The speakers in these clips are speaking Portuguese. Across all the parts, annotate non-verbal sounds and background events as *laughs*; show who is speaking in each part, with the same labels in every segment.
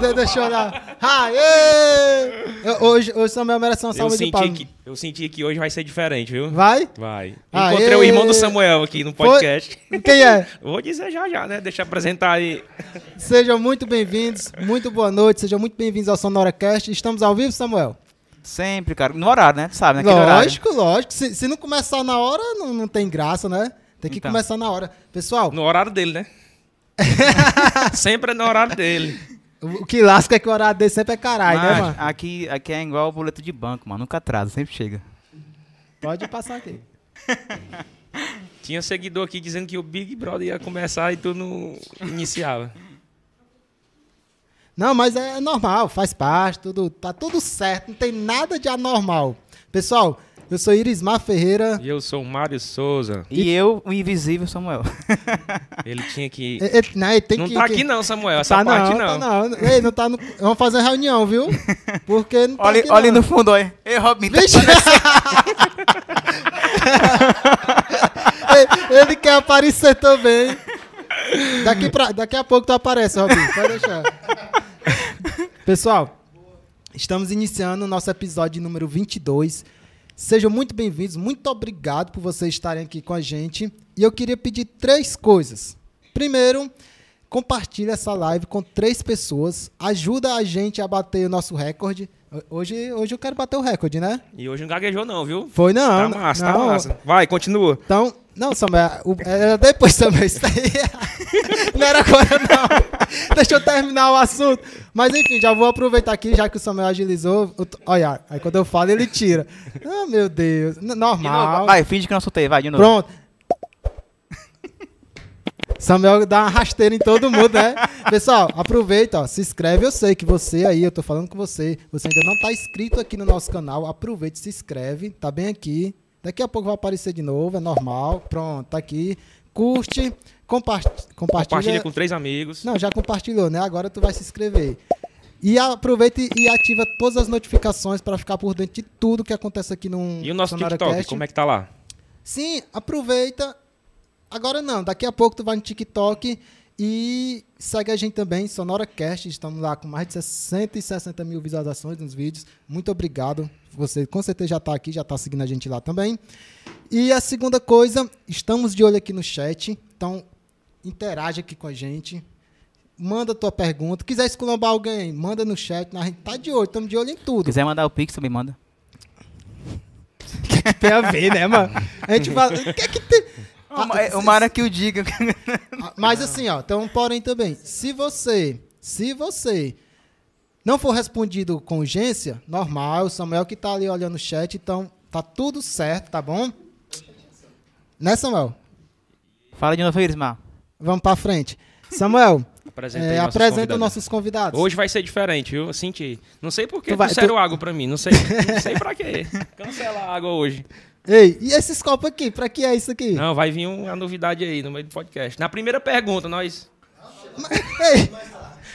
Speaker 1: de- deixa eu olhar. Aê! Eu- hoje, hoje Samuel merece uma
Speaker 2: Eu
Speaker 1: salva de
Speaker 2: senti,
Speaker 1: palmas.
Speaker 2: que, eu senti que hoje vai ser diferente, viu?
Speaker 1: Vai?
Speaker 2: Vai.
Speaker 1: Aê!
Speaker 2: Encontrei o irmão do Samuel aqui no
Speaker 1: Foi?
Speaker 2: podcast.
Speaker 1: Quem é?
Speaker 2: Vou dizer já já, né? Deixa eu apresentar aí.
Speaker 1: Sejam muito bem-vindos, muito boa noite, sejam muito bem-vindos ao SonoraCast. Estamos ao vivo, Samuel?
Speaker 3: Sempre, cara. No horário, né? Tu sabe, naquele horário.
Speaker 1: lógico, lógico. Se, se não começar na hora, não, não tem graça, né? Tem que
Speaker 3: Então.
Speaker 1: começar na hora. Pessoal,
Speaker 2: No horário
Speaker 1: *laughs*
Speaker 2: dele, né? Sempre no horário dele.
Speaker 1: o o que lasca é que o horário dele sempre é caralho, né,
Speaker 3: Mas
Speaker 1: mano?
Speaker 3: Aqui, aqui é igual o boleto de banco, mano. Nunca atrasa, sempre chega.
Speaker 1: Pode passar aqui.
Speaker 2: Tinha um seguidor aqui dizendo que o Big Brother ia começar e tu não iniciava.
Speaker 1: Não, mas é normal, faz parte, tudo, tá tudo certo, não tem nada de anormal. Pessoal, eu sou Irismar Ferreira.
Speaker 2: E eu sou o Mário Souza.
Speaker 3: E, eu, o invisível
Speaker 1: *laughs*
Speaker 3: Samuel.
Speaker 2: Ele tinha que.
Speaker 1: E- e- né, e tem
Speaker 2: não
Speaker 1: que-
Speaker 2: tá
Speaker 1: que-
Speaker 2: aqui, não, Samuel. Essa parte
Speaker 1: Tá
Speaker 2: não.
Speaker 1: não. Ei, não tá no... Vamos fazer reunião, viu? Porque não tá
Speaker 3: olha
Speaker 1: aqui,
Speaker 3: olha
Speaker 1: não.
Speaker 3: no fundo, olha. Ei, Robin,
Speaker 1: *laughs*
Speaker 3: tá
Speaker 1: Vixe! Ei, Ele quer aparecer também. Daqui, pra- daqui a pouco tu aparece, Robinho. Pode deixar. Pessoal, estamos iniciando o nosso episódio número 22. Sejam muito bem-vindos. Muito obrigado por vocês estarem aqui com a gente. E eu queria pedir três coisas. Primeiro, compartilhe essa live com três pessoas. Ajuda a gente a bater o nosso recorde. Hoje, hoje eu quero bater o recorde, né?
Speaker 2: E hoje não gaguejou, não, viu?
Speaker 1: Foi não.
Speaker 2: Tá massa,
Speaker 1: não.
Speaker 2: tá massa. Vai, continua.
Speaker 1: Então, não, Samuel, o- era depois também, isso aí. Não era agora, não. Deixa eu terminar o assunto. Mas enfim, já vou aproveitar aqui, já que o Samuel agilizou. eu t- Olha, aí quando eu falo, ele tira. Ah, meu Deus. N-
Speaker 3: de novo.
Speaker 1: Normal.
Speaker 3: Vai, finge que não soltei, vai, de novo.
Speaker 1: Pronto. Samuel dá uma rasteira em todo mundo, né? Pessoal, aproveita, ó, se inscreve. Eu sei que você aí, eu tô falando com você, você ainda não tá inscrito aqui no nosso canal. Aproveita, e se inscreve, tá bem aqui. Daqui a pouco vai aparecer de novo, é normal. Pronto, tá aqui. Curte, comparti-
Speaker 2: Compartilha
Speaker 1: compartilha.
Speaker 2: com três amigos.
Speaker 1: Não, já compartilhou, né? Agora tu vai se inscrever. E aproveita e- e ativa todas as notificações pra ficar por dentro de tudo que acontece aqui no
Speaker 2: E o nosso
Speaker 1: Sonoracast.
Speaker 2: TikTok, como é que tá lá?
Speaker 1: Sim, aproveita. Agora não, daqui a pouco tu vai no TikTok e segue a gente também, SonoraCast. Estamos lá com mais de 160 mil visualizações nos vídeos. Muito obrigado. Você com certeza já está aqui, já está seguindo a gente lá também. E a segunda coisa, estamos de olho aqui no chat. Então, interage aqui com a gente. Manda tua pergunta. Quiser esculhambar alguém, manda no chat. A gente tá de olho, estamos de olho em
Speaker 3: Se
Speaker 1: tudo.
Speaker 3: quiser mandar o pix, também manda.
Speaker 1: *laughs* Tem a ver, né, mano? A gente fala. O que é que tem? Ah,
Speaker 3: é, o Mara que o diga. *laughs*
Speaker 1: Ah, Mas assim, ó, então, porém também, se você, se você não for respondido com urgência, normal, o Samuel que tá ali olhando o chat, então tá tudo certo, tá bom? Né, Samuel?
Speaker 3: Fala de novo, Irismar.
Speaker 1: Vamos pra frente.
Speaker 2: *laughs*
Speaker 1: Samuel,
Speaker 2: Apresenta,
Speaker 1: eh,
Speaker 2: aí nossos
Speaker 1: apresenta
Speaker 2: convidados.
Speaker 1: nossos convidados.
Speaker 2: Hoje vai ser diferente, viu? Eu senti. Não sei por que
Speaker 1: Tu vai-
Speaker 2: trouxeram
Speaker 1: tu-
Speaker 2: água pra mim. Não sei, não sei
Speaker 1: *laughs*
Speaker 2: pra quê. Cancela a água hoje.
Speaker 1: Ei, e esses copos aqui? Pra que é isso aqui?
Speaker 2: Não, vai vir uma novidade aí no meio do podcast. Na primeira pergunta, nós.
Speaker 1: Ei, né,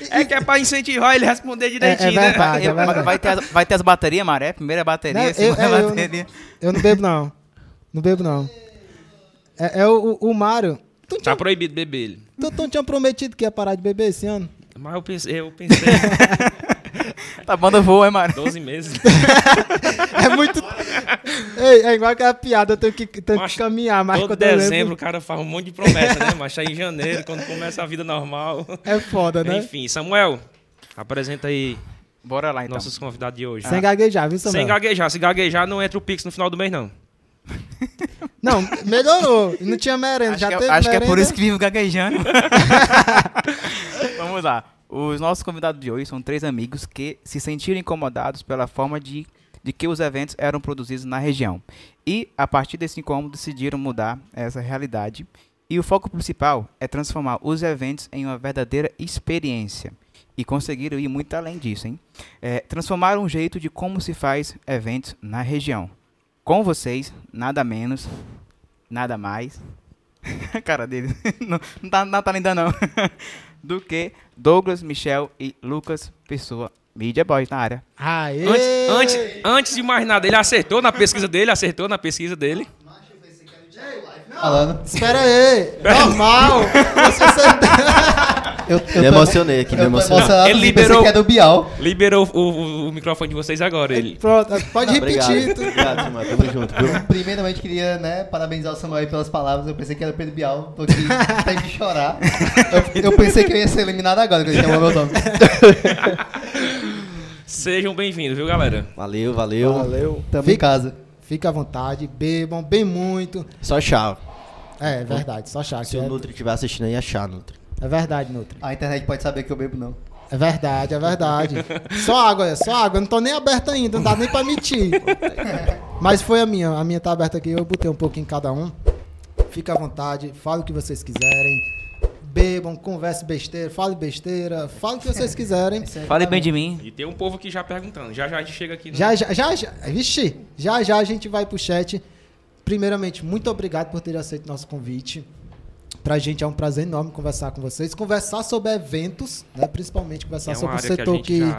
Speaker 2: É que é pra incentivar ele a responder direitinho,
Speaker 1: É- é verdade.
Speaker 2: né?
Speaker 1: vai, vai, vai.
Speaker 3: Vai ter as, vai ter as baterias, Maré? Primeira
Speaker 1: Não,
Speaker 3: bateria,
Speaker 1: eu-
Speaker 3: segunda
Speaker 1: é, eu não-
Speaker 3: bateria.
Speaker 1: eu não bebo, não. Não bebo, não. É, é o, o, o Mário. Tu,
Speaker 2: Tá
Speaker 1: tinha,
Speaker 2: proibido beber ele.
Speaker 1: tu, tu tinha prometido que ia parar de beber esse ano?
Speaker 2: Mas eu pensei, eu pensei *laughs*
Speaker 3: Tá bom, eu vou, hein, Maré?
Speaker 2: 12 meses.
Speaker 1: *laughs* É muito. Ei, é igual aquela piada, eu tenho que, tenho
Speaker 2: Macho,
Speaker 1: que caminhar, mas
Speaker 2: Todo
Speaker 1: quando eu
Speaker 2: dezembro
Speaker 1: lembro,
Speaker 2: o cara faz um monte de promessa, né? Mas aí em janeiro, quando começa a vida normal.
Speaker 1: é foda, né?
Speaker 2: Enfim, Samuel, apresenta aí
Speaker 3: Bora lá, então.
Speaker 2: nossos convidados de hoje.
Speaker 1: Sem gaguejar, viu, Samuel?
Speaker 2: tá. Sem gaguejar. Se gaguejar, não entra o Pix no final do mês, não.
Speaker 1: Não, melhorou. Não tinha merenda,
Speaker 3: Acho,
Speaker 1: já
Speaker 3: que, é-
Speaker 1: teve
Speaker 3: acho que é
Speaker 1: merenda.
Speaker 3: por isso que
Speaker 1: *laughs*
Speaker 3: vivo gaguejando. Vamos lá. Os nossos convidados de hoje são três amigos que se sentiram incomodados pela forma de, de que os eventos eram produzidos na região. E, a partir desse incômodo, decidiram mudar essa realidade. E o foco principal é transformar os eventos em uma verdadeira experiência. E conseguiram ir muito além disso, hein? É, transformaram um jeito de como se faz eventos na região. Com vocês, nada menos, nada mais, a *laughs* cara dele. Não, não tá, não tá linda, não. *laughs* Do que Douglas, Michel e Lucas Pessoa, Media Boys na área.
Speaker 1: Aê!
Speaker 2: Antes, antes, antes de mais nada, ele acertou na pesquisa dele, acertou na pesquisa dele.
Speaker 1: Espera aí, normal. Você-
Speaker 4: Eu, eu
Speaker 5: Me
Speaker 4: tô-
Speaker 5: emocionei aqui, me
Speaker 4: eu tô
Speaker 5: emocionei.
Speaker 4: emocionado,
Speaker 2: Ele
Speaker 4: eu pensei
Speaker 2: liberou-
Speaker 4: que é do Bial.
Speaker 2: Liberou o, o- o microfone de vocês agora.
Speaker 1: *laughs*
Speaker 2: Ele.
Speaker 1: Pronto, pode repetir.
Speaker 5: Obrigado, obrigado, Samuel. Tamo junto, viu?
Speaker 4: Primeiramente, queria né, parabenizar o Samuel aí pelas palavras. Eu pensei que era o Pedro Bial. Tô aqui, tem que chorar. Eu, eu pensei que eu ia ser eliminado agora, que ele chamou meu nome.
Speaker 2: Sejam bem-vindos, viu, galera?
Speaker 5: Valeu, valeu.
Speaker 4: Tamo em
Speaker 1: Fica-
Speaker 4: casa.
Speaker 1: Fica à vontade, bebam bem muito.
Speaker 5: Só chá.
Speaker 1: É, é verdade, só chá. que
Speaker 5: Se o
Speaker 1: É,
Speaker 5: Nutri estiver assistindo aí, é chá, Nutri.
Speaker 1: é verdade, Nutri.
Speaker 4: A internet pode saber que eu bebo, não.
Speaker 1: É verdade, é verdade. Só água, é só água. Eu não tô nem aberto ainda, não dá nem pra mentir. Mas foi a minha. A minha tá aberta aqui, eu botei um pouquinho em cada um. Fica à vontade, fala o que vocês quiserem. Bebam, converse besteira, fale besteira, fale o que vocês quiserem.
Speaker 2: É
Speaker 3: Fale É, bem de mim.
Speaker 2: E tem um povo aqui já perguntando. Já já a gente chega aqui. no-
Speaker 1: Já, já, já, já, vixe, já, já a gente vai pro chat. Primeiramente, muito obrigado por ter aceito nosso convite. Pra gente é um prazer enorme conversar com vocês, conversar sobre eventos, né? Principalmente conversar
Speaker 2: É uma
Speaker 1: sobre o
Speaker 2: área que a
Speaker 1: setor
Speaker 2: gente
Speaker 1: que,
Speaker 2: já-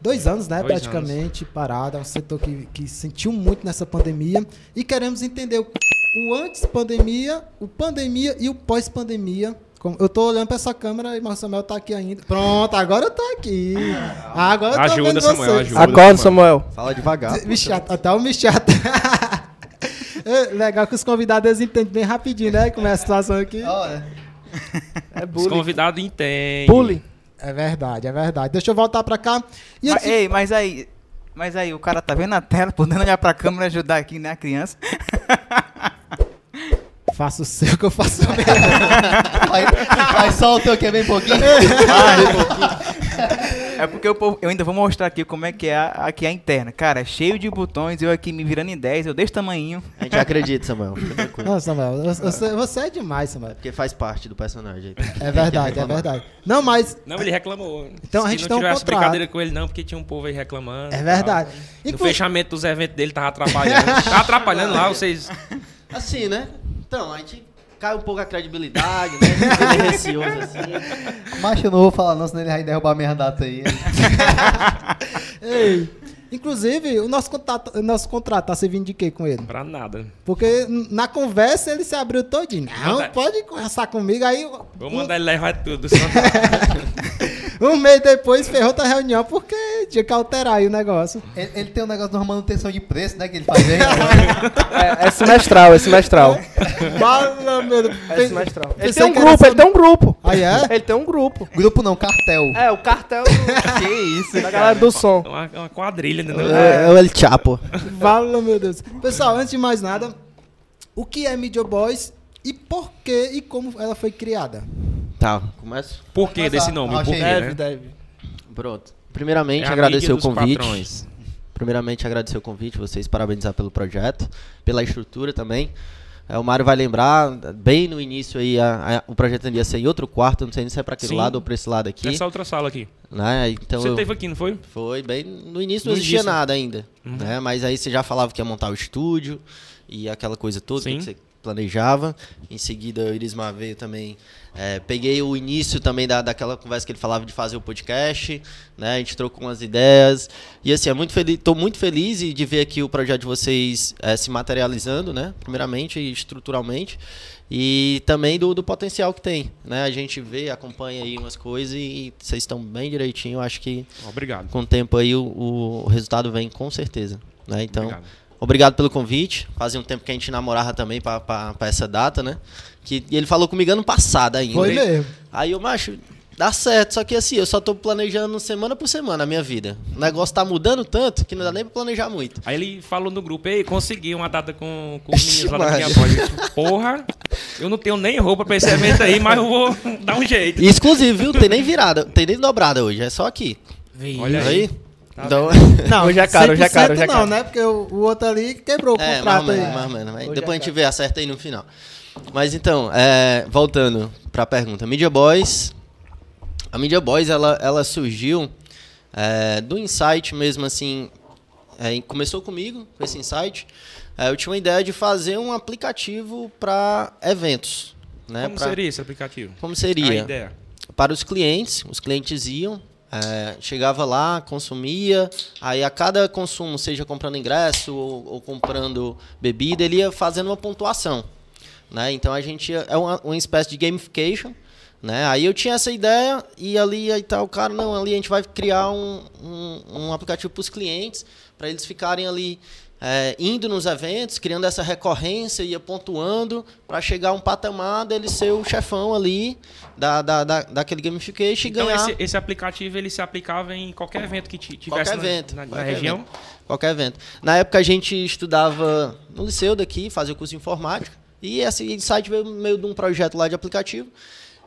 Speaker 1: dois anos, né?
Speaker 2: Dois
Speaker 1: praticamente parada, é um setor que, que sentiu muito nessa pandemia e queremos entender o, o antes pandemia, o pandemia e o pós pandemia. Eu tô olhando pra essa câmera e o Samuel tá aqui ainda. Pronto, agora eu tô aqui. Agora eu tô
Speaker 2: Ah, Ajuda,
Speaker 1: vendo
Speaker 2: Samuel,
Speaker 1: vocês.
Speaker 2: ajuda.
Speaker 6: Acorda, Samuel.
Speaker 5: Fala devagar.
Speaker 1: Vixe, at- *laughs* até o Michato. Legal que os convidados eles entendem bem rapidinho, né? Como é a situação aqui.
Speaker 4: Olha,
Speaker 6: É
Speaker 2: Os
Speaker 6: bullying.
Speaker 2: convidados entendem.
Speaker 6: Bullying.
Speaker 1: É verdade, é verdade. Deixa eu voltar pra cá. E assim-
Speaker 3: Mas,
Speaker 1: antes,
Speaker 3: ei, mas aí. Mas aí, o cara tá vendo a tela, *laughs* podendo olhar pra câmera e ajudar aqui, né, a criança.
Speaker 1: faço o seu que eu faço o meu.
Speaker 4: faz, faz só o teu que é bem pouquinho.
Speaker 3: É porque o povo- eu ainda vou mostrar aqui como é que é a, aqui a interna. Cara, é cheio de botões, eu aqui me virando em 10, eu desse tamanhinho. *laughs*
Speaker 5: A gente acredita, Samuel. Fica tranquilo.
Speaker 1: Não, Samuel, você, você é demais, Samuel.
Speaker 5: Porque faz parte do personagem.
Speaker 1: É verdade,
Speaker 4: *laughs*
Speaker 1: é verdade. Não, mas
Speaker 2: Não, ele reclamou.
Speaker 1: Então a gente
Speaker 2: Se
Speaker 1: tem
Speaker 2: não
Speaker 1: um
Speaker 2: tivesse
Speaker 1: contrato.
Speaker 2: brincadeira com ele, não, porque tinha um povo aí reclamando.
Speaker 1: é
Speaker 2: e
Speaker 1: verdade.
Speaker 2: tal. No
Speaker 1: Inclu-
Speaker 2: fechamento dos eventos dele
Speaker 1: *laughs*
Speaker 2: tava atrapalhando. tava atrapalhando lá, vocês.
Speaker 5: Assim, né? Então, a gente cai um pouco a credibilidade, né? Fica meio receoso, assim.
Speaker 4: Macho, eu não vou falar não, senão ele vai derrubar minha data aí.
Speaker 1: Ei, Inclusive, o nosso, contato, o nosso contrato tá servindo de quê com ele?
Speaker 2: Pra nada.
Speaker 1: Porque n- na conversa ele se abriu todinho. Não,
Speaker 2: Manda-
Speaker 1: pode conversar comigo. Aí
Speaker 2: Vou
Speaker 1: um-
Speaker 2: mandar ele levar tudo. só-
Speaker 1: Um mês depois ferrou outra reunião porque tinha que alterar aí o negócio.
Speaker 4: Ele, ele tem um negócio de uma manutenção de preço, né, que ele faz bem.
Speaker 6: É, é semestral, é semestral.
Speaker 1: Fala, meu Deus.
Speaker 6: É semestral. Ele tem
Speaker 1: Pensei
Speaker 6: um
Speaker 1: que era
Speaker 6: grupo,
Speaker 1: só-
Speaker 6: ele tem um grupo.
Speaker 1: Aí é?
Speaker 6: Ele tem um grupo.
Speaker 4: Grupo não, cartel.
Speaker 6: É, o cartel
Speaker 3: Que isso,
Speaker 6: da galera do som.
Speaker 2: É uma, é uma quadrilha, entendeu?
Speaker 5: É, é o El Chapo.
Speaker 1: *laughs* Fala, meu Deus. Pessoal, antes de mais nada, o que é Media Boys e por que e como ela foi criada?
Speaker 5: Tá, começa.
Speaker 2: Por que desse nome?
Speaker 4: Ah,
Speaker 2: Por quê,
Speaker 4: achei.
Speaker 5: é
Speaker 2: né?
Speaker 6: deve.
Speaker 5: Pronto. Primeiramente,
Speaker 2: É a
Speaker 5: agradecer
Speaker 2: mídia
Speaker 5: o
Speaker 2: dos
Speaker 5: convite.
Speaker 2: patrões.
Speaker 5: Primeiramente, agradecer o convite, vocês parabenizar pelo projeto, pela estrutura também. É, o Mário vai lembrar, bem no início aí, a- a- o projeto ia ser em outro quarto, não sei nem se é para aquele
Speaker 2: Sim.
Speaker 5: lado ou para esse lado aqui.
Speaker 2: Essa é outra sala aqui.
Speaker 5: né? Então
Speaker 2: Você
Speaker 5: eu-
Speaker 2: teve aqui, não foi?
Speaker 5: Foi bem. No início não
Speaker 2: No
Speaker 5: existia
Speaker 2: início. Uhum.
Speaker 5: nada ainda. Né? Mas aí você já falava que ia montar o estúdio e aquela coisa toda
Speaker 2: Sim.
Speaker 5: que você planejava. Em seguida, o Iris veio também. é, peguei o início também da, daquela conversa que ele falava de fazer o podcast, né? A gente trocou umas ideias. E assim, é muito feliz, tô muito feliz e de ver aqui o projeto de vocês é, se materializando, né? Primeiramente e estruturalmente. E também do, do potencial que tem, né? A gente vê, acompanha aí umas coisas e vocês estão bem direitinho. Acho que
Speaker 2: Obrigado.
Speaker 5: com o tempo aí o, o resultado vem com certeza. Né? Então, obrigado.
Speaker 2: Obrigado.
Speaker 5: pelo convite. Fazia um tempo que a gente namorava também para essa data, né? Que, e ele falou comigo ano passado ainda.
Speaker 1: Foi mesmo.
Speaker 5: Aí eu, macho, dá certo. Só que assim, eu só tô planejando semana por semana a minha vida. O negócio tá mudando tanto que não dá nem pra planejar muito.
Speaker 2: Aí ele falou no grupo, ei, consegui uma data com, com os meninos lá da minha
Speaker 5: Ixi,
Speaker 2: voz. Eu disse, Porra, eu não tenho nem roupa pra esse evento aí, mas eu vou dar um jeito.
Speaker 5: E exclusivo, viu? Tem nem virada, tem nem dobrada hoje, é só aqui.
Speaker 2: Olha aí. Tá
Speaker 5: Então, *laughs*
Speaker 1: Não,
Speaker 6: hoje é caro, hoje é caro, hoje é
Speaker 1: 100%
Speaker 6: caro.
Speaker 1: Não, né? Porque o, o outro ali quebrou o
Speaker 5: É, mais ou
Speaker 1: contrato aí.
Speaker 5: menos, mais ou menos. Mas
Speaker 6: Hoje
Speaker 5: Depois
Speaker 6: é
Speaker 5: a gente vê, acerta aí no final. Mas então, é, voltando para a pergunta. Media Boys, a Media Boys, ela, ela surgiu é, do insight mesmo, assim, é, e começou comigo, com esse insight. É, eu tinha uma ideia de fazer um aplicativo para eventos. Né,
Speaker 2: Como
Speaker 5: pra-
Speaker 2: seria esse aplicativo?
Speaker 5: Como
Speaker 2: A
Speaker 5: seria?
Speaker 2: ideia.
Speaker 5: para os clientes. Os clientes iam, é, chegava lá, consumia. Aí a cada consumo, seja comprando ingresso ou, ou comprando bebida, ele ia fazendo uma pontuação. Né? Então a gente ia- é uma, uma espécie de gamification. Né? Aí eu tinha essa ideia e ali aí tá o cara, não, ali a gente vai criar um, um, um aplicativo para os clientes, para eles ficarem ali é, indo nos eventos, criando essa recorrência, ia pontuando, para chegar a um patamar dele ser o chefão ali da, da, da, daquele gamification e
Speaker 2: Então
Speaker 5: ganhar
Speaker 2: esse, esse aplicativo ele se aplicava em qualquer evento que ti- tivesse
Speaker 5: Qualquer
Speaker 2: na,
Speaker 5: evento,
Speaker 2: na- na
Speaker 5: qualquer
Speaker 2: região.
Speaker 5: evento. qualquer evento. Na época a gente estudava no liceu daqui, fazia o curso de informática, e esse site veio no meio de um projeto lá de aplicativo,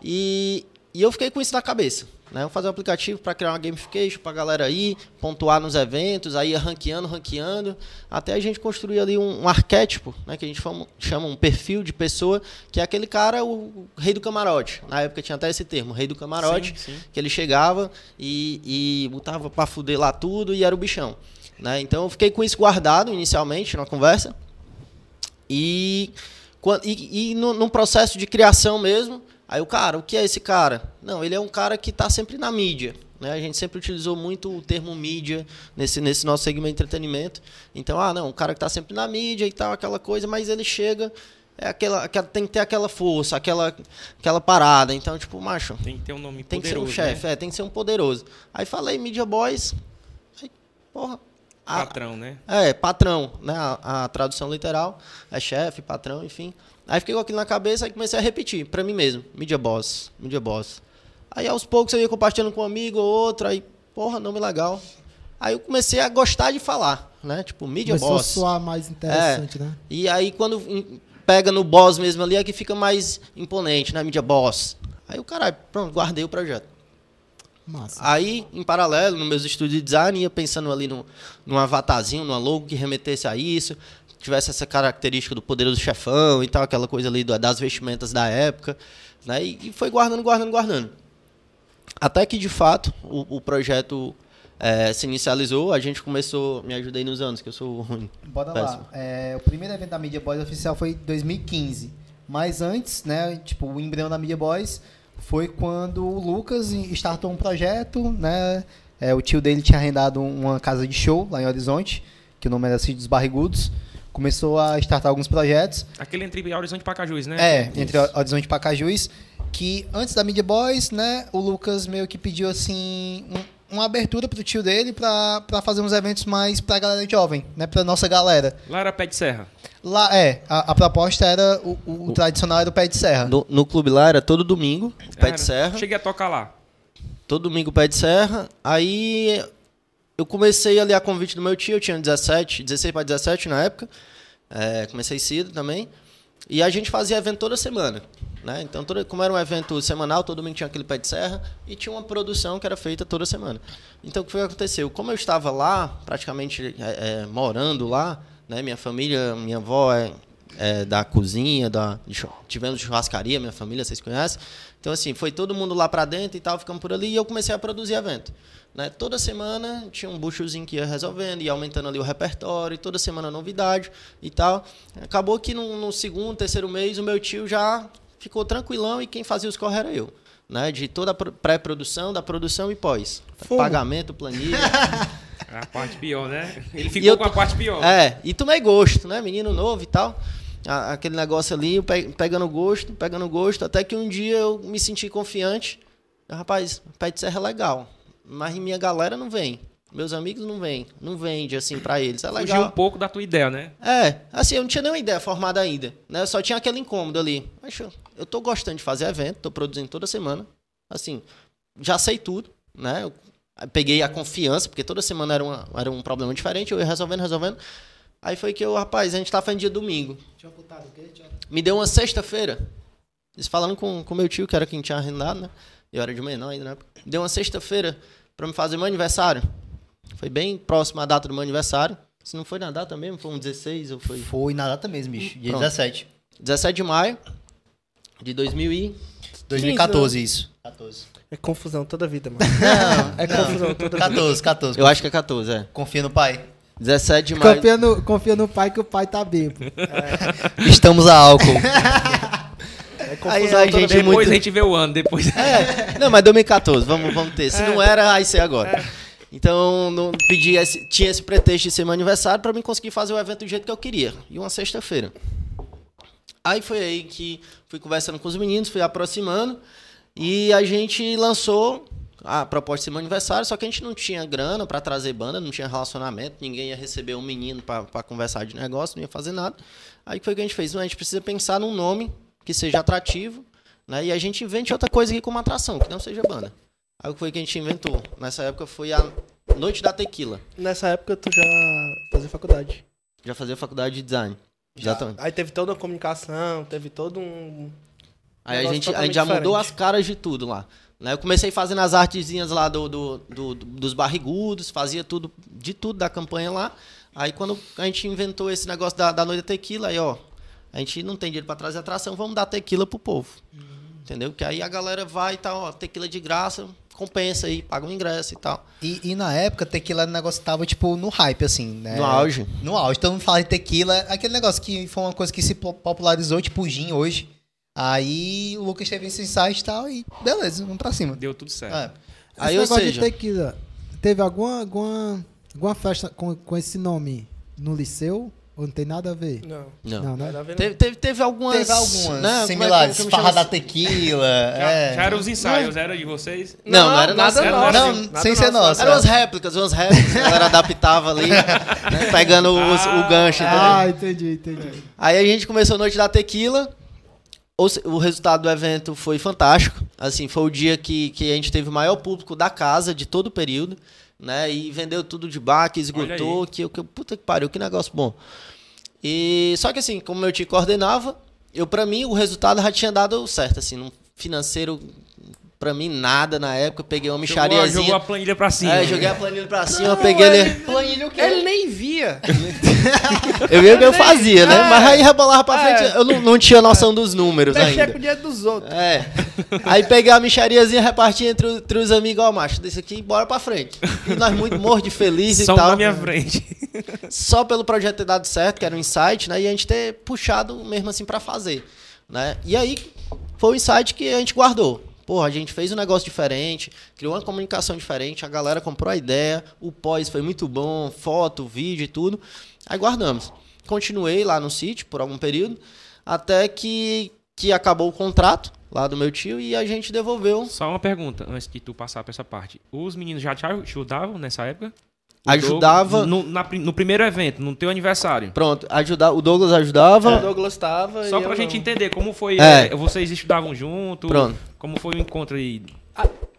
Speaker 5: e, e eu fiquei com isso na cabeça. Né? Eu fazer um aplicativo para criar uma gamification para a galera ir, pontuar nos eventos, aí ia ranqueando, ranqueando, até a gente construir ali um, um arquétipo, né? que a gente fama- chama um perfil de pessoa, que é aquele cara, o, o rei do camarote. Na época tinha até esse termo, rei do camarote,
Speaker 2: Sim, sim.
Speaker 5: que ele chegava e, e botava pra fuder lá tudo e era o bichão. Né? Então eu fiquei com isso guardado inicialmente na conversa. E, quan- e, e no, num processo de criação mesmo, aí o cara, o que é esse cara? Não, ele é um cara que está sempre na mídia. Né? A gente sempre utilizou muito o termo mídia nesse, nesse nosso segmento de entretenimento. Então, ah, não, o cara que está sempre na mídia e tal, aquela coisa, mas ele chega, é aquela, aquela, tem que ter aquela força, aquela, aquela parada. Então, tipo, macho,
Speaker 2: Tem que ter um nome
Speaker 5: tem que ser um
Speaker 2: poderoso,
Speaker 5: chefe,
Speaker 2: né?
Speaker 5: é, tem que ser um poderoso. Aí falei, Media Boys. Aí, porra. a-
Speaker 2: Patrão, né?
Speaker 5: é, patrão, né? A, a tradução literal é chefe, patrão, enfim. Aí fiquei com aquilo na cabeça e comecei a repetir pra mim mesmo. Media Boss, Media Boss. Aí aos poucos eu ia compartilhando com um amigo ou outro, aí, porra, nome legal. Aí eu comecei a gostar de falar, né? Tipo, Media
Speaker 1: Começou
Speaker 5: Boss.
Speaker 1: a soar mais interessante, né?
Speaker 5: E aí quando em- pega no boss mesmo ali, é que fica mais imponente, né? Mídia boss. Aí o caralho, pronto, guardei o projeto.
Speaker 1: Massa.
Speaker 5: Aí, em paralelo, nos meus estudos de design, ia pensando ali num, num avatarzinho, numa logo que remetesse a isso, que tivesse essa característica do poderoso chefão e tal, aquela coisa ali do- das vestimentas da época. Né? E, e foi guardando, guardando, guardando. Até que, de fato, o, o projeto eh, se inicializou, a gente começou... Me ajudei nos anos, que eu sou ruim.
Speaker 4: Bora
Speaker 5: Péssimo.
Speaker 4: lá. É, o primeiro evento da Media Boys oficial foi em 2015. Mas antes, né, tipo, o embrião da Media Boys foi quando o Lucas startou um projeto, né? É, o tio dele tinha arrendado um, uma casa de show lá em Horizonte, que o nome era Cid dos Barrigudos. Começou a startar alguns projetos.
Speaker 2: Aquele entre Horizonte e Pacajus, né?
Speaker 4: É, entre Horizonte e Pacajus. Que antes da Media Boys, né, o Lucas meio que pediu assim um- uma abertura pro tio dele pra, pra fazer uns eventos mais pra galera jovem, né? Pra nossa galera.
Speaker 2: Lá era Pé de Serra.
Speaker 4: Lá, é, a, a proposta era o, o- o tradicional era o pé de serra.
Speaker 5: No, no clube lá era todo domingo, o pé
Speaker 2: Era.
Speaker 5: de serra.
Speaker 2: Cheguei a tocar lá.
Speaker 5: Todo domingo o pé de serra. Aí eu comecei ali a convite do meu tio, eu tinha 17, 16 para 17 na época. É, comecei cedo também. E a gente fazia evento toda semana. Né? Então, toda, como era um evento semanal, todo domingo tinha aquele pé de serra e tinha uma produção que era feita toda semana. Então, o que foi que aconteceu? Como eu estava lá, praticamente é, é, morando lá, né? minha família, minha avó é, é da cozinha, da, de chu- tivemos churrascaria, minha família, vocês conhecem. Então, assim, foi todo mundo lá para dentro e tal, ficamos por ali e eu comecei a produzir evento. Né? Toda semana tinha um buchozinho que ia resolvendo, ia aumentando ali o repertório, toda semana novidade e tal. Acabou que no, no segundo, terceiro mês, o meu tio já ficou tranquilão e quem fazia os corre era eu. Né? De toda a pro- pré-produção, da produção e pós. Pagamento, planilha.
Speaker 2: É A parte pior,
Speaker 5: *laughs*
Speaker 2: né? Ele
Speaker 5: E eu
Speaker 2: ficou com
Speaker 5: tô-
Speaker 2: a parte pior.
Speaker 5: É, e tomei gosto, né? Menino novo e tal. A- Aquele negócio ali, pe- pegando gosto, pegando gosto, até que um dia eu me senti confiante. Eu, Rapaz, pé de serra é legal, mas minha galera não vem. Meus amigos não vêm, não vende assim pra eles. É
Speaker 2: Fugiu um
Speaker 5: legal.
Speaker 2: pouco da tua ideia, né?
Speaker 5: É, assim, eu não tinha nenhuma ideia formada ainda, né? Eu só tinha aquele incômodo ali. Mas eu, eu tô gostando de fazer evento, tô produzindo toda semana. Assim, já sei tudo, né? Eu peguei a confiança, porque toda semana era, uma, era um problema diferente, eu ia resolvendo, resolvendo. Aí foi que eu, rapaz, a gente tá fazendo dia domingo. Me deu uma sexta-feira. Eles falando com, com meu tio, que era quem tinha arrendado, né? Eu era de menor ainda, né? Deu uma sexta-feira pra me fazer meu aniversário. Foi bem próximo à data do meu aniversário. Se não foi na data mesmo, foi um 16 ou foi.
Speaker 4: Foi na data mesmo, bicho. Dia
Speaker 5: Pronto.
Speaker 4: 17.
Speaker 5: 17 de maio de 2000 e...
Speaker 4: 2014, isso. 14.
Speaker 6: É confusão toda a vida, mano.
Speaker 4: Não,
Speaker 6: É confusão toda a vida.
Speaker 4: 14, 14.
Speaker 5: Eu acho que é 14, é.
Speaker 4: Confia no pai.
Speaker 5: 17 de maio.
Speaker 1: Confia no, confia no pai que o pai tá bêbado.
Speaker 4: Estamos a álcool.
Speaker 6: É
Speaker 5: Aí
Speaker 6: confusão
Speaker 5: a
Speaker 6: toda a
Speaker 5: gente
Speaker 2: Depois
Speaker 6: vida.
Speaker 5: muito...
Speaker 2: a gente vê o ano, depois. *laughs*
Speaker 5: É, não, mas 2014, vamos, vamos ter. Se não era, aí ser agora. Então, não pedi esse- tinha esse pretexto de ser meu aniversário pra mim conseguir fazer o evento do jeito que eu queria. E uma sexta-feira. Aí foi aí que fui conversando com os meninos, fui aproximando. E a gente lançou a proposta de meu aniversário, só que a gente não tinha grana pra trazer banda, não tinha relacionamento, ninguém ia receber um menino pra pra conversar de negócio, não ia fazer nada. Aí foi o que a gente fez, "Não, a gente precisa pensar num nome que seja atrativo, né? E a gente invente outra coisa aqui como atração, que não seja banda. Aí o que foi que a gente inventou? Nessa época foi a Noite da Tequila.
Speaker 6: Nessa época tu já fazia faculdade.
Speaker 5: Já fazia faculdade de design. Exatamente.
Speaker 6: Aí teve toda a comunicação, teve todo um.
Speaker 5: Aí a
Speaker 6: Negócio
Speaker 5: gente, a
Speaker 6: totalmente
Speaker 5: gente já
Speaker 6: diferente.
Speaker 5: mudou as caras de tudo lá. né? Eu comecei fazendo as artezinhas lá do, do- do- do- dos barrigudos, fazia tudo, de tudo da campanha lá. Aí quando a gente inventou esse negócio da, da noite da tequila, aí ó, a gente não tem dinheiro pra trazer atração, vamos dar tequila pro povo.
Speaker 6: Uhum.
Speaker 5: Entendeu? Que aí a galera vai e tal, ó, tequila de graça, compensa aí, paga o ingresso e tal.
Speaker 4: E, e na época, tequila era um negócio que tava, tipo, no hype, assim, né?
Speaker 5: No auge.
Speaker 4: No auge. Todo mundo fala de tequila. Aquele negócio que foi uma coisa que se po- popularizou, tipo, o gin hoje. Aí o Lucas teve esse insight e tal, e beleza, vamos pra cima.
Speaker 2: Deu tudo certo.
Speaker 4: É.
Speaker 5: Aí,
Speaker 1: esse
Speaker 5: ou
Speaker 1: negócio
Speaker 5: seja-
Speaker 1: de tequila, teve alguma, alguma, alguma festa com, com esse nome no liceu? Ou não tem nada a ver?
Speaker 6: Não.
Speaker 5: Não.
Speaker 1: Não, né?
Speaker 6: Nada a ver, não.
Speaker 5: Teve, teve, teve algumas.
Speaker 4: Teve algumas
Speaker 5: né, como é-
Speaker 4: similares.
Speaker 5: como é que
Speaker 4: Farra
Speaker 5: chama
Speaker 4: da
Speaker 5: isso? *laughs*
Speaker 4: tequila.
Speaker 2: Já,
Speaker 4: é.
Speaker 2: já eram os
Speaker 5: Né?
Speaker 2: ensaios, era de vocês.
Speaker 5: Não, não era
Speaker 6: nada
Speaker 5: nosso, era
Speaker 6: nosso.
Speaker 4: Não,
Speaker 6: Nada
Speaker 4: sem ser nosso.
Speaker 5: Eram umas réplicas, umas réplicas, a galera adaptava *laughs* ali, né, pegando os- o gancho. entendeu?
Speaker 1: Ah, entendi, entendi.
Speaker 5: Aí a gente começou a noite da tequila. Ou se- O resultado do evento foi fantástico. Assim, foi o dia que, que a gente teve o maior público da casa de todo o período, né? E vendeu tudo de baque, esgotou,
Speaker 2: aí.
Speaker 5: que, que puta que pariu, que negócio bom. E só que assim, como meu tio coordenava, eu para mim o resultado já tinha dado certo, assim, no financeiro para mim nada na época, eu peguei uma
Speaker 2: Jogou,
Speaker 5: michariazinha.
Speaker 2: jogou a planilha pra cima.
Speaker 5: É, joguei a planilha pra cima, peguei ele. Planilha o
Speaker 2: É
Speaker 6: Ele nem
Speaker 5: *laughs*
Speaker 6: via.
Speaker 5: Eu ia o que eu fazia, né?
Speaker 6: É.
Speaker 5: Mas aí rebolava pra
Speaker 6: É.
Speaker 5: frente, eu não, não tinha noção dos números
Speaker 6: Mexer com o
Speaker 5: ainda.
Speaker 6: dinheiro dos outros.
Speaker 5: É. Aí peguei a michariazinha, repartia entre, o- entre os amigos, ó, macho, desse aqui, bora pra frente. E nós muito morros de feliz e
Speaker 2: São
Speaker 5: tal.
Speaker 2: na minha frente. *laughs*
Speaker 5: Só pelo projeto ter dado certo, que era um insight, né? E a gente ter puxado mesmo assim pra fazer. Né? E aí foi o insight que a gente guardou. Porra, a gente fez um negócio diferente, criou uma comunicação diferente, a galera comprou a ideia, o pós foi muito bom, foto, vídeo e tudo. Aí guardamos. Continuei lá no sítio por algum período, até que, que acabou o contrato lá do meu tio e a gente devolveu.
Speaker 2: Só uma pergunta, antes de tu passar pra essa parte. Os meninos já te ajudavam nessa época? O
Speaker 5: Ajudava.
Speaker 2: Doug- No, na pri- no primeiro evento, no teu aniversário.
Speaker 5: Pronto, ajuda, o Douglas ajudava.
Speaker 6: O Douglas tava.
Speaker 2: Só
Speaker 6: e
Speaker 2: pra
Speaker 6: eu
Speaker 2: gente
Speaker 6: não.
Speaker 2: entender como foi.
Speaker 5: É.
Speaker 2: eh, vocês estudavam junto?
Speaker 5: Pronto.
Speaker 2: Como foi o encontro aí?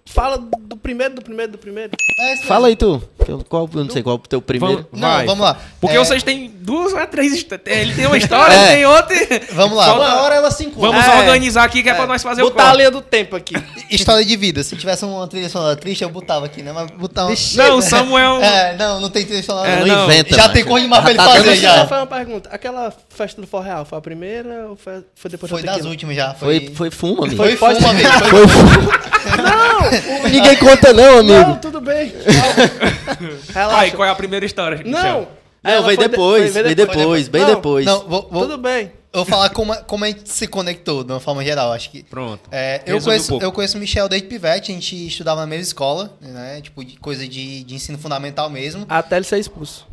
Speaker 6: Fala do primeiro, do primeiro, do primeiro.
Speaker 5: Fala aí tu, que eu- qual, eu não sei qual é o teu primeiro.
Speaker 2: Vamos-
Speaker 4: É, Não,
Speaker 2: vai.
Speaker 4: vamos lá.
Speaker 2: Porque
Speaker 4: É,
Speaker 2: vocês têm duas ou três histórias. Ele tem uma história,
Speaker 5: É.
Speaker 2: ele tem outra.
Speaker 4: Vamos lá.
Speaker 2: Fala-
Speaker 5: Uma hora ela se encontra.
Speaker 2: Vamos
Speaker 6: É.
Speaker 2: organizar aqui que é, pra nós fazer o
Speaker 6: Botar a
Speaker 2: corte.
Speaker 6: linha do
Speaker 5: *laughs*
Speaker 6: tempo aqui.
Speaker 4: História de vida. Se tivesse uma trilha sonora triste, eu botava aqui, né? Mas botar uma...
Speaker 2: Não, o Samuel.
Speaker 4: *laughs* É, não, não tem trilha sonora.
Speaker 2: É,
Speaker 4: não.
Speaker 2: não.
Speaker 5: inventa.
Speaker 4: Já
Speaker 5: macho.
Speaker 4: tem coisa demais pra ele
Speaker 5: tá
Speaker 4: fazer
Speaker 5: dando
Speaker 6: Deixa eu
Speaker 4: já.
Speaker 6: fazer uma pergunta. Aquela festa do For Real foi a primeira ou foi, foi depois
Speaker 4: Foi
Speaker 6: da
Speaker 4: das
Speaker 6: tequila?
Speaker 4: últimas já.
Speaker 5: Foi, foi fuma, amigo.
Speaker 4: Foi
Speaker 6: Foi
Speaker 2: *laughs*
Speaker 4: fuma, amigo. Foi
Speaker 5: Ninguém conta não, amigo.
Speaker 6: Não,
Speaker 2: *laughs*
Speaker 6: tudo bem. Calma.
Speaker 2: Ai,
Speaker 6: Relaxa.
Speaker 2: qual é a primeira história?
Speaker 6: Não.
Speaker 2: Michel?
Speaker 5: Não,
Speaker 6: Ela
Speaker 5: veio
Speaker 6: foi de-
Speaker 5: depois,
Speaker 6: foi-
Speaker 5: veio
Speaker 6: veio depois.
Speaker 5: depois, bem
Speaker 6: Não,
Speaker 5: depois.
Speaker 4: Não, vou, vou,
Speaker 6: Tudo bem.
Speaker 4: eu vou falar como, a- como a gente se conectou, de uma forma geral, acho que.
Speaker 2: Pronto.
Speaker 4: É, eu,
Speaker 2: Resume um
Speaker 4: conheço,
Speaker 2: pouco.
Speaker 4: eu conheço o Michel desde pivete, a gente estudava na mesma escola, né? Tipo, de coisa de, de ensino fundamental mesmo.
Speaker 6: Até ele ser expulso.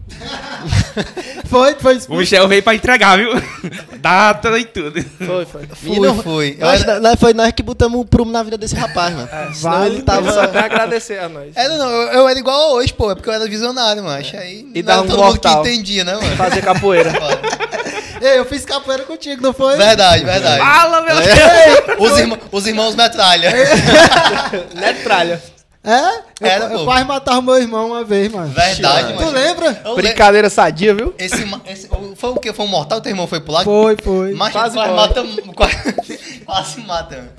Speaker 1: Foi, foi
Speaker 2: O Michel veio pra entregar, viu? *laughs* Data e tudo.
Speaker 6: Foi,
Speaker 5: *laughs*
Speaker 6: foi.
Speaker 4: Fui,
Speaker 5: Menino,
Speaker 4: fui. Eu
Speaker 5: Nós-
Speaker 4: era,
Speaker 5: nós- é, foi nós que botamos o prumo na vida desse
Speaker 4: *laughs*
Speaker 5: rapaz, mano. Senão
Speaker 1: vale
Speaker 5: ele tá
Speaker 6: Tava só até
Speaker 5: tava.
Speaker 6: agradecer a nós.
Speaker 4: era, É, não, eu, eu era igual a hoje, pô, é porque eu era visionário, mano. Acho aí
Speaker 6: E
Speaker 4: não
Speaker 6: dava
Speaker 4: era
Speaker 6: um
Speaker 4: todo mundo que
Speaker 6: mortal.
Speaker 4: entendia, né, mano? *laughs*
Speaker 6: Fazer capoeira.
Speaker 1: Ei, eu fiz capoeira contigo, não foi?
Speaker 4: Verdade, verdade. É.
Speaker 2: Fala, meu Deus.
Speaker 4: Os, irmã- os irmãos metralha.
Speaker 6: Netralha.
Speaker 1: É? Eu,
Speaker 4: Era,
Speaker 1: eu
Speaker 4: pô.
Speaker 1: quase matava meu irmão uma vez, mano.
Speaker 4: Verdade,
Speaker 1: Tu
Speaker 4: mano.
Speaker 1: lembra?
Speaker 4: Eu lembro-
Speaker 6: Brincadeira sadia, viu?
Speaker 4: Esse, ma- esse- foi o que? Foi um mortal? Teu irmão foi pro lado?
Speaker 1: Foi, foi.
Speaker 4: Mas
Speaker 6: Quase
Speaker 4: quase,
Speaker 6: morre.
Speaker 4: mata. um, Quase, *laughs* quase mata.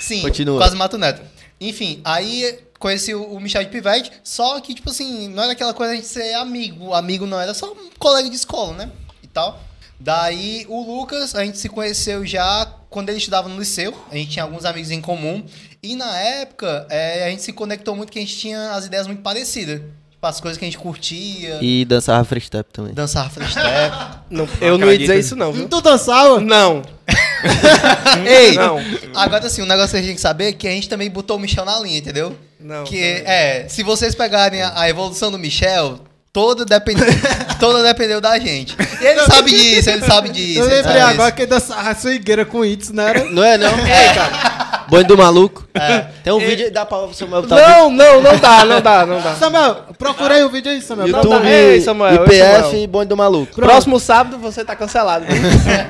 Speaker 4: Sim,
Speaker 5: Continua.
Speaker 4: quase mata o neto. Enfim, aí conheci o, o Michel de Pivete, só que, tipo assim, não era aquela coisa de ser amigo. Amigo não, era só um colega de escola, né? E tal. Daí o Lucas, a gente se conheceu já quando ele estudava no liceu. A gente tinha alguns amigos em comum. E na época, eh, a gente se conectou muito, que a gente tinha as ideias muito parecidas. Tipo, as coisas que a gente curtia,
Speaker 5: E dançava freestep também.
Speaker 4: dançar freestyle.
Speaker 6: Não, eu não ia dizer isso, não,
Speaker 5: Hum?
Speaker 6: viu?
Speaker 1: Tu dançava?
Speaker 6: Não.
Speaker 4: Ei!
Speaker 6: Não.
Speaker 4: Agora sim, um negócio que a gente tem que saber é que a gente também botou o Michel na linha, entendeu?
Speaker 6: Não.
Speaker 4: que é, se vocês pegarem a, a evolução do Michel, toda dependeu, toda dependeu da gente. Ele
Speaker 6: *laughs*
Speaker 4: sabe disso, ele sabe disso.
Speaker 1: Eu
Speaker 4: ele
Speaker 1: lembrei
Speaker 4: sabe
Speaker 1: agora que ele dançava swingueira com hits, não era?
Speaker 5: Não é, não?
Speaker 4: disso. É, cara.
Speaker 5: Boi do maluco. É, tem um vídeo aí, dá pra você botar
Speaker 6: Não, não, não dá, não dá, não *laughs* dá.
Speaker 1: Samuel, procurei o vídeo aí, Samuel.
Speaker 6: tá-
Speaker 5: YouTube,
Speaker 6: Ei, Samuel, ei,
Speaker 5: IPF
Speaker 6: Samuel.
Speaker 5: e Boi do maluco.
Speaker 6: Próximo sábado você tá cancelado.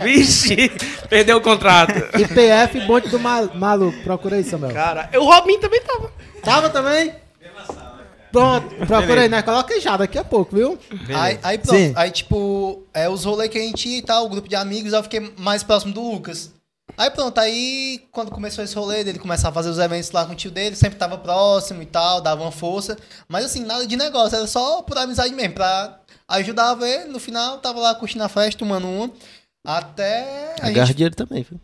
Speaker 2: Vixe, perdeu o contrato.
Speaker 1: IPF, bonde do ma- maluco. Procura aí, Samuel.
Speaker 6: *laughs* Cara, o Robin também tava.
Speaker 1: Tava também? Pronto, procura aí, né? Coloca aí já daqui a pouco, viu?
Speaker 4: Aí, aí pronto.
Speaker 1: Sim.
Speaker 4: Aí, tipo, é os rolês que a gente ia e tal, o grupo de amigos, eu fiquei mais próximo do Lucas. Aí pronto, aí quando começou esse rolê dele começar a fazer os eventos lá com o tio dele, sempre tava próximo e tal, dava uma força. Mas assim, nada de negócio, era só por amizade mesmo, pra ajudava ele, no final tava lá curtindo a festa, tomando uma. Até. A
Speaker 5: Agarra
Speaker 4: gente...
Speaker 5: dinheiro também, viu?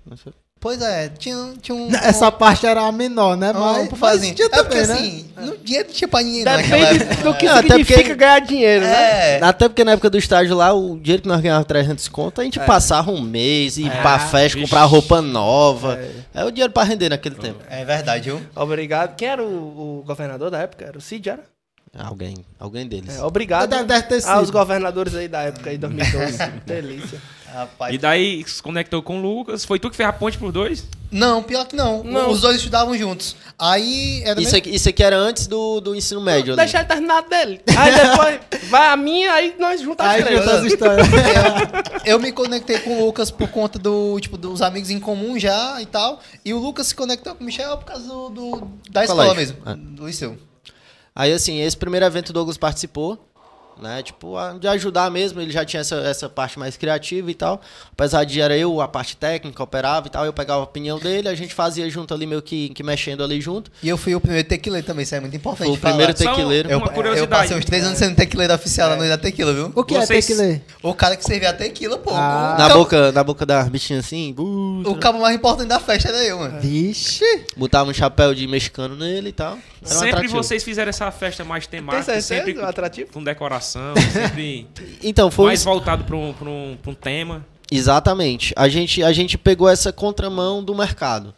Speaker 4: Pois é, tinha, um- tinha um.
Speaker 1: Essa parte era a menor, né?
Speaker 4: um,
Speaker 1: Mas,
Speaker 4: um pufazinho.
Speaker 1: mas tinha
Speaker 4: É porque
Speaker 1: também, né?
Speaker 4: assim, no dia não tinha pra ninguém. né, naquela
Speaker 6: Depende
Speaker 4: época.
Speaker 6: do que
Speaker 5: Não, até
Speaker 6: significa
Speaker 5: porque-
Speaker 6: ganhar dinheiro, né?
Speaker 4: É.
Speaker 5: Até porque na época do estágio lá, o dinheiro que nós ganhávamos 300 conto, a gente passava um mês, ir pra festa, comprar roupa nova. É o dinheiro pra render naquele tempo.
Speaker 4: É verdade, viu?
Speaker 6: Obrigado. Quem era o, o governador da época? Era o Cid, era?
Speaker 5: Alguém, alguém deles.
Speaker 6: É, obrigado
Speaker 1: Deve- Então deve ter
Speaker 6: aos
Speaker 1: sido.
Speaker 6: governadores aí da época, aí 2012. Delícia.
Speaker 4: Rapaz.
Speaker 2: E daí se conectou com o Lucas. Foi tu que fez a ponte pros dois?
Speaker 4: Não, pior que não.
Speaker 6: Não.
Speaker 4: Os dois estudavam juntos. Aí era
Speaker 5: Isso aqui, isso aqui era antes do, do ensino médio, né?
Speaker 6: Deixa ele terminar a dele. Aí depois vai a minha, aí nós
Speaker 5: tá
Speaker 6: juntamos
Speaker 1: Aí
Speaker 6: as
Speaker 5: né?
Speaker 6: três.
Speaker 1: juntou as
Speaker 5: *laughs*
Speaker 1: histórias.
Speaker 4: eu me conectei com o Lucas por conta do, tipo, dos amigos em comum já e tal. E o Lucas se conectou com o Michel por causa do, do- da escola
Speaker 5: Colégio.
Speaker 4: mesmo.
Speaker 5: É.
Speaker 4: Do liceu.
Speaker 5: Aí, assim, esse primeiro evento o Douglas participou, né? Tipo, a- de ajudar mesmo, ele já tinha essa, essa parte mais criativa e tal. Apesar de era eu a parte técnica, operava e tal, eu pegava a opinião dele, a gente fazia junto ali, meio que, que mexendo ali junto.
Speaker 4: E eu fui o primeiro tequileiro também, isso é muito importante.
Speaker 5: Foi o
Speaker 4: falar.
Speaker 5: primeiro É.
Speaker 2: Só
Speaker 5: tequileiro.
Speaker 4: Eu,
Speaker 2: Uma
Speaker 4: eu
Speaker 2: curiosidade.
Speaker 4: passei uns três anos sendo tequileiro oficial lá no da Tequila, viu?
Speaker 1: O que
Speaker 2: Vocês-
Speaker 1: é tequila?
Speaker 4: O cara que servia a tequila, pô.
Speaker 1: Ah.
Speaker 4: o,
Speaker 5: Na
Speaker 4: cabo,
Speaker 5: boca, na boca da bichinha assim, bu-
Speaker 4: o cabo mais importante da festa era eu, mano.
Speaker 1: Vixe!
Speaker 5: botava um chapéu de mexicano nele e tal. Era um
Speaker 2: sempre
Speaker 5: atrativo.
Speaker 2: vocês fizeram essa festa mais
Speaker 6: Tem
Speaker 2: temática,
Speaker 6: certeza?
Speaker 2: sempre
Speaker 6: o Atrativo?
Speaker 2: com decoração, sempre
Speaker 5: Então, foi um
Speaker 2: mais voltado pra um, pra um, pra um tema.
Speaker 5: Exatamente. A gente, a gente pegou essa contramão do mercado.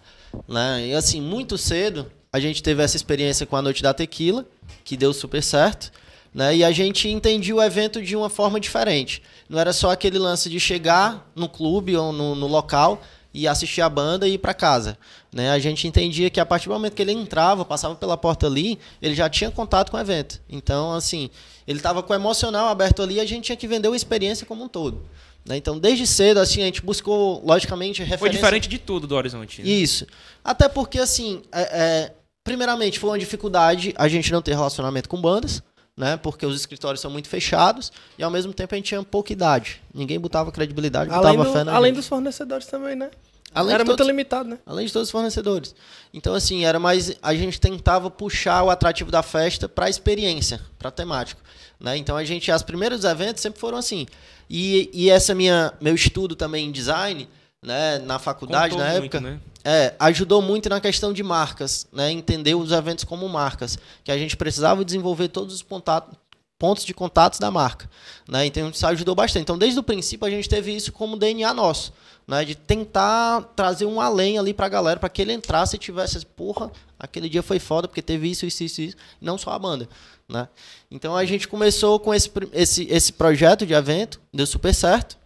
Speaker 5: Né? E assim, muito cedo, a gente teve essa experiência com a Noite da Tequila, que deu super certo. Né? E a gente entendia o evento de uma forma diferente. Não era só aquele lance de chegar no clube ou no, no local e assistir a banda e ir para casa. Né? A gente entendia que a partir do momento que ele entrava, passava pela porta ali, ele já tinha contato com o evento. Então, assim, ele estava com o emocional aberto ali e a gente tinha que vender a experiência como um todo. né? Então, desde cedo, assim, a gente buscou, logicamente, referência.
Speaker 2: Foi diferente de tudo do Horizonte. né?
Speaker 5: Isso. Até porque, assim, é- é, primeiramente, foi uma dificuldade a gente não ter relacionamento com bandas, né? Porque os escritórios são muito fechados e, ao mesmo tempo, a gente tinha pouca idade. Ninguém botava credibilidade,
Speaker 6: Além,
Speaker 5: botava
Speaker 6: do-
Speaker 5: fé na
Speaker 6: além
Speaker 5: gente.
Speaker 6: dos fornecedores também, né?
Speaker 5: Além de
Speaker 6: era muito
Speaker 5: todos-
Speaker 6: limitado, né?
Speaker 5: Além de todos os fornecedores. Então, assim, era mais. A gente tentava puxar o atrativo da festa para a experiência, para a temática. Né? Então, a gente. Os primeiros eventos sempre foram assim. E, e essa minha meu estudo também em design, né, na faculdade,
Speaker 2: Contou
Speaker 5: na
Speaker 2: muito,
Speaker 5: época.
Speaker 2: né?
Speaker 5: É, ajudou muito na questão de marcas, né? Entender os eventos como marcas, que a gente precisava desenvolver todos os contatos, pontos de contatos da marca, né? Então isso ajudou bastante. Então desde o princípio a gente teve isso como DNA nosso, né? De tentar trazer um além ali pra galera, pra que ele entrasse e tivesse, porra, aquele dia foi foda porque teve isso, isso, isso, isso, não só a banda, né? Então a gente começou com esse pr- esse, esse projeto de evento, deu super certo.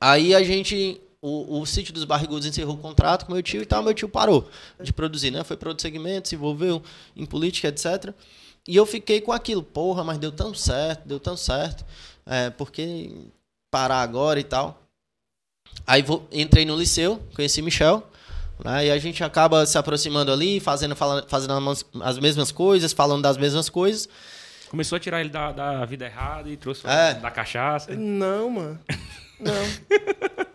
Speaker 5: Aí a gente. O, o sítio dos barrigudos encerrou o contrato com meu tio e tal. Meu tio parou de produzir, né? Foi para outro segmento, se envolveu em política, etc. E eu fiquei com aquilo. Porra, mas deu tão certo, deu tão certo. É, por que parar agora e tal? Aí vou- entrei no liceu, conheci Michel. Né? E a gente acaba se aproximando ali, fazendo, fala- fazendo as- as mesmas coisas, falando das mesmas coisas.
Speaker 2: Começou a tirar ele da, da vida errada e trouxe
Speaker 5: É.
Speaker 2: da cachaça.
Speaker 6: Não, mano.
Speaker 2: *laughs*
Speaker 6: Não.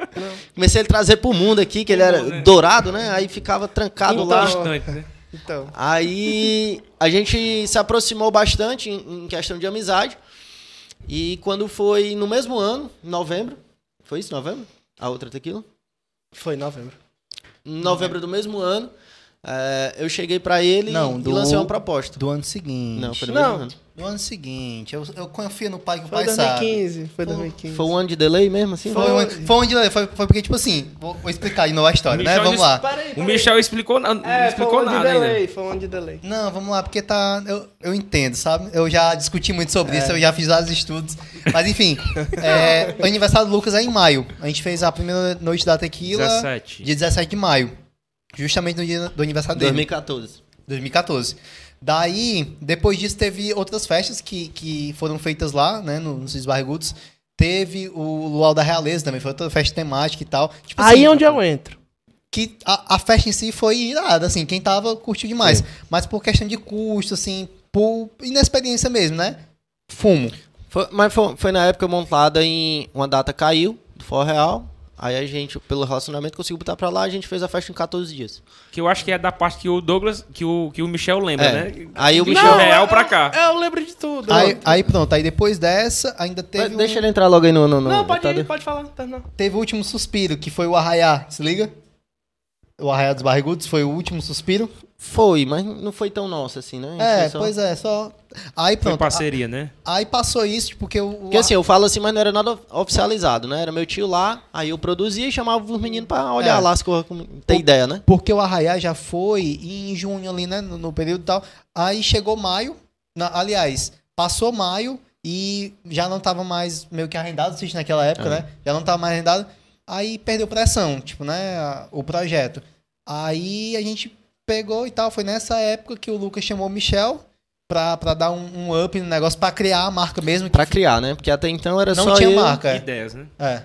Speaker 5: Comecei a ele trazer pro mundo aqui, que ele era dourado, né? tá Aí ficava trancado lá.
Speaker 2: Bastante, né?
Speaker 6: Então.
Speaker 5: Aí a gente se aproximou bastante em em questão de amizade. E quando foi no mesmo ano, em novembro, foi isso, novembro? A outra tequila?
Speaker 6: Foi em novembro.
Speaker 5: Em novembro do mesmo ano, eh, eu cheguei pra ele
Speaker 4: Não,
Speaker 5: e
Speaker 4: do-
Speaker 5: lancei uma proposta.
Speaker 4: Do ano seguinte.
Speaker 5: Não, foi do
Speaker 6: Não.
Speaker 5: mesmo ano.
Speaker 4: Do ano seguinte. Eu, eu confio no pai que o
Speaker 6: Foi
Speaker 4: pai sabe.
Speaker 6: 2015. Foi 2015.
Speaker 5: Foi um ano de delay mesmo, assim?
Speaker 4: Foi, onde- foi onde foi, foi porque, tipo assim, vou, vou explicar de novo a história, né?
Speaker 2: Michel
Speaker 4: Vamos
Speaker 2: disse-
Speaker 4: lá.
Speaker 6: Peraí,
Speaker 2: O
Speaker 6: peraí.
Speaker 2: Michel explicou, na- não
Speaker 6: É, foi
Speaker 2: explicou
Speaker 6: um de
Speaker 2: nada
Speaker 6: delay.
Speaker 2: ainda.
Speaker 6: Foi um de delay.
Speaker 4: Não, vamos lá, porque tá. Eu, eu entendo, sabe? Eu já discuti muito sobre
Speaker 6: É.
Speaker 4: isso, eu já fiz vários estudos. Mas enfim, é,
Speaker 6: *laughs*
Speaker 4: o aniversário do Lucas é em maio. A gente fez a primeira noite da tequila.
Speaker 2: 17.
Speaker 4: Dia 17 de maio. Justamente no dia do aniversário dele.
Speaker 5: 2014.
Speaker 4: 2014. Daí, depois disso, teve outras festas que, que foram feitas lá, né, no- nos Esbarrigudos. Teve o Luau da Realeza também, foi outra festa temática e tal. Tipo
Speaker 6: Aí
Speaker 4: assim,
Speaker 6: é onde eu entro.
Speaker 4: que a, a festa em si foi irada, assim, quem tava curtiu demais. Mas por questão de custo, assim, por inexperiência mesmo, né? Fumo.
Speaker 5: Foi- mas foi, foi na época montada em. Uma data caiu do For Real. Aí a gente, pelo relacionamento, conseguiu botar pra lá. A gente fez a festa em 14 dias.
Speaker 2: Que eu acho que é da parte que o Douglas, que o, que o Michel lembra,
Speaker 5: É.
Speaker 2: né?
Speaker 5: Aí o
Speaker 2: Do
Speaker 5: Michel- É,
Speaker 2: real
Speaker 6: eu-
Speaker 2: pra cá.
Speaker 6: É, Eu lembro de tudo.
Speaker 4: Aí, aí pronto, aí depois dessa, ainda teve,
Speaker 5: Mas
Speaker 4: um-
Speaker 5: Deixa ele entrar logo aí no. no, no
Speaker 6: não, pode
Speaker 5: tá de-
Speaker 6: ir, pode falar. Terminar.
Speaker 4: teve o último suspiro, que foi o Arraiá, se liga? O Arraiá dos Barrigudos foi o último suspiro.
Speaker 5: Foi, mas não foi tão nosso assim, né?
Speaker 4: É,
Speaker 5: Foi só-
Speaker 4: pois é, só. Aí
Speaker 2: Foi
Speaker 4: pronto.
Speaker 2: parceria, né?
Speaker 4: a- Aí passou isso, tipo, porque o.
Speaker 5: Porque assim, eu falo assim, mas não era nada oficializado, né? Era meu tio lá, aí eu produzia e chamava os meninos pra olhar
Speaker 4: É.
Speaker 5: lá as coisas, como- ter ideia, né?
Speaker 4: Porque o Arraiá já foi em junho ali, né? No, no período e tal. Aí chegou maio. na- aliás, passou maio e já não tava mais meio que arrendado, assiste naquela
Speaker 5: É.
Speaker 4: época, né? Já não tava mais arrendado. Aí perdeu pressão, tipo, né? a- O projeto. Aí a gente pegou e tal. Foi nessa época que o Lucas chamou o Michel pra, pra dar um, um up no negócio, pra criar a marca mesmo. que
Speaker 5: Pra criar, né? Porque até então era só
Speaker 4: não tinha
Speaker 5: eu.
Speaker 4: marca. é.
Speaker 2: Ideias, né?
Speaker 4: É.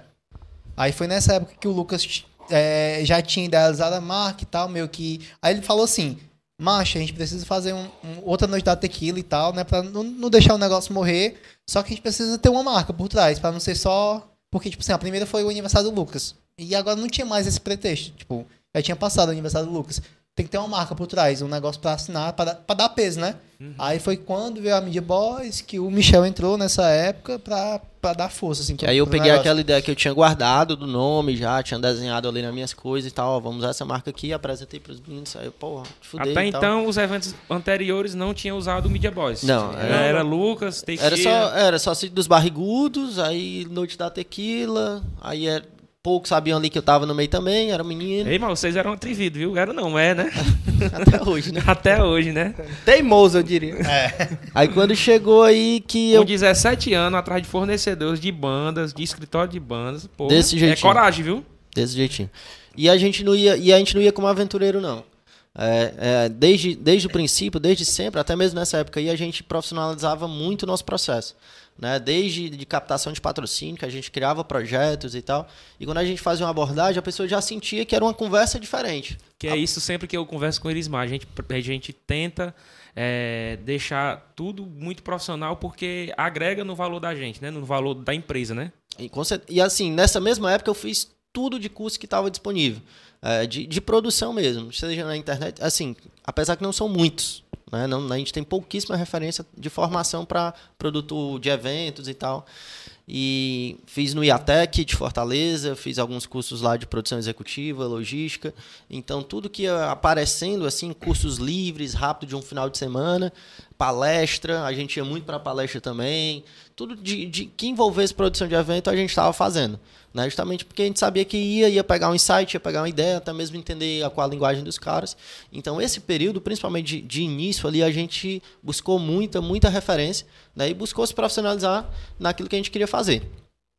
Speaker 4: Aí foi nessa época que o Lucas é, já tinha idealizado a marca e tal, meio que. Aí ele falou assim: Macho, a gente precisa fazer um- um- outra noite da tequila e tal, né? Pra não, não deixar o negócio morrer. Só que a gente precisa ter uma marca por trás, pra não ser só. Porque, tipo assim, a primeira foi o aniversário do Lucas. E agora não tinha mais esse pretexto. Tipo, já tinha passado o aniversário do Lucas. Tem que ter uma marca por trás, um negócio pra assinar, pra, dar- pra dar peso, né?
Speaker 5: Uhum.
Speaker 4: Aí foi quando veio a Media Boys que o Michel entrou nessa época pra, pra dar força, assim.
Speaker 5: Que
Speaker 4: pro-
Speaker 5: aí eu
Speaker 4: pro
Speaker 5: peguei
Speaker 4: negócio.
Speaker 5: aquela ideia que eu tinha guardado do nome já, tinha desenhado ali nas minhas coisas e tal, ó, vamos usar essa marca aqui, apresentei pros meninos, aí eu, porra, fudei
Speaker 2: Até
Speaker 5: e tal.
Speaker 2: então, os eventos anteriores não tinham usado o Media Boys.
Speaker 5: Não,
Speaker 2: era,
Speaker 5: era-
Speaker 2: era Lucas, Teixeira.
Speaker 5: Era só, era só Sítio dos Barrigudos, aí Noite da Tequila, aí era, poucos sabiam ali que eu tava no meio também, era menino,
Speaker 2: Ei, mas vocês eram atrevidos, viu? Era não, é, né?
Speaker 5: *laughs* até hoje, né?
Speaker 2: Até hoje, né?
Speaker 6: Teimoso, eu diria.
Speaker 5: Aí quando chegou aí que eu
Speaker 2: Com 17 anos, atrás de fornecedores de bandas, de escritório de bandas. Porra,
Speaker 5: Desse
Speaker 2: É
Speaker 5: jeitinho.
Speaker 2: coragem, viu?
Speaker 5: Desse jeitinho. E a gente não ia, e a gente não ia como aventureiro, não. É, é, desde, desde o princípio, desde sempre, até mesmo nessa época aí, a gente profissionalizava muito o nosso processo. Né? Desde de captação de patrocínio, que a gente criava projetos e tal. E quando a gente fazia uma abordagem, a pessoa já sentia que era uma conversa diferente.
Speaker 2: Que é isso sempre que eu converso com o Elismar. A gente, a gente tenta é, deixar tudo muito profissional porque agrega no valor da gente, né? No valor da empresa, né?
Speaker 5: E, com cer- e, assim, nessa mesma época eu fiz tudo de curso que estava disponível. É, de, de produção mesmo, seja na internet, assim, apesar que não são muitos. Né? Não, a gente tem pouquíssima referência de formação para produto de eventos e tal. E fiz no IATEC de Fortaleza, fiz alguns cursos lá de produção executiva, logística. Então, tudo que ia aparecendo, assim, cursos livres, rápido de um final de semana, palestra, a gente ia muito para palestra também. Tudo de, de que envolvesse produção de evento, a gente estava fazendo. né? Justamente porque a gente sabia que ia, ia pegar um insight, ia pegar uma ideia, até mesmo entender a- qual a linguagem dos caras. Então, esse período, principalmente de, de início ali, a gente buscou muita, muita referência né? e buscou se profissionalizar naquilo que a gente queria fazer.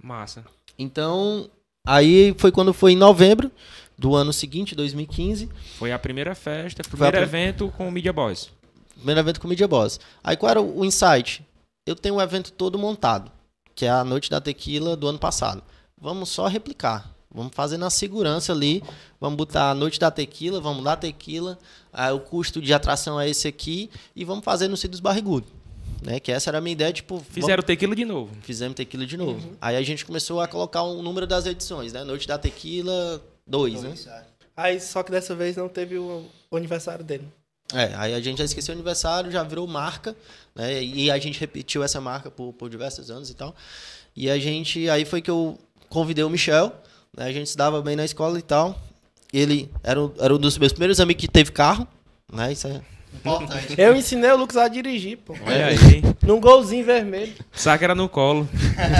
Speaker 2: Massa.
Speaker 5: Então, aí foi quando foi em novembro do ano seguinte, 2015,
Speaker 2: Foi a primeira festa,
Speaker 5: a
Speaker 2: primeiro
Speaker 5: pri-
Speaker 2: evento com o Media Boys.
Speaker 5: primeiro evento com o Media Boss. Aí qual era o o insight? Eu tenho um evento todo montado, que é a Noite da Tequila do ano passado. Vamos só replicar. Vamos fazer na segurança ali. Vamos botar a Noite da Tequila, vamos dar tequila. Aí o custo de atração é esse aqui. E vamos fazer no Cidos Barrigudo. Né? Que essa era a minha ideia, tipo... vamos-
Speaker 2: Fizeram tequila de novo.
Speaker 5: Fizemos tequila de novo. Aí a gente começou a colocar o número das edições, né? Noite da Tequila 2, né?
Speaker 6: Aí, só que dessa vez não teve o, o aniversário dele.
Speaker 5: É, aí a gente já esqueceu o aniversário, já virou marca, né? E a gente repetiu essa marca por, por diversos anos e tal. E a gente, aí foi que eu convidei o Michel, né? A gente se dava bem na escola e tal. Ele era, um- era um dos meus primeiros amigos que teve carro, né? Isso é,
Speaker 4: Importante.
Speaker 6: Eu ensinei o Lucas a dirigir, pô.
Speaker 2: Olha aí.
Speaker 6: Num golzinho vermelho.
Speaker 2: Saca era no colo.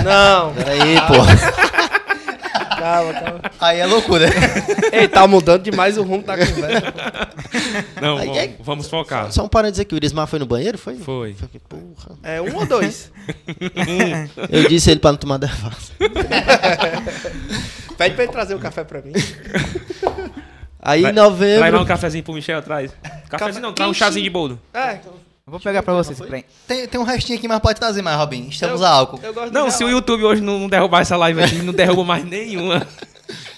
Speaker 6: Não,
Speaker 5: peraí, pô.
Speaker 2: *laughs*
Speaker 6: calma, calma.
Speaker 4: Aí é loucura.
Speaker 6: *laughs* Ei, tá mudando demais o rumo da conversa. pô.
Speaker 2: Não,
Speaker 5: Aí
Speaker 2: vamos,
Speaker 5: é-
Speaker 2: vamos focar.
Speaker 5: Só um parênteses aqui, o Irismar foi no banheiro, foi?
Speaker 2: Foi.
Speaker 5: Foi, Porra.
Speaker 6: É um ou dois?
Speaker 5: Eu disse ele pra não tomar devassa.
Speaker 6: Pede pra ele trazer o café pra mim.
Speaker 5: Aí
Speaker 2: Vai-
Speaker 5: em novembro.
Speaker 2: Traz lá um cafezinho pro Michel, traz. Cafezinho não, traz um chazinho de boldo.
Speaker 6: É,
Speaker 3: Eu vou pegar pra vocês. peraí.
Speaker 4: Tem, tem um restinho aqui, mas pode trazer mais, Robin. Estamos a álcool.
Speaker 6: eu gosto
Speaker 2: Não,
Speaker 6: de
Speaker 2: se o YouTube hoje não derrubar essa live aqui, não derruba mais nenhuma.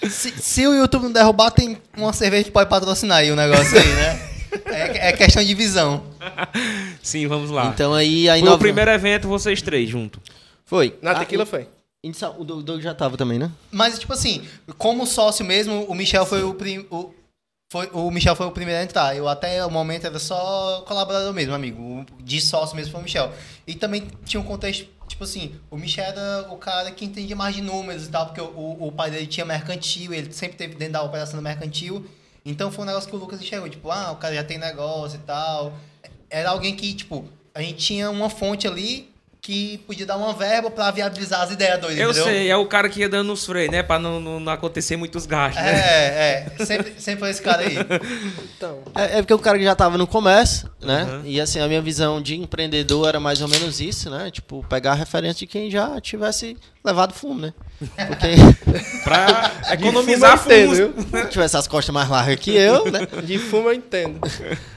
Speaker 4: Se, se o YouTube não derrubar, tem uma cerveja que pode patrocinar aí o negócio aí,
Speaker 6: *laughs*
Speaker 4: né? É, é questão de visão.
Speaker 2: Sim, vamos lá.
Speaker 5: Então aí, aí em
Speaker 2: Foi o
Speaker 5: novembro.
Speaker 2: primeiro evento, vocês três junto.
Speaker 5: Foi.
Speaker 6: Na
Speaker 5: Ah,
Speaker 6: tequila
Speaker 5: e-
Speaker 6: foi.
Speaker 5: e de sa- O Doug Doug já tava também, né?
Speaker 4: Mas, tipo assim, como sócio mesmo, o Michel foi o, prim, o, foi, o Michel foi o primeiro a entrar. Eu até o momento era só colaborador mesmo, amigo. O De sócio mesmo foi o Michel. E também tinha um contexto, tipo assim, o Michel era o cara que entendia mais de números e tal, porque o, o pai dele tinha mercantil, ele sempre teve dentro da operação do mercantil. Então foi um negócio que o Lucas enxergou, tipo, ah, o cara já tem negócio e tal. Era alguém que, tipo, a gente tinha uma fonte ali que podia dar uma verba pra viabilizar as ideias doidas,
Speaker 2: Eu
Speaker 4: entendeu?
Speaker 2: sei, é o cara que ia dando os freios, né? Pra não, não, não acontecer muitos gastos, né?
Speaker 4: É, é. Sempre, sempre foi esse cara aí.
Speaker 6: Então,
Speaker 5: É, é porque o cara que já tava no comércio, né?
Speaker 2: Uhum.
Speaker 5: E assim, a minha visão de empreendedor era mais ou menos isso, né? Tipo, pegar a referência de quem já tivesse levado fumo, né? Porque
Speaker 2: Pra economizar
Speaker 6: fumo eu
Speaker 2: fundos.
Speaker 6: entendo,
Speaker 5: tivesse as costas mais largas que eu, né?
Speaker 6: De fumo eu entendo.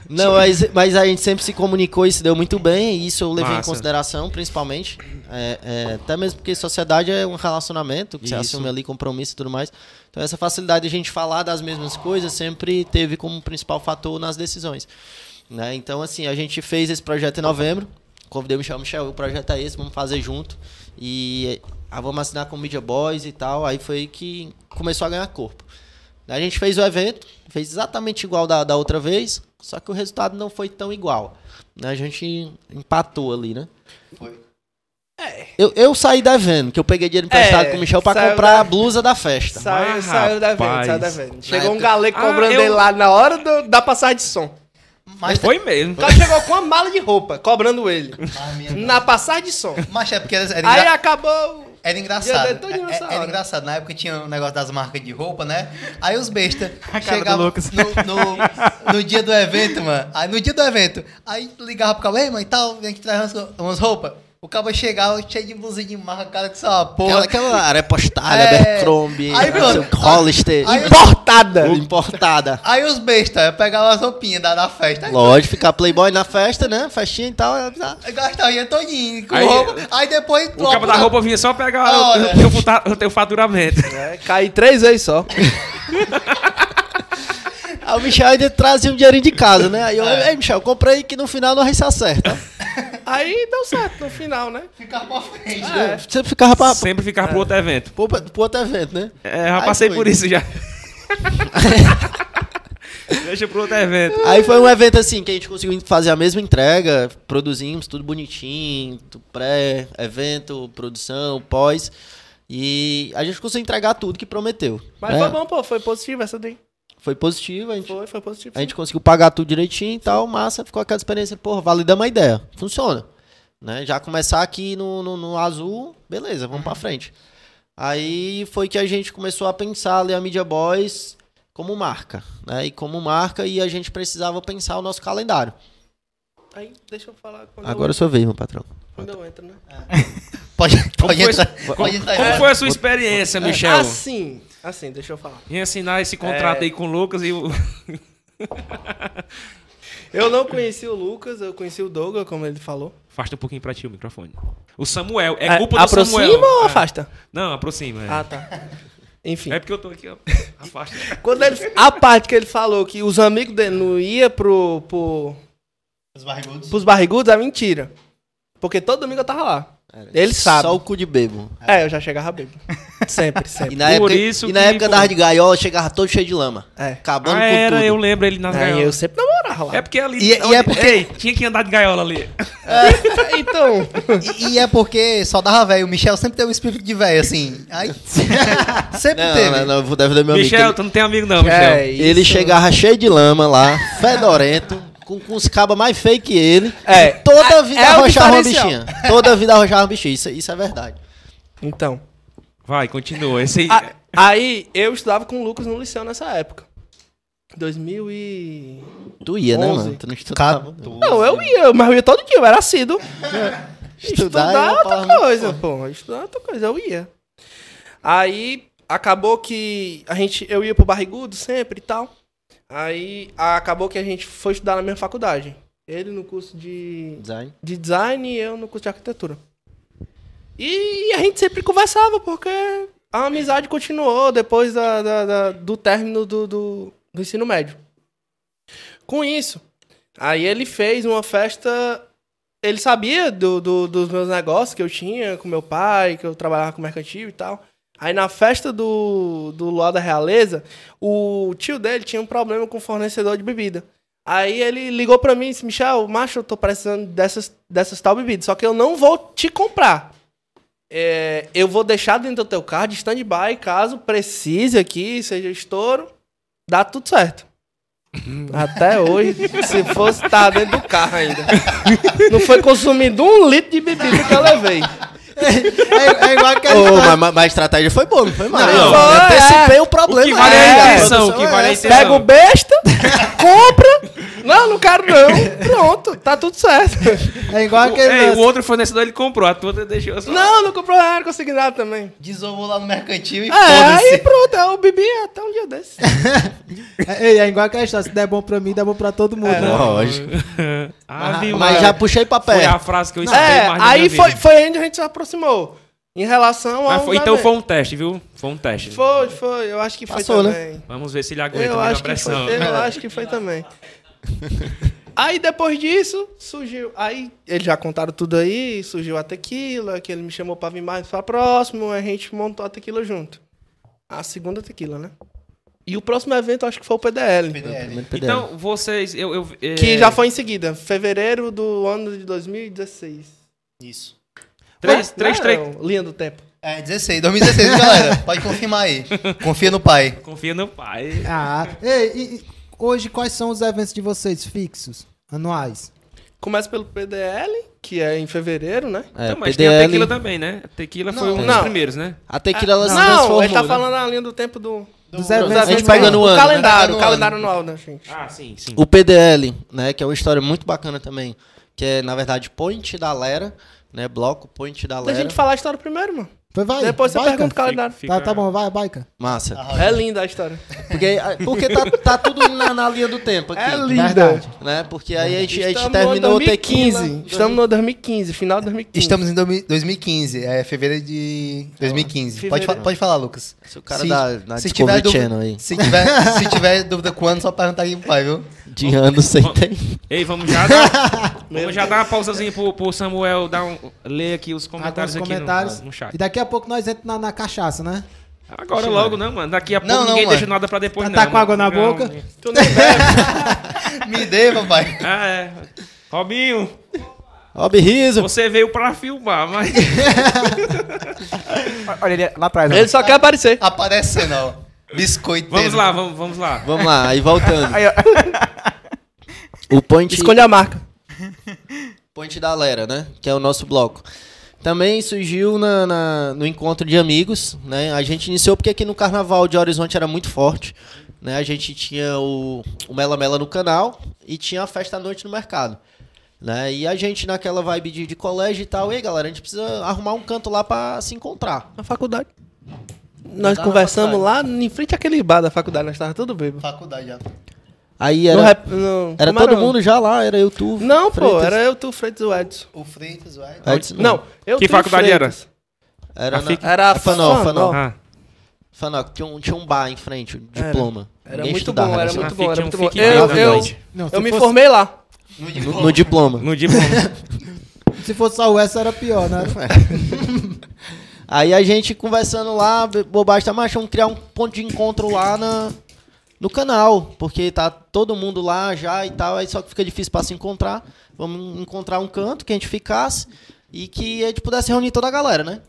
Speaker 5: Não, mas, mas a gente sempre se comunicou e se deu muito bem, e isso eu levei
Speaker 2: Massa.
Speaker 5: em consideração, principalmente. É, é, até mesmo porque sociedade é um relacionamento, que você
Speaker 2: Isso.
Speaker 5: assume ali compromisso e tudo mais. Então, essa facilidade de a gente falar das mesmas coisas sempre teve como principal fator nas decisões. né? Então, assim, a gente fez esse projeto em novembro, convidei o Michel, Michel, o projeto é esse, vamos fazer junto, e ah, vamos assinar com o Media Boys e tal. Aí foi que começou a ganhar corpo. A gente fez o evento, fez exatamente igual da, da outra vez, só que o resultado não foi tão igual. né? A gente empatou ali, né?
Speaker 4: Foi.
Speaker 5: Eu, eu saí devendo, que eu peguei dinheiro emprestado
Speaker 6: É,
Speaker 5: com o Michel pra
Speaker 6: saiu
Speaker 5: comprar
Speaker 6: da-
Speaker 5: a blusa da festa.
Speaker 6: Saiu, saiu da venda,
Speaker 2: rapaz.
Speaker 6: saiu da venda. Chegou um
Speaker 5: época-
Speaker 6: galego
Speaker 2: Ah,
Speaker 6: cobrando
Speaker 2: eu-
Speaker 6: ele lá na hora do- da passagem de som.
Speaker 4: Mas,
Speaker 2: Foi mesmo.
Speaker 6: O cara chegou com uma mala de roupa, cobrando ele.
Speaker 4: mas, minha-
Speaker 6: Na passagem de som.
Speaker 4: mas é porque era, era,
Speaker 6: Aí
Speaker 4: engra-
Speaker 6: acabou.
Speaker 4: era
Speaker 6: Já
Speaker 4: engraçado.
Speaker 6: deu todo
Speaker 4: É-
Speaker 6: nessa
Speaker 4: Era,
Speaker 6: hora.
Speaker 4: engraçado. Na época tinha um negócio das marcas de roupa, né? Aí
Speaker 2: *laughs*
Speaker 4: os bestas
Speaker 3: cara do
Speaker 4: chegavam
Speaker 3: Lucas.
Speaker 4: no, no- no dia do evento, mano. Aí no dia do evento, aí ligava pro cabo, ei, mano, e tal, vem aqui trazer umas, umas roupas. O cabo chegava cheio de blusinha de marca, cara que só uma
Speaker 5: Aquela,
Speaker 4: porra.
Speaker 5: aquela área postada,
Speaker 4: É.
Speaker 5: Abercrombie, né?
Speaker 4: Aí, mano,
Speaker 5: Hollister,
Speaker 4: aí-
Speaker 5: importada. importada.
Speaker 4: Aí os bestas pegavam as roupinhas da, da festa. Aí
Speaker 5: Lógico, ficar playboy na festa, né? Festinha e tal. é bizarro.
Speaker 4: gastava dinheiro todinho com
Speaker 2: Aí-
Speaker 4: roupa. Aí depois.
Speaker 2: O cabo da roupa vinha só pegar
Speaker 4: Ah,
Speaker 2: o,
Speaker 4: olha.
Speaker 2: o teu, futa- o teu tá, faturamento.
Speaker 6: É, caí três vezes só. *laughs*
Speaker 5: Aí o Michel ainda trazia um dinheirinho de casa, né? Aí eu, ei, Michel, comprei que no final nós se acerta.
Speaker 6: Aí deu certo no final, né?
Speaker 4: Ficava pra frente.
Speaker 6: É.
Speaker 5: Você ficava
Speaker 2: *laughs*
Speaker 5: pra,
Speaker 2: Sempre ficar pro outro evento.
Speaker 5: pro, pro outro evento, né?
Speaker 2: É, já
Speaker 5: Aí
Speaker 2: passei
Speaker 5: foi.
Speaker 2: por isso já. Deixa pro outro evento.
Speaker 5: Aí foi um evento assim que a gente conseguiu fazer a mesma entrega, produzimos tudo bonitinho, tu- pré-evento, produção, pós. E a gente conseguiu entregar tudo que prometeu.
Speaker 6: Mas
Speaker 5: né?
Speaker 6: foi bom, pô. Foi positivo essa daí.
Speaker 5: Foi positivo, a gente,
Speaker 6: Foi, foi positivo.
Speaker 5: a gente conseguiu pagar tudo direitinho e tal, massa, ficou aquela experiência, porra, validamos a ideia, funciona. Né? Já começar aqui no, no, no azul, beleza, vamos pra frente. Aí foi que a gente começou a pensar ali a Media Boys como marca, né? E como marca, e a gente precisava pensar o nosso calendário.
Speaker 6: Aí, deixa eu falar quando,
Speaker 5: Agora
Speaker 6: eu,
Speaker 5: sua vez, meu patrão.
Speaker 6: quando eu entro, né?
Speaker 4: Pode, pode
Speaker 2: foi-
Speaker 4: entrar.
Speaker 2: Como,
Speaker 4: Pode entrar.
Speaker 2: como foi a sua experiência, Michel?
Speaker 6: Assim, assim, deixa eu falar.
Speaker 2: Em assinar esse contrato
Speaker 6: É.
Speaker 2: aí com o Lucas e o.
Speaker 6: Eu não conheci o Lucas, eu conheci o Douglas, como ele falou.
Speaker 2: Afasta um pouquinho pra ti o microfone. O Samuel. É culpa do
Speaker 6: aproxima
Speaker 2: Samuel.
Speaker 6: ou
Speaker 2: É.
Speaker 6: afasta?
Speaker 2: Não, aproxima. é.
Speaker 6: Ah, tá. Enfim.
Speaker 2: É porque eu tô aqui, ó. Afasta.
Speaker 6: Quando ele, a parte que ele falou que os amigos dele não iam pro, pro,
Speaker 4: Os barrigudos.
Speaker 6: pros barrigudos é mentira. Porque todo domingo eu tava lá. Ele sabe.
Speaker 5: Só o cu de bebo.
Speaker 6: É, eu já
Speaker 5: *laughs*
Speaker 6: chegava bebo. Sempre,
Speaker 5: E
Speaker 6: sempre.
Speaker 5: na
Speaker 2: Por
Speaker 5: época,
Speaker 2: isso
Speaker 5: e na
Speaker 2: que,
Speaker 5: época
Speaker 2: pô.
Speaker 5: dava de gaiola, chegava todo cheio de lama.
Speaker 6: É.
Speaker 5: Acabando
Speaker 2: Ah,
Speaker 5: com
Speaker 2: era,
Speaker 5: tudo.
Speaker 2: eu lembro ele nas
Speaker 6: Aí É, eu
Speaker 2: gaiolas.
Speaker 6: sempre namorava lá.
Speaker 2: É porque ali.
Speaker 4: E- e é porque-
Speaker 2: Ei, tinha que andar de gaiola ali.
Speaker 6: então,
Speaker 4: E, e é porque só dava velho. O Michel sempre teve um espírito de velho, assim. *laughs* Aí, sempre
Speaker 5: Não,
Speaker 4: teve.
Speaker 5: não, não, eu vou defender meu
Speaker 2: Michel,
Speaker 5: amigo.
Speaker 2: tu não tem amigo, não, Michel.
Speaker 6: é
Speaker 5: Ele, ele
Speaker 6: isso.
Speaker 5: chegava cheio de lama lá, fedorento, com, com os cabas mais feio que ele.
Speaker 6: É.
Speaker 5: E toda
Speaker 6: É-
Speaker 5: vida
Speaker 6: é o
Speaker 5: arrochava uma
Speaker 6: diferencial.
Speaker 5: bichinha. Toda vida arrochava uma bichinha. Isso, isso é verdade.
Speaker 6: Então.
Speaker 2: Vai, continua. Esse aí.
Speaker 4: é.
Speaker 6: A- aí eu estudava com o Lucas no liceu nessa época. 2000 e...
Speaker 5: Tu ia, né,
Speaker 6: Onze.
Speaker 5: mano? Tu não estudava. né? não.
Speaker 6: Não, eu ia, mas eu ia todo dia, eu era assíduo.
Speaker 5: Estudar,
Speaker 6: Estudar,
Speaker 5: eu
Speaker 6: é outra
Speaker 5: falava,
Speaker 6: coisa, pô. Estudar é outra coisa, eu ia. Aí acabou que a gente, eu ia pro barrigudo sempre e tal. Aí a- acabou que a gente foi estudar na mesma faculdade. Ele no curso de,
Speaker 5: Design.
Speaker 6: de design e eu no curso de arquitetura. E a gente sempre conversava, porque a amizade continuou depois da- da- da- do término do, do- do ensino médio. Com isso, aí ele fez uma festa. Ele sabia do- do- dos meus negócios que eu tinha com meu pai, que eu trabalhava com mercantil e tal. Aí na festa do, do Luar da Realeza, o tio dele tinha um problema com o fornecedor de bebida. Aí ele ligou pra mim e disse, Michel, macho, eu tô precisando dessas, dessas tal bebidas, só que eu não vou te comprar. É, eu vou deixar dentro do teu carro de stand-by, caso precise aqui, seja estouro, dá tudo certo. Até hoje, se fosse estar dentro do carro ainda. Não foi consumido um litro de bebida que eu levei.
Speaker 1: É, é igual aquela
Speaker 5: *laughs* Ô,
Speaker 1: história.
Speaker 5: mas, mas a estratégia foi boa, não foi mal.
Speaker 6: Não,
Speaker 5: Eu
Speaker 6: foi,
Speaker 5: antecipei o problema.
Speaker 2: O que vale é
Speaker 5: né,
Speaker 2: a
Speaker 5: cara?
Speaker 2: intenção,
Speaker 5: Produção
Speaker 2: o que
Speaker 5: é
Speaker 2: vale é a
Speaker 5: essa.
Speaker 2: intenção.
Speaker 6: Pega o besta, compra. Não, não quero não. Pronto, tá tudo certo.
Speaker 1: É igual aquele.
Speaker 2: Ei, o
Speaker 1: lance.
Speaker 2: outro fornecedor ele comprou, a tua deixou só.
Speaker 6: Não, não comprou nada, não consegui nada também.
Speaker 5: Desovou lá no mercantil e
Speaker 1: Ah,
Speaker 6: É, aí
Speaker 5: foda-se.
Speaker 6: pronto, eu bebi até um dia desse.
Speaker 1: É, ei, é igual aquela história. Se der bom pra mim, dá bom pra todo
Speaker 5: É,
Speaker 1: mundo. né?
Speaker 5: Lógico.
Speaker 2: Ave
Speaker 5: Mas
Speaker 2: Maria.
Speaker 5: já puxei papel.
Speaker 2: Foi a frase que eu escutei
Speaker 6: É,
Speaker 2: mais na
Speaker 6: aí
Speaker 2: minha
Speaker 6: foi,
Speaker 2: vida.
Speaker 6: foi onde a gente se aproximou. Em relação
Speaker 2: Mas
Speaker 6: ao.
Speaker 2: foi- então
Speaker 6: evento.
Speaker 2: foi um teste, viu? Foi um teste.
Speaker 6: Foi, foi, eu acho que foi
Speaker 5: Passou, né?
Speaker 6: também.
Speaker 2: Vamos ver se ele aguenta
Speaker 6: Eu
Speaker 2: mais a
Speaker 6: acho, que foi,
Speaker 2: pressão. É.
Speaker 6: eu acho que foi também. Aí depois disso, surgiu. Aí eles já contaram tudo aí, surgiu a tequila, que ele me chamou pra vir mais pra próximo, a gente montou a tequila junto. A segunda tequila, né? E o próximo evento acho que foi o PDL.
Speaker 5: É,
Speaker 2: Então, vocês. Eu, eu, é,
Speaker 6: Que já foi em seguida, fevereiro do ano de 2016.
Speaker 5: Isso.
Speaker 2: Três, três,
Speaker 6: Não,
Speaker 2: três.
Speaker 6: Linha do tempo.
Speaker 5: É, 16, 2016, galera. Pode confirmar aí. Confia no pai.
Speaker 2: Confia no pai.
Speaker 1: Ah, ei, e- e hoje quais são os eventos de vocês fixos, anuais?
Speaker 6: Começa pelo PDL, que é em fevereiro, né?
Speaker 5: É,
Speaker 2: Então, mas tem a tequila também, né? A tequila foi
Speaker 5: Não.
Speaker 2: um dos
Speaker 6: Não.
Speaker 2: primeiros, né?
Speaker 5: A tequila ela se
Speaker 6: não,
Speaker 5: transformou.
Speaker 6: ele tá
Speaker 5: né?
Speaker 6: falando a linha do tempo do.
Speaker 1: Dos
Speaker 6: dos
Speaker 1: eventos.
Speaker 5: A gente
Speaker 6: eventos
Speaker 5: pega
Speaker 6: anuais.
Speaker 5: no
Speaker 6: o
Speaker 5: ano, né? Pega
Speaker 6: calendário,
Speaker 5: no
Speaker 6: o calendário anual, né, gente?
Speaker 2: Ah, sim, sim.
Speaker 5: O PDL, né, que é uma história muito bacana também, que é, na verdade, Point da Lera, né, bloco Point da
Speaker 6: Deixa a
Speaker 5: Lera.
Speaker 6: gente falar a história primeiro, mano.
Speaker 1: Pois Então vai,
Speaker 6: Depois você
Speaker 1: baica.
Speaker 6: pergunta o calendário.
Speaker 1: Tá, tá bom, vai, baica.
Speaker 5: Massa.
Speaker 2: Ah.
Speaker 6: É linda a história.
Speaker 5: Porque, porque tá, tá tudo na, na linha do tempo aqui.
Speaker 6: É linda.
Speaker 1: Verdade.
Speaker 5: Né, porque aí a gente, a gente
Speaker 6: Estamos
Speaker 5: terminou o
Speaker 6: no
Speaker 5: T15.
Speaker 6: 2015. Estamos no 2015, final de 2015.
Speaker 4: Estamos em 2015, é fevereiro de 2015. Pode, fa-
Speaker 6: Fevereiro.
Speaker 4: pode falar, Lucas.
Speaker 5: Se o cara
Speaker 4: Se-
Speaker 5: da, da
Speaker 4: se
Speaker 5: Discovery
Speaker 4: tiver dúvida-
Speaker 5: Channel aí.
Speaker 4: Se
Speaker 5: *laughs*
Speaker 4: tiver, se tiver dúvida quando, só perguntar aí pro pai, viu?
Speaker 5: De anos sem tempo.
Speaker 2: Ei, vamos já dar, vamos já dar uma pausazinha pro, pro Samuel dar um, ler aqui os comentários,
Speaker 1: Alguns
Speaker 2: aqui no-
Speaker 1: comentários.
Speaker 2: No, chat.
Speaker 1: E daqui a pouco nós entramos na, na cachaça, né?
Speaker 2: Agora logo, não, mano. Daqui a pouco
Speaker 5: Não, não,
Speaker 2: ninguém
Speaker 5: mano.
Speaker 2: deixa nada pra depois,
Speaker 1: Tá-
Speaker 2: não.
Speaker 1: tá com
Speaker 2: mano.
Speaker 1: água na
Speaker 2: Não.
Speaker 1: boca?
Speaker 6: Tu nem bebe.
Speaker 4: Me dê, papai.
Speaker 2: Ah, é. Robinho,
Speaker 5: Rob Rizzo.
Speaker 2: você veio pra filmar, *laughs* mas...
Speaker 3: Olha ele é lá atrás. ó.
Speaker 6: Ele só quer aparecer.
Speaker 4: Aparece não. Biscoiteiro.
Speaker 2: Vamos lá, vamos, vamos lá.
Speaker 5: Vamos lá, aí voltando. O Point...
Speaker 6: Escolha é a marca.
Speaker 5: Ponte da Lera, né? Que é o nosso bloco. Também surgiu na, na- no encontro de amigos, né? A gente iniciou porque aqui no Carnaval de Horizonte era muito forte, né? A gente tinha o, o Mela Mela no canal e tinha a festa à noite no mercado, né? E a gente naquela vibe de, de colégio e tal, e aí, galera, a gente precisa arrumar um canto lá pra se encontrar.
Speaker 6: Na faculdade. Nós
Speaker 5: Lá Tá na
Speaker 6: conversamos lá em frente àquele bar da faculdade, nós tava tudo bêbado.
Speaker 4: Faculdade já.
Speaker 5: Aí
Speaker 6: No
Speaker 5: era,
Speaker 6: rap- no-
Speaker 5: era
Speaker 6: como
Speaker 5: todo mundo já lá, era eu, tu,
Speaker 6: Não, pô,
Speaker 5: Freitas.
Speaker 6: era eu, tu, Freitas e o Edson.
Speaker 4: O Freitas, vai.
Speaker 5: Aí disse,
Speaker 6: Não, eu,
Speaker 2: Que
Speaker 6: tu e
Speaker 2: faculdade era?
Speaker 6: Freitas.
Speaker 5: Era,
Speaker 2: A
Speaker 5: na,
Speaker 2: FIC?
Speaker 6: Era a
Speaker 5: a Fanol,
Speaker 6: Fanol.
Speaker 5: Fanol.
Speaker 2: Ah,
Speaker 5: Fanal, tinha um, tinha um bar em frente, um
Speaker 6: Era.
Speaker 5: diploma.
Speaker 6: Era
Speaker 5: Ninguém
Speaker 6: muito
Speaker 5: estudava,
Speaker 6: bom, era
Speaker 5: né?
Speaker 6: muito
Speaker 2: Tinha
Speaker 6: bom, era
Speaker 2: um
Speaker 6: muito bom.
Speaker 2: fique
Speaker 6: Eu,
Speaker 5: bem
Speaker 6: eu,
Speaker 5: grande.
Speaker 1: Não, se,
Speaker 6: eu me
Speaker 1: fosse,
Speaker 6: formei lá.
Speaker 5: No, no diploma.
Speaker 2: no dia bom.
Speaker 1: se fosse só o S era pior, né?
Speaker 5: Aí a gente conversando lá, be- bobagem, tá machão, criar um ponto de encontro lá na, no canal, porque tá todo mundo lá já e tal, aí só que fica difícil pra se encontrar. Vamos encontrar um canto que a gente ficasse e que a gente pudesse reunir toda a galera, né?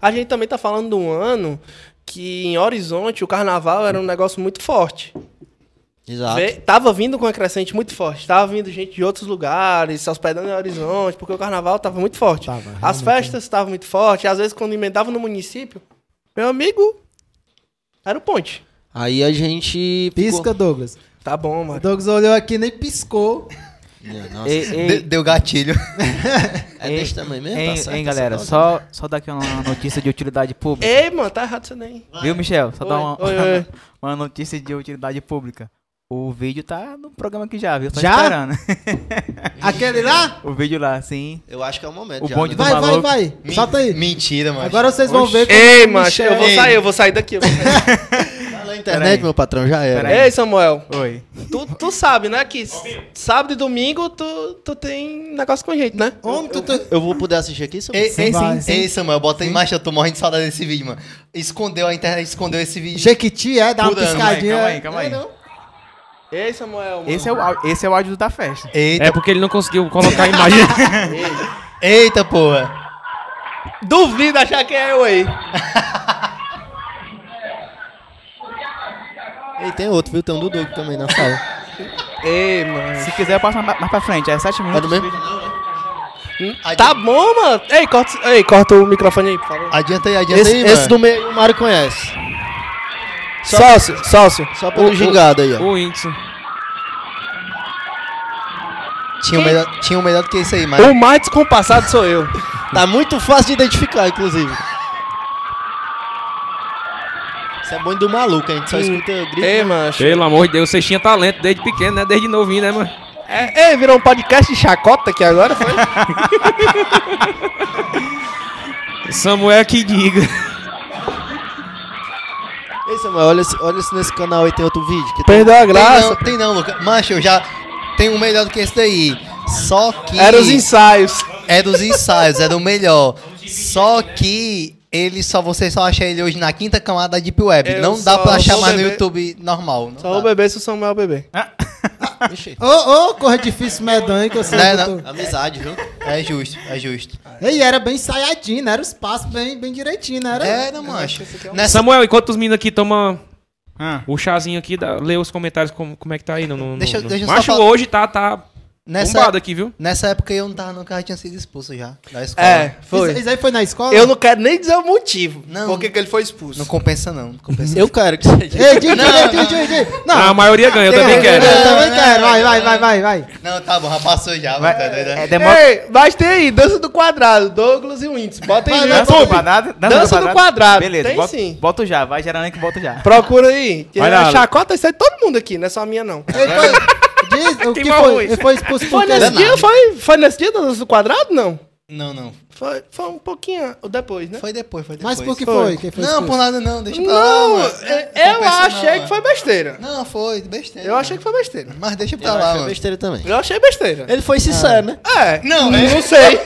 Speaker 6: A gente também tá falando de um ano que em Horizonte o carnaval era um negócio muito forte.
Speaker 5: Exato.
Speaker 6: Ve- Tava vindo com uma crescente muito forte. Tava vindo gente de outros lugares, se hospedando em Horizonte, porque o carnaval tava muito forte.
Speaker 1: Tava,
Speaker 6: As
Speaker 1: realmente.
Speaker 6: festas estavam muito fortes. Às vezes, quando emendava no município, meu amigo era o ponte.
Speaker 5: Aí a gente. ficou-
Speaker 1: Pisca, Douglas.
Speaker 6: Tá bom,
Speaker 1: O
Speaker 6: mano.
Speaker 1: Douglas olhou aqui e nem piscou.
Speaker 5: Nossa,
Speaker 3: Ei, ei,
Speaker 4: De- deu gatilho.
Speaker 5: *laughs* é
Speaker 3: ei,
Speaker 5: desse tamanho mesmo?
Speaker 3: hein,
Speaker 5: tá certo
Speaker 3: hein,
Speaker 5: essa
Speaker 3: galera,
Speaker 5: dose?
Speaker 3: só, só dar aqui uma notícia de utilidade pública.
Speaker 6: Ei, mano, tá errado isso daí.
Speaker 3: Viu, Michel? Só
Speaker 6: Oi,
Speaker 3: dar *laughs* uma,
Speaker 6: oi, oi.
Speaker 3: uma notícia de utilidade pública. O vídeo tá no programa aqui já, viu? Tô
Speaker 1: Já?
Speaker 3: esperando. *laughs*
Speaker 1: Aquele lá?
Speaker 3: O vídeo lá, sim.
Speaker 5: Eu acho que é o momento.
Speaker 3: O
Speaker 5: já,
Speaker 3: bonde
Speaker 5: né?
Speaker 3: do
Speaker 1: Vai, vai,
Speaker 3: maluco.
Speaker 1: vai.
Speaker 5: Men-
Speaker 1: Solta aí.
Speaker 5: Mentira, mano.
Speaker 1: Agora vocês vão ver.
Speaker 6: Ei, macho, eu vou
Speaker 1: é,
Speaker 5: Ei.
Speaker 6: sair, eu vou sair daqui. eu vou sair.
Speaker 5: Vai na
Speaker 3: Pera aí.
Speaker 5: internet, meu patrão, já era.
Speaker 3: Pera aí.
Speaker 6: Ei, Samuel,
Speaker 3: Oi.
Speaker 6: tu, tu sabe, né, que s- sábado e domingo tu, tu tem negócio com gente, né?
Speaker 1: Homem, tu, tu...
Speaker 5: Eu vou poder assistir aqui, seu
Speaker 1: Ei, vai, sim.
Speaker 4: Ei, Samuel, bota em marcha, eu tô morrendo de saudade desse vídeo, mano. Escondeu, a internet escondeu esse vídeo.
Speaker 1: Jequiti, é? Dá uma
Speaker 5: Calma aí,
Speaker 3: Calma aí,
Speaker 1: piscadinha.
Speaker 3: calma aí, calma aí.
Speaker 6: Ei, Samuel, mano.
Speaker 3: Esse é, o, áudio- esse é o áudio da festa.
Speaker 2: *laughs*
Speaker 4: Eita,
Speaker 2: É porque ele não conseguiu colocar a imagem.
Speaker 4: eita, porra.
Speaker 6: Duvido achar que é eu aí.
Speaker 5: Ei, tem outro, viu? Tem um Dudu aqui também na sala.
Speaker 6: Ei, mano.
Speaker 3: Se quiser, eu passo mais, mais pra frente. É 7
Speaker 5: É do
Speaker 3: minutos.
Speaker 5: mesmo?
Speaker 6: Tá bom, mano. Ei, corta, ei, corta o microfone aí, por favor.
Speaker 5: Adianta aí, adianta
Speaker 4: Esse,
Speaker 5: aí,
Speaker 4: esse
Speaker 5: mano.
Speaker 4: do meio o Mário conhece.
Speaker 6: Sócio, sócio.
Speaker 5: Ah, Só pelo gingado aí, ó.
Speaker 2: o índice.
Speaker 4: Tinha
Speaker 5: um
Speaker 4: o melhor, tinha o melhor do que isso aí, mas
Speaker 6: O mais descompassado sou eu.
Speaker 5: Tá muito fácil de identificar, inclusive. Isso é bom do maluco, a gente só escuta grito.
Speaker 6: Ei, mano.
Speaker 2: Pelo amor de Deus, vocês tinham talento desde pequeno, né? Desde novinho, né, mano?
Speaker 6: É, ei, virou um podcast de chacota aqui agora, foi?
Speaker 2: Samuel que diga.
Speaker 5: Ei, Samuel, olha, se- olha se nesse canal aí tem outro vídeo. Que
Speaker 6: Perdeu a
Speaker 4: tem
Speaker 6: graça.
Speaker 4: não, tem não, Luca. Macho, eu já tenho o melhor do que esse daí. Só que.
Speaker 6: Era os ensaios.
Speaker 4: Era os ensaios, era o melhor. Só que ele só você só acha ele hoje na quinta camada da Deep Web.
Speaker 6: Eu
Speaker 4: não dá
Speaker 6: só
Speaker 4: pra achar
Speaker 6: vou
Speaker 4: mais no
Speaker 6: beber-
Speaker 4: YouTube normal. Não
Speaker 6: Só vou
Speaker 4: dá.
Speaker 6: beber se o Samuel beber.
Speaker 1: Ô, ô, corra difícil, medonho, que eu sei.
Speaker 4: Né,
Speaker 1: que
Speaker 4: não?
Speaker 1: tu-
Speaker 5: é, Amizade, viu?
Speaker 4: É justo, é justo.
Speaker 1: Ei, era bem ensaiadinho, né? Era os passos bem, bem direitinho, né? Era...
Speaker 4: Era, macho. Nessa...
Speaker 2: Samuel, enquanto os meninos aqui tomam
Speaker 3: Ah,
Speaker 2: o chazinho aqui, dá, lê os comentários como, como é que tá aí. No, no,
Speaker 4: Deixa eu-
Speaker 2: no...
Speaker 4: deixa eu só
Speaker 2: Macho
Speaker 4: falar-
Speaker 2: hoje tá, tá
Speaker 4: Nessa-
Speaker 2: bombado aqui, viu?
Speaker 4: Nessa época eu não tava, não, que eu já tinha sido expulso já. Da escola.
Speaker 6: É,
Speaker 1: Isso,
Speaker 6: foi.
Speaker 1: isso aí foi na escola?
Speaker 6: Eu não quero nem dizer o motivo.
Speaker 4: Não.
Speaker 6: Por que que ele foi expulso?
Speaker 4: Não compensa, não. Não compensa.
Speaker 5: Eu quero que você diga.
Speaker 1: Ei, diga, diga, diga, diga, diga. Não,
Speaker 2: a maioria ganha, eu também
Speaker 1: eu,
Speaker 2: quero.
Speaker 1: Eu também
Speaker 4: Não,
Speaker 1: quero.
Speaker 4: não,
Speaker 1: Vai,
Speaker 4: não,
Speaker 1: vai,
Speaker 4: não.
Speaker 1: vai, vai, vai.
Speaker 4: *laughs* Não, tá bom, já passou já.
Speaker 3: vai-
Speaker 4: mano, tá doido, né?
Speaker 3: é demora.
Speaker 6: Ei, mas tem aí, dança do quadrado, Douglas e Wintz. Bota aí
Speaker 1: Vai,
Speaker 6: no
Speaker 1: vai,
Speaker 3: Dança do
Speaker 6: YouTube.
Speaker 3: quadrado.
Speaker 6: Dança do quadrado,
Speaker 3: Beleza,
Speaker 6: tem
Speaker 3: bota,
Speaker 6: sim.
Speaker 3: bota já. Vai gerando aí que bota já.
Speaker 6: Procura aí.
Speaker 2: Vai lá,
Speaker 6: a
Speaker 2: Ale.
Speaker 6: chacota sai todo mundo aqui, não é só a minha, não.
Speaker 1: Ele foi... Diz,
Speaker 2: *laughs*
Speaker 1: o que
Speaker 2: Queimou
Speaker 1: foi?
Speaker 2: arroz.
Speaker 1: Ele foi expulso por
Speaker 6: Foi
Speaker 1: quê?
Speaker 6: nesse
Speaker 4: nada.
Speaker 6: dia, foi, foi nesse dia da dança do quadrado, não?
Speaker 4: Não, não.
Speaker 6: Foi, foi um pouquinho depois, né?
Speaker 4: Foi tipo, depois, foi depois.
Speaker 1: Mas por que
Speaker 6: Foi.
Speaker 1: foi? Quem foi
Speaker 4: Não,
Speaker 1: expulso?
Speaker 4: por nada não, deixa pra lá.
Speaker 6: Não,
Speaker 4: mano. Não
Speaker 6: é- eu
Speaker 4: compensa não,
Speaker 6: achei que
Speaker 4: mano.
Speaker 6: foi besteira.
Speaker 4: Não, foi, besteira.
Speaker 6: Eu achei que foi besteira.
Speaker 4: Mas deixa pra
Speaker 5: Eu
Speaker 4: lá,
Speaker 5: acho
Speaker 4: mano.
Speaker 5: é besteira também.
Speaker 6: Eu achei besteira.
Speaker 5: Ele foi sincero, né?
Speaker 6: É.
Speaker 4: Não,
Speaker 6: Não
Speaker 4: é- *laughs*
Speaker 6: sei.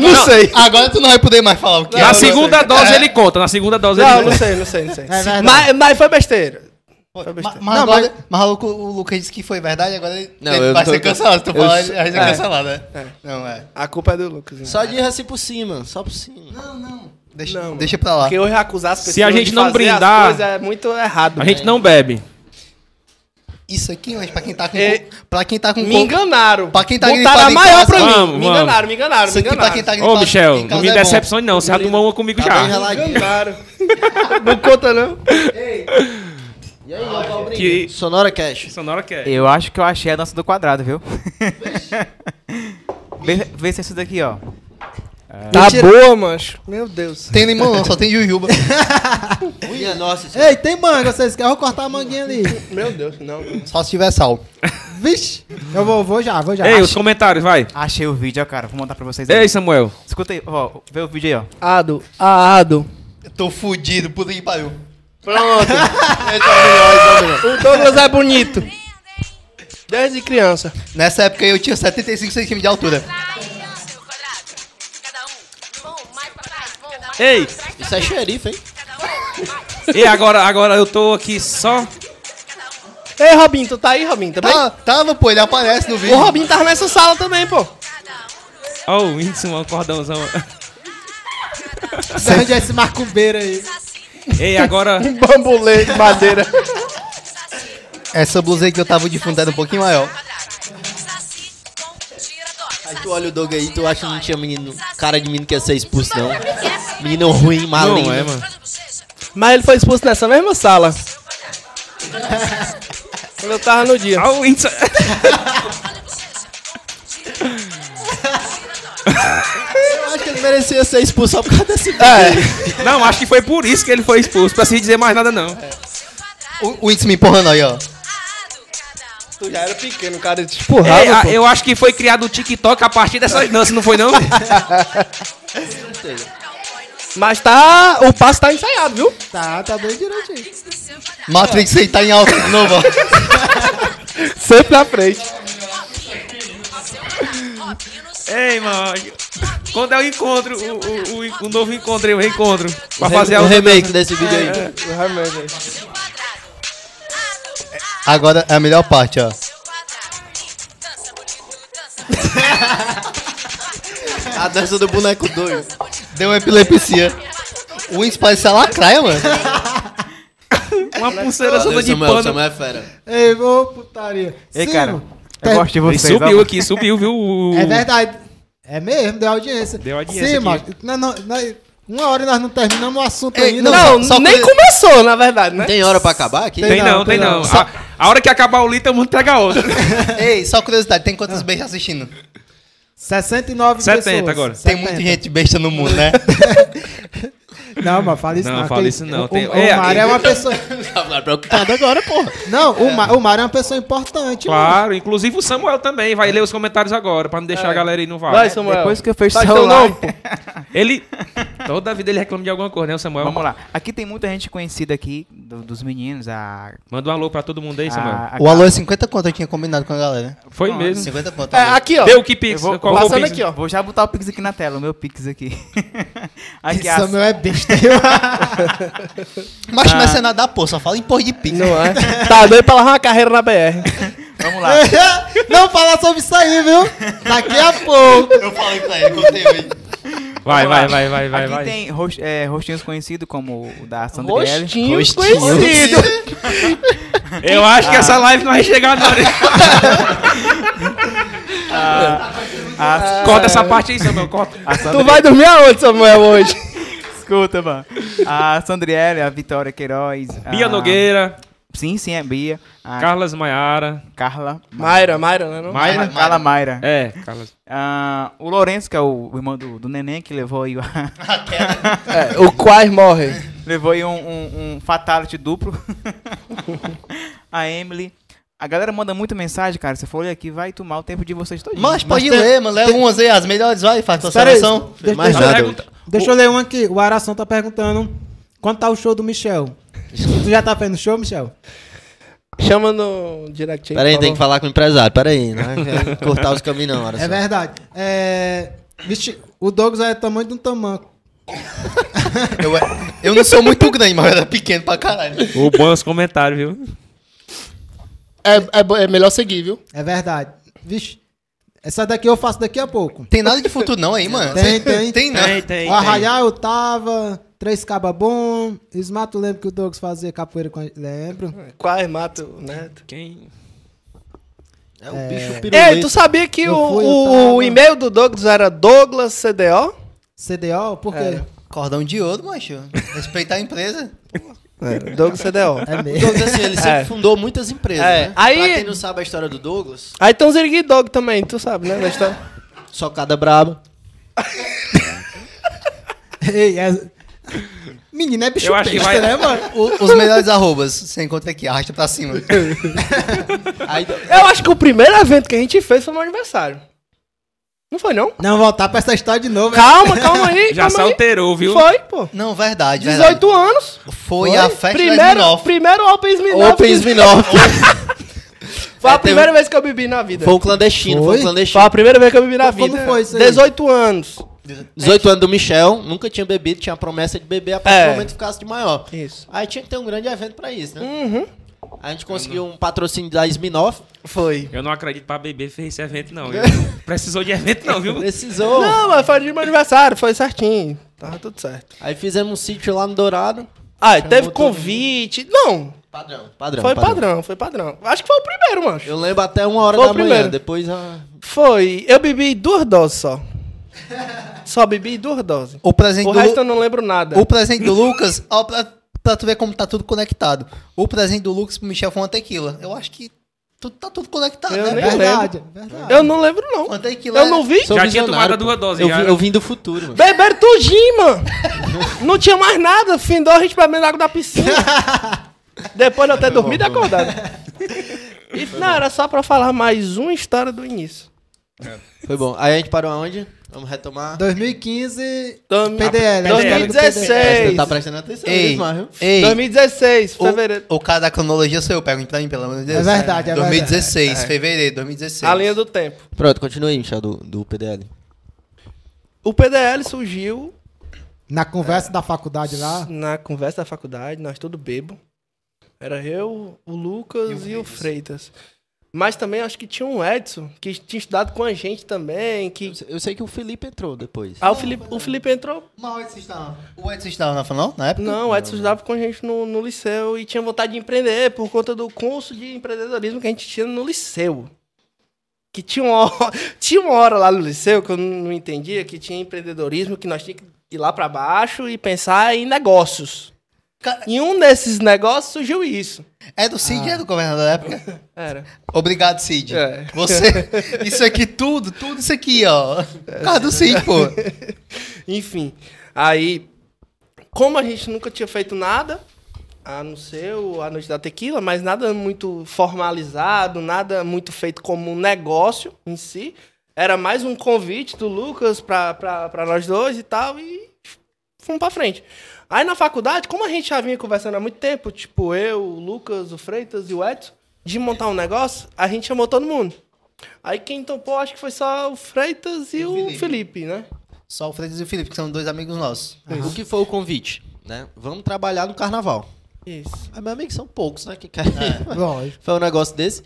Speaker 6: não sei.
Speaker 4: Agora tu não vai poder mais falar o que é.
Speaker 6: Não,
Speaker 2: Na
Speaker 6: não
Speaker 2: segunda
Speaker 6: sei.
Speaker 2: dose ele conta, na segunda dose
Speaker 6: Não,
Speaker 2: ele
Speaker 6: não
Speaker 2: conta.
Speaker 6: sei, não sei, não sei.
Speaker 1: É verdade.
Speaker 6: mas, mas foi besteira. Foi
Speaker 4: Ma-
Speaker 6: besteira.
Speaker 4: mas,
Speaker 1: Não,
Speaker 4: agora, mas... o Luca- o Lucas disse que foi verdade, agora ele,
Speaker 5: Não,
Speaker 4: ele
Speaker 5: eu
Speaker 4: vai
Speaker 5: tô-
Speaker 4: ser cancelado. Se tu
Speaker 5: eu
Speaker 4: falar,
Speaker 5: sou-
Speaker 4: ele vai ser
Speaker 6: é.
Speaker 4: cancelado, né?
Speaker 6: É.
Speaker 4: Não, é.
Speaker 6: A culpa é do Lucas. né?
Speaker 5: Só diga assim por cima, só por cima.
Speaker 4: Não, não. Deixa,
Speaker 6: Não, mano.
Speaker 4: deixa pra lá.
Speaker 6: Porque hoje acusar as pessoas
Speaker 2: Se a gente
Speaker 6: de
Speaker 2: não
Speaker 6: fazer
Speaker 2: brindar-
Speaker 6: as coisas é muito errado.
Speaker 2: A gente não bebe.
Speaker 4: Isso aqui, mas pra quem tá com.
Speaker 6: É.
Speaker 4: Pra quem tá com.
Speaker 6: Me enganaram.
Speaker 4: Pra quem tá
Speaker 6: Botaram a
Speaker 4: gripado em
Speaker 6: maior pra
Speaker 4: casa-
Speaker 6: mim.
Speaker 2: Vamos,
Speaker 6: me
Speaker 2: vamos.
Speaker 6: enganaram, me enganaram,
Speaker 4: Isso
Speaker 6: me
Speaker 4: aqui pra quem
Speaker 6: enganaram.
Speaker 4: tá
Speaker 2: Ô,
Speaker 4: gripado
Speaker 2: Michel,
Speaker 4: em casa
Speaker 2: não me
Speaker 4: é bom.
Speaker 2: decepcione não, você já tomou uma comigo
Speaker 5: Tá bem
Speaker 2: já.
Speaker 5: geladinho.
Speaker 6: Enganaram. Não conta, não.
Speaker 5: E aí, ó, Paulinho?
Speaker 2: Que-
Speaker 5: Sonora Cash.
Speaker 2: Sonora quer.
Speaker 3: Eu acho que é. eu achei a dança do quadrado, viu? vê, vê se é isso daqui, ó.
Speaker 6: Tá boa, mancho. Meu Deus.
Speaker 4: Tem limão, não, só tem
Speaker 6: *laughs*
Speaker 4: jujuba.
Speaker 5: Minha nossa, isso
Speaker 1: Ei, tem manga, vocês querem? Eu vou cortar a manguinha ali.
Speaker 6: Meu Deus, não.
Speaker 4: só se tiver sal.
Speaker 1: Vixe. Eu vou, vou já, vou já.
Speaker 2: Ei, os comentários, vai.
Speaker 3: Achei o vídeo, ó, cara. Vou mandar pra vocês aí.
Speaker 2: Ei, Samuel.
Speaker 3: Escuta aí, ó. Vê o vídeo aí, ó.
Speaker 6: Ado, Ah, Ado.
Speaker 4: Eu tô fudido, puta que pariu.
Speaker 6: é- Pronto.
Speaker 4: *laughs* Esse é o melhor, esse é o melhor.
Speaker 6: O Douglas é bonito. Desde criança.
Speaker 4: Nessa época eu tinha 75 centímetros de altura.
Speaker 2: Ei,
Speaker 5: Isso é xerife, hein?
Speaker 2: e agora, agora eu tô aqui só.
Speaker 6: Ei, Robinho, tu tá aí, Robinho? Tá bem?
Speaker 4: Tá, tava, pô, ele aparece no vídeo.
Speaker 6: O Robinho tava nessa sala também, pô.
Speaker 2: Ó, o índice, um cordãozão.
Speaker 1: Da onde é esse macumbeiro aí?
Speaker 2: Ei, agora.
Speaker 6: Um Bambulê de madeira.
Speaker 4: Essa blusa aí que eu tava de
Speaker 5: tá
Speaker 4: fundo era um pouquinho maior.
Speaker 5: Aí tu olha o Doug aí, tu acha que não tinha menino, cara de menino que ia ser expulso, não. Menino ruim, maligno.
Speaker 2: Não é, mano.
Speaker 6: Mas ele foi expulso nessa mesma *laughs* sala. Quando eu tava no dia.
Speaker 2: Ó, o índice.
Speaker 5: Eu acho que ele merecia ser expulso só por causa desse
Speaker 6: É.
Speaker 2: Não, acho que foi por isso que ele foi expulso, pra se dizer mais nada, não.
Speaker 4: O, o índice me empurrando aí, ó.
Speaker 6: Tu já era pequeno, o cara te
Speaker 2: Ei,
Speaker 6: empurrava,
Speaker 2: a-
Speaker 6: pô.
Speaker 2: É, eu acho que foi criado o TikTok a partir dessas danças, não foi não?
Speaker 6: Mas tá. O passo tá ensaiado, viu?
Speaker 1: Tá, tá bem direitinho.
Speaker 4: Matrix aí tá em alta de novo. ó.
Speaker 6: Sempre na frente.
Speaker 2: Ei, mano. Quando é o encontro, o, o, o- o novo encontro, eu reencontro. Pra fazer
Speaker 5: o
Speaker 2: a É,
Speaker 5: remake desse vídeo aí.
Speaker 4: Agora é a melhor parte, ó.
Speaker 5: A dança do boneco doido.
Speaker 4: Deu uma epilepsia. O Wins parece a lacraia, mano.
Speaker 2: uma pulseira toda
Speaker 5: Valeu,
Speaker 2: de
Speaker 5: Samuel,
Speaker 2: pano.
Speaker 5: Samuel é fera.
Speaker 1: Ei, ô putaria.
Speaker 3: Ei,
Speaker 1: Sim,
Speaker 3: cara,
Speaker 1: mano.
Speaker 3: eu
Speaker 6: Tá
Speaker 1: Tem-
Speaker 3: gosto de
Speaker 2: E
Speaker 3: vocês.
Speaker 2: subiu
Speaker 3: ó.
Speaker 2: aqui, subiu, viu? O-
Speaker 1: É verdade. É mesmo, deu audiência.
Speaker 2: Deu audiência
Speaker 1: Sim,
Speaker 2: aqui.
Speaker 1: mano. Não, não, não, uma hora nós não terminamos o assunto ainda.
Speaker 6: Não,
Speaker 1: mano.
Speaker 4: só
Speaker 6: nem
Speaker 4: que-
Speaker 6: começou, na verdade, né?
Speaker 5: Tem hora pra acabar aqui?
Speaker 2: Tem não, tem não. A, a hora que acabar o litro, o mundo pega outro.
Speaker 4: Ei, só curiosidade, tem quantas bestas assistindo?
Speaker 1: 69
Speaker 2: 70
Speaker 1: pessoas.
Speaker 2: agora.
Speaker 4: Tem muita gente besta no mundo, né?
Speaker 1: Não, mas fala isso não.
Speaker 2: Não, fala
Speaker 1: que-
Speaker 2: isso não.
Speaker 1: O,
Speaker 2: Tem-
Speaker 1: o,
Speaker 2: é,
Speaker 1: o Mário é uma pessoa...
Speaker 5: *laughs* Tá preocupado agora, porra.
Speaker 1: Não, o, Ma- o Mário é uma pessoa importante. mano.
Speaker 2: Claro, inclusive o Samuel também vai ler os comentários agora, pra não deixar a galera aí no
Speaker 6: Vai,
Speaker 2: vale.
Speaker 6: Samuel.
Speaker 3: Depois que eu fecho o
Speaker 6: Sai teu
Speaker 3: celular.
Speaker 6: nome, pô.
Speaker 2: Ele. Toda a vida ele reclama de alguma coisa, né, o Samuel?
Speaker 3: Vamos lá. Aqui tem muita gente conhecida aqui, do- dos meninos. A,
Speaker 2: Manda um alô pra todo mundo
Speaker 3: Ah,
Speaker 2: aí, Samuel.
Speaker 3: a, a
Speaker 4: O alô é 50 conto, eu tinha combinado com a galera.
Speaker 2: Foi mesmo.
Speaker 4: 50 conto.
Speaker 6: É,
Speaker 4: alô.
Speaker 6: aqui, ó.
Speaker 2: Deu o que pix?
Speaker 3: vou-
Speaker 2: Qual
Speaker 3: vou-
Speaker 2: foi o
Speaker 6: Passando
Speaker 2: pix?
Speaker 6: aqui, ó.
Speaker 3: Vou já botar o Pix aqui na tela, o meu Pix aqui. *laughs* aqui
Speaker 1: Esse
Speaker 3: a,
Speaker 1: Samuel é besta.
Speaker 4: Mas não é ser nada, pô, só fala em porra de pique.
Speaker 6: Não é? Tá doido pra largar uma carreira na BR.
Speaker 3: vamos lá.
Speaker 1: não falar sobre isso aí, viu? Daqui a pouco.
Speaker 4: *laughs* Eu falei pra ele, contei ele.
Speaker 2: Vai,
Speaker 3: Vamos
Speaker 2: vai, vai,
Speaker 3: lá.
Speaker 2: vai, vai.
Speaker 3: Aqui
Speaker 2: vai.
Speaker 3: tem ros- é, rostinhos conhecidos, como o da Sandriele.
Speaker 6: Rostinho,
Speaker 4: Rostinho.
Speaker 6: conhecido.
Speaker 2: Eu acho que essa live não vai chegar agora.
Speaker 3: A,
Speaker 2: Corta essa parte aí, Samuel. Corta.
Speaker 3: a
Speaker 6: Tu
Speaker 3: Sandri-
Speaker 6: vai dormir aonde, Samuel, hoje?
Speaker 3: Escuta, mano. A Sandriele, a Vitória Queiroz. a-
Speaker 2: Bia Nogueira,
Speaker 3: Sim, sim, é Bia. A
Speaker 2: Carlas Maiara.
Speaker 3: Carla.
Speaker 6: Mayra, Mayra, né? Não?
Speaker 2: Mayra?
Speaker 3: Carla Mayra.
Speaker 2: É, Carlas.
Speaker 3: Ah, o Lourenço, que é o irmão do, do neném, que levou aí, o- *laughs*
Speaker 6: É, o Quais morre.
Speaker 3: levou aí um, um, um fatality
Speaker 4: *laughs*
Speaker 3: duplo. a Emily. A galera manda muita mensagem, cara. Você falou aqui, vai tomar o tempo de vocês todos.
Speaker 4: Mas pode
Speaker 1: tem-
Speaker 4: ler, mano. Lê umas aí, as melhores, vai, faz tua
Speaker 1: Pera aí,
Speaker 4: seleção.
Speaker 1: deixa-
Speaker 5: Mais
Speaker 1: deixa-
Speaker 5: nada.
Speaker 2: Pergunta-
Speaker 1: Deixa eu ler um aqui. O Aração tá perguntando quando tá o show do Michel. Tu já tá fazendo show, Michel?
Speaker 6: Chama no direct aí.
Speaker 4: Tá
Speaker 5: Pera aí,
Speaker 6: por
Speaker 5: tem que
Speaker 6: favor.
Speaker 5: falar com o empresário, pera aí. Não é cortar os caminhos não, hora
Speaker 1: É
Speaker 5: só.
Speaker 1: verdade. É... Vixe, o Douglas é tamanho de um tamanco.
Speaker 4: Eu, eu não sou muito grande, mas eu era pequeno pra caralho.
Speaker 2: O bom é os comentários, viu?
Speaker 7: É, é bo- é melhor seguir, viu?
Speaker 1: É verdade. Vixe, essa daqui eu faço daqui a pouco.
Speaker 4: Tem nada de futuro não aí, mano.
Speaker 1: Tem, tem.
Speaker 4: Tem não.
Speaker 1: o Arraial eu tava, Três Caba Bom, Esmato lembro que o Douglas fazia capoeira com a... Lembro.
Speaker 6: Quais mata o neto.
Speaker 2: Quem?
Speaker 5: É o bicho
Speaker 6: Ei, tu
Speaker 5: pirulito.
Speaker 6: sabia que
Speaker 1: Eu
Speaker 6: o,
Speaker 1: fui, eu
Speaker 6: o-
Speaker 1: tava.
Speaker 6: o e-mail do Douglas era Douglas CDO?
Speaker 1: CDO, por quê?
Speaker 4: Cordão de ouro, macho. Respeitar a empresa.
Speaker 6: Douglas *laughs* CDO.
Speaker 1: É,
Speaker 5: O
Speaker 1: mesmo.
Speaker 5: Douglas, assim, ele sempre
Speaker 6: É.
Speaker 5: fundou muitas empresas,
Speaker 6: É.
Speaker 5: né?
Speaker 6: Aí-
Speaker 5: Pra quem não sabe a história do Douglas,
Speaker 6: Aí tem um Zirigui Dog também, tu sabe, né? da história?
Speaker 5: socada braba.
Speaker 1: *laughs* Ei, é... Menino, é bicho
Speaker 2: Eu acho que
Speaker 1: besta,
Speaker 2: vai-
Speaker 1: né, mano?
Speaker 4: O- os melhores arrobas. Você encontra aqui, arrasta pra cima.
Speaker 6: *laughs*
Speaker 5: Aí,
Speaker 6: Eu acho que o primeiro evento que a gente fez foi meu aniversário. Não foi, não?
Speaker 1: Não, voltar pra essa história de novo. é-
Speaker 6: Calma, calma aí.
Speaker 2: Já se
Speaker 6: calma aí.
Speaker 2: alterou, viu?
Speaker 6: Foi, pô.
Speaker 4: Não, verdade, verdade.
Speaker 6: 18 anos.
Speaker 4: Foi, a festa da
Speaker 6: primeiro,
Speaker 4: Smirnoff.
Speaker 6: primeiro Open Smirnoff.
Speaker 5: Open Smirnoff.
Speaker 6: *laughs* Foi
Speaker 5: É,
Speaker 6: a
Speaker 5: teve-
Speaker 6: primeira vez que eu bebi na vida.
Speaker 5: Foi um o clandestino, foi,
Speaker 1: Foi?
Speaker 5: o
Speaker 6: Foi
Speaker 5: clandestino.
Speaker 6: a primeira vez que eu bebi na
Speaker 1: Como
Speaker 6: vida.
Speaker 1: foi isso aí?
Speaker 6: 18 anos.
Speaker 5: 18 anos do Michel, nunca tinha bebido, tinha a promessa de beber a partir
Speaker 6: É.
Speaker 5: do momento que ficasse de maior.
Speaker 6: Isso.
Speaker 5: Aí tinha que ter um grande evento pra isso, né?
Speaker 6: Uhum.
Speaker 5: A gente conseguiu um patrocínio da Sminoff.
Speaker 6: Foi.
Speaker 2: Eu não acredito pra beber fez esse evento, não. viu? Precisou de evento, não,
Speaker 5: É.
Speaker 2: viu?
Speaker 5: Precisou.
Speaker 6: Não, mas foi de meu aniversário, foi certinho. Tava tudo certo.
Speaker 5: Aí fizemos um sítio lá no Dourado.
Speaker 6: Ah, e
Speaker 5: Chamou
Speaker 6: teve
Speaker 5: todo
Speaker 6: convite. Não,
Speaker 5: Padrão, padrão.
Speaker 6: foi padrão. foi padrão. Acho que foi o primeiro, mano.
Speaker 5: Eu lembro até uma hora
Speaker 6: Foi o
Speaker 5: da manhã,
Speaker 6: primeiro.
Speaker 5: depois ah, a...
Speaker 6: Foi. Eu bebi duas doses só. Só bebi duas doses.
Speaker 4: O presente,
Speaker 6: O
Speaker 4: do,
Speaker 6: resto é- eu não lembro nada.
Speaker 4: o presente do Lucas, ó, pra, pra tu ver como tá tudo conectado. O presente do Lucas pro Michel foi uma tequila. Eu acho que tu, tá tudo conectado,
Speaker 6: Eu
Speaker 4: né?
Speaker 6: nem-
Speaker 1: verdade, é verdade.
Speaker 6: Eu não lembro, não.
Speaker 4: Uma tequila
Speaker 6: Eu
Speaker 4: é-
Speaker 6: não vi.
Speaker 5: Sou
Speaker 2: Já tinha
Speaker 5: visionário,
Speaker 2: tomado a
Speaker 5: pô.
Speaker 2: duas doses,
Speaker 5: Eu,
Speaker 2: já. né?
Speaker 5: vim- eu vim do futuro, mano.
Speaker 6: Beberam tudinho, mano. Não tinha mais nada. *laughs* Findou a gente bebendo água da piscina. Depois de eu ter dormido e acordado. E, não, era só pra falar mais uma história do início.
Speaker 5: Foi bom. Aí a gente parou aonde? Vamos retomar.
Speaker 1: 2015,
Speaker 6: Dois-
Speaker 1: PDL. a história do
Speaker 5: Você
Speaker 6: 2016.
Speaker 5: tá prestando atenção, Ei, Elismar, viu? ei.
Speaker 6: 2016, fevereiro.
Speaker 5: O, o cara da cronologia sou eu, pega pra mim, pelo amor de Deus.
Speaker 1: É verdade, é
Speaker 5: 2016, fevereiro, 2016.
Speaker 6: A linha do tempo.
Speaker 5: Pronto, continue aí, Michel, do, do PDL.
Speaker 6: O PDL surgiu
Speaker 1: Na conversa da faculdade lá,
Speaker 6: na conversa da faculdade, nós tudo bebo. Era eu, o Lucas e o, Freitas. Mas também acho que tinha um Edson, que tinha estudado com a gente também. Que...
Speaker 5: Eu sei que o Felipe entrou depois.
Speaker 6: Ah, o Felipe, o Felipe entrou.
Speaker 4: Mas o Edson estava.
Speaker 5: o Edson estava na final, na época?
Speaker 6: Não, o Edson estudava com a gente no, no liceu e tinha vontade de empreender por conta do curso de empreendedorismo que a gente tinha no liceu. Que tinha uma hora, *laughs* tinha uma hora lá no liceu que eu não entendia que tinha empreendedorismo que nós tínhamos que ir lá pra baixo e pensar em negócios. Em um desses negócios surgiu isso.
Speaker 5: É do Cid, é do governador da época?
Speaker 6: Era.
Speaker 5: Obrigado, Cid.
Speaker 6: É.
Speaker 5: Você. Isso aqui, tudo, tudo isso aqui, ó. Por causa do Cid, pô.
Speaker 6: Enfim, aí, como a gente nunca tinha feito nada, a não ser o- a noite da tequila, mas nada muito formalizado, nada muito feito como um negócio em si, era mais um convite do Lucas pra, pra, pra nós dois e tal, e fomos pra frente. Aí na faculdade, como a gente já vinha conversando há muito tempo, tipo eu, o Lucas, o Freitas e o Edson, de montar um negócio, a gente chamou todo mundo. Aí quem topou, acho que foi só o Freitas e o Felipe, né?
Speaker 4: Só o Freitas e o Felipe, que são dois amigos nossos.
Speaker 5: O que foi o convite? Né? Vamos trabalhar no carnaval.
Speaker 6: Isso.
Speaker 5: Mas, meu amigo, são poucos, né? Que querem.
Speaker 1: lógico.
Speaker 5: *laughs* Foi um negócio desse.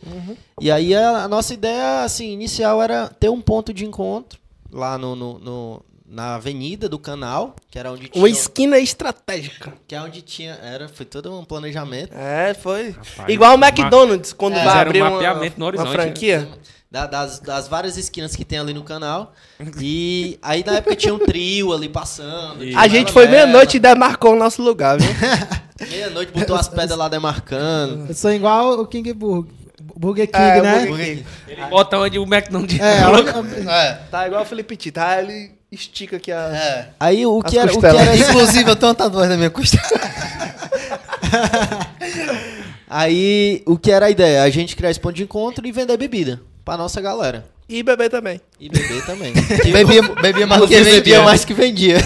Speaker 5: E aí a, a nossa ideia, assim, inicial era ter um ponto de encontro lá no, no- no- na avenida do canal, que era onde tinha.
Speaker 6: Uma esquina estratégica.
Speaker 5: Que é onde tinha. Era, foi todo um planejamento.
Speaker 6: É, foi.
Speaker 2: Rapaz,
Speaker 6: Igual o
Speaker 2: ma-
Speaker 6: McDonald's, quando vai
Speaker 2: fizeram
Speaker 6: abrir
Speaker 2: um
Speaker 6: uma,
Speaker 2: mapeamento no
Speaker 6: uma
Speaker 2: horizonte, né?
Speaker 6: franquia.
Speaker 5: da- das, das várias esquinas que tem ali no canal. E aí na época tinha um trio ali passando.
Speaker 2: E-
Speaker 5: tinha
Speaker 6: A
Speaker 5: um
Speaker 6: gente foi
Speaker 5: Bela Bela,
Speaker 6: meia-noite e demarcou o nosso lugar, viu?
Speaker 5: Meia-noite botou as pedras lá demarcando.
Speaker 1: Eu sou igual o King Burg. Burger King,
Speaker 6: É, o
Speaker 1: né?
Speaker 6: Burger
Speaker 2: Ele bota onde o McDonald's
Speaker 1: É,
Speaker 2: colocou.
Speaker 1: olha-
Speaker 4: É,
Speaker 6: *laughs* tá igual o Felipe Tita. Aí ele estica aqui a.
Speaker 4: é.
Speaker 5: Aí o
Speaker 6: As
Speaker 5: que, era, o que
Speaker 6: costelas.
Speaker 5: era-
Speaker 4: Inclusive, eu tenho uma tatuagem na minha custa.
Speaker 5: Aí o que era a ideia? A gente criar esse ponto de encontro e vender bebida pra nossa galera.
Speaker 6: E bebê também.
Speaker 5: E beber também.
Speaker 6: *laughs*
Speaker 4: Bebia, bebia mais do que
Speaker 5: Porque vendia
Speaker 4: vendia.
Speaker 5: mais que vendia.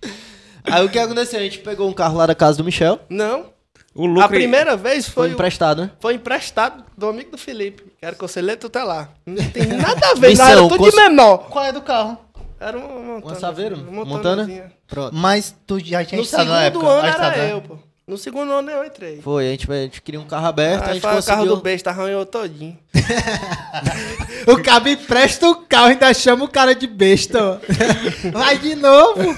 Speaker 5: *laughs* Aí o que aconteceu? A gente pegou um carro lá da casa do Michel.
Speaker 6: Não.
Speaker 2: O lucro.
Speaker 6: A primeira vez
Speaker 5: Foi,
Speaker 6: foi, o-
Speaker 5: emprestado, né?
Speaker 6: foi emprestado do amigo do Felipe, que era conselheiro tutelar. Não
Speaker 2: *laughs*
Speaker 6: tem nada a ver, não
Speaker 5: Missão,
Speaker 2: é
Speaker 6: era tudo
Speaker 5: cons-
Speaker 6: de menor.
Speaker 4: Qual é do carro?
Speaker 6: Era uma Um montana.
Speaker 5: Uma Saveiro?
Speaker 6: uma
Speaker 5: Montana?
Speaker 6: montanazinha.
Speaker 5: Pronto.
Speaker 4: Mas tu já tinha
Speaker 6: No
Speaker 4: estado
Speaker 6: segundo
Speaker 4: na época.
Speaker 6: ano
Speaker 4: já estava,
Speaker 6: era
Speaker 4: né?
Speaker 6: eu, pô. No segundo ano eu entrei.
Speaker 5: Foi, a gente, a gente queria um carro aberto, a
Speaker 6: Aí
Speaker 5: gente
Speaker 6: Ah, foi o carro
Speaker 5: conseguiu.
Speaker 6: do besta, arranhou todinho.
Speaker 1: O cabo empresta o carro e ainda chama o cara de *laughs* besta. ó. Vai de novo.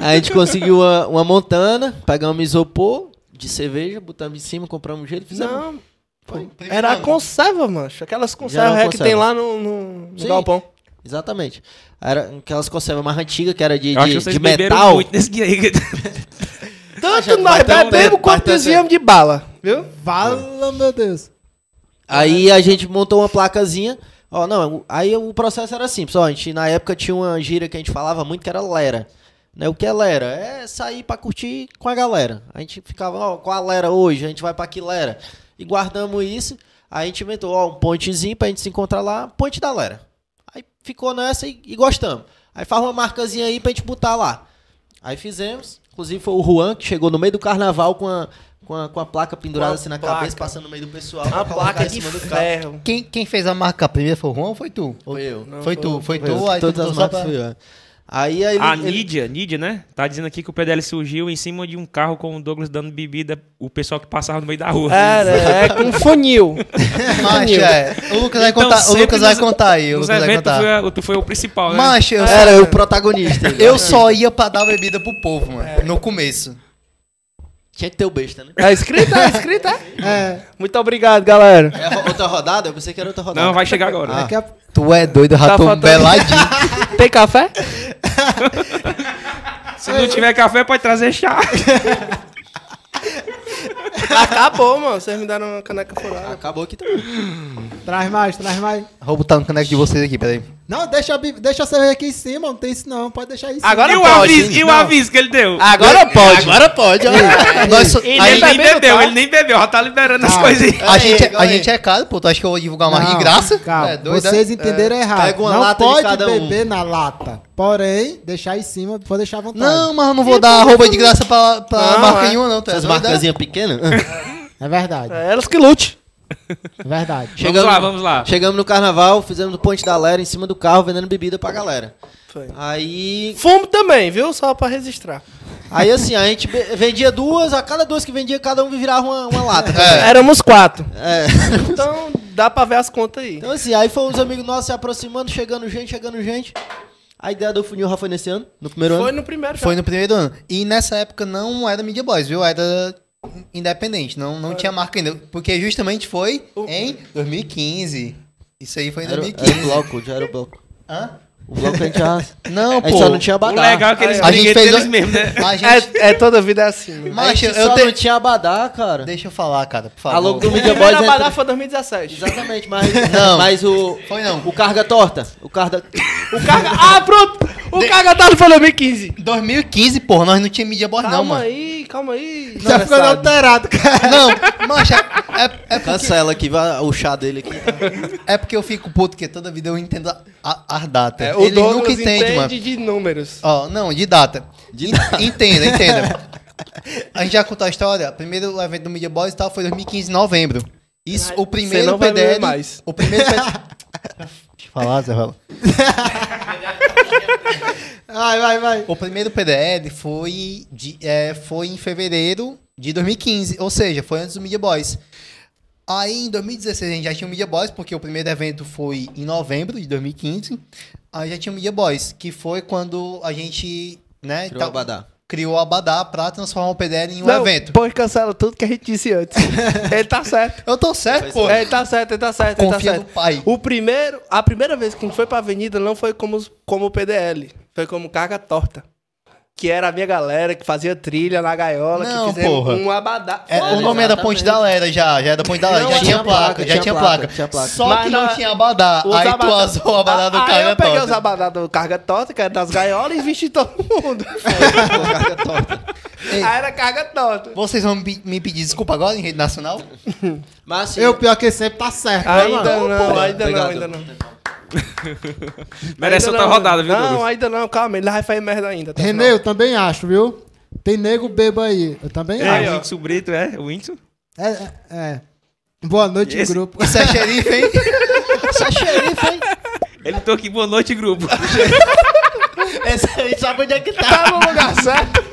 Speaker 5: a gente conseguiu uma, uma montana, pegamos um isopor de cerveja, botamos em cima, compramos um gelo, fizemos.
Speaker 6: Não, Era a conserva, mancho. Aquelas
Speaker 5: Já
Speaker 6: conservas
Speaker 5: era
Speaker 6: é que tem
Speaker 5: conserva.
Speaker 6: lá no, no, no
Speaker 5: Sim.
Speaker 6: galpão.
Speaker 5: Exatamente. Era aquelas conservas mais antigas que era de,
Speaker 2: Eu acho
Speaker 5: de-
Speaker 2: que vocês
Speaker 5: de
Speaker 2: beberam
Speaker 5: metal.
Speaker 2: muito nesse dia aí.
Speaker 6: Tanto nós
Speaker 5: bateu um
Speaker 6: bebemos
Speaker 5: dedo,
Speaker 6: quanto
Speaker 5: bateu
Speaker 6: desviamos de bala, viu?
Speaker 1: Fala, meu Deus.
Speaker 5: Aí a gente montou uma placazinha. Ó, não, aí o processo era simples. Ó, a gente, na época tinha uma gíria que a gente falava muito que era lera. Né? O que é lera? É sair pra curtir com a galera. A gente ficava, ó, qual a lera hoje? A gente vai pra que lera? E guardamos isso. Aí a gente inventou, ó, um pontezinho pra gente se encontrar lá, ponte da lera. Aí ficou nessa e, e gostamos. Aí faz uma marcazinha aí pra gente botar lá. Aí fizemos. Inclusive foi o Juan que chegou no meio do carnaval com a, com a, com a placa pendurada
Speaker 6: Com a
Speaker 5: assim na
Speaker 6: placa.
Speaker 5: cabeça, passando no meio do pessoal.
Speaker 6: Uma
Speaker 5: pra colocar
Speaker 6: placa
Speaker 5: em
Speaker 6: de
Speaker 5: cima do carro.
Speaker 6: ferro.
Speaker 4: Quem, quem fez a marca primeiro foi o Juan ou foi tu?
Speaker 5: Foi eu.
Speaker 6: Não,
Speaker 4: foi
Speaker 6: foi
Speaker 4: tu, foi
Speaker 5: Foi eu.
Speaker 4: tu. Aí tu
Speaker 5: Todas as
Speaker 4: botou só
Speaker 5: marcas
Speaker 4: pra...
Speaker 5: fui eu. Aí, aí
Speaker 2: A
Speaker 5: ele-
Speaker 2: Nídia, Nídia, né? Tá dizendo aqui que o PDL surgiu em cima de um carro com o Douglas dando bebida, o pessoal que passava no meio da rua.
Speaker 6: Era, é com funil.
Speaker 4: Macho, é. O Lucas vai
Speaker 2: Então,
Speaker 4: contar, o
Speaker 2: sempre
Speaker 4: Lucas vai
Speaker 2: nos-
Speaker 4: contar aí. O
Speaker 2: Nos
Speaker 4: Lucas vai
Speaker 2: eventos, tu
Speaker 4: contar.
Speaker 2: foi, a- tu foi o principal, né?
Speaker 4: Macho, eu,
Speaker 5: era eu o protagonista.
Speaker 4: *laughs* eu só ia pra dar bebida pro povo, mano. No começo.
Speaker 5: Tinha que ter o besta, né?
Speaker 6: É escrita, é *laughs* escrita.
Speaker 1: É,
Speaker 6: Muito obrigado, galera.
Speaker 5: É ro- outra rodada? Eu pensei que era outra rodada.
Speaker 2: Não, vai chegar agora. né?
Speaker 5: Ah.
Speaker 1: daqui a-
Speaker 4: Tu é doido, eu já
Speaker 6: Tá
Speaker 4: tô
Speaker 6: faltando-
Speaker 4: beladinho.
Speaker 6: *laughs* Tem café? Ah.
Speaker 2: Se não tiver café, pode trazer chá.
Speaker 6: Acabou, mano. Vocês me deram uma caneca furada.
Speaker 5: Acabou aqui também.
Speaker 1: traz mais, traz mais.
Speaker 4: Vou botar no caneco tá de vocês aqui, peraí.
Speaker 1: Não, deixa, a bi- deixa a cerveja aqui em cima, não tem isso não, pode deixar isso.
Speaker 6: Agora
Speaker 2: e o *laughs*
Speaker 6: pode,
Speaker 2: aviso,
Speaker 6: hein?
Speaker 2: e o
Speaker 6: Não. Ah,
Speaker 2: aviso que ele deu?
Speaker 6: Agora pode.
Speaker 5: Agora pode, olha. Nós so-
Speaker 6: Ele,
Speaker 8: é
Speaker 5: aí-
Speaker 6: nem bebeu,
Speaker 2: ele nem bebeu, já tá liberando as coisinhas.
Speaker 4: A,
Speaker 5: Aí,
Speaker 4: gente, é- a
Speaker 5: aí.
Speaker 4: gente é caro, pô. Tu acha que eu vou divulgar mais de
Speaker 1: Não,
Speaker 4: graça?
Speaker 1: Calma,
Speaker 4: É, doido, é?
Speaker 1: vocês entenderam errado.
Speaker 5: Pega uma
Speaker 1: não
Speaker 5: lata de
Speaker 1: pode
Speaker 5: cada um.
Speaker 1: beber na lata. Porém, deixar em cima, pode deixar à vontade.
Speaker 4: Não, mas eu não vou dar arroba de graça pra, pra
Speaker 6: Não,
Speaker 4: marca
Speaker 6: é.
Speaker 4: nenhuma, não. Tu é
Speaker 5: Essas
Speaker 4: doido, é?
Speaker 5: marcazinhas pequenas.
Speaker 1: É verdade,
Speaker 6: É, elas que lute.
Speaker 1: é verdade.
Speaker 2: Vamos lá, vamos lá.
Speaker 5: Chegamos no carnaval, fizemos no Ponte da Lera, em cima do carro, vendendo bebida pra galera.
Speaker 6: Foi.
Speaker 5: Aí,
Speaker 6: Fumo também, viu? Só pra registrar.
Speaker 5: aí assim, a gente be- vendia duas, a cada duas que vendia, cada um virava uma, uma lata. também.
Speaker 6: Éramos quatro.
Speaker 5: É.
Speaker 6: Então dá pra ver as contas aí.
Speaker 5: Então assim, aí foram os amigos nossos se aproximando, chegando gente, chegando gente. A ideia do funil já foi nesse ano, no primeiro
Speaker 6: Foi
Speaker 5: ano.
Speaker 6: no primeiro já.
Speaker 4: Foi no primeiro ano. E nessa época não era Media Boys, viu? Era independente, não, não tinha marca ainda. Porque justamente foi em 2015. Isso aí foi em
Speaker 5: Era, o-
Speaker 4: 2015.
Speaker 5: era o bloco, já era o bloco.
Speaker 4: Hã?
Speaker 5: O bloco a gente já...
Speaker 4: Não,
Speaker 5: A
Speaker 4: pô.
Speaker 5: gente só não tinha
Speaker 2: O
Speaker 5: abadá.
Speaker 2: legal é que eles
Speaker 4: A gente
Speaker 2: briguem
Speaker 4: fez
Speaker 2: entre eles
Speaker 4: o-
Speaker 2: mesmo, né?
Speaker 5: *laughs*
Speaker 4: A gente...
Speaker 6: É, é, toda vida é assim. né?
Speaker 5: A
Speaker 4: Mas
Speaker 5: gente
Speaker 4: eu,
Speaker 5: só
Speaker 4: eu
Speaker 5: não
Speaker 4: tenho...
Speaker 5: tinha abadá, cara.
Speaker 4: Deixa eu falar, cara, por favor.
Speaker 5: A logo do
Speaker 6: O
Speaker 5: Media
Speaker 6: primeiro
Speaker 5: Boys
Speaker 6: na
Speaker 5: entra...
Speaker 6: balada foi 2017.
Speaker 5: Exatamente, mas,
Speaker 4: Não.
Speaker 5: mas o...
Speaker 4: Foi não.
Speaker 5: O carga torta. O carga...
Speaker 6: O carga... Ah, pronto! O carga tarde foi 2015.
Speaker 4: 2015, porra, nós não tinha Media Boys,
Speaker 6: Calma
Speaker 4: não, mano.
Speaker 6: aí, calma aí.
Speaker 1: Já ficou alterado, cara.
Speaker 4: Não, mancha, é, é, porque,
Speaker 5: Cancela aqui, vai o chá dele aqui.
Speaker 6: *laughs*
Speaker 4: é porque eu fico puto, porque toda vida eu entendo a, a, as datas.
Speaker 6: É, o
Speaker 4: Ele
Speaker 6: Douglas
Speaker 4: nunca entende, mano.
Speaker 6: de números.
Speaker 4: Ó, não, de data. En- Entenda,
Speaker 6: *laughs*
Speaker 4: entenda. A gente já contou a história. O primeiro evento do Media Boys e tal foi 2015, em novembro. Isso,
Speaker 6: Caralho,
Speaker 4: o primeiro
Speaker 6: você não vai beber
Speaker 4: PDL.
Speaker 6: mais.
Speaker 4: O primeiro PDL. Deixa eu falar, Zé Rola.
Speaker 1: Vai, vai, vai.
Speaker 4: O primeiro PDL foi, de, é, foi em fevereiro de 2015, ou seja, foi antes do Media Boys. Aí em 2016 a gente já tinha o Media Boys, porque o primeiro evento foi em novembro de 2015. Aí já tinha o Media Boys, que foi quando a gente né,
Speaker 5: Criou o
Speaker 4: tal-
Speaker 5: abadá. *laughs*
Speaker 4: criou o Abadá pra transformar o PDL em um
Speaker 6: Não,
Speaker 4: evento.
Speaker 6: Pois cancela tudo que a gente disse antes. ele tá certo.
Speaker 4: Eu tô certo, pô.
Speaker 6: Ele tá certo, ele tá certo, ele tá
Speaker 4: É, Confia no
Speaker 6: certo.
Speaker 4: pai.
Speaker 6: O primeiro, a primeira vez que a gente foi pra avenida não foi como, como PDL, foi como carga torta. Que era a minha galera que fazia trilha na gaiola,
Speaker 4: Não,
Speaker 6: que fizemos
Speaker 4: porra.
Speaker 6: um abadá.
Speaker 4: É, o
Speaker 5: Olha,
Speaker 4: nome era
Speaker 5: exatamente.
Speaker 4: Ponte da Lera já, já era Ponte da Lera,
Speaker 6: Não,
Speaker 4: já
Speaker 6: tinha
Speaker 4: tinha placa,
Speaker 5: placa,
Speaker 4: já
Speaker 5: tinha
Speaker 4: tinha
Speaker 5: placa,
Speaker 4: placa.
Speaker 5: tinha placa.
Speaker 4: Só
Speaker 6: Mas
Speaker 4: que não
Speaker 6: na-
Speaker 4: tinha Abadá,
Speaker 6: Os
Speaker 4: aí tu
Speaker 6: abadá-
Speaker 4: azou o Abadá do
Speaker 6: Ah,
Speaker 4: cara é né?
Speaker 6: Aí eu peguei
Speaker 4: torta.
Speaker 6: os abadá do carga torta, que era das gaiolas, e vesti todo mundo.
Speaker 5: É,
Speaker 4: Ei.
Speaker 6: aí era carga torta.
Speaker 4: Vocês vão me me pedir desculpa agora em rede nacional?
Speaker 5: Mas assim,
Speaker 1: Eu, pior que sempre tá certo, né,
Speaker 6: Ainda
Speaker 1: mano?
Speaker 6: não, ainda
Speaker 5: Obrigado.
Speaker 6: não, ainda não.
Speaker 2: Merece
Speaker 6: Ainda
Speaker 2: outra
Speaker 6: não.
Speaker 2: rodada, viu,
Speaker 6: Não,
Speaker 2: Douglas?
Speaker 6: ainda não, calma, ele vai fazer merda ainda. tá?
Speaker 1: Renê, eu também acho, viu? Tem nego bebo aí. Eu também
Speaker 2: Ah,
Speaker 1: acho.
Speaker 2: o Whindersson Brito, é? O Whindersson?
Speaker 1: É, é, é. Boa noite,
Speaker 2: Esse-
Speaker 1: grupo.
Speaker 4: Isso é xerife,
Speaker 6: *laughs*
Speaker 4: hein?
Speaker 5: isso é xerife, hein?
Speaker 2: Ele tô aqui, boa noite, grupo.
Speaker 5: Esse aí sabe onde é que tá.
Speaker 6: Tá no lugar certo.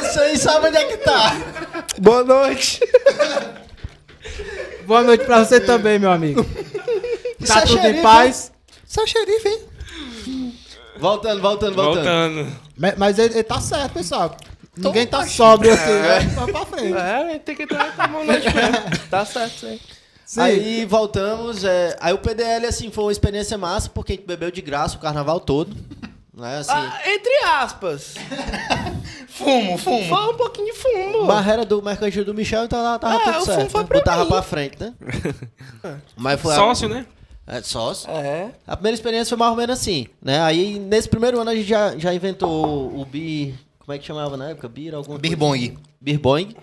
Speaker 5: Esse aí sabe onde é que tá. *laughs*
Speaker 6: Boa noite.
Speaker 1: Boa noite pra você também, meu
Speaker 6: *laughs*
Speaker 1: amigo.
Speaker 5: Isso
Speaker 1: Tá
Speaker 5: é
Speaker 1: tudo
Speaker 5: xerife,
Speaker 1: em paz.
Speaker 4: Isso é xerife, hein?
Speaker 5: Voltando, voltando, voltando.
Speaker 2: Voltando.
Speaker 1: Ma- Mas ele, ele tá certo, pessoal. Ninguém tá sóbrio assim, né? Vai pra frente.
Speaker 6: É, tem que entrar com a mão noite mesmo. Tá certo, sim.
Speaker 1: Sim.
Speaker 5: Aí voltamos. é, aí o PDL, assim, foi uma experiência massa, porque a gente bebeu de graça o carnaval todo. Né, assim.
Speaker 6: Ah, entre
Speaker 5: *laughs*
Speaker 6: aspas.
Speaker 4: Fumo, fumo.
Speaker 6: Foi um pouquinho de fumo.
Speaker 5: Barreira do mercantil do Michel, então lá tava
Speaker 6: Ah, o
Speaker 5: tudo
Speaker 6: fumo
Speaker 5: certo.
Speaker 6: foi
Speaker 5: né?
Speaker 6: pra
Speaker 5: Botava
Speaker 6: mim.
Speaker 5: pra frente, né? Mas foi a-
Speaker 2: Sócio, né?
Speaker 5: É, sócio.
Speaker 6: É.
Speaker 5: A primeira experiência foi mais ou menos assim, né? Aí, nesse primeiro ano, a gente já, já inventou o bi... Como é que chamava na época? Bir, alguma coisa?
Speaker 4: Birbong.
Speaker 5: Birbong,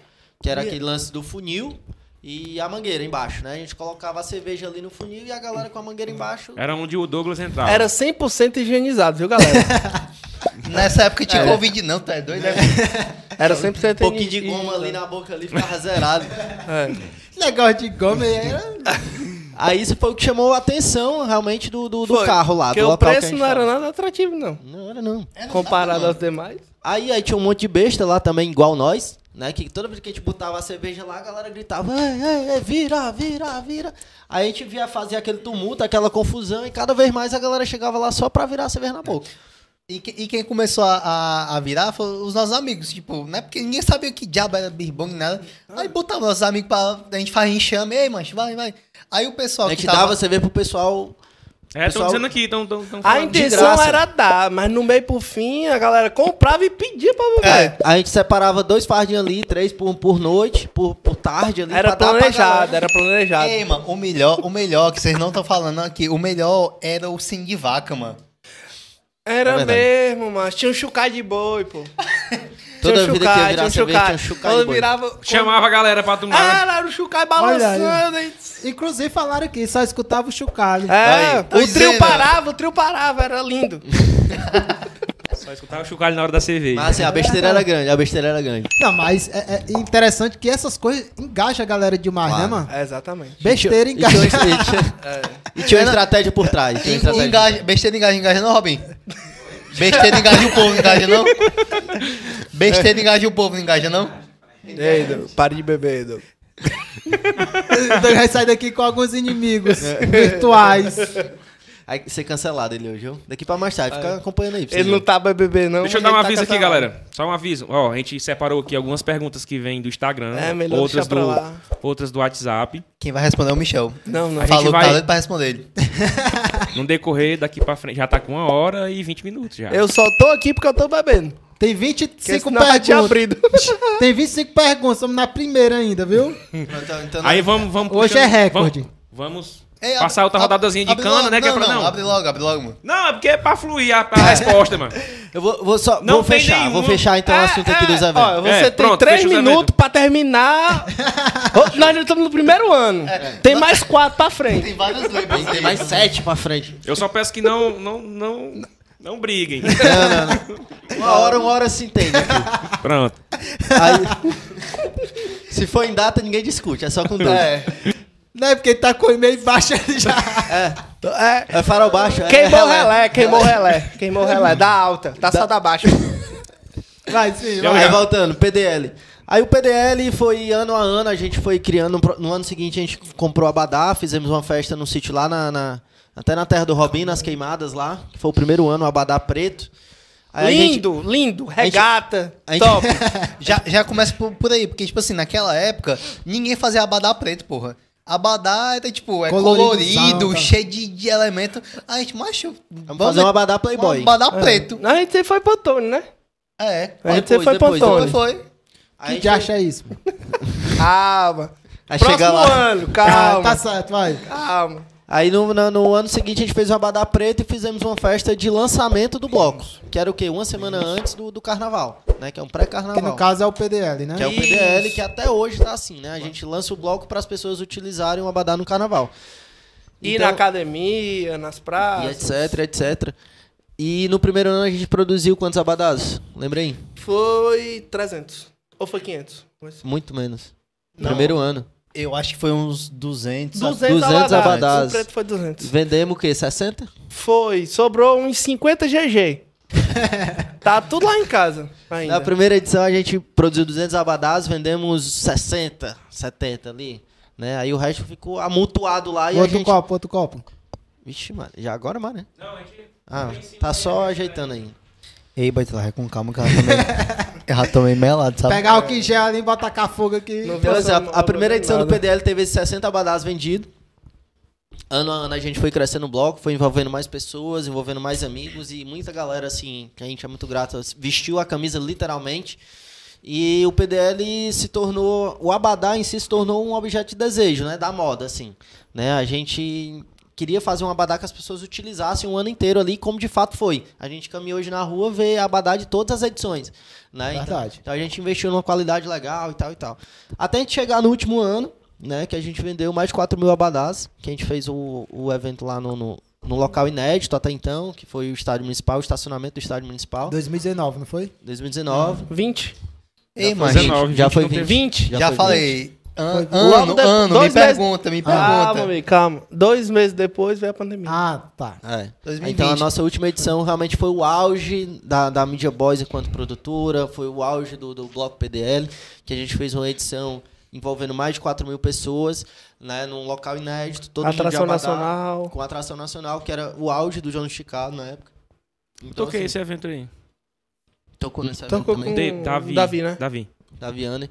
Speaker 5: que era aquele lance do funil e a mangueira embaixo, né? A gente colocava a cerveja ali no funil e a galera com a mangueira embaixo.
Speaker 2: Era onde o Douglas
Speaker 5: Ah.
Speaker 2: entrava. É,
Speaker 6: Era 100% higienizado, viu, galera?
Speaker 5: *laughs*
Speaker 4: Nessa época tinha Covid não, tá doido? né?
Speaker 6: Era 100%
Speaker 5: Um pouquinho de goma ali na boca ali, ficava zerado.
Speaker 6: *laughs* É.
Speaker 1: Esse negócio de goma aí era.
Speaker 5: Aí isso foi o que chamou a atenção realmente do, do, do
Speaker 6: Foi,
Speaker 5: carro lá,
Speaker 6: Porque
Speaker 5: do
Speaker 6: o
Speaker 5: local que a
Speaker 6: preço
Speaker 5: gente
Speaker 6: não era
Speaker 5: tava.
Speaker 6: nada atrativo, não.
Speaker 5: Não era não.
Speaker 6: Comparado aos demais.
Speaker 5: Aí, aí tinha um monte de besta lá também, igual nós, né? Que toda vez que a gente botava a cerveja lá, a galera gritava, ei, ei, ei, vira, vira, vira. Aí a gente via fazer aquele tumulto, aquela confusão, e cada vez mais a galera chegava lá só pra virar a cerveja na boca.
Speaker 4: E, que- e quem começou a, a- a virar foi os nossos amigos, tipo, né? Porque ninguém sabia que diabo era birbong, nada. Aí botava nossos amigos pra. A gente faz enxame, ei, mancho, vai, vai. Aí o pessoal
Speaker 5: a gente
Speaker 4: que tava.
Speaker 5: dava cerveja pro pessoal
Speaker 2: É, estão
Speaker 5: Pessoal-
Speaker 2: dizendo aqui, estão falando.
Speaker 6: A
Speaker 2: aqui.
Speaker 6: intenção
Speaker 5: graça.
Speaker 6: era dar, mas no meio pro fim a galera comprava e pedia pra
Speaker 5: É.
Speaker 6: beber.
Speaker 5: né, A gente separava dois fardinhos ali, três por, por noite, por, por tarde ali.
Speaker 6: Era
Speaker 5: pra dar pra
Speaker 6: planejado,
Speaker 5: galera.
Speaker 6: era planejado.
Speaker 4: Ei, mano, o melhor, o melhor que vocês não estão falando aqui, o melhor era o sim de vaca, mano.
Speaker 6: Era
Speaker 5: É verdade.
Speaker 6: mesmo, mas tinha um chucá de
Speaker 5: *laughs*
Speaker 6: boi, pô.
Speaker 5: Toda
Speaker 6: tinha um
Speaker 5: vida que
Speaker 6: chucá,
Speaker 5: ia virar cerveja, tinha um chucá de
Speaker 6: Quando
Speaker 5: boi.
Speaker 6: virava... quando-
Speaker 2: Chamava a galera pra tomar.
Speaker 6: Ah, era o chucá
Speaker 1: Olha aí.
Speaker 6: balançando. aí.
Speaker 1: Inclusive falaram aqui, só escutava o chocalho.
Speaker 6: É, o
Speaker 4: pois
Speaker 6: trio
Speaker 4: é, né?
Speaker 6: parava, o trio parava,
Speaker 5: *laughs*
Speaker 6: era lindo.
Speaker 2: Só escutava o chocalho na hora da cerveja.
Speaker 5: Mas assim, a besteira era grande, a besteira era grande.
Speaker 1: Não, mas é, é interessante que essas coisas engajam a galera demais,
Speaker 5: Claro.
Speaker 1: né, mano?
Speaker 6: É, exatamente.
Speaker 1: Besteira
Speaker 5: E tinha, uma,
Speaker 1: engaja.
Speaker 5: e tinha- e tinha uma estratégia por trás. Tinha uma estratégia.
Speaker 4: Engaja, besteira engaja, engaja não, Robin? Besteira engaja o povo, não engaja não? Besteira engaja o povo, não engaja não?
Speaker 6: Ei, Edu, pare de beber, Edu.
Speaker 1: Então vai sair daqui com alguns inimigos virtuais.
Speaker 5: Aí ser cancelado ele hoje, viu? Daqui pra mais tarde,
Speaker 2: É.
Speaker 5: fica acompanhando aí. pra você
Speaker 6: Ele não
Speaker 5: ver.
Speaker 6: tá pra beber, não.
Speaker 2: Deixa eu
Speaker 6: mas
Speaker 2: dar um
Speaker 6: ele tá
Speaker 2: aviso aqui,
Speaker 6: cancelado.
Speaker 2: galera. Só um aviso. Ó, a gente separou aqui algumas perguntas que vêm do Instagram,
Speaker 6: É, melhor
Speaker 2: outras
Speaker 6: deixar pra
Speaker 2: do
Speaker 6: lá.
Speaker 2: outras do WhatsApp.
Speaker 4: Quem vai responder é o Michel.
Speaker 6: Não, não.
Speaker 2: gente
Speaker 4: Falou que
Speaker 2: vai- Hum.
Speaker 4: tá doido pra responder ele.
Speaker 2: No decorrer daqui pra frente, já tá com uma hora e 20 minutos já.
Speaker 6: Eu só tô aqui porque eu tô bebendo.
Speaker 1: Tem
Speaker 6: Porque
Speaker 1: 25
Speaker 6: senão eu tinha
Speaker 1: perguntas.
Speaker 6: abrido.
Speaker 5: *laughs*
Speaker 1: Tem 25 perguntas, estamos na primeira ainda, viu?
Speaker 4: Então, então não-
Speaker 2: Aí vamos, vamos
Speaker 1: Hoje
Speaker 2: puxando-
Speaker 1: é recorde.
Speaker 2: Vamos, vamos
Speaker 4: Ei, abre-
Speaker 2: passar outra
Speaker 4: abre-
Speaker 2: rodadazinha de
Speaker 4: abre
Speaker 2: cana,
Speaker 4: logo,
Speaker 2: né? que é
Speaker 4: não,
Speaker 2: pra-
Speaker 4: não,
Speaker 2: não.
Speaker 4: abre logo, abre logo, mano.
Speaker 2: Não, é porque é pra fluir a, a resposta, mano.
Speaker 5: Eu vou, vou só,
Speaker 2: Não
Speaker 5: vou
Speaker 2: tem
Speaker 5: fechar,
Speaker 2: nenhum.
Speaker 5: vou fechar então o assunto aqui dos eventos.
Speaker 6: É, Ó, você
Speaker 2: É,
Speaker 6: tem
Speaker 2: pronto,
Speaker 6: três
Speaker 2: fecha os
Speaker 6: minutos
Speaker 2: eventos.
Speaker 5: *laughs*
Speaker 6: pra terminar. Ô, Nós já estamos no primeiro ano.
Speaker 5: É.
Speaker 6: Tem mais quatro pra frente.
Speaker 4: Tem várias letras.
Speaker 5: Tem mais sete pra frente.
Speaker 2: Eu só peço que não, não, não, não
Speaker 4: *laughs*
Speaker 2: briguem.
Speaker 5: Uma hora, uma hora se entende aqui.
Speaker 2: Pronto.
Speaker 5: Aí- se for em data, ninguém discute, é só com dois. É,
Speaker 1: Não é porque tá com o e-mail baixo
Speaker 4: *laughs*
Speaker 1: ele já.
Speaker 6: É,
Speaker 5: farol baixo. é
Speaker 6: queimou o relé, queimou o relé. Queimou o relé. Dá alta, tá só da baixa.
Speaker 1: Vai sim,
Speaker 2: Eu-
Speaker 1: vai.
Speaker 5: Aí voltando, PDL. Aí o PDL foi ano a ano, a gente foi criando. um pro- No ano seguinte a gente comprou Abadá, fizemos uma festa num sítio lá na, na- Até na terra do Robin, nas queimadas lá, que foi o primeiro ano, o Abadá Preto. Aí a gente-
Speaker 6: lindo, lindo. Regata.
Speaker 5: a gente- *laughs*
Speaker 6: top.
Speaker 4: Já, já começa por, por aí, porque, tipo assim, naquela época, ninguém fazia abadá preto, porra. Abadá era, tipo, é
Speaker 1: Coloridozão,
Speaker 4: colorido,
Speaker 1: tá.
Speaker 4: cheio de, de elemento. A gente, macho, vamos
Speaker 5: fazer um abadá Playboy.
Speaker 4: Um abadá preto.
Speaker 6: É. A gente foi pro Antônio, né?
Speaker 4: É.
Speaker 6: A gente
Speaker 5: Depois,
Speaker 6: foi pro
Speaker 5: depois,
Speaker 4: Foi,
Speaker 6: Antônio.
Speaker 4: foi.
Speaker 5: Aí
Speaker 1: que de acha isso? pô?
Speaker 6: Calma.
Speaker 5: Aí chega
Speaker 6: Próximo
Speaker 5: lá.
Speaker 6: ano,
Speaker 1: Ah, tá
Speaker 5: *laughs*
Speaker 6: calma.
Speaker 1: certo, vai.
Speaker 6: Calma.
Speaker 5: Aí no, na- no ano seguinte a gente fez um abadá preto e fizemos uma festa de lançamento do bloco. Que era o quê? Uma semana antes do, do carnaval, né? Que é um
Speaker 1: Que no
Speaker 5: pré-carnaval.
Speaker 1: caso é o PDL, né?
Speaker 5: Que é o PDL, que até hoje tá assim, né? A gente lança o bloco para as pessoas utilizarem o Abadá no carnaval.
Speaker 6: Ir
Speaker 5: Então-
Speaker 6: na academia, nas
Speaker 5: E
Speaker 6: praças.
Speaker 5: etc, etc. E no primeiro ano a gente produziu quantos Abadás? Lembra aí?
Speaker 6: Foi 300. Ou foi 500? Mas-
Speaker 5: Muito menos. Primeiro ano.
Speaker 4: Eu acho que foi uns 200. a-
Speaker 6: 200,
Speaker 5: 200
Speaker 6: abadás.
Speaker 5: abadás.
Speaker 6: O preto foi 200.
Speaker 5: Vendemos o quê? 60?
Speaker 6: Foi, sobrou uns 50 GG. tá tudo lá em casa ainda.
Speaker 5: Na primeira edição a gente produziu 200 Abadás, vendemos 60, 70 ali. Né? Aí o resto ficou amontoado lá e a
Speaker 1: outro
Speaker 5: gente...
Speaker 1: copo, outro copo.
Speaker 5: Vixe, mano. Já agora, mano, né? Não, a gente... Ah, tá só ajeitando aí.
Speaker 4: Ei, Baitila, vai com calma que ela *laughs* também. ela também melado, sabe?
Speaker 1: Tá. Pegar o que gel ali e botar com a fogo aqui.
Speaker 6: Não
Speaker 5: Então, assim, a,
Speaker 6: Não, não
Speaker 5: a primeira
Speaker 6: valeu
Speaker 5: edição do
Speaker 6: nada.
Speaker 5: PDL teve esses 60 abadás vendidos. Ano a ano a gente foi crescendo o bloco, foi envolvendo mais pessoas, envolvendo mais amigos e muita galera, assim, que a gente é muito grato, vestiu a camisa literalmente. E o PDL se tornou, o abadá em si se tornou um objeto de desejo, né, da moda, assim. Né? A gente queria fazer um abadá que as pessoas utilizassem o ano inteiro ali, como de fato foi. A gente caminha hoje na rua, vê abadá de todas as edições. Né? Então-
Speaker 1: Verdade.
Speaker 5: então a gente investiu numa qualidade legal e tal e tal. Até a gente chegar no último ano, né? Que a gente vendeu mais de 4 mil abadás. Que a gente fez o, o evento lá no, no, no local inédito até então, que foi o estádio municipal, o estacionamento do estádio municipal,
Speaker 1: 2019, não foi?
Speaker 5: 2019.
Speaker 6: 20.
Speaker 4: Ei,
Speaker 5: Já
Speaker 4: mano.
Speaker 5: foi
Speaker 2: 19,
Speaker 5: já
Speaker 2: 20
Speaker 5: foi
Speaker 2: não teve.
Speaker 5: 20.
Speaker 6: 20.
Speaker 5: Já
Speaker 4: Já,
Speaker 5: foi
Speaker 4: falei. An,
Speaker 1: Foi.
Speaker 4: ano,
Speaker 6: Logo de-
Speaker 4: ano, me
Speaker 6: dois meses-
Speaker 4: pergunta, me
Speaker 6: Calma,
Speaker 4: pergunta.
Speaker 6: Ah, amigo, calma. Dois meses depois veio a pandemia.
Speaker 1: Ah, tá.
Speaker 5: É.
Speaker 4: 2020.
Speaker 5: Então a nossa última edição realmente foi o auge da, da Media Boys enquanto produtora, foi o auge do, do Bloco PDL, que a gente fez uma edição envolvendo mais de 4 mil pessoas, né, num local inédito, todo mundo de
Speaker 6: Atração
Speaker 5: Abadá,
Speaker 6: nacional.
Speaker 5: com atração nacional, que era o auge do Jonas Chicago na época. Então,
Speaker 2: Toquei
Speaker 5: assim,
Speaker 2: esse evento aí.
Speaker 5: tocou nessa
Speaker 6: Tocou
Speaker 4: Um
Speaker 5: também.
Speaker 6: Com
Speaker 2: De- um Davi.
Speaker 6: Davi, né?
Speaker 2: Davi.
Speaker 5: da Viana.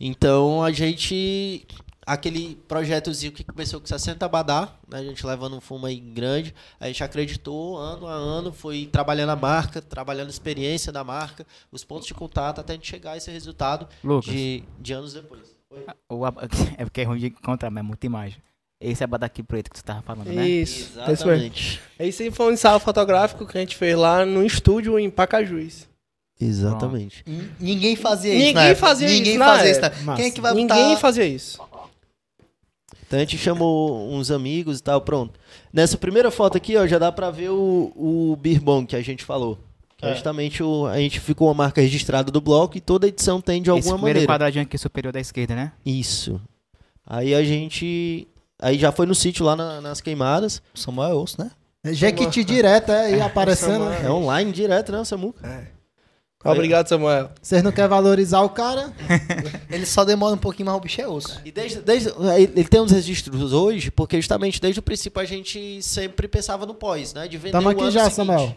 Speaker 5: Então a gente aquele projetozinho que começou com 60 badá, né, a gente levando um fumo aí grande, a gente acreditou ano a ano, foi trabalhando a marca, trabalhando a experiência da marca, os pontos de contato, até a gente chegar a esse resultado
Speaker 3: Lucas.
Speaker 5: de, de anos depois. Oi?
Speaker 3: O ab- *laughs* É porque é ruim de encontrar, mas é muita imagem. Esse é abadaqui preto que você tava falando, né?
Speaker 6: Isso, é isso aí.
Speaker 5: Exatamente.
Speaker 6: Esse foi um ensaio fotográfico que a gente fez lá no estúdio em Pacajus.
Speaker 5: Exatamente.
Speaker 4: N- Ninguém fazia isso,
Speaker 6: Ninguém
Speaker 4: na época.
Speaker 6: fazia isso
Speaker 4: Ninguém
Speaker 6: na
Speaker 4: fazia isso.
Speaker 6: época.
Speaker 4: na- Quem é que vai
Speaker 6: Ninguém
Speaker 4: botar...
Speaker 6: fazia isso.
Speaker 5: Então a gente chamou uns amigos e tal, pronto. Nessa primeira foto aqui, ó, já dá pra ver o, o beer bong que a gente falou. Que é
Speaker 7: É.
Speaker 5: justamente o, a gente ficou uma marca registrada do bloco e toda edição tem de alguma
Speaker 3: Esse primeiro
Speaker 5: maneira.
Speaker 3: quadradinho aqui superior da esquerda, né?
Speaker 5: Isso. Aí a gente. Aí já foi no sítio lá na- nas queimadas.
Speaker 4: Samuel é osso, né?
Speaker 1: Jequiti direto é, aí aparecendo. né?
Speaker 5: É online direto, né, Samuca?
Speaker 6: Obrigado, Samuel.
Speaker 1: Vocês não querem valorizar o cara?
Speaker 4: Ele só demora um pouquinho, mas o bicho é osso.
Speaker 5: E desde, desde, ele ele tem uns registros hoje, porque justamente desde o princípio a gente sempre pensava no pós, né? De vender
Speaker 1: Tamo
Speaker 5: o
Speaker 1: aqui
Speaker 5: ano
Speaker 1: já,
Speaker 5: seguinte.
Speaker 1: Samuel.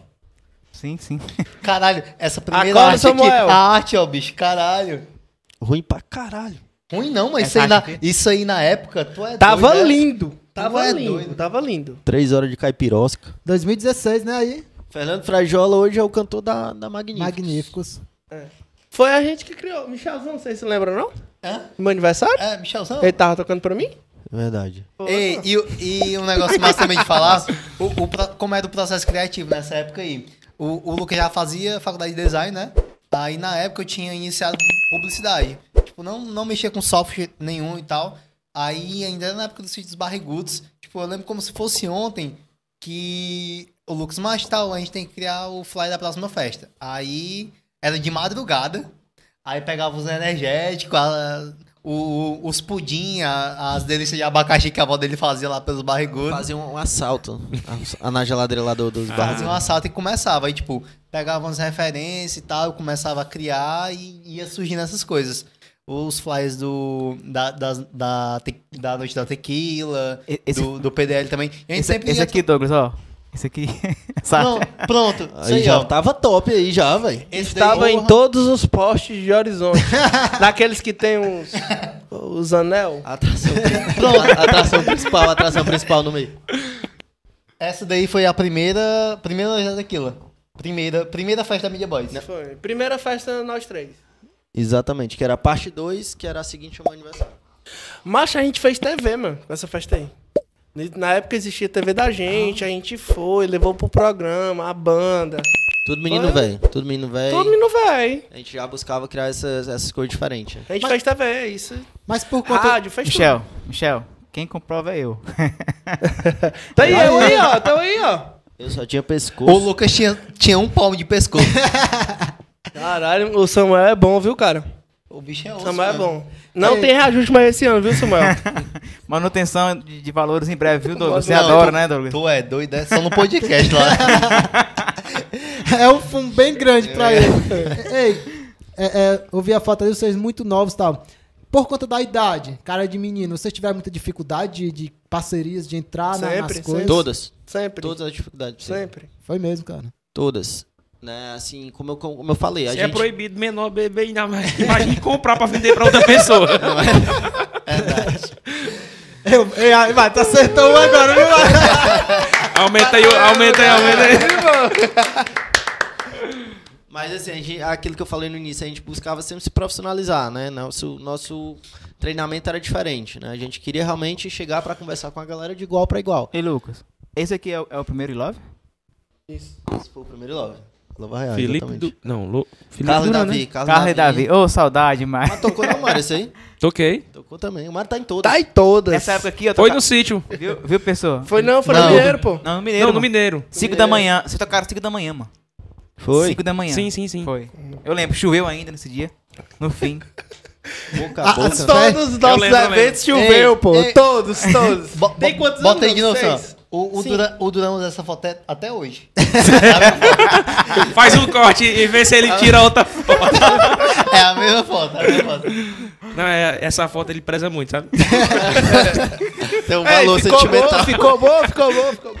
Speaker 3: Sim, sim.
Speaker 4: Caralho, essa primeira
Speaker 6: Acorda,
Speaker 4: arte
Speaker 6: Samuel.
Speaker 4: aqui. A arte, ó, bicho, caralho.
Speaker 5: Ruim pra caralho.
Speaker 4: Ruim não, mas
Speaker 3: Essa
Speaker 4: isso aí, na,
Speaker 3: arte aqui?
Speaker 4: isso aí na época, tu é
Speaker 6: Tava
Speaker 4: doido, né?
Speaker 6: lindo. Tava
Speaker 4: é
Speaker 6: lindo.
Speaker 4: doido.
Speaker 6: Tava lindo.
Speaker 5: Três horas de caipirosca.
Speaker 1: 2016, né? Aí,
Speaker 5: Fernando Frajola hoje é o cantor da, da Magnífica.
Speaker 1: magníficos.
Speaker 6: Foi a gente que criou. Michelzão, vocês se lembram, não?
Speaker 4: Hã?
Speaker 6: No meu aniversário?
Speaker 4: É, Michelzão?
Speaker 6: Ele tava tocando pra mim?
Speaker 5: É Verdade.
Speaker 4: Ei, e, o- e um negócio massa também de falar, o, o pro- como era o processo criativo nessa época aí. O, o Lucas já fazia faculdade de design, né? Aí na época eu tinha iniciado publicidade. Tipo, não, não mexia com software nenhum e tal. Aí ainda era na época dos vídeos barrigudos. Tipo, eu lembro como se fosse ontem que o Lucas mais tal, a gente tem que criar o flyer da próxima festa. Aí era de madrugada. Aí pegava os energéticos, a- o- os pudim, a- as delícias de abacaxi que a avó dele fazia lá pelos barrigudos.
Speaker 5: Fazer um, um assalto a- na geladeira lá do, dos barras.
Speaker 4: Fazia um assalto e começava. Aí, tipo, pegava umas referências e tal, eu começava a criar e ia surgindo essas coisas. Os flyers do, da, das- da, te- da Noite da Tequila,
Speaker 3: E- Esse,
Speaker 4: do, do PDL também. E a gente
Speaker 3: esse,
Speaker 4: sempre
Speaker 3: esse
Speaker 4: ia-
Speaker 3: aqui, Douglas, ó. Esse aqui. *laughs* Essa
Speaker 4: Não,
Speaker 3: *laughs*
Speaker 4: pronto. isso
Speaker 5: Aí
Speaker 4: aí,
Speaker 5: já
Speaker 4: ó.
Speaker 5: tava top aí já, velho.
Speaker 4: Esse daí,
Speaker 6: Estava em
Speaker 4: porra.
Speaker 6: todos os postes de horizonte. Daqueles que tem uns. Os anel.
Speaker 5: *laughs* Atração, pri- atração principal, atração principal no meio.
Speaker 4: Essa daí foi a primeira. Primeira Noite da Tequila. Primeira, primeira festa da Media Boys.
Speaker 6: Foi. Primeira festa nós três.
Speaker 5: Exatamente, que era a parte 2, que era a seguinte ao meu aniversário.
Speaker 6: Macho, a gente fez TV, mano, com essa festa aí. Na época existia TV da gente, a gente foi, levou pro programa, a banda.
Speaker 5: Tudo menino
Speaker 6: Foi?
Speaker 5: velho, tudo menino
Speaker 6: Todo
Speaker 5: velho.
Speaker 6: mundo vai.
Speaker 5: A gente já buscava criar essas, essas coisas diferentes. né?
Speaker 6: A gente fez TV, isso.
Speaker 1: Mas por conta.
Speaker 6: Rádio, fez
Speaker 3: Michel, Michel, quem comprova é eu. *laughs*
Speaker 6: tudo. Tá aí, eu aí, ó. Tá aí, ó.
Speaker 5: Eu só tinha pescoço.
Speaker 4: O Lucas tinha, tinha um palmo de pescoço.
Speaker 6: Caralho, o Samuel é bom, viu, cara?
Speaker 4: o bicho é
Speaker 6: O
Speaker 4: osso.
Speaker 6: Samuel é
Speaker 4: né?
Speaker 6: bom. Não tem reajuste mais esse ano, viu, Samuel?
Speaker 3: Manutenção de, de valores em breve, viu, Douglas? Você
Speaker 4: Não,
Speaker 3: adora,
Speaker 4: tu-
Speaker 3: né, Douglas?
Speaker 4: Tu é doido, é só no podcast lá.
Speaker 1: *laughs* É um fumo bem grande pra ele. Ei, é, é, eu vi a foto ali, vocês muito novos e tal. Por conta da idade, cara de menino, vocês tiveram muita dificuldade de, de parcerias, de entrar na-
Speaker 6: Sempre,
Speaker 1: nas coisas?
Speaker 5: Todas.
Speaker 6: Sempre.
Speaker 5: Todas as dificuldades. sim.
Speaker 6: Sempre.
Speaker 1: Foi mesmo, cara.
Speaker 5: Todas. Né, assim, como eu, como eu falei, a
Speaker 2: Se é
Speaker 5: gente.
Speaker 2: proibido menor beber, ainda mais. Imagine comprar pra vender pra outra pessoa.
Speaker 1: Eu, ei, ai, vai, tá acertando um agora, viu?
Speaker 2: *laughs* aumenta aí, aumenta aí, aumenta aí.
Speaker 5: Mas assim, a gente- aquilo que eu falei no início, a gente buscava sempre se profissionalizar, né? Nosso, nosso treinamento era diferente, né? A gente queria realmente chegar pra conversar com a galera de igual pra igual.
Speaker 3: E Lucas, esse aqui é, o- é o primeiro Love?
Speaker 5: Esse foi o primeiro Love. Love Real,
Speaker 2: Felipe
Speaker 5: exatamente.
Speaker 2: do... Não, Lu... Felipe
Speaker 5: Carlos
Speaker 2: Duran,
Speaker 5: Davi,
Speaker 2: né?
Speaker 5: Carlos,
Speaker 3: Carlos e Davi. Ô, saudade, mas.
Speaker 5: Mas tocou na Mário, esse aí?
Speaker 2: Toquei.
Speaker 5: Tocou também. O Mário tá em todas.
Speaker 6: Tá em todas.
Speaker 3: Essa época aqui, eu
Speaker 2: Foi
Speaker 3: tocava.
Speaker 2: no sítio.
Speaker 3: Viu, viu, pessoa?
Speaker 6: Foi não, foi no
Speaker 4: Não.
Speaker 6: Mineiro, pô.
Speaker 3: Não, no Mineiro.
Speaker 2: Não, no
Speaker 3: mano.
Speaker 2: Mineiro.
Speaker 3: Cinco da manhã. Vocês tocaram 5 da manhã, mano.
Speaker 5: Foi.
Speaker 3: 5 da manhã.
Speaker 2: Sim, sim, sim.
Speaker 3: Foi. Eu lembro, choveu ainda nesse dia. No fim.
Speaker 5: Boca a
Speaker 1: Ah,
Speaker 5: boca.
Speaker 1: as festas-
Speaker 6: Todos os nossos
Speaker 2: lembro, eu
Speaker 6: eventos
Speaker 4: lembro.
Speaker 6: choveu,
Speaker 4: Ei,
Speaker 6: pô.
Speaker 4: ei.
Speaker 6: Todos, todos.
Speaker 4: Bo- bo-
Speaker 6: Tem quantos
Speaker 4: Bota
Speaker 6: anos?
Speaker 4: aí de noção.
Speaker 6: Seis.
Speaker 4: O, o,
Speaker 6: Sim.
Speaker 4: Duran, o Duran usa essa foto até- até hoje.
Speaker 2: Faz um corte e vê se ele tira outra foto.
Speaker 4: É a mesma foto, é a mesma foto.
Speaker 2: Não, é, essa foto ele preza muito, sabe?
Speaker 5: Tem um
Speaker 6: Ei,
Speaker 5: valor
Speaker 6: ficou
Speaker 5: sentimental.
Speaker 6: Bom, ficou bom, ficou bom, ficou bom.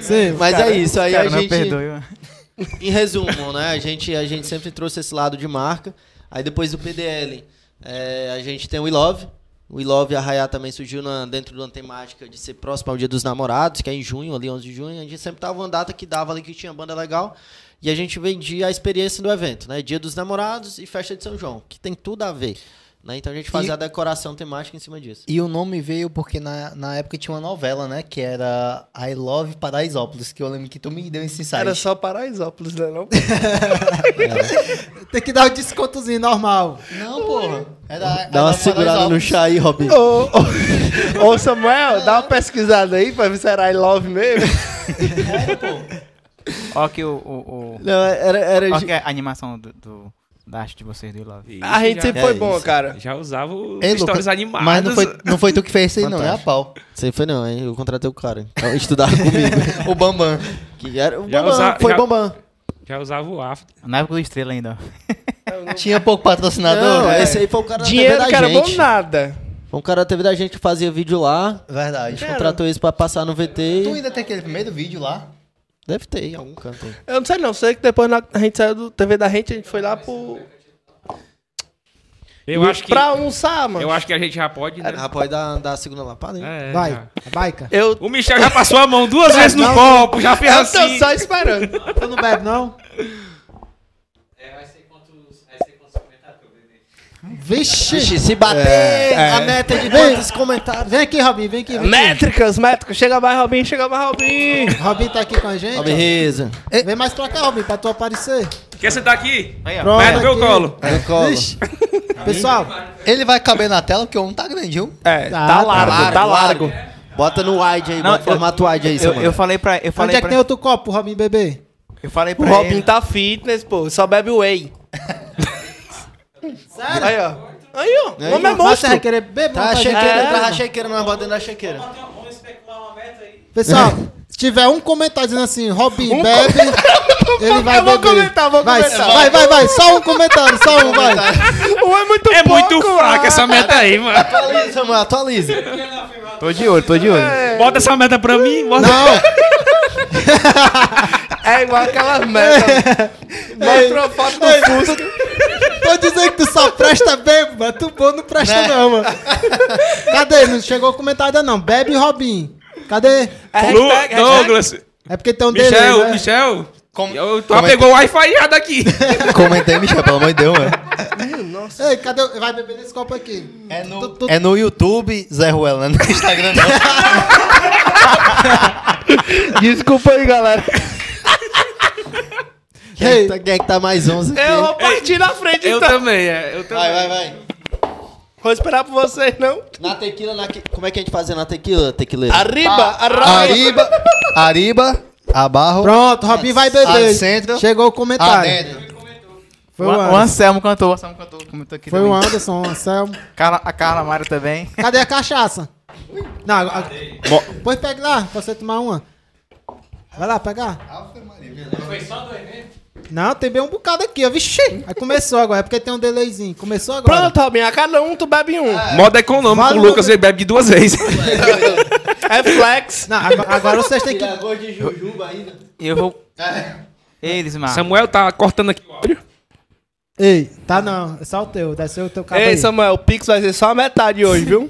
Speaker 1: Sim.
Speaker 5: Mas é isso, aí
Speaker 3: Cara,
Speaker 5: a
Speaker 3: não
Speaker 5: gente,
Speaker 3: perdoe, mano.
Speaker 5: em resumo, né, a gente, a gente sempre trouxe esse lado de marca, aí depois do PDL, é, a gente tem o We Love, O I Love Arraiá também surgiu na- dentro de uma temática de ser próximo ao Dia dos Namorados, que é em junho, ali 11 de junho. A gente sempre tava uma data que dava ali que tinha banda legal. E a gente vendia a experiência do evento, né? Dia dos Namorados e Festa de São João, que tem tudo a ver. Né? Então a gente fazia a decoração temática em cima disso.
Speaker 4: E o nome veio porque na, na época tinha uma novela, né? Que era I Love Paraisópolis, que eu lembro que tu me deu esse insight.
Speaker 6: Era só Paraisópolis, né? Não?
Speaker 1: Tem que dar o descontozinho normal.
Speaker 4: Não, porra. Era I
Speaker 5: Dá uma
Speaker 4: Love
Speaker 5: segurada no
Speaker 4: Paraisópolis.
Speaker 5: chá aí, Robin.
Speaker 6: ô, ô, ô, Samuel, dá uma pesquisada aí pra ver se era I Love mesmo.
Speaker 3: Ó que o... o, o-
Speaker 5: Não, era, era
Speaker 6: Ah,
Speaker 3: ó que a animação do, do- da arte de vocês do I Love.
Speaker 6: A gente sempre
Speaker 5: É
Speaker 6: foi bom,
Speaker 5: isso.
Speaker 6: cara.
Speaker 2: Já usava os
Speaker 4: Ei, Lucas,
Speaker 2: stories animados.
Speaker 4: Mas não foi, não foi tu que fez isso aí, não, é a
Speaker 5: Fantástico.
Speaker 4: pau.
Speaker 5: Você foi não, hein? Eu contratei o cara. Então, estudava *laughs* comigo.
Speaker 4: O Bambam.
Speaker 5: Que era o
Speaker 2: Já
Speaker 5: Bambam,
Speaker 2: usa-
Speaker 5: foi
Speaker 2: já-
Speaker 5: Bambam.
Speaker 2: Já usava o after.
Speaker 3: Na época do Estrela ainda.
Speaker 4: Tinha pouco patrocinador.
Speaker 5: Não,
Speaker 4: né?
Speaker 5: esse aí foi o cara da
Speaker 6: é Dinheiro,
Speaker 5: TV da
Speaker 6: cara, bom
Speaker 5: gente.
Speaker 6: nada.
Speaker 5: Foi um cara da TV da gente que fazia vídeo lá.
Speaker 4: Verdade.
Speaker 5: Contratou isso pra passar no VT.
Speaker 4: Tu ainda tem aquele primeiro vídeo lá?
Speaker 5: Deve ter em algum canto. aí.
Speaker 6: Eu não sei não, sei que depois na- a gente saiu do TV da gente, a gente foi lá pro...
Speaker 2: Eu acho que
Speaker 6: Pra almoçar, mano.
Speaker 2: eu acho que a gente já pode, né?
Speaker 5: Rapaz, dá, dá a segunda lapada, hein?
Speaker 2: É,
Speaker 1: Vai,
Speaker 2: já.
Speaker 1: baica.
Speaker 6: Eu
Speaker 2: O Michel já passou a mão duas vezes no copo, já fez
Speaker 6: Eu
Speaker 2: assim.
Speaker 6: tô só esperando.
Speaker 1: Tu não bebe, não? Vixe!
Speaker 5: Vixe, se bater
Speaker 1: É,
Speaker 5: a meta é de quantos comentários.
Speaker 1: Vem aqui, Robin, vem aqui. Vem aqui.
Speaker 6: métricas, métricas. Chega mais, Robin, chega mais, Robin.
Speaker 1: Robin tá aqui com a gente.
Speaker 5: Ó, beleza.
Speaker 1: ó. Vem mais pra cá, Robin, pra tu aparecer.
Speaker 2: Quer sentar aqui?
Speaker 3: Aí, ó.
Speaker 1: Pronto,
Speaker 2: Vai no meu
Speaker 1: Tá aqui.
Speaker 2: colo.
Speaker 5: Eu colo.
Speaker 1: Vixe. Pessoal,
Speaker 4: Ele vai caber na tela, porque o um tá grande, viu?
Speaker 6: É,
Speaker 1: Tá,
Speaker 6: tá,
Speaker 1: tá
Speaker 6: largo,
Speaker 5: Largo,
Speaker 6: tá largo.
Speaker 5: largo. Bota no wide aí,
Speaker 3: Não,
Speaker 5: bota
Speaker 3: eu-
Speaker 5: formato wide aí, seu
Speaker 3: Eu,
Speaker 5: mano.
Speaker 3: eu falei pra... Eu falei
Speaker 1: onde é que
Speaker 3: pra,
Speaker 1: tem outro copo, pro Robin bebê?
Speaker 3: Eu falei
Speaker 6: O
Speaker 3: pra
Speaker 6: Robin
Speaker 3: ele-
Speaker 6: tá fitness, pô. Só bebe whey. Sério? Aí, ó. Aí, ó. O homem é
Speaker 1: Mas você vai
Speaker 6: monstro.
Speaker 1: querer beber?
Speaker 5: Tá, a
Speaker 1: vontade de
Speaker 5: chequeira,
Speaker 1: beber?
Speaker 5: é, tá a chequeira, nós bota dentro da chequeira.
Speaker 1: Pessoal, se tiver um comentário dizendo assim, Robin, bebe, ele vai
Speaker 6: Eu vou
Speaker 1: beber.
Speaker 6: comentar, vou
Speaker 1: vai,
Speaker 6: comentar.
Speaker 1: Vai, vai, vai, só um comentário, só um, vai.
Speaker 5: tá.
Speaker 6: O é muito
Speaker 2: É
Speaker 6: pouco,
Speaker 2: muito fraca essa meta aí, mano.
Speaker 5: Atualiza, mano, atualiza.
Speaker 3: Tô de olho, tô de olho.
Speaker 8: É.
Speaker 2: Bota essa meta pra mim. Bota...
Speaker 1: Não,
Speaker 6: É igual aquela meta. Mostra uma foto do Fusca.
Speaker 1: tô dizendo que tu só presta bebo, mas tu bom não presta não, mano. Cadê? Não chegou o comentário ainda não. Bebe, Robin. Cadê?
Speaker 6: É
Speaker 2: Lu,
Speaker 6: hashtag, hashtag.
Speaker 2: Douglas,
Speaker 1: É porque tem um delay,
Speaker 2: Michel,
Speaker 1: né?
Speaker 2: Michel.
Speaker 4: Com-
Speaker 2: Eu, tu já
Speaker 5: é
Speaker 4: comenta-
Speaker 2: pegou o Wi-Fi já daqui.
Speaker 4: Comenta aí, Michel, pelo amor de Deus, mano.
Speaker 1: Ei, cadê? o- Vai beber nesse copo aqui.
Speaker 4: É no,
Speaker 1: Tu- tu-
Speaker 4: é no YouTube, Zé Ruela, não é no Instagram, *laughs* não.
Speaker 6: Desculpa aí, galera.
Speaker 5: Quem, é que tá, quem é que tá mais 11 aqui?
Speaker 6: Eu vou partir na frente,
Speaker 2: Eu
Speaker 6: então.
Speaker 2: também, é. Eu também.
Speaker 5: Vai, vai, vai.
Speaker 6: Vou esperar por vocês, não.
Speaker 5: Na tequila, na que- como é que a gente fazia na tequila, tequileiro?
Speaker 4: Ah,
Speaker 6: Arriba, arriba.
Speaker 4: Ariba, Ariba, Abarro,
Speaker 1: Pronto, Robin vai beber.
Speaker 4: Adentro.
Speaker 1: Chegou o
Speaker 5: Ah,
Speaker 1: comentário.
Speaker 4: Adentro.
Speaker 1: Foi
Speaker 3: o,
Speaker 1: o
Speaker 3: An- o
Speaker 1: Anderson.
Speaker 3: Anselmo cantou. O Anselmo cantou. Comentou aqui
Speaker 1: Foi
Speaker 3: também.
Speaker 1: o Anderson, o Anselmo.
Speaker 3: Carla, a Carla Mário também.
Speaker 1: Cadê a cachaça? Não, a... Bo- pois pega lá, pra você tomar uma. Vai lá, pegar. Não, tem bem um bocado aqui, ó. Vixi! Aí começou agora, é porque tem um delayzinho. Começou agora.
Speaker 6: Pronto, Robin, a cada um tu bebe um.
Speaker 2: Modo econômico,
Speaker 1: Vale
Speaker 2: o Lucas
Speaker 1: no-
Speaker 2: ele bebe de duas vezes.
Speaker 6: É flex.
Speaker 1: Não, agora, agora vocês têm que.
Speaker 5: É, de jujuba ainda.
Speaker 3: E
Speaker 1: *laughs*
Speaker 3: eu vou. Eles, mano.
Speaker 2: Samuel tá cortando aqui.
Speaker 1: Ei, tá não, é só o teu, deve ser o teu cabelo.
Speaker 6: Ei,
Speaker 2: um
Speaker 6: Samuel, o Pix vai ser só a metade hoje, viu?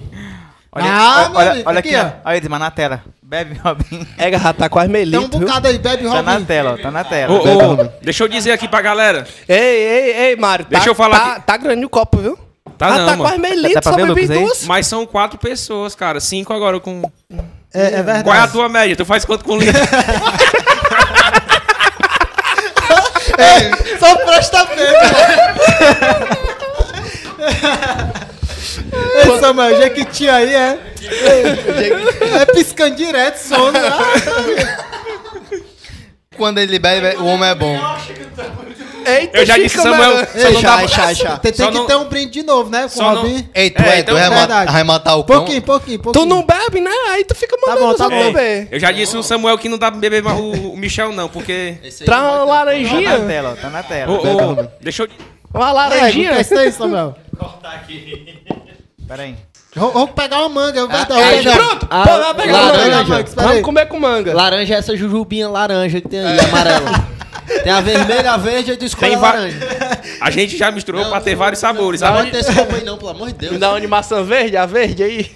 Speaker 3: Olha,
Speaker 1: Ah,
Speaker 3: olha,
Speaker 1: meu
Speaker 3: olha,
Speaker 1: amigo,
Speaker 3: olha
Speaker 1: aqui,
Speaker 3: aqui, ó. Olha eles, mano, na tela. Bebe, Robin.
Speaker 6: É, já tá quase
Speaker 1: Tem um
Speaker 6: melito, viu?
Speaker 1: bocado aí, bebe
Speaker 3: Tá na
Speaker 1: Robin.
Speaker 3: tela, ó. Tá na
Speaker 2: Ô,
Speaker 3: tela.
Speaker 2: ô, deixa eu dizer aqui pra galera.
Speaker 6: Ei, ei, ei, Mário. tá-
Speaker 2: Deixa eu falar
Speaker 6: Tá,
Speaker 2: aqui.
Speaker 6: tá grande o copo, viu?
Speaker 2: Tá
Speaker 6: ah,
Speaker 2: não,
Speaker 6: tá
Speaker 2: mano.
Speaker 6: quase melito,
Speaker 3: Dá pra
Speaker 6: só
Speaker 3: ver,
Speaker 6: bebi
Speaker 3: Lucas, aí?
Speaker 6: duas.
Speaker 2: Mas são quatro pessoas, cara. Cinco agora com.
Speaker 1: É, é verdade.
Speaker 2: Qual é a tua média? Tu faz quanto com o litro?
Speaker 1: Só presta bebo. Ei, Samuel, Jequiti aí é. É piscando direto, sono. né?
Speaker 4: Quando ele bebe, o homem é bom.
Speaker 6: Eita,
Speaker 2: Eu já
Speaker 6: Chico,
Speaker 2: disse, Samuel.
Speaker 6: mano.
Speaker 1: Ei,
Speaker 5: não dá-
Speaker 1: Tem, tem
Speaker 2: Só
Speaker 1: que
Speaker 2: não-
Speaker 1: ter um brinde de novo, né? Com o
Speaker 2: Só não-
Speaker 1: Robin.
Speaker 4: Ei, tu é,
Speaker 2: então,
Speaker 4: tu vai ma-
Speaker 1: verdade.
Speaker 4: vai matar o cão.
Speaker 1: Pouquinho, pouquinho, pouquinho.
Speaker 6: Tu não bebe, né? Aí tu fica mandando
Speaker 1: bom, tá
Speaker 6: os
Speaker 1: bom.
Speaker 6: outros
Speaker 1: Ei,
Speaker 6: beber.
Speaker 2: Eu já disse o Samuel que não dá pra beber mais o, o Michel, não, porque.
Speaker 5: Esse aí
Speaker 6: Traz uma
Speaker 3: Tá na
Speaker 5: né?
Speaker 6: laranjinha.
Speaker 3: tela, ó. Tá na
Speaker 2: Ô,
Speaker 3: tela.
Speaker 2: ô, deixa eu.
Speaker 6: Uma
Speaker 1: É, que
Speaker 6: laranjinha.
Speaker 1: é isso aí, Samuel?
Speaker 3: Pera aí.
Speaker 1: Vou, vou pegar uma manga, eu vou dar
Speaker 5: é,
Speaker 1: uma
Speaker 5: já-
Speaker 1: manga.
Speaker 6: Pronto, pô, vai pegar
Speaker 5: laranja.
Speaker 6: laranja.
Speaker 1: Ah, Laranja, espera aí.
Speaker 6: Vamos comer com manga.
Speaker 5: Laranja é *laughs* essa jujubinha laranja que tem aí, amarela. Tem a É. vermelha, a verde e tu escolhe
Speaker 2: Tem
Speaker 5: a
Speaker 2: va- Tá
Speaker 5: laranja.
Speaker 2: A gente já misturou pra ter vários sabores.
Speaker 5: Não
Speaker 2: A
Speaker 5: pode
Speaker 2: gente-
Speaker 5: ter esse copo aí, não, pelo amor de Deus.
Speaker 6: Me dá uma de maçã verde, a verde aí.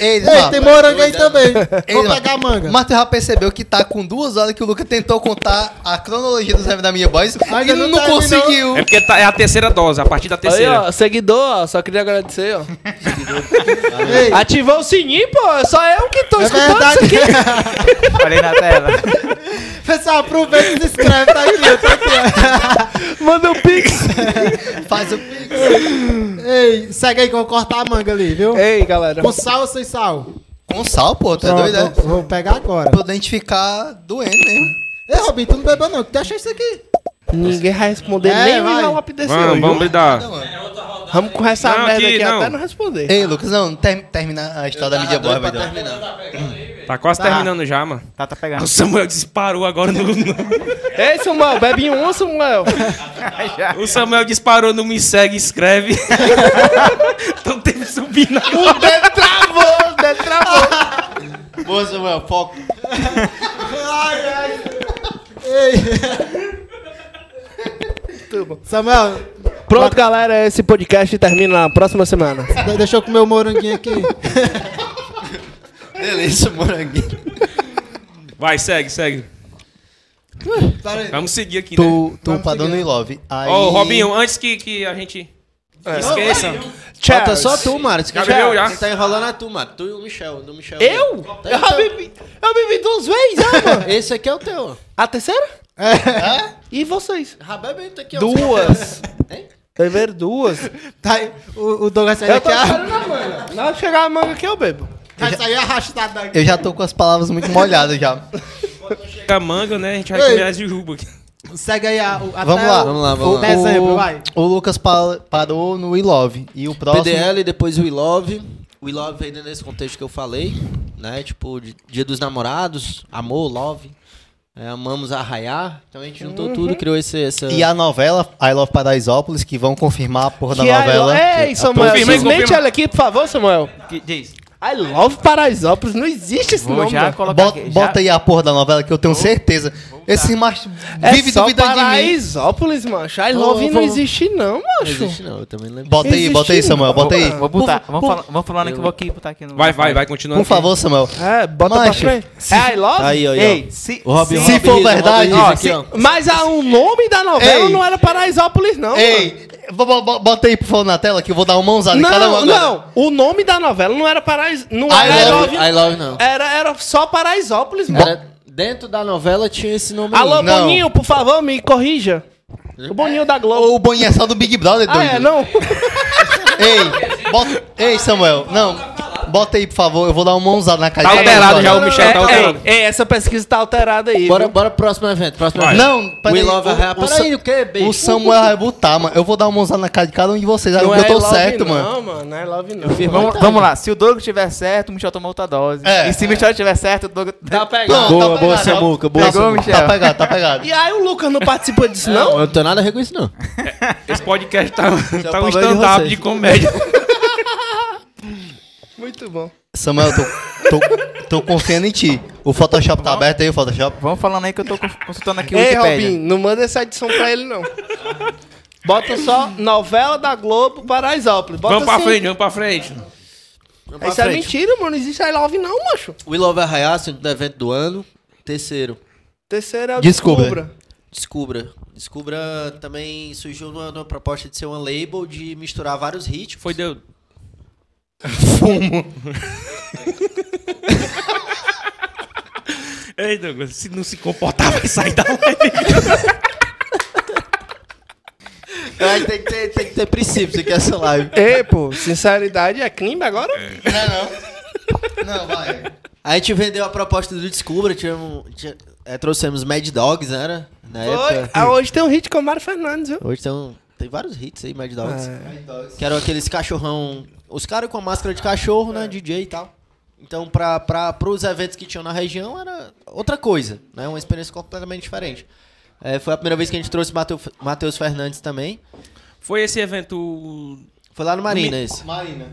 Speaker 4: Ei,
Speaker 1: Ei, tem morango aí
Speaker 5: doida.
Speaker 1: também. Vou
Speaker 4: Ei,
Speaker 1: pegar a manga.
Speaker 4: Mas tu já percebeu que tá com duas horas que o Luca tentou contar a cronologia dos Heavy da Minha Boys
Speaker 1: Ainda
Speaker 4: e
Speaker 1: não
Speaker 4: não,
Speaker 1: terminou.
Speaker 4: conseguiu.
Speaker 2: É porque tá- é a terceira dose, a partir da
Speaker 6: Aí,
Speaker 2: terceira.
Speaker 6: ó, seguidor, ó, só queria agradecer, ó.
Speaker 1: Ei,
Speaker 6: Ativou o sininho, pô, só eu que tô
Speaker 1: é
Speaker 6: escutando
Speaker 1: verdade.
Speaker 6: isso aqui.
Speaker 3: Olhei na tela.
Speaker 1: Pessoal, aproveita e se inscreve, tá aí, viu? Tá aqui,
Speaker 6: Manda um
Speaker 1: *laughs*
Speaker 6: pix.
Speaker 4: Faz o
Speaker 1: ó. Ei, segue aí que eu vou cortar a manga ali, viu?
Speaker 6: Ei, galera.
Speaker 1: Com sal ou sem sal?
Speaker 4: Com sal, pô, tu é doido,
Speaker 1: Pronto,
Speaker 4: né?
Speaker 1: vou- Vou pegar agora.
Speaker 4: Pra gente ficar doendo mesmo.
Speaker 1: Ei, Robinho, tu não bebeu não. O que tu acha isso aqui?
Speaker 6: Ninguém vai responder
Speaker 1: É,
Speaker 6: nem
Speaker 1: vai.
Speaker 6: o envelope desse
Speaker 2: Vamos,
Speaker 6: hoje.
Speaker 2: vamos
Speaker 6: Vamos,
Speaker 2: brindar.
Speaker 6: vamos com essa
Speaker 2: Não,
Speaker 6: merda
Speaker 2: aqui,
Speaker 6: aqui,
Speaker 2: não.
Speaker 6: até não responder.
Speaker 4: Ei, Lucas, não, ter, termina a história
Speaker 2: Ah,
Speaker 4: da mídia então. boy,
Speaker 5: pra
Speaker 4: vai
Speaker 5: terminar.
Speaker 2: Tá quase terminando já, mano. *laughs*
Speaker 3: Tá, tá pegando.
Speaker 2: O Samuel disparou agora no. no-
Speaker 6: Ei, Samuel, bebe em um, Samuel.
Speaker 2: o Samuel disparou no Me Segue, escreve. *laughs* Então tem que subir na.
Speaker 6: O dedo travou, o dedo travou.
Speaker 5: Boa, Samuel, foco.
Speaker 1: Samuel,
Speaker 6: Pronto, galera, esse podcast termina na próxima semana.
Speaker 1: de- deixa eu comer o moranguinho aqui.
Speaker 5: Delícia, *laughs* moranguinho.
Speaker 2: Vai, segue, segue. Vamos seguir aqui, né?
Speaker 4: Tu, tu padrão
Speaker 1: seguir.
Speaker 4: no love. Aí...
Speaker 2: Ô, Robinho, antes que, que a gente esqueça.
Speaker 6: Tchau.
Speaker 5: Falta só tu, Mário.
Speaker 2: Já bebeu, já?
Speaker 5: Quem tá enrolando é tu, Mário. Tu e o Michel. Do Michel.
Speaker 6: Eu? Eu já bebi, eu bebi duas vezes, ah, mano.
Speaker 5: Esse aqui é o teu.
Speaker 6: *laughs* A terceira? É? E vocês?
Speaker 5: Rabé bem,
Speaker 6: então
Speaker 5: tá aqui. ó.
Speaker 6: *laughs* Duas. Beber duas.
Speaker 1: Tá aí, o, o Douglas saiu
Speaker 6: Eu tô
Speaker 1: aqui, ah,
Speaker 6: esperando É a manga. Na hora que chegar a manga aqui, eu bebo.
Speaker 1: vai sair arrastado daqui.
Speaker 4: Eu já tô com as palavras muito molhadas já.
Speaker 2: Chega a manga, né? A gente vai
Speaker 1: Ei.
Speaker 2: comer as de juba aqui.
Speaker 1: Segue aí a, o, até
Speaker 4: Vamos lá.
Speaker 1: o-
Speaker 5: Vamos lá, vamos lá.
Speaker 1: Dezembro, *laughs* vai.
Speaker 4: O Lucas pa- parou no We Love. E o próximo.
Speaker 5: PDL, depois o We Love. O We Love ainda nesse contexto que eu falei, né? Tipo, de- dia dos namorados, amor, love. É, amamos arraiar. Então a gente juntou tudo, criou esse, essa...
Speaker 4: Uhum. E a novela I Love Paraisópolis, que vão confirmar a porra da
Speaker 6: Que é- I
Speaker 4: novela.
Speaker 6: lo- Ei, Samuel,
Speaker 2: Tá Confirma aí,
Speaker 6: desmente
Speaker 2: confirma.
Speaker 6: ela aqui, por favor, Samuel.
Speaker 3: Que- Diz.
Speaker 6: I love Paraisópolis, não existe esse
Speaker 3: Vou
Speaker 6: nome.
Speaker 3: já
Speaker 6: mano.
Speaker 3: colocar
Speaker 4: Bota,
Speaker 3: aqui.
Speaker 4: bota aí a porra da novela que eu tenho certeza. Esse macho
Speaker 6: É
Speaker 4: vive
Speaker 6: só
Speaker 4: duvidando de mim.
Speaker 6: Paraisópolis, macho. I love
Speaker 5: vou-
Speaker 6: não existe não,
Speaker 5: Não
Speaker 6: macho.
Speaker 5: existe não, eu também não lembro.
Speaker 4: Bota aí, bota aí,
Speaker 6: Existe,
Speaker 4: Samuel, bota aí.
Speaker 3: Vou botar.
Speaker 4: Por-
Speaker 3: Vamos
Speaker 4: por-
Speaker 3: falar, vamos falar né, que eu vou aqui botar aqui no.
Speaker 2: Vai, vai, vai, continua.
Speaker 4: Por favor, Samuel.
Speaker 6: É, bota
Speaker 4: Macho,
Speaker 6: pra frente. É I love?
Speaker 5: Tá aí, ó, aí, ó.
Speaker 3: Ei, se.
Speaker 5: O Robin,
Speaker 3: se-
Speaker 5: o
Speaker 4: se
Speaker 5: Robin
Speaker 4: for
Speaker 5: Riz, o Robin
Speaker 4: verdade,
Speaker 5: Riz
Speaker 4: ó,
Speaker 5: É aqui,
Speaker 4: se-
Speaker 5: ó.
Speaker 6: Mas a, o nome da novela
Speaker 4: Ei.
Speaker 6: não era Paraisópolis, não. mano.
Speaker 4: Ei, bo- bo- bota aí, por favor, na tela que eu vou dar uma mãozada em cada um
Speaker 6: Não,
Speaker 4: agora.
Speaker 6: não. O nome da novela não era Parais... Não era
Speaker 4: I
Speaker 6: I
Speaker 4: love- É,
Speaker 6: love.
Speaker 5: I love não.
Speaker 6: Era, era só Paraisópolis, mano.
Speaker 5: Era- dentro da novela tinha esse nome aí.
Speaker 6: Alô,
Speaker 4: Não.
Speaker 6: Boninho, por favor, me corrija. O Boninho da Globo.
Speaker 4: O Boninho é só do Big Brother,
Speaker 6: Ah,
Speaker 4: doido.
Speaker 6: é, não?
Speaker 4: Ei, bota... Ei, Samuel, não. Bota aí, por favor, eu vou dar uma mãozada na cara.
Speaker 2: Tá
Speaker 4: de cada um
Speaker 2: alterado já
Speaker 4: agora.
Speaker 2: o Michel, tá
Speaker 6: É,
Speaker 2: alterado.
Speaker 6: ei, ei, essa pesquisa tá alterada aí.
Speaker 5: Bora,
Speaker 6: viu?
Speaker 5: bora pro próximo evento, próximo evento.
Speaker 4: Não,
Speaker 5: We
Speaker 4: peraí.
Speaker 5: Love
Speaker 4: o-
Speaker 5: Arraial.
Speaker 4: o Sa-
Speaker 5: Peraí, o quê, baby?
Speaker 4: O Samuel vai botar, mano. Eu vou dar uma mãozada na cara de cada um de vocês. Não
Speaker 6: Não
Speaker 4: eu
Speaker 6: é
Speaker 4: tô
Speaker 6: I love
Speaker 4: certo,
Speaker 6: não,
Speaker 4: mano.
Speaker 6: Não, mano, não é I love não.
Speaker 3: Vamos, vamos lá, se o Douglas tiver certo, o Michel tomou outra dose.
Speaker 4: É.
Speaker 3: e se o Michel tiver certo, o Douglas.
Speaker 6: Tá
Speaker 4: Pronto,
Speaker 6: pegado.
Speaker 5: Boa,
Speaker 4: tá
Speaker 5: boa,
Speaker 4: pegado.
Speaker 5: Samuca, boa,
Speaker 4: Pegou,
Speaker 3: Samuca.
Speaker 4: Michel. Tá pegado, tá pegado.
Speaker 6: E aí o Lucas não participa disso,
Speaker 5: Não,
Speaker 6: não?
Speaker 5: eu não tenho nada a ver com isso, não.
Speaker 2: Esse podcast tá,
Speaker 5: é
Speaker 2: tá
Speaker 5: o
Speaker 2: um
Speaker 5: problema de
Speaker 2: stand-up
Speaker 5: vocês.
Speaker 2: de comédia.
Speaker 6: Muito bom.
Speaker 4: Samuel, eu tô, tô, tô confiando em ti. O Photoshop tá aberto aí, o Photoshop.
Speaker 3: Vamos falando aí que eu tô cons- consultando aqui o
Speaker 6: Ei,
Speaker 3: Wikipedia.
Speaker 6: Robin, não manda essa edição pra ele, não. Bota só novela da Globo Paraisópolis. Bota
Speaker 2: Vamos pra
Speaker 6: assim.
Speaker 2: frente, vamos pra frente.
Speaker 5: Vamos pra
Speaker 6: Isso é
Speaker 5: frente.
Speaker 6: mentira, mano. Não existe I love não, macho.
Speaker 5: We Love Arraial, segundo evento do ano. Terceiro,
Speaker 6: Terceira é o
Speaker 4: Descubra.
Speaker 5: Descubra. Descubra também surgiu numa, numa proposta de ser uma label, de misturar vários ritmos.
Speaker 2: Foi deu.
Speaker 4: Fumo.
Speaker 2: *laughs* Ei, Douglas, se não se comportar, vai sair da live.
Speaker 5: Ai, Ah, tem, que ter, tem que ter princípios aqui essa live.
Speaker 6: Ei, pô, sinceridade é crime agora?
Speaker 4: Não, vai.
Speaker 5: A gente vendeu a proposta do Descubra, tivemos, tinha- é, trouxemos Mad Dogs, né, era? Na
Speaker 6: Oi,
Speaker 5: época.
Speaker 6: ah, hoje tem um hit com o É. Mário Fernandes, viu?
Speaker 5: Hoje tem, um, tem vários hits aí, Mad Dogs. Que eram aqueles cachorrão. Os caras com a máscara de cachorro, né? DJ e tal. Então, pra, pra, pros eventos que tinham na região, era outra coisa, né? Uma experiência completamente diferente. É, foi a primeira vez que a gente trouxe Mateu- Matheus Fernandes também.
Speaker 2: Foi esse evento.
Speaker 5: é Foi lá no Marina esse.
Speaker 4: Marina.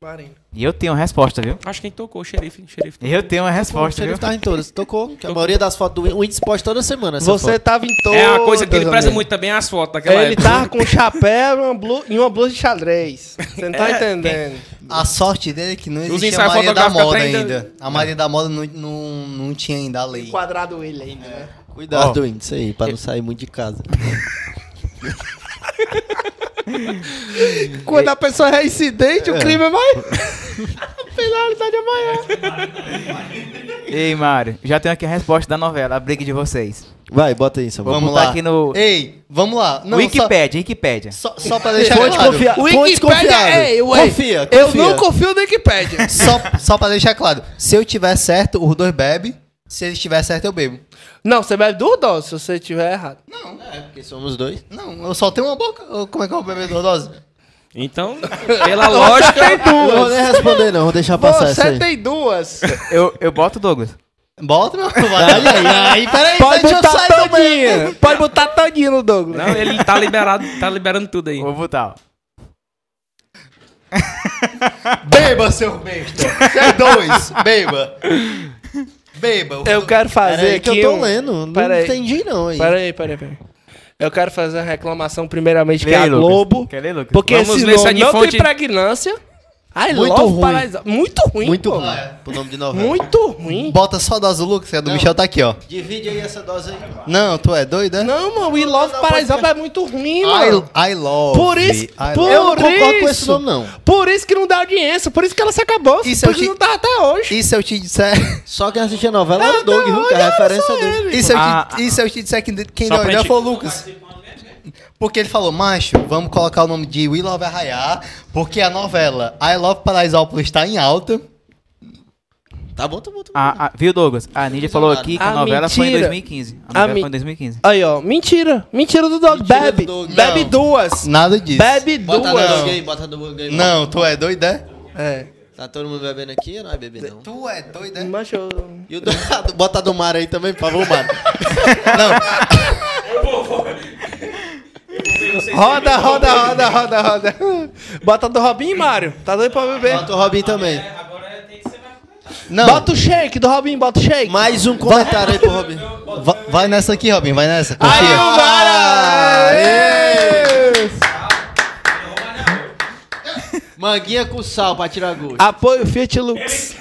Speaker 6: Clarinho.
Speaker 3: E eu tenho uma resposta, viu?
Speaker 2: Acho que quem tocou, o xerife. o xerife tocou.
Speaker 3: Eu tenho uma resposta, viu?
Speaker 5: Ele tá em todas. Tocou. Que a maioria das fotos do Windows posta toda semana. essa
Speaker 6: Você tava em todo.
Speaker 2: É uma coisa que ele preza muito também é as fotos daquela
Speaker 6: Ele
Speaker 2: época.
Speaker 6: tava com um chapéu e uma blu- e uma blusa de xadrez. Você não tá
Speaker 2: É.
Speaker 6: entendendo.
Speaker 4: A sorte dele é que não
Speaker 2: Os
Speaker 4: existia a
Speaker 2: ensaios
Speaker 4: Maria da
Speaker 2: fotográficos
Speaker 4: Moda
Speaker 2: até ainda-
Speaker 4: ainda. A Maria da Moda não, não, não tinha ainda a lei.
Speaker 6: Quadrado ele ainda, né?
Speaker 5: foto. Cuidado
Speaker 3: Ó.
Speaker 5: do Windows aí, pra não sair muito de casa.
Speaker 6: Quando a pessoa é reincidente, o crime é mais. Penalidade é maior.
Speaker 3: Ei, Mário, já tenho aqui a resposta da novela, a briga de vocês.
Speaker 5: Vai, bota aí, Samuel.
Speaker 3: Vamos
Speaker 4: Vamos
Speaker 3: botar
Speaker 4: lá.
Speaker 3: aqui no-
Speaker 4: Ei, vamos lá. Não,
Speaker 3: Wikipedia, Wikipedia.
Speaker 4: Só, só, só pra deixar
Speaker 5: Fonte
Speaker 4: claro.
Speaker 5: confia-
Speaker 6: O
Speaker 5: fonte
Speaker 6: Wikipedia
Speaker 5: confiável.
Speaker 6: é eu, é.
Speaker 5: Confia,
Speaker 6: Eu
Speaker 5: confia.
Speaker 6: não confio no Wikipedia.
Speaker 4: Só, só pra deixar claro. Se eu tiver certo, o dois bebe. Se ele estiver certo, eu bebo.
Speaker 6: *laughs* Não, você bebe duas doses se você tiver errado.
Speaker 5: É, porque somos dois.
Speaker 4: Não, eu só tenho uma boca. Eu- Como é que eu vou beber duas doses?
Speaker 2: Então, pela lógica.
Speaker 5: Não vou nem responder, não. Vou deixar passar essa
Speaker 6: Você
Speaker 5: aí.
Speaker 6: tem duas.
Speaker 3: Eu, eu boto o Douglas.
Speaker 4: Bota, meu. Vai, aí, aí, peraí.
Speaker 6: Pode
Speaker 4: deixa eu
Speaker 6: botar
Speaker 4: sair do meio.
Speaker 6: todinha. Pode botar todinha no Douglas.
Speaker 2: Não, ele tá liberado, tá liberando tudo aí.
Speaker 3: Vou botar, ó.
Speaker 4: Beba, seu besta. Você é dois. Beba. Beba.
Speaker 6: Eu quero fazer
Speaker 5: Peraí,
Speaker 6: aqui.
Speaker 5: que eu tô
Speaker 6: um-
Speaker 5: lendo. Não
Speaker 6: Peraí.
Speaker 5: entendi, não. Aí.
Speaker 6: Peraí, peraí, peraí. Eu quero fazer uma reclamação primeiramente que
Speaker 3: Lê
Speaker 6: é
Speaker 3: aí,
Speaker 6: a
Speaker 3: Lucas.
Speaker 6: Globo.
Speaker 3: Quer ler, Lucas?
Speaker 6: Porque
Speaker 2: Vamos
Speaker 6: esse
Speaker 2: ver se é
Speaker 6: nome
Speaker 2: de
Speaker 6: não
Speaker 2: fonte-
Speaker 6: tem pregnância. Ai,
Speaker 5: Muito
Speaker 6: Love
Speaker 5: ruim.
Speaker 6: Paraíso- Muito ruim.
Speaker 5: Muito
Speaker 6: pô.
Speaker 5: ruim. Pro nome de novela.
Speaker 6: Muito ruim.
Speaker 4: Bota só a dose do Lucas, que a do Michel tá aqui, ó.
Speaker 5: Divide aí essa dose aí.
Speaker 4: Não, tu é doido, é?
Speaker 6: Não, mano, We Love Paraísoba é muito ruim, mano.
Speaker 4: I, I love.
Speaker 6: Por isso-
Speaker 4: I love.
Speaker 6: por
Speaker 4: Eu não
Speaker 5: Concordo com esse
Speaker 6: Isso.
Speaker 5: nome, não.
Speaker 6: Por isso que não dá audiência, por isso que ela se acabou,
Speaker 4: Isso
Speaker 6: por
Speaker 4: eu
Speaker 6: isso
Speaker 4: te-
Speaker 6: não tá até hoje.
Speaker 4: E se eu te disser.
Speaker 5: Só quem assistia novela era o Doug, viu? Que é a referência dele.
Speaker 4: E se eu,
Speaker 3: Ah,
Speaker 4: te, e se eu te disser que quem
Speaker 2: Só
Speaker 4: não
Speaker 2: pra gente-
Speaker 4: olhou
Speaker 2: né?
Speaker 4: foi o Lucas? Porque ele falou, macho, vamos colocar o nome de We Love Arraiá, porque a novela I Love Paraisópolis está em alta.
Speaker 5: Tá bom, tá bom, tá bom.
Speaker 3: A- a- Ah, viu, Douglas? A Ninja falou aqui que a
Speaker 6: Ah,
Speaker 3: novela foi em
Speaker 6: mentira.
Speaker 3: 2015. A
Speaker 6: Ah,
Speaker 3: novela
Speaker 6: mi-
Speaker 3: foi em 2015.
Speaker 6: Aí, ó, mentira. Mentira do Doug.
Speaker 5: Mentira
Speaker 6: Bebe.
Speaker 5: do Doug.
Speaker 6: Bebe
Speaker 4: Não.
Speaker 6: duas.
Speaker 4: Nada disso.
Speaker 6: Bebe
Speaker 5: Bota
Speaker 6: duas.
Speaker 5: no Doug aí, bota no Doug aí.
Speaker 4: Não, tu é doido, é?
Speaker 6: É.
Speaker 5: Tá todo mundo bebendo aqui? Não é beber, não.
Speaker 4: Tu é doido, é?
Speaker 6: Mas eu-
Speaker 5: E o do... *laughs* bota a do mar aí também, por favor, *laughs* Mário.
Speaker 6: Roda, roda, roda, roda, roda. Bota do Robinho, Mário. Tá doido pra beber?
Speaker 5: Bota o Robin também.
Speaker 4: Não,
Speaker 6: Bota o shake do Robinho, bota o shake.
Speaker 5: Mais um comentário aí pro Robin.
Speaker 4: va- vai nessa aqui, Robin, vai nessa.
Speaker 6: Aí,
Speaker 4: Confia.
Speaker 6: o Mário!
Speaker 5: Manguinha é com sal pra tirar gosto.
Speaker 6: Apoio Fiat Lux.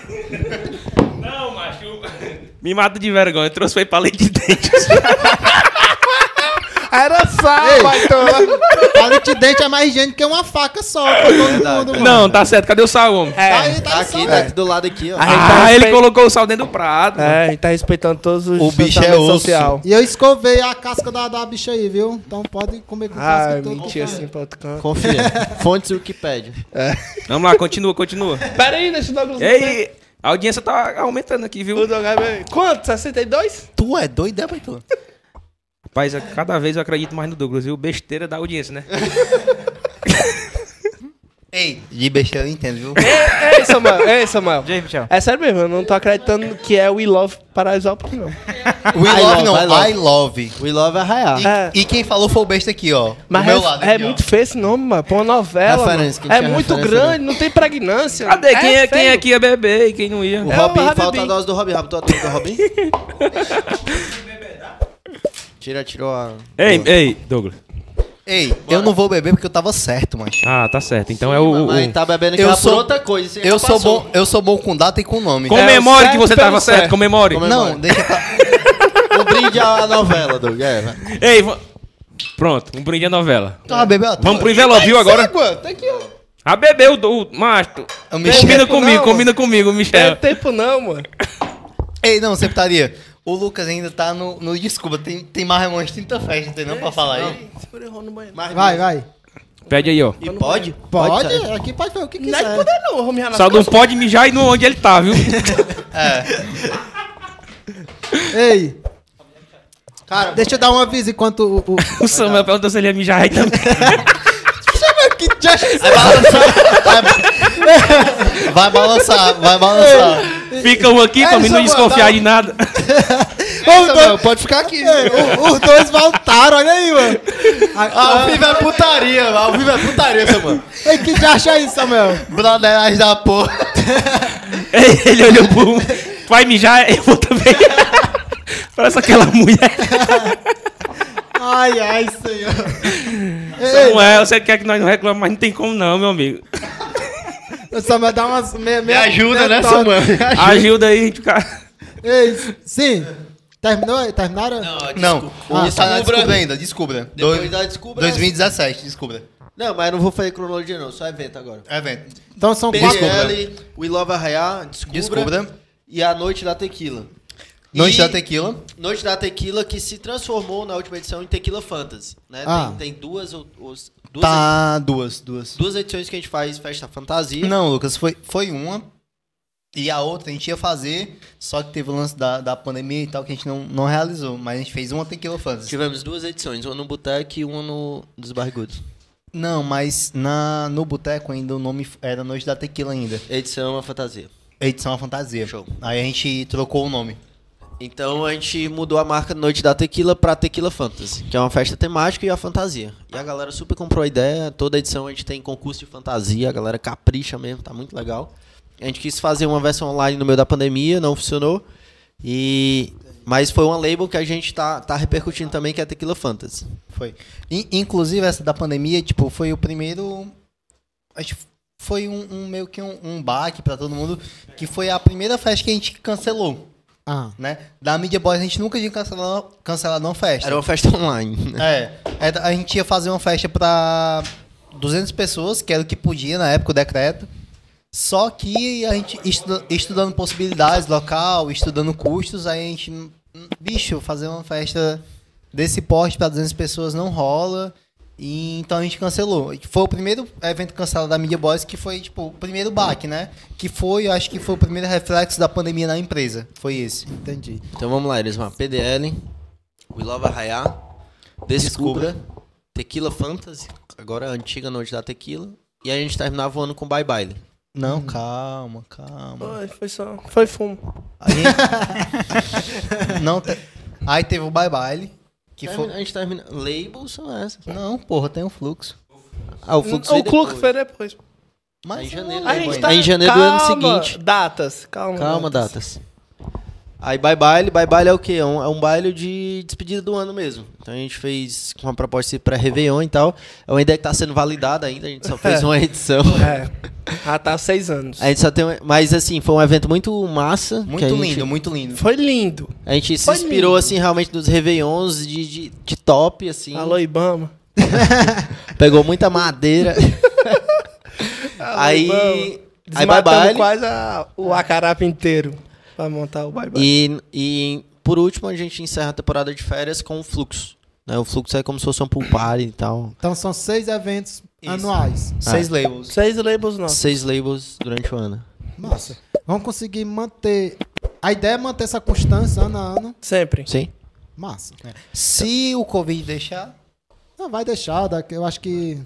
Speaker 2: Não, macho. Me mata de vergonha. Eu trouxe foi pra lei de dentes.
Speaker 6: Era sal, baitola.
Speaker 1: Palito de dente é mais higiênico que uma faca só pra todo mundo, mano.
Speaker 2: Não, tá certo. Cadê o sal, homem?
Speaker 1: Tá
Speaker 6: É.
Speaker 1: aí, tá
Speaker 5: Tá
Speaker 1: aí só,
Speaker 5: aqui, tá
Speaker 1: né?
Speaker 5: aqui do lado aqui, ó.
Speaker 4: *laughs*
Speaker 6: Ah,
Speaker 2: Ah, ele
Speaker 6: respeito-
Speaker 2: colocou o sal dentro do prato.
Speaker 6: É, a gente tá respeitando todos os
Speaker 4: O bicho é
Speaker 6: distanciamento
Speaker 4: osso.
Speaker 6: social.
Speaker 1: E eu escovei a casca da, da bicha aí, viu? Então pode comer com casca
Speaker 6: Ai,
Speaker 1: e tudo.
Speaker 6: mentira assim pra outro canto.
Speaker 5: Confia. Fontes Wikipedia.
Speaker 2: Vamos lá, continua, continua.
Speaker 6: Pera aí, deixa o Douglas.
Speaker 2: E aí, a audiência tá aumentando aqui,
Speaker 6: O
Speaker 2: viu?
Speaker 6: Douglas. Quanto? 62?
Speaker 4: Tu é doido, é, Baitola?
Speaker 2: Rapaz, eu- cada vez eu acredito mais no Douglas, viu? Besteira da audiência, né?
Speaker 4: Ei, de besteira eu entendo, viu?
Speaker 6: Ei, É Samuel. Ei, Samuel.
Speaker 3: James, Michel.
Speaker 6: É sério mesmo, eu não tô acreditando que é We Love Paraisópolis, não.
Speaker 4: We
Speaker 5: I
Speaker 4: love,
Speaker 5: love,
Speaker 4: não,
Speaker 5: I love.
Speaker 4: I love.
Speaker 5: We love
Speaker 4: E,
Speaker 5: arraiar.
Speaker 6: É.
Speaker 4: e quem falou foi o besta aqui, ó.
Speaker 6: Mas
Speaker 4: do meu
Speaker 6: é,
Speaker 4: lado.
Speaker 6: é
Speaker 4: aqui, ó.
Speaker 6: muito feio esse nome, mano. Pô, novela.
Speaker 5: Referência,
Speaker 6: mano.
Speaker 5: quem
Speaker 6: É
Speaker 5: tinha
Speaker 6: muito
Speaker 5: referência,
Speaker 6: grande, não tem pregnância.
Speaker 2: Cadê? Quem, é, quem
Speaker 6: feio.
Speaker 2: aqui ia beber e quem não ia?
Speaker 5: O
Speaker 6: É o
Speaker 5: Robin,
Speaker 6: Robin.
Speaker 5: falta a dose do Robin. Robin, tu atua do Robin? *laughs* Tira, tirou a...
Speaker 2: Ei, ei, Douglas.
Speaker 4: Ei, eu não vou beber porque eu tava certo, macho.
Speaker 2: Ah, tá certo. Então é o. o-
Speaker 5: Mamãe tá bebendo aqui
Speaker 4: Eu
Speaker 5: uma
Speaker 4: sou-
Speaker 5: por outra coisa. isso aí
Speaker 4: Eu
Speaker 5: já
Speaker 4: sou,
Speaker 5: passou.
Speaker 4: bom, eu sou bom com data e com nome.
Speaker 2: Comemore que você
Speaker 6: certo
Speaker 2: tava
Speaker 6: pelo
Speaker 2: Tá certo, é.
Speaker 6: certo.
Speaker 2: comemore.
Speaker 4: Não, deixa
Speaker 5: *laughs*
Speaker 4: pra...
Speaker 5: Um brinde à novela, Doug. É, vai.
Speaker 2: Ei, va- pronto, um brinde à novela.
Speaker 4: Toma, bebeu a tua.
Speaker 2: Vamos pro envelope, viu, agora?
Speaker 6: Água, tá aqui, ó.
Speaker 2: A beber o, do- o Mastro.
Speaker 4: O Michel-
Speaker 2: Combina comigo,
Speaker 6: não,
Speaker 2: combina comigo, Michel.
Speaker 6: Não tem tempo não, mano.
Speaker 4: Ei, não, você putaria. O Lucas ainda tá no... no desculpa, tem, tem mais umas 30 festas, tem não pra falar aí.
Speaker 1: Vai, vai.
Speaker 2: Pede aí, ó.
Speaker 5: E pode?
Speaker 1: Pode,
Speaker 5: sair.
Speaker 1: aqui pode fazer o que
Speaker 6: Não é de
Speaker 1: quiser.
Speaker 6: poder não, vamos mijar nas
Speaker 2: Só não
Speaker 6: costas.
Speaker 2: pode mijar e não onde ele tá, viu?
Speaker 1: Ei. Cara, deixa eu dar um aviso enquanto o. o...
Speaker 2: O Samuel perguntou se ele ia mijar aí também.
Speaker 4: Vai balançar. Vai
Speaker 5: *laughs*
Speaker 4: balançar, vai balançar.
Speaker 2: Fica um aqui pra mim não
Speaker 1: Samuel,
Speaker 2: desconfiar
Speaker 1: dá-
Speaker 2: de nada.
Speaker 1: Os dois-
Speaker 7: pode ficar aqui.
Speaker 1: Ei, o- os dois voltaram, olha aí, mano. *laughs*
Speaker 5: Ao vivo é putaria, ao vivo é putaria, seu mano.
Speaker 1: Ei, que já acha isso, Samuel?
Speaker 5: Broderagem da porra.
Speaker 2: *laughs* Ele olhou pro um. Tu vai mijar, eu vou também. *laughs* Parece aquela mulher.
Speaker 1: Ai, ai, senhor. Ei,
Speaker 2: Samuel, você quer que nós não reclamamos, mas não tem como não, meu *laughs* amigo.
Speaker 1: ei, Samuel, dá umas... Meia,
Speaker 5: Me
Speaker 1: meia,
Speaker 5: ajuda,
Speaker 1: meia
Speaker 5: né,
Speaker 1: toque.
Speaker 5: seu mano?
Speaker 2: Ajuda aí, gente. Cara.
Speaker 1: Ei, sim. Terminou? aí? Terminaram?
Speaker 4: Não,
Speaker 1: Ah,
Speaker 4: isso tá na descubra ainda, descubra.
Speaker 5: Depois
Speaker 4: Dois-
Speaker 5: da descubra.
Speaker 4: 2017, descubra.
Speaker 5: Não, mas eu não vou fazer cronologia, não. Só evento agora.
Speaker 4: É evento.
Speaker 1: Então são quatro.
Speaker 5: PL, We Love Arraiá, descubra,
Speaker 4: Descubra.
Speaker 5: E a Noite da Tequila.
Speaker 4: Noite
Speaker 5: E-
Speaker 4: da Tequila.
Speaker 5: Noite da Tequila que se transformou na última edição em Tequila Fantasy. Né?
Speaker 1: Ah.
Speaker 5: Tem, tem duas, ou- os- duas,
Speaker 4: Tá, duas, duas.
Speaker 5: duas edições que a gente faz Festa Fantasia.
Speaker 4: Não, Lucas, foi, foi uma. E a outra a gente ia fazer, só que teve o lance da, da pandemia e tal, que a gente não, não realizou. Mas a gente fez uma Tequila Fantasy.
Speaker 5: Tivemos duas edições, uma no Boteco e uma no dos Barrigudos.
Speaker 4: Não, mas na, no boteco ainda o nome f- era Noite da Tequila ainda.
Speaker 5: Edição a fantasia.
Speaker 4: Edição A Fantasia.
Speaker 5: Show.
Speaker 4: Aí a gente trocou o nome.
Speaker 5: Então a gente mudou a marca Noite da Tequila pra Tequila Fantasy, que é uma festa temática e a fantasia. E a galera super comprou a ideia, toda edição a gente tem concurso de fantasia, a galera capricha mesmo, tá muito legal. A gente quis fazer uma versão online no meio da pandemia, não funcionou. E mas foi uma label que a gente tá, tá repercutindo também que é a Tequila Fantasy.
Speaker 4: Foi. In- inclusive, essa da pandemia, tipo, foi o primeiro. Acho que foi um, um meio que um, um baque pra todo mundo. Que foi a primeira festa que a gente cancelou,
Speaker 1: Ah,
Speaker 4: né? Da Media Boys a gente nunca tinha cancelado, cancelado uma festa.
Speaker 5: Era uma festa online. né?
Speaker 4: É. Era- A gente ia fazer uma festa pra 200 pessoas, que era o que podia na época, o decreto. Só que a gente estuda- estudando possibilidades local, estudando custos, aí a gente. hum, Bicho, fazer uma festa desse porte pra 200 pessoas não rola. E então a gente cancelou. Foi o primeiro evento cancelado da Media Boys que foi, tipo, o primeiro baque, né? Que foi, eu acho que foi o primeiro reflexo da pandemia na empresa. Foi esse.
Speaker 1: entendi.
Speaker 5: Então vamos lá, Elisma. PDL, We Love Arraiá, Descubra, Tequila Fantasy, agora a antiga noite da tequila. E a gente terminava o ano com Bye Bye.
Speaker 4: Não, calma, calma.
Speaker 6: Foi, foi só. Foi fumo.
Speaker 4: A
Speaker 5: *laughs*
Speaker 4: gente- não te- Aí teve o Bye Bye, que
Speaker 5: Termina-
Speaker 4: foi...
Speaker 5: A gente termina. Labels são essas.
Speaker 4: Não, porra, tem um fluxo.
Speaker 5: Ah, o
Speaker 6: O, o Clux foi depois.
Speaker 4: Mas um eu
Speaker 5: É em janeiro,
Speaker 4: não
Speaker 5: né,
Speaker 4: lembro.
Speaker 5: gente tá- É em janeiro do ano seguinte.
Speaker 6: Datas, calma.
Speaker 5: Calma, datas. Aí Bye Bye, Bye Bye é o quê? É um, é um baile de despedida do ano mesmo. Então a gente fez com uma proposta para Réveillon e tal. É uma ideia que tá sendo validada ainda, a gente só fez uma edição.
Speaker 6: É. Já tá há seis anos.
Speaker 5: A gente só tem, um- mas assim, foi um evento muito massa. que
Speaker 4: Muito
Speaker 5: a gente-
Speaker 4: lindo, muito lindo.
Speaker 6: Foi lindo.
Speaker 5: A gente se
Speaker 6: Foi
Speaker 5: inspirou,
Speaker 6: lindo.
Speaker 5: assim, realmente nos Réveillons de, de, de top, assim.
Speaker 6: Alô, Ibama.
Speaker 5: Pegou muita madeira.
Speaker 6: *laughs*
Speaker 5: aí.
Speaker 6: Alô, Ibama.
Speaker 5: Aí Ah. bye
Speaker 6: Desmatamos
Speaker 5: bye.
Speaker 6: quase a- o acarapa inteiro pra montar o bye-bye.
Speaker 5: E, e por último, a gente encerra a temporada de férias com o fluxo. Né? O fluxo é como se fosse um pool party e tal.
Speaker 1: Então são seis eventos
Speaker 4: Isso.
Speaker 1: anuais.
Speaker 5: Ah.
Speaker 4: Seis labels.
Speaker 6: Seis labels nossos.
Speaker 5: Seis labels durante o ano.
Speaker 1: Massa. Vamos conseguir manter... A ideia é manter essa constância ano a ano.
Speaker 6: Sempre.
Speaker 5: Sim?
Speaker 1: Massa.
Speaker 4: É. Se o Covid deixar...
Speaker 1: Não, vai deixar, daqui- eu acho que...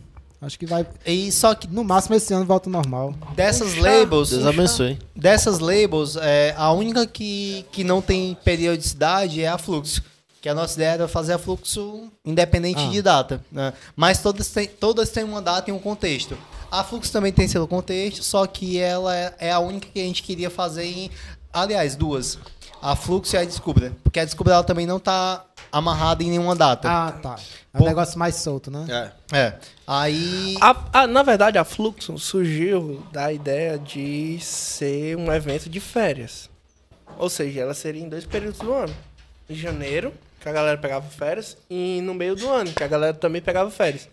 Speaker 1: Acho que vai...
Speaker 4: E só que
Speaker 1: No máximo esse ano volta ao normal.
Speaker 4: dessas labels,
Speaker 5: Deus abençoe.
Speaker 4: dessas labels, é, a única que, que não tem periodicidade é a Fluxo. Que a nossa ideia era fazer a Fluxo independente
Speaker 1: Ah.
Speaker 4: de data. né? Mas todas têm, todas têm uma data e um contexto. A Fluxo também tem seu contexto, só que ela é, é a única que a gente queria fazer em. Aliás, duas. A Fluxo e a Descubra. Porque a Descubra ela também não está amarrada em nenhuma data.
Speaker 1: Ah, tá. É um
Speaker 4: Pô.
Speaker 1: negócio mais solto, né?
Speaker 4: É. Aí.
Speaker 6: A- a- na verdade, a Fluxo surgiu da ideia de ser um evento de férias. Ou seja, ela seria em dois períodos do ano. Em janeiro, que a galera pegava férias, e no meio do ano, que a galera também pegava férias.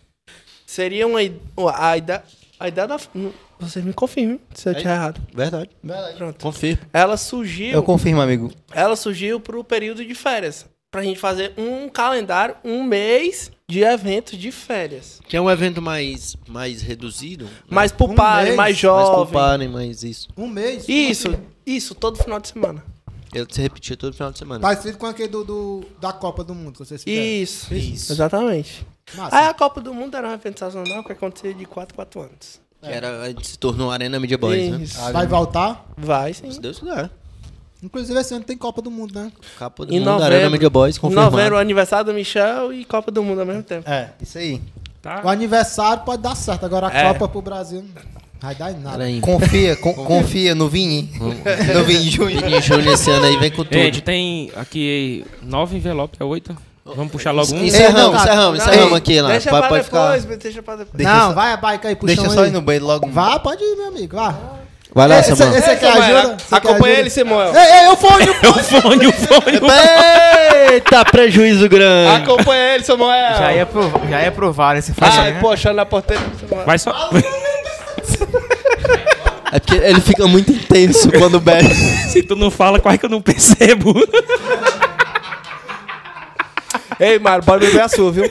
Speaker 6: Seria uma... i- uma- A, ida- a ideia da... não, Vocês me confirmem se eu tiver errado.
Speaker 5: Verdade.
Speaker 6: Pronto.
Speaker 5: Confirmo.
Speaker 6: Ela surgiu...
Speaker 4: Eu confirmo, amigo.
Speaker 6: Ela surgiu pro período de férias. Pra gente fazer um calendário, um mês de eventos de férias.
Speaker 5: Que é um evento mais, mais reduzido. né?
Speaker 6: Mais pro
Speaker 1: Um
Speaker 6: party,
Speaker 1: mês,
Speaker 6: mais
Speaker 5: mais pool
Speaker 6: jovem.
Speaker 5: party, mais isso.
Speaker 1: Um mês.
Speaker 6: Isso, Tipo assim, isso, todo final de semana.
Speaker 5: Eu se repetia todo final
Speaker 4: É.
Speaker 5: de semana.
Speaker 1: Parecido Tá com aquele do, do- da Copa do Mundo que vocês fizeram.
Speaker 6: Isso, Exatamente.
Speaker 1: Massa.
Speaker 4: Ah,
Speaker 6: Aí a Copa do Mundo era um evento sazonal que acontecia de 4 4 anos.
Speaker 5: Que era, a gente se tornou Arena Media Boys, né?
Speaker 6: Isso.
Speaker 1: Vai voltar?
Speaker 6: Vai sim.
Speaker 5: Se Deus quiser.
Speaker 1: Inclusive, esse ano tem Copa do Mundo, né?
Speaker 5: Capa do
Speaker 6: Em
Speaker 5: mundo, Arena
Speaker 6: novembro.
Speaker 5: Media Boys,
Speaker 6: Em
Speaker 5: confirmado.
Speaker 6: novembro, aniversário do Michel e Copa do Mundo ao mesmo tempo.
Speaker 4: É, isso aí.
Speaker 2: Tá?
Speaker 1: O aniversário pode dar certo, agora a
Speaker 6: É.
Speaker 1: Copa pro Brasil não vai dar em nada.
Speaker 5: Peraí.
Speaker 4: Confia, con- confia no Vini. no Vini Júnior.
Speaker 5: Vini Júnior esse ano aí vem com tudo.
Speaker 2: Gente, tem aqui nove envelopes, é oito? Vamos puxar logo um?
Speaker 5: Encerramos, encerramos,
Speaker 1: Ei,
Speaker 5: encerramos,
Speaker 6: Não,
Speaker 5: encerramos
Speaker 6: ei,
Speaker 5: aqui, lá.
Speaker 6: Deixa
Speaker 5: Pode,
Speaker 6: pra
Speaker 5: pode ficar.
Speaker 6: depois, deixa pra depois.
Speaker 4: Deixa
Speaker 1: não,
Speaker 4: só-
Speaker 1: vai a bike aí, puxa
Speaker 4: Deixa eu
Speaker 1: um
Speaker 4: só
Speaker 1: aí.
Speaker 4: ir no banheiro logo.
Speaker 1: Vá, pode ir, meu amigo, vá.
Speaker 5: Vai lá,
Speaker 1: esse,
Speaker 5: Samuel.
Speaker 1: esse aqui
Speaker 6: Samuel,
Speaker 1: ajuda. esse aqui
Speaker 6: Acompanha
Speaker 1: ajuda.
Speaker 6: ele, Samuel.
Speaker 1: Ei, ei, eu fone,
Speaker 5: *laughs*
Speaker 1: eu fone.
Speaker 2: O fone, o fone, o fone.
Speaker 5: Eita, prejuízo grande.
Speaker 6: Acompanha ele, Samuel.
Speaker 3: Já ia pro, já ia pro VAR esse flash aí,
Speaker 6: Ai,
Speaker 3: né?
Speaker 6: poxa, na porteira. Samuel.
Speaker 2: Vai só. *laughs*
Speaker 5: É porque ele fica muito intenso quando bebe.
Speaker 2: Se tu não fala, quase que eu não *laughs* percebo.
Speaker 6: Ei, Mário, bora beber a sua, viu?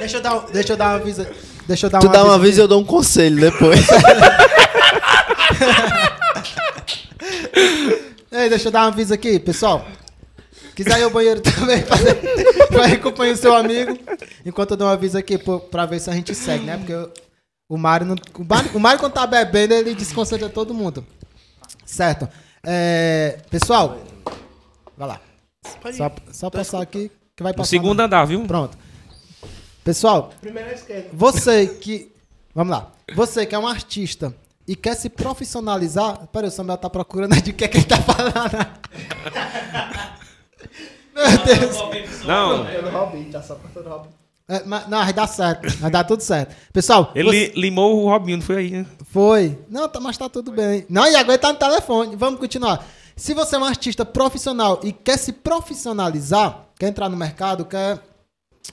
Speaker 1: Deixa eu dar, um, deixa eu dar uma avisa. Deixa eu dar
Speaker 5: Tu
Speaker 1: um
Speaker 5: dá uma
Speaker 1: aviso.
Speaker 5: vez e eu dou um conselho depois.
Speaker 1: Ei, deixa eu dar um aviso aqui, pessoal. Quiser ir ao banheiro também *laughs* pra- pra acompanhar o seu amigo. Enquanto eu dou um aviso aqui pô, pra ver se a gente segue, né? Porque eu- o Mário, não- o Mário, o Mário quando tá bebendo, ele desconcentra todo mundo. Certo. É, pessoal, vai lá. Só, só passar aqui que vai
Speaker 2: No
Speaker 1: passar.
Speaker 2: segundo andar, viu?
Speaker 1: Pronto. Pessoal,
Speaker 6: Primeiro à esquerda.
Speaker 1: você que. Vamos lá. Você que é um artista e quer se profissionalizar. Peraí, o Samuel tá procurando de que é que ele tá falando. Meu Deus.
Speaker 2: Não,
Speaker 1: É, mas- não, vai dar certo. Vai dar tudo certo. Pessoal, você-
Speaker 2: ele limou o Robinho, não foi aí, né?
Speaker 1: Foi. Não, tá- mas tá tudo bem. Não, e agora tá no telefone. Vamos continuar. Se você é um artista profissional e quer se profissionalizar, quer entrar no mercado, quer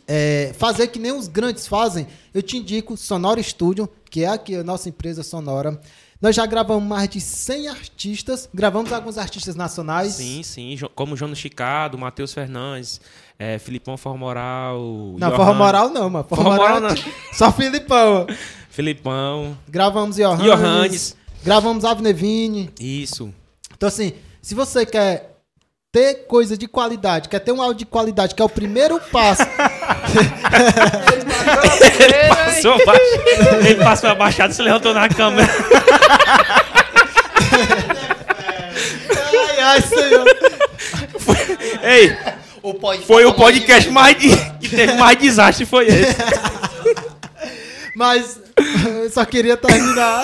Speaker 1: é, fazer que nem os grandes fazem, eu te indico Sonora Studio, que é aqui a nossa empresa Sonora. Nós já gravamos mais de 100 artistas, gravamos alguns artistas nacionais.
Speaker 2: Sim, sim. Jo- Como Jonas Chicado, Matheus Fernandes, é, Filipão Formoral.
Speaker 1: Não,
Speaker 2: Johan,
Speaker 1: Forró Moral não, mano. Forró
Speaker 2: Forró
Speaker 1: Moral
Speaker 2: Moral
Speaker 1: não. *laughs* Só Filipão.
Speaker 2: Filipão.
Speaker 1: Gravamos Johannes.
Speaker 2: Johannes.
Speaker 1: Gravamos Avnevine.
Speaker 2: Isso.
Speaker 1: Então, assim, se você quer ter coisa de qualidade, quer ter um áudio de qualidade, que é o primeiro
Speaker 2: *laughs*
Speaker 1: passo.
Speaker 2: *laughs* Passou abaixo. Ele passou abaixado e se levantou na cama.
Speaker 1: ai, ai, senhor.
Speaker 2: Ei,
Speaker 4: O pod-
Speaker 2: foi o podcast mais de- que teve mais desastre, foi esse.
Speaker 1: Mas eu só queria terminar.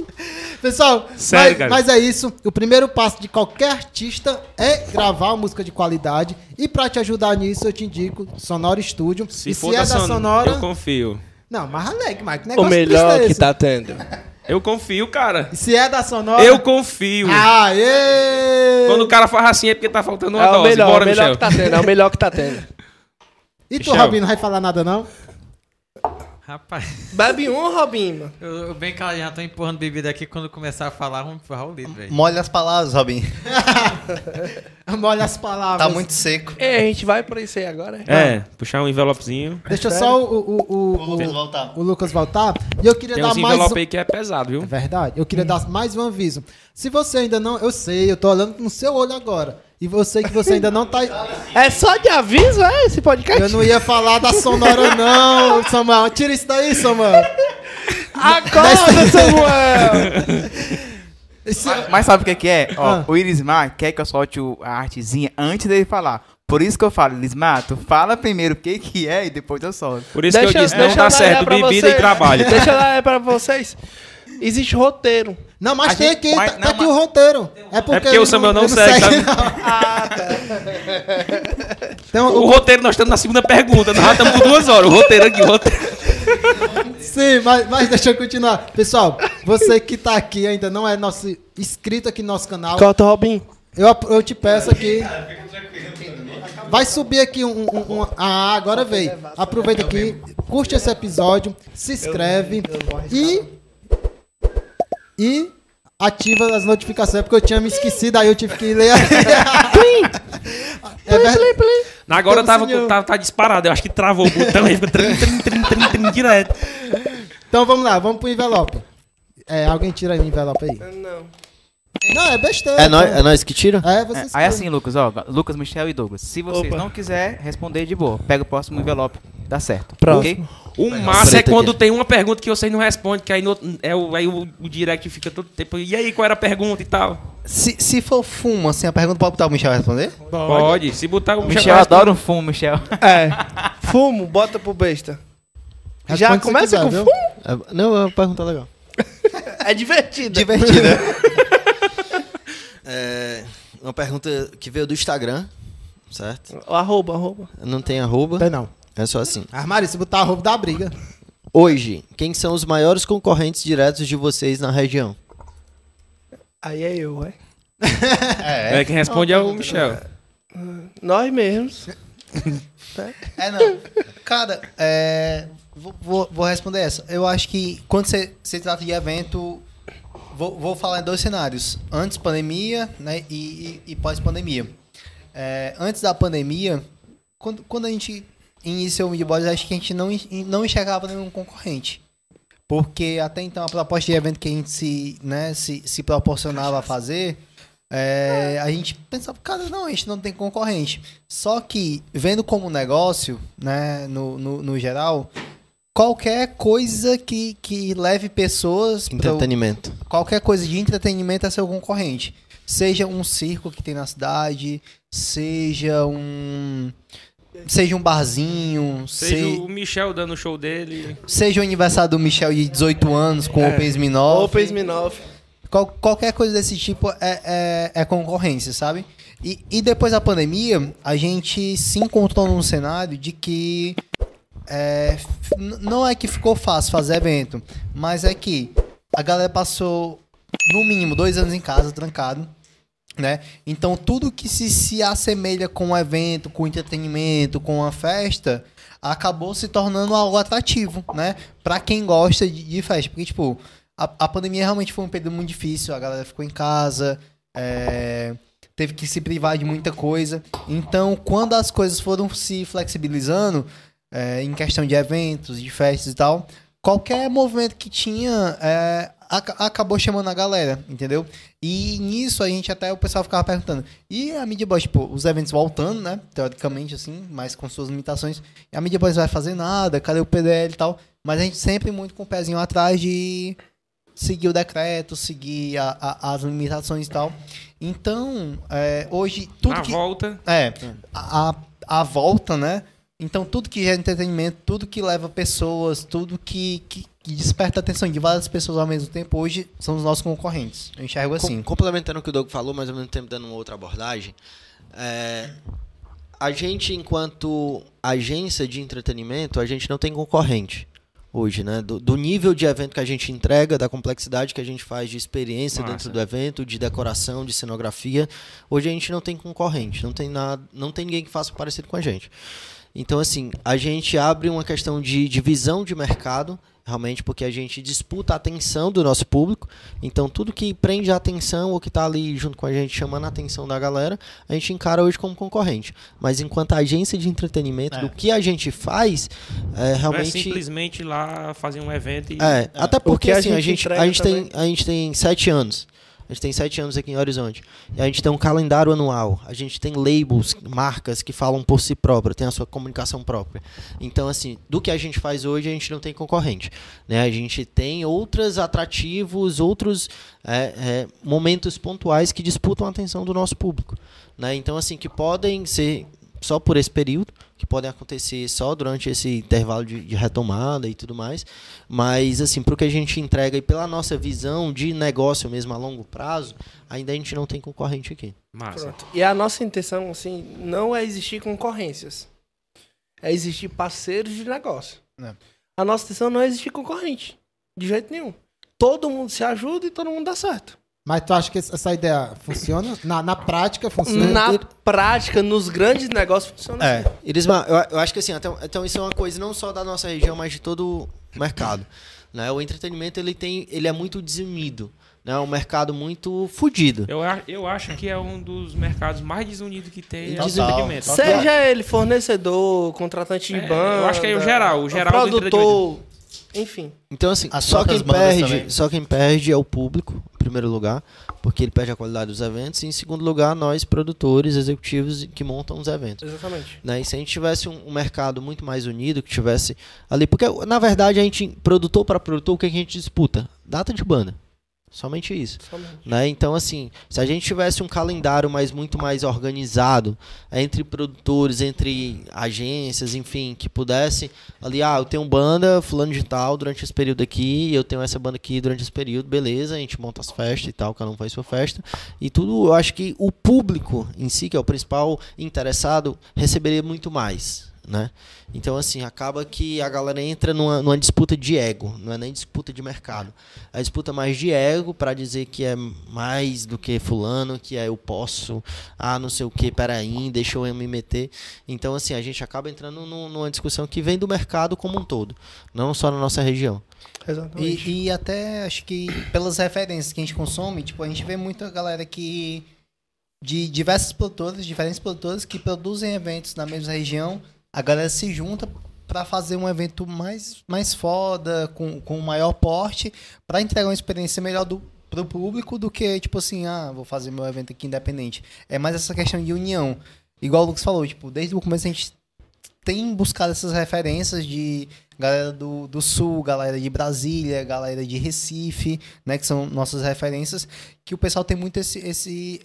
Speaker 1: *laughs* Pessoal,
Speaker 2: Sério,
Speaker 1: mas,
Speaker 2: cara.
Speaker 1: mas é isso. O primeiro passo de qualquer artista é gravar uma música de qualidade. E pra te ajudar nisso, eu te indico Sonora Studio.
Speaker 2: Se
Speaker 1: e
Speaker 2: for
Speaker 1: se é
Speaker 2: da
Speaker 1: da
Speaker 2: Son-
Speaker 1: Sonora.
Speaker 2: eu confio.
Speaker 1: Não, mas alegre, Mike. que
Speaker 6: O
Speaker 1: Negócio
Speaker 6: melhor
Speaker 1: triste é
Speaker 6: que
Speaker 1: esse?
Speaker 6: tá tendo.
Speaker 2: Eu confio, cara.
Speaker 1: E se é da Sonora. Ah,
Speaker 2: Eu confio.
Speaker 1: Aê!
Speaker 2: Quando o cara faz assim é porque tá faltando uma
Speaker 6: é o
Speaker 2: dose.
Speaker 6: melhor,
Speaker 2: Bora,
Speaker 6: o melhor
Speaker 2: Michel.
Speaker 6: que tá tendo. É o melhor que tá tendo.
Speaker 1: E tu,
Speaker 2: Michel.
Speaker 1: Robin, não vai falar nada, não?
Speaker 9: Rapaz,
Speaker 6: Bebe um, Robinho, mano.
Speaker 9: eu, eu bem calado, já tô empurrando bebida aqui. Quando começar a falar, vamos empurrar o litro, velho.
Speaker 4: Molha as palavras, Robin.
Speaker 1: Molha as palavras.
Speaker 4: Tá muito seco.
Speaker 6: Ei, É, a gente vai pra isso aí agora, é?
Speaker 2: É, puxar um envelopezinho.
Speaker 1: Deixa só o, o, o,
Speaker 4: Vamos
Speaker 1: o,
Speaker 4: voltar.
Speaker 1: o Lucas voltar. E eu queria
Speaker 2: Tem
Speaker 1: dar
Speaker 2: uns
Speaker 1: mais
Speaker 2: envelopes
Speaker 1: um...
Speaker 2: aí que é pesado,
Speaker 1: É
Speaker 2: viu?
Speaker 1: verdade. Eu queria dar mais um aviso. Se você ainda não... Eu sei, eu tô olhando no seu olho agora. E você que você ainda não tá...
Speaker 6: É só de aviso, é, esse podcast?
Speaker 1: Eu não ia falar da Sonora, não, Samuel. Tira isso daí, Samuel.
Speaker 6: Acorda, Samuel!
Speaker 1: Esse-
Speaker 3: Mas sabe o que, que é? Ó,
Speaker 1: Ah.
Speaker 3: O Irismar quer que eu solte o- a artezinha antes dele falar. Por isso que eu falo, Irismar, tu fala primeiro o que, que é e depois eu solto.
Speaker 2: Por isso que eu disse, não
Speaker 6: deixa
Speaker 2: dá
Speaker 6: eu dar ideia
Speaker 2: certo.
Speaker 6: pra
Speaker 2: Bebida
Speaker 6: vocês.
Speaker 2: e
Speaker 6: *laughs*
Speaker 2: trabalho.
Speaker 6: Deixa eu dar para vocês. Existe roteiro.
Speaker 1: Não, mas
Speaker 3: A
Speaker 1: tem
Speaker 3: gente-
Speaker 1: aqui.
Speaker 3: mas-
Speaker 1: tá
Speaker 3: não,
Speaker 1: tá aqui
Speaker 3: mas-
Speaker 1: o roteiro. É porque,
Speaker 2: porque
Speaker 1: ele
Speaker 2: o Samuel não
Speaker 1: ele
Speaker 2: segue, tá?
Speaker 1: não. *laughs* Então,
Speaker 2: O
Speaker 1: o-
Speaker 2: roteiro, nós estamos na segunda pergunta. né? Nós já estamos com duas horas. O roteiro aqui, o roteiro.
Speaker 1: Sim, mas, mas deixa eu continuar. Pessoal, você que tá aqui ainda não é nosso inscrito aqui no nosso canal,
Speaker 6: Corta, Robinho.
Speaker 1: eu, ap- eu te peço aqui. Vai subir aqui um. um- um- ah, agora veio. Aproveita aqui, curte esse episódio, se inscreve e. E ativa as notificações, porque eu tinha me esquecido, aí eu tive que ler. é verdade.
Speaker 2: Agora
Speaker 1: Então,
Speaker 2: tava,
Speaker 1: senhor.
Speaker 2: com- tava- tá disparado. Eu acho que travou o botão aí. Fica trim, trim, trim, trim, trim, direto.
Speaker 1: Então vamos lá, vamos pro envelope. É, alguém tira aí o envelope aí.
Speaker 6: Não.
Speaker 1: Não, é besteira.
Speaker 5: É nóis, é nóis que tira?
Speaker 1: É,
Speaker 3: É,
Speaker 1: vocês
Speaker 6: assim,
Speaker 3: aí assim, Lucas, ó, Lucas, Michel e Douglas, se vocês
Speaker 6: Opa.
Speaker 3: não quiser responder de boa, pega o próximo envelope Dá certo.
Speaker 6: Próximo.
Speaker 3: Ok?
Speaker 2: O massa é
Speaker 5: Preta
Speaker 2: quando
Speaker 5: aqui.
Speaker 2: tem uma pergunta que vocês não respondem, que aí, no- é o, aí o, o direct fica todo tempo. E aí, qual era a pergunta e tal?
Speaker 1: Se, se for fumo, assim, a pergunta pode botar o Michel a responder?
Speaker 2: Pode. Se botar o
Speaker 3: Michel adora um fumo, Michel.
Speaker 6: É. Fumo, bota pro besta. Já
Speaker 10: Responde se
Speaker 6: começa
Speaker 10: quiser,
Speaker 6: com
Speaker 10: viu?
Speaker 6: fumo?
Speaker 5: É, Não, é uma pergunta legal.
Speaker 6: É divertido.
Speaker 5: Divertida. é, uma pergunta que veio do Instagram, certo?
Speaker 6: Arroba, arroba.
Speaker 5: Não tem arroba,
Speaker 10: Tem não.
Speaker 5: é só assim.
Speaker 10: Armário, se botar a roupa da briga.
Speaker 5: Hoje, quem são os maiores concorrentes diretos de vocês na região?
Speaker 6: Aí é eu, ué.
Speaker 2: É, quem responde é o Michel.
Speaker 6: Nós mesmos.
Speaker 1: É, não. Cara, é, vou, vou- vou responder essa. Eu acho que quando você se trata de evento, vou, vou falar em dois cenários. Antes pandemia né, e, e- e pós-pandemia. É, antes da pandemia, quando, quando a gente iniciou o Midboys, acho que a gente não, en- não enxergava nenhum concorrente. Porque até então a proposta de evento que a gente se, né, se, se proporcionava a fazer, é, a gente pensava, cara, não, a gente não tem concorrente. Só que, vendo como negócio, né, no, no, no geral, qualquer coisa que, que leve pessoas para
Speaker 5: Entretenimento.
Speaker 1: qualquer coisa de entretenimento é seu concorrente. Seja um circo que tem na cidade, seja um. Seja um barzinho,
Speaker 2: Seja
Speaker 1: se-
Speaker 2: o Michel dando o show dele.
Speaker 1: seja o aniversário do Michel de 18 anos com o
Speaker 2: É.
Speaker 1: Open Sminov.
Speaker 6: Open Sminov.
Speaker 1: Qual- qualquer coisa desse tipo é, é, é concorrência, sabe? E, e depois da pandemia, a gente se encontrou num cenário de que. é, f- n- não é que ficou fácil fazer evento, mas é que a galera passou, no mínimo, dois anos em casa, trancado. Né? Então, tudo que se, se assemelha com um evento, com entretenimento, com uma festa, acabou se tornando algo atrativo, né? Pra quem gosta de, de festa. Porque, tipo, a, a pandemia realmente foi um período muito difícil, a galera ficou em casa, é, teve que se privar de muita coisa. Então, quando as coisas foram se flexibilizando, é, em questão de eventos, de festas e tal, qualquer movimento que tinha é, aca- acabou chamando a galera, entendeu? E nisso a gente até o pessoal ficava perguntando. E a Media Boys, tipo, os eventos voltando, né? Teoricamente, assim, mas com suas limitações. E a Media Boys vai fazer nada, cadê o PDL e tal? Mas a gente sempre muito com o pezinho atrás de seguir o decreto, seguir a- a- as limitações e tal. Então, é, hoje, tudo
Speaker 2: na
Speaker 1: que.
Speaker 2: volta.
Speaker 1: É, a, a, a volta, né? Então, tudo que gera entretenimento, tudo que leva pessoas, tudo que, que, que desperta a atenção de várias pessoas ao mesmo tempo, hoje são os nossos concorrentes. Eu enxergo
Speaker 5: Com-
Speaker 1: assim.
Speaker 5: complementando o que o Doug falou, mas ao mesmo tempo dando uma outra abordagem, é, a gente, enquanto agência de entretenimento, a gente não tem concorrente hoje, né? Do, do nível de evento que a gente entrega, da complexidade que a gente faz de experiência
Speaker 2: Massa.
Speaker 5: dentro do evento, de decoração, de cenografia, hoje a gente não tem concorrente, não tem nada, não tem ninguém que faça parecido com a gente. Então, assim, a gente abre uma questão de divisão de mercado, realmente, porque a gente disputa a atenção do nosso público. Então, tudo que prende a atenção ou que está ali junto com a gente, chamando a atenção da galera, a gente encara hoje como concorrente. Mas enquanto agência de entretenimento, do que a gente faz, é,
Speaker 2: Não é
Speaker 5: realmente.
Speaker 2: simplesmente lá fazer um evento e.
Speaker 5: É, até porque
Speaker 6: que a
Speaker 5: assim, a
Speaker 6: gente
Speaker 5: gente, a,
Speaker 6: entrega
Speaker 5: gente tem, a gente tem sete anos. A gente tem sete anos aqui em Horizonte. E a gente tem um calendário anual. A gente tem labels, marcas que falam por si própria, tem a sua comunicação própria. Então, assim, do que a gente faz hoje, a gente não tem concorrente. Né? A gente tem outros atrativos, outros é, é, momentos pontuais que disputam a atenção do nosso público. Né? Então, assim, que podem ser só por esse período, que podem acontecer só durante esse intervalo de, de retomada e tudo mais, mas assim, para o que a gente entrega e pela nossa visão de negócio mesmo a longo prazo, ainda a gente não tem concorrente aqui.
Speaker 2: Massa.
Speaker 6: Pronto. E a nossa intenção, assim, não é existir concorrências. É existir parceiros de negócio.
Speaker 1: É.
Speaker 6: A nossa intenção não é existir concorrente. De jeito nenhum. Todo mundo se ajuda e todo mundo dá certo.
Speaker 10: Mas tu acha que essa ideia funciona? Na, na prática funciona?
Speaker 6: Na prática, nos grandes negócios funciona
Speaker 5: É.
Speaker 6: assim.
Speaker 5: Irisma, eu, eu acho que assim, até- então isso é uma coisa não só da nossa região, mas de todo o mercado. Né? O entretenimento ele tem, ele é muito desunido. né? É um mercado muito fudido.
Speaker 2: Eu, a- eu acho que é um dos mercados mais desunidos que tem. é o
Speaker 5: Total,
Speaker 2: entretenimento.
Speaker 6: Seja ele fornecedor, contratante de
Speaker 2: É,
Speaker 6: banda.
Speaker 2: eu acho que é o geral, o geral do
Speaker 6: produtor. Enfim.
Speaker 5: Então, assim,
Speaker 4: As
Speaker 5: só
Speaker 4: próprias
Speaker 5: quem,
Speaker 4: bandas
Speaker 5: perde,
Speaker 4: também.
Speaker 5: só quem perde é o público, em primeiro lugar, porque ele perde a qualidade dos eventos, e em segundo lugar, nós, produtores, executivos que montam os eventos.
Speaker 6: Exatamente.
Speaker 5: Né? E se a gente tivesse um, um mercado muito mais unido, que tivesse ali. Porque, na verdade, a gente, produtor para produtor, o que, que a gente disputa? Data de banda. Somente isso.
Speaker 6: Somente.
Speaker 5: Né? Então, assim, se a gente tivesse um calendário mais, muito mais organizado eh, entre produtores, entre agências, enfim, que pudesse ali, ah, eu tenho banda fulano de tal durante esse período aqui, eu tenho essa banda aqui durante esse período, beleza, a gente monta as festas e tal, cada um faz sua festa. E tudo, eu acho que o público em si, que é o principal interessado, receberia muito mais. Né? Então, assim, acaba que a galera entra numa, numa disputa de ego, não é nem disputa de mercado. É disputa mais de ego para dizer que é mais do que fulano, que é eu posso, ah, não sei o que, peraí, deixa eu me meter. Então, assim, a gente acaba entrando num- numa discussão que vem do mercado como um todo, não só na nossa região.
Speaker 6: Exatamente.
Speaker 4: E, e até acho que pelas referências que a gente consome, tipo, a gente vê muita galera que. De diversos produtores, diferentes produtores que produzem eventos na mesma região, a galera se junta pra fazer um evento mais, mais foda, com, com maior porte, pra entregar uma experiência melhor do, pro público do que, tipo assim, ah, vou fazer meu evento aqui independente. É mais essa questão de união. Igual o Lucas falou, tipo, desde o começo a gente tem buscado essas referências de galera do, do Sul, galera de Brasília, galera de Recife, né, que são nossas referências, que o pessoal tem muito esse esse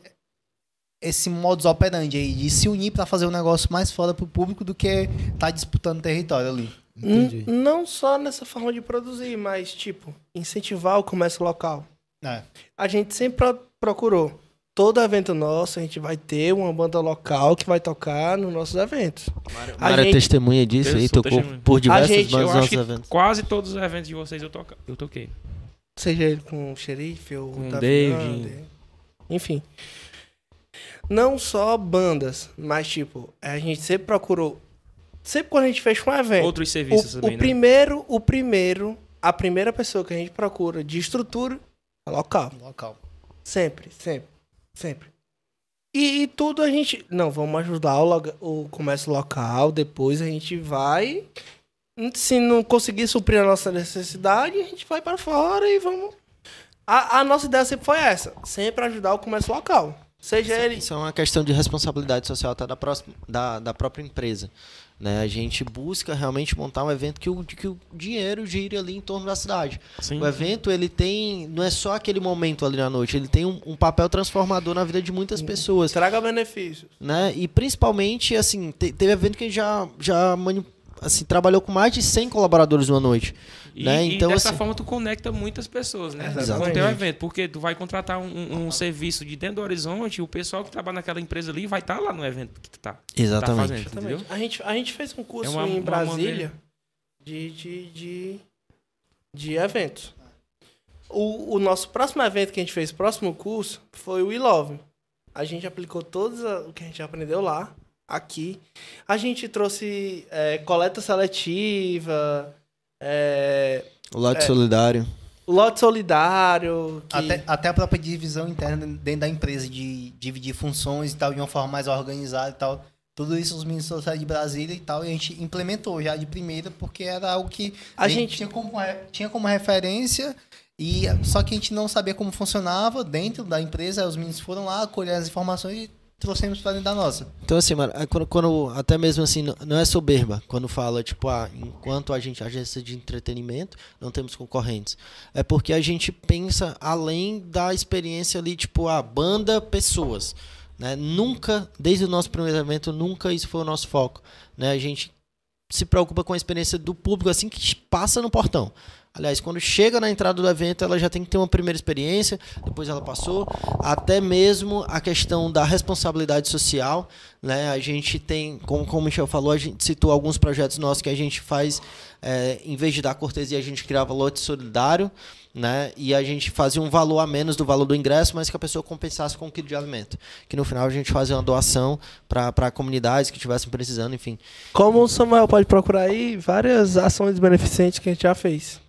Speaker 4: esse modus operandi aí de se unir pra fazer um negócio mais fora pro público do que tá disputando território ali.
Speaker 1: Entendi.
Speaker 6: N- Não só nessa forma de produzir, mas, tipo, incentivar o comércio local.
Speaker 4: É.
Speaker 6: A gente sempre pro- procurou. Todo evento nosso, a gente vai ter uma banda local que vai tocar nos nossos eventos. A
Speaker 5: Mara é
Speaker 6: gente-
Speaker 5: testemunha disso
Speaker 2: Eu
Speaker 5: aí,
Speaker 2: sou
Speaker 5: tocou
Speaker 2: testemunha.
Speaker 5: por diversas
Speaker 6: gente,
Speaker 2: Eu
Speaker 5: bandas nos
Speaker 2: acho
Speaker 5: nossos
Speaker 2: que
Speaker 5: eventos.
Speaker 2: quase todos os eventos de vocês eu, toca, eu toquei.
Speaker 6: Seja ele com o xerife ou
Speaker 2: Com o
Speaker 6: Davi
Speaker 2: David.
Speaker 6: Under, Enfim. Não só bandas, mas tipo, a gente sempre procurou. Sempre quando a gente fecha um evento.
Speaker 2: Outros serviços
Speaker 6: o, o
Speaker 2: também, né?
Speaker 6: primeiro, o primeiro, a primeira pessoa que a gente procura de estrutura é local.
Speaker 4: Local.
Speaker 6: Sempre, sempre, sempre. E, e tudo a gente. Não, vamos ajudar o, loga- o comércio local, depois a gente vai. Se não conseguir suprir a nossa necessidade, a gente vai para fora e vamos. A, a nossa ideia sempre foi essa: sempre ajudar o comércio local. Seja ele.
Speaker 5: Isso é uma questão de responsabilidade social até da, próxima, da, da própria empresa. Né? A gente busca realmente montar um evento que o, que o dinheiro gire ali em torno da cidade.
Speaker 2: Sim.
Speaker 5: O evento, ele tem. Não é só aquele momento ali na noite, ele tem um, um papel transformador na vida de muitas pessoas.
Speaker 6: Traga benefícios.
Speaker 5: Né? E principalmente, assim, te- teve evento que a gente já, já mani- assim, trabalhou com mais de 100 colaboradores numa noite.
Speaker 2: E,
Speaker 5: né?
Speaker 2: e
Speaker 5: Então,
Speaker 2: dessa
Speaker 5: assim-
Speaker 2: forma tu conecta muitas pessoas, né?
Speaker 6: Exatamente.
Speaker 2: Com o teu evento, porque tu vai contratar um- um, um serviço de dentro do horizonte, o pessoal que trabalha naquela empresa ali vai estar lá no evento que tu tá, tá fazendo, entendeu?
Speaker 6: A gente, a gente fez um curso
Speaker 2: É uma-
Speaker 6: em
Speaker 2: uma
Speaker 6: Brasília
Speaker 2: maneira-
Speaker 6: de, de, de, de eventos. O, o nosso próximo evento que a gente fez, próximo curso, foi o Ilove. A gente aplicou todos a- o que a gente aprendeu lá, aqui. A gente trouxe eh, coleta seletiva, eh,
Speaker 5: O lado solidário.
Speaker 6: lote solidário. que-
Speaker 4: Até, até a própria divisão interna dentro da empresa, de dividir funções e tal, de uma forma mais organizada e tal. Tudo isso os ministros trouxeram de Brasília e tal, e a gente implementou já de primeira, porque era algo que
Speaker 6: A gente-
Speaker 4: tinha, como, re- tinha como referência, e só que a gente não sabia como funcionava dentro da empresa, aí os ministros foram lá, colheram as informações e trouxemos para dentro da nossa.
Speaker 5: Então, assim, mano, é quando, quando- até mesmo assim, não- não é soberba quando fala, tipo, ah, enquanto a gente é agência de entretenimento, não temos concorrentes. É porque a gente pensa além da experiência ali, tipo, a banda, pessoas. Né? Nunca, desde o nosso primeiro evento, nunca isso foi o nosso foco. Né? A gente se preocupa com a experiência do público assim que passa no portão. Aliás, quando chega na entrada do evento, ela já tem que ter uma primeira experiência, depois ela passou, até mesmo a questão da responsabilidade social, né? A gente tem, como, como o Michel falou, a gente citou alguns projetos nossos que a gente faz, é, em vez de dar cortesia, a gente criava lote solidário, né? E a gente fazia um valor a menos do valor do ingresso, mas que a pessoa compensasse com um quilo de alimento. Que no final a gente fazia uma doação para comunidades que estivessem precisando, enfim.
Speaker 6: Como o Samuel pode procurar aí, várias ações beneficentes que a gente já fez.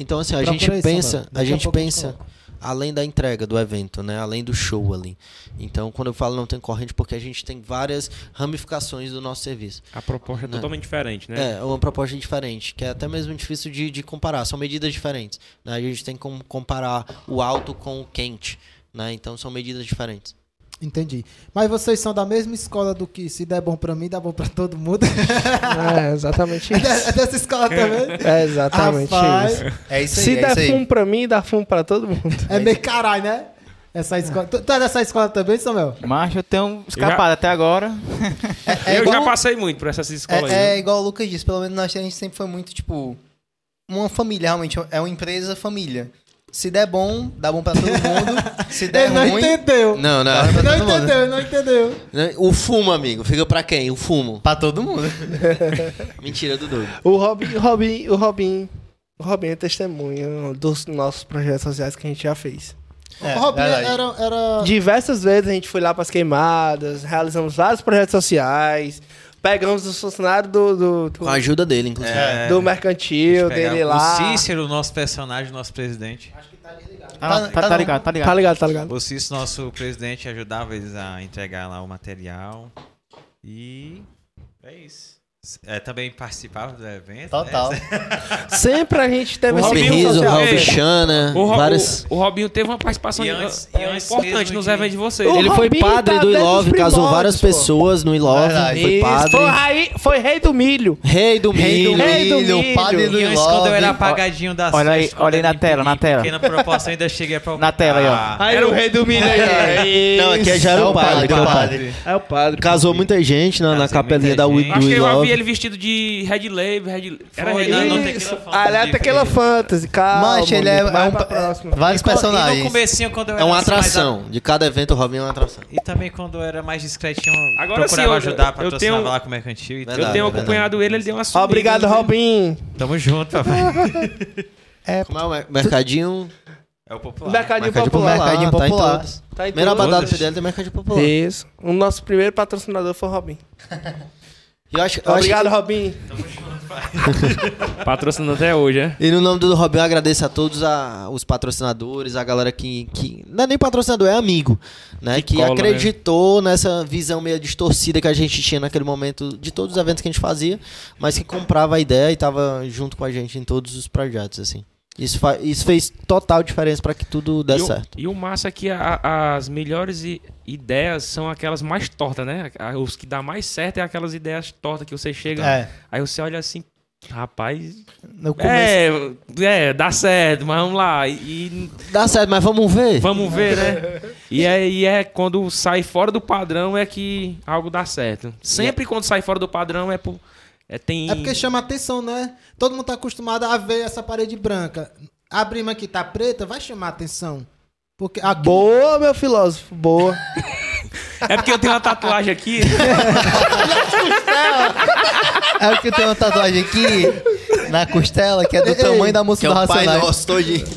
Speaker 5: Então assim, a
Speaker 1: Procura
Speaker 5: gente
Speaker 1: aí,
Speaker 5: pensa,
Speaker 1: Sandra.
Speaker 5: a
Speaker 1: Daqui a
Speaker 5: gente
Speaker 1: pouco a gente
Speaker 5: pensa além da entrega do evento, né? Além do show ali. Então, quando eu falo não tem corrente, porque a gente tem várias ramificações do nosso serviço.
Speaker 2: A proposta é
Speaker 5: Não.
Speaker 2: totalmente diferente, né?
Speaker 5: É, é uma proposta diferente, que é até mesmo difícil de, de comparar. São medidas diferentes. né? A gente tem como comparar o alto com o quente, né? Então, são medidas diferentes.
Speaker 1: Entendi. Mas vocês são da mesma escola do que se der bom pra mim, dá bom pra todo mundo. *laughs*
Speaker 6: É, exatamente
Speaker 1: É, de-
Speaker 6: isso.
Speaker 1: é dessa escola também?
Speaker 6: É exatamente
Speaker 1: Rapaz,
Speaker 6: isso.
Speaker 4: É isso aí,
Speaker 6: Se
Speaker 4: é
Speaker 6: der
Speaker 4: isso aí.
Speaker 6: fum pra mim, dá fum pra todo mundo.
Speaker 1: É meio caralho, né? Essa escola. Tu, tu é dessa escola também, Samuel?
Speaker 3: Mas eu tenho escapado até agora.
Speaker 4: É, é
Speaker 2: eu já
Speaker 4: igual-
Speaker 2: passei muito por essas escolas aí.
Speaker 4: É,
Speaker 2: né?
Speaker 4: é igual o Lucas disse, pelo menos nós a gente sempre foi muito, tipo, uma família, realmente. É uma empresa família. Se der bom, dá bom pra todo mundo. Se der
Speaker 1: Ele não
Speaker 4: ruim,
Speaker 1: entendeu.
Speaker 4: Tá
Speaker 5: Não, não. Né?
Speaker 1: Ele não entendeu, ele não entendeu.
Speaker 5: O fumo, amigo. Fica pra quem? O fumo.
Speaker 4: pra todo mundo.
Speaker 5: *laughs* Mentira do doido.
Speaker 6: *laughs* O Robin, o Robin, o Robin. O Robin é testemunha dos nossos projetos sociais que a gente já fez.
Speaker 4: É,
Speaker 1: o Robinho
Speaker 4: verdade.
Speaker 1: era, era-
Speaker 6: Diversas vezes a gente foi lá pras queimadas, realizamos vários projetos sociais, pegamos os funcionários do, do, do,
Speaker 5: Com a ajuda dele, inclusive.
Speaker 6: do mercantil, dele lá.
Speaker 9: O Cícero, nosso personagem, nosso presidente.
Speaker 3: Ah, não, tá, tá ligado, tá
Speaker 6: Tá
Speaker 3: ligado.
Speaker 6: ligado, tá
Speaker 9: *laughs*
Speaker 6: ligado?
Speaker 9: O Cícero, nosso presidente, ajudava eles a entregar lá o material. E é isso. É, também participava do evento.
Speaker 4: Total.
Speaker 9: Né?
Speaker 6: Sempre a gente teve
Speaker 2: O
Speaker 6: esse tipo
Speaker 5: Robin
Speaker 2: Robinho
Speaker 5: Rizzo,
Speaker 2: social.
Speaker 5: Ralph
Speaker 2: É.
Speaker 5: Chana,
Speaker 2: O, Ro-
Speaker 5: vários...
Speaker 2: o- o Robinho teve uma participação
Speaker 9: E antes-
Speaker 2: eh,
Speaker 9: e antes
Speaker 2: importante
Speaker 9: mesmo
Speaker 2: nos
Speaker 9: de-
Speaker 2: eventos de vocês.
Speaker 6: O
Speaker 5: Ele foi
Speaker 6: Robinho
Speaker 5: padre
Speaker 6: tá
Speaker 5: do
Speaker 6: desde
Speaker 5: Ilove,
Speaker 6: os
Speaker 5: casou
Speaker 6: primórdios,
Speaker 5: várias
Speaker 6: pô.
Speaker 5: pessoas no Ilove,
Speaker 4: Verdade.
Speaker 5: foi
Speaker 6: Isso,
Speaker 5: padre.
Speaker 6: Foi, rei, foi rei do milho.
Speaker 5: Rei do
Speaker 6: Rei do
Speaker 5: milho.
Speaker 6: milho.
Speaker 4: o padre
Speaker 9: E
Speaker 4: do
Speaker 9: antes, quando eu era
Speaker 4: Love.
Speaker 9: apagadinho da
Speaker 3: Olha aí, olha aí na tela, na tela.
Speaker 9: Pequena proporção, ainda cheguei *laughs* pra...
Speaker 3: Na tela aí, ó.
Speaker 9: Ah,
Speaker 6: era o rei do milho aí.
Speaker 5: Não, aqui já era
Speaker 4: É
Speaker 5: o
Speaker 2: então,
Speaker 5: padre. aqui é o padre.
Speaker 6: É o padre.
Speaker 5: Casou muita gente na, na
Speaker 9: Casou
Speaker 5: capelinha
Speaker 9: muita
Speaker 5: da Wii
Speaker 9: gente.
Speaker 5: do
Speaker 2: Acho que eu já vi
Speaker 5: Ilove.
Speaker 2: ele vestido de Red Label, Red... Era
Speaker 9: Foi,
Speaker 2: Red
Speaker 9: né?
Speaker 2: Label.
Speaker 9: Não,
Speaker 6: Isso.
Speaker 9: Tequila Fantasy,
Speaker 6: Ah, ele é Tequila
Speaker 9: Felipe.
Speaker 6: Fantasy, calma.
Speaker 4: Mas ele é,
Speaker 6: amigo, vai
Speaker 4: é um-
Speaker 6: pra próxima.
Speaker 4: vários
Speaker 2: Então,
Speaker 9: E no
Speaker 4: personagens.
Speaker 9: comecinho, quando eu era
Speaker 5: É uma
Speaker 9: assim, mais a-
Speaker 5: atração. De cada evento, o Robinho é uma atração.
Speaker 9: E também quando eu era mais discretinho, eu
Speaker 2: Agora
Speaker 9: procurava
Speaker 2: sim, eu-
Speaker 9: ajudar,
Speaker 2: eu
Speaker 9: patrocinava
Speaker 2: tenho- um-
Speaker 9: lá com o mercantil e
Speaker 5: É Verdade.
Speaker 2: Eu tenho
Speaker 5: verdade.
Speaker 2: acompanhado ele, ele deu uma sumida.
Speaker 6: Obrigado,
Speaker 2: né?
Speaker 6: Robin.
Speaker 9: tudo. Tamo junto, papai.
Speaker 5: Como é o mer- mercadinho?
Speaker 9: *laughs* É o popular.
Speaker 6: Mercadinho
Speaker 5: Mercadinho
Speaker 6: Popular.
Speaker 5: popular.
Speaker 4: Mercadinho
Speaker 5: tá em
Speaker 4: Popular.
Speaker 5: todos.
Speaker 6: Tá em
Speaker 5: Primeira
Speaker 6: todos.
Speaker 5: badada do PDL tem mercadinho popular. E
Speaker 6: Isso. O nosso primeiro patrocinador foi o Robin.
Speaker 5: eu acho, eu acho
Speaker 6: Obrigado, Robin.
Speaker 2: Patrocinando até hoje, é?
Speaker 5: E no nome do Robinho, eu agradeço a todos a- os patrocinadores, a galera que, que. Não é nem patrocinador, é amigo. Né? Que,
Speaker 2: Que cola,
Speaker 5: acreditou nessa visão meio distorcida que a gente tinha naquele momento de todos os eventos que a gente fazia, mas que comprava a ideia e tava junto com a gente em todos os projetos, assim. Isso, fa- isso fez total diferença para que tudo
Speaker 2: e,
Speaker 5: desse
Speaker 2: o-
Speaker 5: certo.
Speaker 2: e O, massa é que a- as melhores i- ideias são aquelas mais tortas, né? A- Os que dá mais certo é aquelas ideias tortas que você chega.
Speaker 4: É,
Speaker 2: Aí você olha assim, rapaz.
Speaker 4: no começo.
Speaker 2: É, é, dá certo, mas vamos lá. E,
Speaker 5: Dá certo, mas vamos ver.
Speaker 2: e vamos ver, né? E é, e é quando sai fora do padrão é que algo dá certo. Sempre quando sai fora do padrão é por. É, tem...
Speaker 1: É porque chama atenção, né? Todo mundo tá acostumado a ver essa parede branca. Abrimos aqui, tá preta, vai chamar atenção. Porque aqui,
Speaker 6: Boa, meu filósofo. Boa.
Speaker 2: É porque eu tenho uma tatuagem aqui.
Speaker 4: É porque tem uma tatuagem aqui na costela que é *laughs* do tamanho da música do Racionais.
Speaker 5: todinho.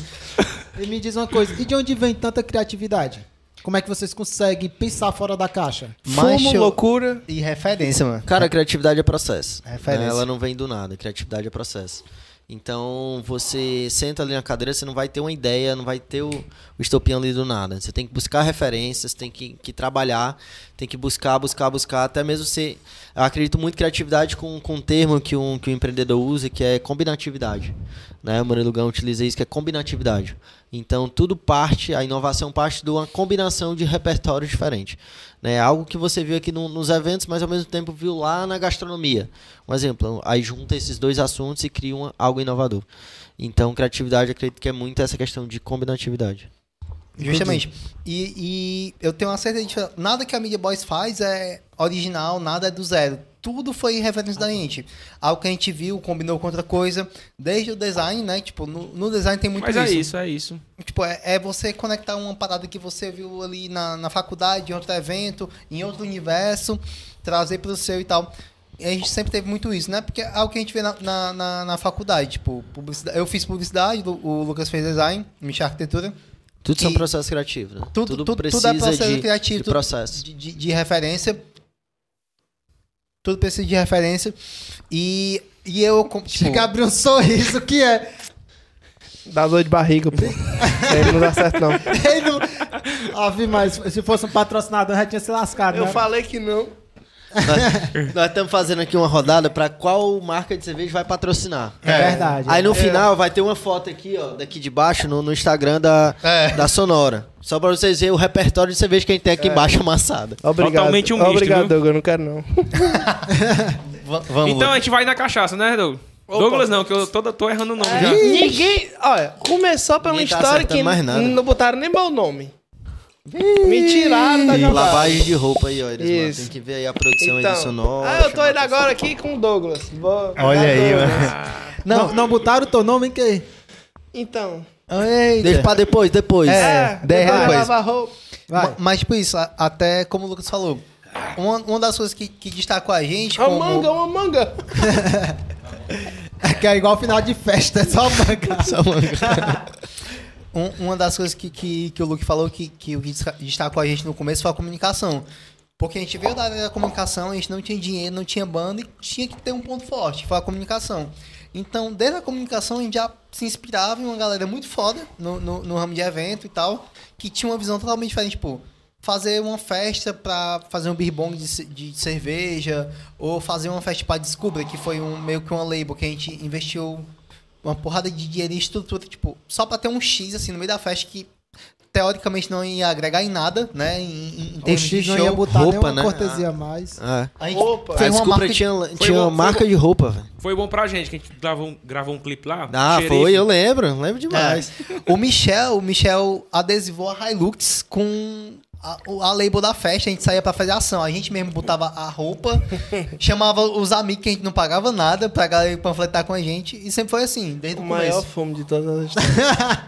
Speaker 1: E me diz uma coisa, e de onde vem tanta criatividade? Como é que vocês conseguem pensar fora da caixa?
Speaker 4: Mas
Speaker 6: Fumo,
Speaker 4: eu-
Speaker 6: loucura.
Speaker 4: E referência, mano.
Speaker 5: Cara, criatividade é processo.
Speaker 4: É referência.
Speaker 5: né? Ela não vem do nada. Criatividade é processo. Então, você senta ali na cadeira, você não vai ter uma ideia, não vai ter o, o estopinho ali do nada. Você tem que buscar referências, tem que, que trabalhar, tem que buscar, buscar, buscar. Até mesmo você. Eu acredito muito em criatividade com, com um termo que um, que um empreendedor usa, que é combinatividade. Né? O Murilo Gão utiliza isso, que é combinatividade. Então, tudo parte, a inovação parte de uma combinação de repertórios diferentes. Né? Algo que você viu aqui no- nos eventos, mas ao mesmo tempo viu lá na gastronomia. Um exemplo, aí junta esses dois assuntos e cria uma- algo inovador. Então, criatividade, eu acredito que é muito essa questão de combinatividade.
Speaker 4: Justamente. E, e eu tenho uma certeza de nada que a Media Boys faz é original, nada é do zero. Tudo foi referência da gente. Algo que a gente viu, combinou com outra coisa. Desde o design, né? Tipo, no, no design tem muito
Speaker 2: Mas
Speaker 4: isso.
Speaker 2: é isso, é isso.
Speaker 4: Tipo, é, é você conectar uma parada que você viu ali na, na faculdade, em outro evento, em outro universo, trazer pro seu e tal. E a gente sempre teve muito isso, né? Porque é algo que a gente vê na, na, na, na faculdade, tipo, publicidade. Eu fiz publicidade, o o Lucas fez design, o Michel arquitetura.
Speaker 5: Tudo são
Speaker 4: E-
Speaker 5: processos criativos. Né?
Speaker 4: Tudo, tudo, tudo, é processo
Speaker 5: de,
Speaker 4: criativo,
Speaker 5: de
Speaker 4: tudo
Speaker 5: processo.
Speaker 4: de, de- de referência. Tudo precisa de referência. E, e eu, com- tipo,
Speaker 1: Chega a abrir um sorriso, que é.
Speaker 6: Dá dor de barriga, *laughs* pô. Isso aí não dá certo, não.
Speaker 1: Ei, não... Ave, mas se fosse um patrocinador, já tinha se lascado,
Speaker 6: Eu
Speaker 1: né?
Speaker 6: falei que não.
Speaker 5: Nós- Nós estamos fazendo aqui uma rodada para qual marca de cerveja vai patrocinar.
Speaker 1: É verdade.
Speaker 5: Aí no final vai ter uma foto aqui, ó, daqui de baixo, no, no Instagram da,
Speaker 7: É.
Speaker 5: da Sonora. Só para vocês verem o repertório de cerveja que a gente tem aqui embaixo amassada.
Speaker 6: Obrigado.
Speaker 2: Totalmente um misto,
Speaker 6: Obrigado,
Speaker 2: viu?
Speaker 6: Douglas. Eu não quero, não.
Speaker 5: Va- vamos
Speaker 2: Então
Speaker 5: lá.
Speaker 2: a gente vai na cachaça, né, Douglas? Douglas não, que eu toda tô errando o nome já.
Speaker 6: Ninguém. Olha, começou pela
Speaker 5: Ninguém tá
Speaker 6: história
Speaker 5: acertando
Speaker 6: que
Speaker 5: mais nada.
Speaker 6: não botaram nem meu nome. Me tiraram
Speaker 5: Tá
Speaker 6: da jogada.
Speaker 5: Lavagem de roupa aí, ó, Iris, mano.
Speaker 6: Isso.
Speaker 5: Tem que ver aí a produção aí do
Speaker 6: Então,
Speaker 5: Sonora.
Speaker 6: ah, eu tô indo
Speaker 5: chamar
Speaker 6: agora aqui com o Douglas. Vou-
Speaker 4: Olha
Speaker 6: dá
Speaker 4: aí,
Speaker 6: Douglas.
Speaker 1: Não, não, botaram o teu nome, hein, que...
Speaker 6: Então,
Speaker 5: a- Deixa pra depois, depois.
Speaker 4: É,
Speaker 6: depois eu
Speaker 4: reais.
Speaker 6: lavar roupa.
Speaker 1: Vai.
Speaker 4: Ma- Mas, tipo isso, a- até como o Lucas falou, uma, uma das coisas que, que destacou a gente.
Speaker 6: Uma
Speaker 4: como-
Speaker 6: manga, uma manga.
Speaker 1: *laughs* Que é igual final de festa, é só manga.
Speaker 4: Só manga. Um- uma das coisas que, que, que o Luke falou que, que o que desca- destacou a gente no começo foi a comunicação. Porque a gente veio da área da comunicação, a gente não tinha dinheiro, não tinha banda e tinha que ter um ponto forte, foi a comunicação. Então, desde a comunicação, a gente já se inspirava em uma galera muito foda no, no, no ramo de evento e tal, que tinha uma visão totalmente diferente, tipo, fazer uma festa pra fazer um beer bong de, ce- de cerveja, ou fazer uma festa pra Descubra, que foi um, meio que uma label que a gente investiu uma porrada de dinheiro em estrutura, tipo, só pra ter um X, assim, no meio da festa que teoricamente não ia agregar em nada, né? Em, em- em
Speaker 1: O
Speaker 4: termos de
Speaker 1: X não
Speaker 4: show.
Speaker 1: ia botar
Speaker 5: roupa,
Speaker 1: nenhuma
Speaker 5: né?
Speaker 1: cortesia a mais.
Speaker 5: Ah,
Speaker 4: A gente
Speaker 6: Opa.
Speaker 5: a
Speaker 4: fez uma
Speaker 5: desculpa,
Speaker 4: marca...
Speaker 5: tinha,
Speaker 2: Foi
Speaker 5: tinha
Speaker 2: bom,
Speaker 5: uma
Speaker 2: foi
Speaker 5: marca de roupa, velho.
Speaker 2: Foi bom pra gente, que a gente gravou um, gravou um clipe lá.
Speaker 5: Ah,
Speaker 2: Xerife.
Speaker 5: foi, eu lembro, lembro demais.
Speaker 4: Mas o Michel, o Michel adesivou a Hilux com a, o- a label da festa, a gente saía pra fazer ação. A gente mesmo botava
Speaker 1: *laughs*
Speaker 4: a roupa, chamava os amigos que a gente não pagava nada pra galera panfletar com a gente. E sempre foi assim, desde
Speaker 6: O
Speaker 4: o
Speaker 6: maior
Speaker 4: começo.
Speaker 6: fome de todas as *laughs*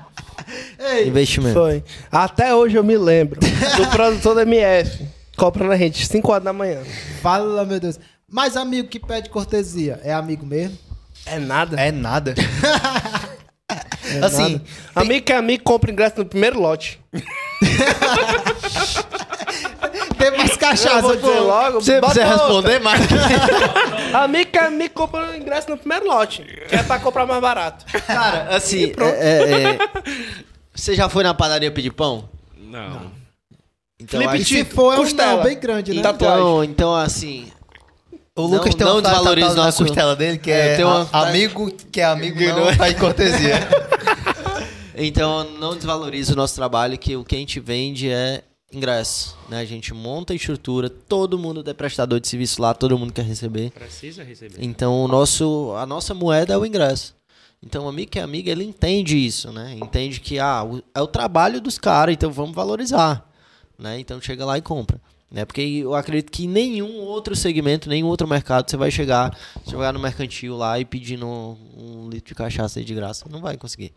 Speaker 6: É,
Speaker 5: Investimento.
Speaker 6: Foi. Até hoje eu me lembro *laughs* do produtor da MF comprando a gente 5 horas da manhã.
Speaker 1: Fala, meu Deus. Mas amigo que pede cortesia, é amigo mesmo?
Speaker 6: É nada.
Speaker 4: É nada. assim,
Speaker 6: Amigo que é amigo compra ingresso no primeiro lote.
Speaker 1: Tem mais
Speaker 6: Eu vou
Speaker 1: cachaça,
Speaker 6: dizer
Speaker 1: pô.
Speaker 6: logo.
Speaker 5: Você
Speaker 6: bota
Speaker 5: precisa
Speaker 6: outra.
Speaker 5: responder,
Speaker 6: *laughs*
Speaker 5: mais.
Speaker 6: Amigo que é amigo compra ingresso no primeiro lote. Que é pra comprar mais barato.
Speaker 5: Cara, assim, é- é- é- você já foi na padaria pedir pão?
Speaker 2: Não.
Speaker 5: Então,
Speaker 1: E
Speaker 5: acho-
Speaker 1: se for, é um
Speaker 6: Costela.
Speaker 1: não bem grande, né?
Speaker 5: então, então, assim,
Speaker 4: O Lucas
Speaker 5: Não-
Speaker 4: tem
Speaker 5: não
Speaker 4: uma tatuagem
Speaker 5: desvalorize
Speaker 4: tatuada na
Speaker 5: nosso-
Speaker 4: costela dele, que
Speaker 5: tá, É,
Speaker 4: é,
Speaker 5: tem uma-
Speaker 4: a- amigo que é amigo não, tá de cortesia.
Speaker 5: então não desvalorize o nosso trabalho, que o que a gente vende é ingresso, né? A gente monta a estrutura, todo mundo é prestador de serviço lá, todo mundo quer receber.
Speaker 2: Precisa receber.
Speaker 5: Então o nosso, a nossa moeda é o ingresso. Então o amigo que é amigo, ele entende isso, né? Entende que ah, o- é o trabalho dos caras, então vamos valorizar, né? Então chega lá e compra. Né? Porque eu acredito que em nenhum outro segmento, nenhum outro mercado, você vai chegar, você vai no mercantil lá e pedindo um, um litro de cachaça aí de graça, não vai conseguir.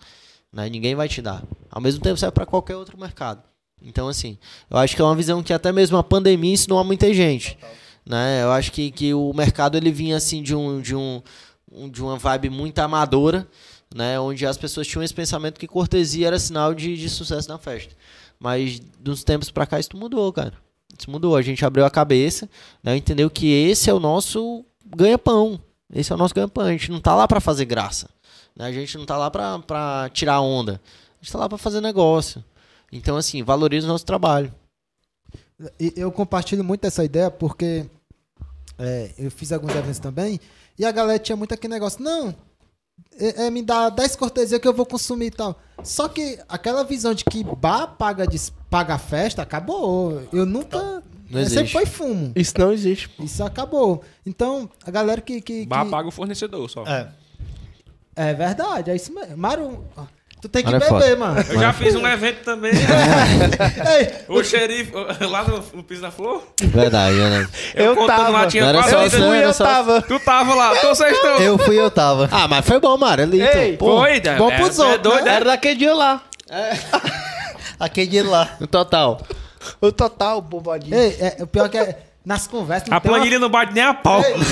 Speaker 5: Né? Ninguém vai te dar. Ao mesmo tempo serve para qualquer outro mercado. Então, assim, eu acho que é uma visão que até mesmo a pandemia ensinou a muita gente né? Eu acho que, que o mercado ele vinha assim de um, de um, um- de uma vibe muito amadora, né? Onde as pessoas tinham esse pensamento que cortesia era sinal de, de sucesso na festa. Mas de uns tempos pra cá isso mudou, cara. Isso mudou. A gente abriu a cabeça, né? Entendeu que esse é o nosso ganha-pão. Esse é o nosso ganha-pão. A gente não tá lá pra fazer graça. né? A gente não tá lá pra, pra tirar onda. A gente tá lá pra fazer negócio. Então, assim, valoriza o nosso trabalho.
Speaker 1: E eu compartilho muito essa ideia porque é, eu fiz alguns eventos também e a galera tinha muito aquele negócio, não, é, é, me dá 10 cortesia que eu vou consumir e tal. Só que aquela visão de que bar paga, dis- paga a festa acabou. Eu nunca. é, sempre
Speaker 5: Não existe.
Speaker 1: foi fumo.
Speaker 6: Isso não existe.
Speaker 1: Isso acabou. Então, a galera que. que,
Speaker 2: Bar
Speaker 1: que-
Speaker 2: paga o fornecedor só.
Speaker 1: É verdade, é isso mesmo. Mário, tu tem que
Speaker 5: Mário é
Speaker 1: beber, mano.
Speaker 2: Eu já fiz um evento também.
Speaker 1: Ei,
Speaker 2: o xerife, lá no, no Piso da Flor.
Speaker 5: Verdade, verdade.
Speaker 6: Eu
Speaker 2: contando lá,
Speaker 6: tava.
Speaker 2: tinha né?
Speaker 5: Não era
Speaker 2: quase
Speaker 5: só
Speaker 6: Eu
Speaker 5: isso,
Speaker 2: oitenta-
Speaker 5: não
Speaker 6: fui,
Speaker 5: era
Speaker 6: eu
Speaker 5: só-
Speaker 6: tava.
Speaker 2: Tu tava lá, tô sextão.
Speaker 4: *laughs* Eu fui, eu tava.
Speaker 5: Ah, mas foi bom, Mário. Ali,
Speaker 6: Ei,
Speaker 5: então, pô.
Speaker 2: Foi, Débora.
Speaker 1: bom pros
Speaker 2: É,
Speaker 1: outros,
Speaker 2: é doido,
Speaker 6: Era daquele dia lá.
Speaker 4: Aquele dia lá.
Speaker 5: No total.
Speaker 6: O total, bobadinho.
Speaker 1: ei, é, o pior que é. Nas conversas.
Speaker 2: é? A
Speaker 1: tem uma-
Speaker 2: planilha não bate nem a pau.
Speaker 1: Não tem uma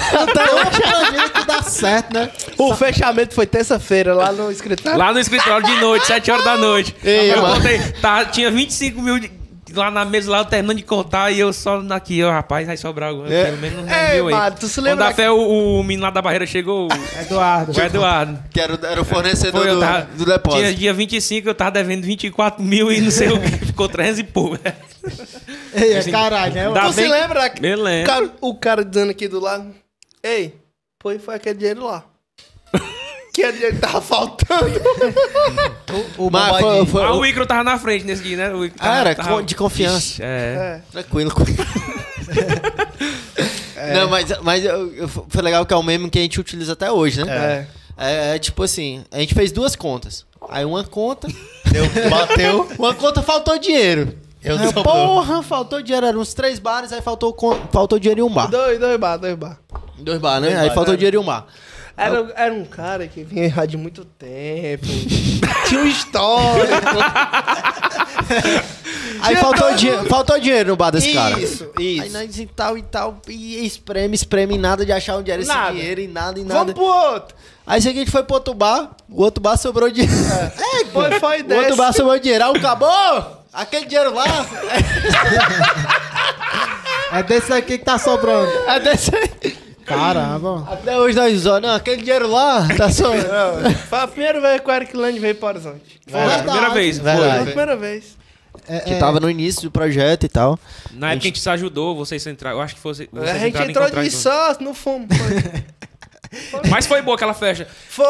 Speaker 1: planilha Então, que dá certo, né?
Speaker 6: O fechamento foi terça-feira lá no escritório.
Speaker 2: Lá no escritório de noite, 7 horas da noite. eu contei, tá, tinha 25 mil de- lá na mesa, lá alternando de contar, e eu só aqui, ó, rapaz, vai sobrar alguma,
Speaker 7: É.
Speaker 2: pelo menos uns
Speaker 7: Ei,
Speaker 2: mil né, aí.
Speaker 7: mano, tu se
Speaker 2: Quando
Speaker 7: lembra
Speaker 2: até o, o menino lá da barreira chegou,
Speaker 6: *laughs*
Speaker 2: o
Speaker 1: Eduardo.
Speaker 2: Eduardo.
Speaker 5: Que era, o- era o fornecedor
Speaker 2: Foi, eu
Speaker 5: do,
Speaker 2: tava-
Speaker 5: do depósito.
Speaker 2: Tinha dia 25, eu tava devendo 24 mil e não sei o que, *laughs* ficou 300 e
Speaker 6: *laughs*
Speaker 2: pouco. Assim,
Speaker 1: Ei, é caralho, né?
Speaker 2: Dá
Speaker 6: Tu se
Speaker 2: bem-
Speaker 6: lembra
Speaker 2: Me lembro.
Speaker 6: Cara, o cara dizendo aqui do lado. Ei, foi, foi aquele é dinheiro lá. que é dinheiro que tava faltando.
Speaker 4: O
Speaker 5: Mas foi,
Speaker 4: Bombadinho.
Speaker 5: foi-
Speaker 2: Ah, o Icro tava na frente nesse dia, né? O Icro tava,
Speaker 5: Ah, era
Speaker 2: tava-
Speaker 5: con- de confiança.
Speaker 2: Ixi, É.
Speaker 5: Tranquilo. *laughs* Não, mas, mas eu- eu- foi legal que é um meme que a gente utiliza até hoje, né? É. é tipo assim, a gente fez duas contas. Aí uma conta. *laughs* Deu, bateu. Uma conta faltou dinheiro.
Speaker 7: Eu
Speaker 5: Ah,
Speaker 7: sou
Speaker 5: porra, faltou dinheiro. Eram uns três bares, aí faltou, con- faltou dinheiro em um bar.
Speaker 6: Dois, dois bar, dois bar.
Speaker 5: Dois bar, né?
Speaker 6: Dois
Speaker 5: aí
Speaker 6: bar,
Speaker 5: faltou
Speaker 6: né?
Speaker 5: dinheiro em um bar.
Speaker 6: Era, era um cara que vinha errar de muito tempo. Tinha um histórico.
Speaker 5: Aí faltou, dinhe- faltou dinheiro no bar desse cara.
Speaker 6: Isso,
Speaker 5: Aí
Speaker 6: isso.
Speaker 5: nós e tal e tal, e espreme, espreme, nada de achar onde era esse
Speaker 6: Nada.
Speaker 5: dinheiro e nada e nada.
Speaker 6: Vamos pro outro.
Speaker 5: Aí seguinte foi pro outro bar, o outro bar sobrou dinheiro.
Speaker 6: Foi, foi,
Speaker 5: *laughs* o outro
Speaker 6: desce.
Speaker 5: bar sobrou dinheiro. Aí o acabou! Aquele dinheiro lá
Speaker 1: É desse aqui que tá sobrando.
Speaker 5: é desse aí.
Speaker 1: Caramba.
Speaker 5: Até hoje nós olhamos, não, aquele dinheiro lá tá *laughs* sobrando.
Speaker 6: Foi a primeira vez que o Eric Land veio pro Horizonte.
Speaker 2: Foi, a É, primeira vez. né? Foi.
Speaker 6: Foi a
Speaker 5: Verdade.
Speaker 6: primeira vez.
Speaker 1: É,
Speaker 5: Que
Speaker 1: é,
Speaker 5: tava no início do projeto e tal.
Speaker 2: Na época a gente se ajudou, vocês entraram. Eu acho que fosse. Vocês
Speaker 6: a gente
Speaker 2: entraram em
Speaker 6: entrou
Speaker 2: contrato.
Speaker 6: de sócio, não fumo.
Speaker 2: Mas foi boa aquela festa.
Speaker 6: Foi,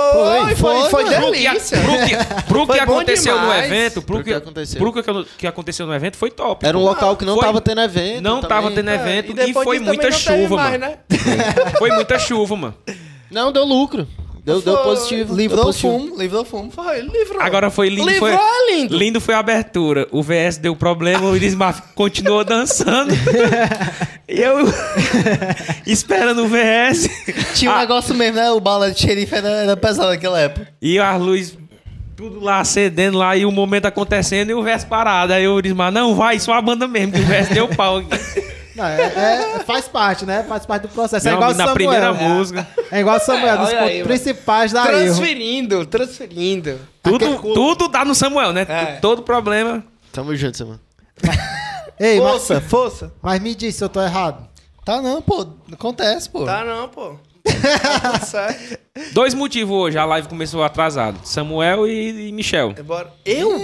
Speaker 6: foi, foi, foi
Speaker 2: Pro que,
Speaker 6: delícia.
Speaker 2: pro que- pro que
Speaker 6: Foi bom
Speaker 2: aconteceu no
Speaker 6: demais.
Speaker 2: evento, pro
Speaker 5: Pro
Speaker 2: que,
Speaker 5: que aconteceu.
Speaker 2: pro que- que aconteceu no evento foi top.
Speaker 5: Era um
Speaker 2: pô.
Speaker 5: local que não
Speaker 2: Foi-
Speaker 5: tava tendo evento.
Speaker 2: Não tava
Speaker 5: também.
Speaker 2: tendo evento e,
Speaker 6: É, depois
Speaker 2: foi
Speaker 6: disso também
Speaker 2: muita
Speaker 6: não teve
Speaker 2: chuva,
Speaker 6: mais,
Speaker 2: mano.
Speaker 6: né?
Speaker 2: Foi muita chuva, mano.
Speaker 5: Não, deu lucro. Deu, deu
Speaker 6: Foi.
Speaker 5: positivo. deu
Speaker 4: Livrou o
Speaker 5: positivo.
Speaker 4: fumo, livrou o fumo.
Speaker 6: Foi, livrou.
Speaker 2: Agora foi lindo.
Speaker 6: Livrou
Speaker 2: Foi,
Speaker 6: é lindo.
Speaker 2: lindo foi a abertura. O VS deu problema, o Irismar continuou dançando. e eu *laughs* esperando o VS.
Speaker 4: Tinha um
Speaker 2: Ah.
Speaker 4: negócio mesmo, né? O bala de xerife era, era pesado naquela época.
Speaker 2: E as luzes tudo lá acendendo lá e o momento acontecendo e o verso parado. Aí o Irismar, não, vai, só a banda mesmo, que o verso deu pau.
Speaker 1: não, é- é- faz parte, né? Faz parte do processo. É
Speaker 2: Não,
Speaker 1: igual o
Speaker 2: na
Speaker 1: Samuel.
Speaker 2: primeira
Speaker 6: né?
Speaker 1: É.
Speaker 2: música.
Speaker 1: É igual o Samuel, dos
Speaker 6: olha aí,
Speaker 1: pontos
Speaker 6: mano.
Speaker 1: principais da erro.
Speaker 6: Transferindo, transferindo.
Speaker 2: Tudo, tudo dá no Samuel, né?
Speaker 6: É.
Speaker 2: Todo problema.
Speaker 5: Tamo junto, mano.
Speaker 1: Ei, mas,
Speaker 6: Força, força.
Speaker 1: mas me diz se eu tô errado.
Speaker 4: Tá não, pô. Acontece, pô.
Speaker 6: Tá não, pô. Tá tudo certo.
Speaker 2: Dois motivos hoje, a live começou atrasado. Samuel e, e Michel.
Speaker 6: Bora. Eu?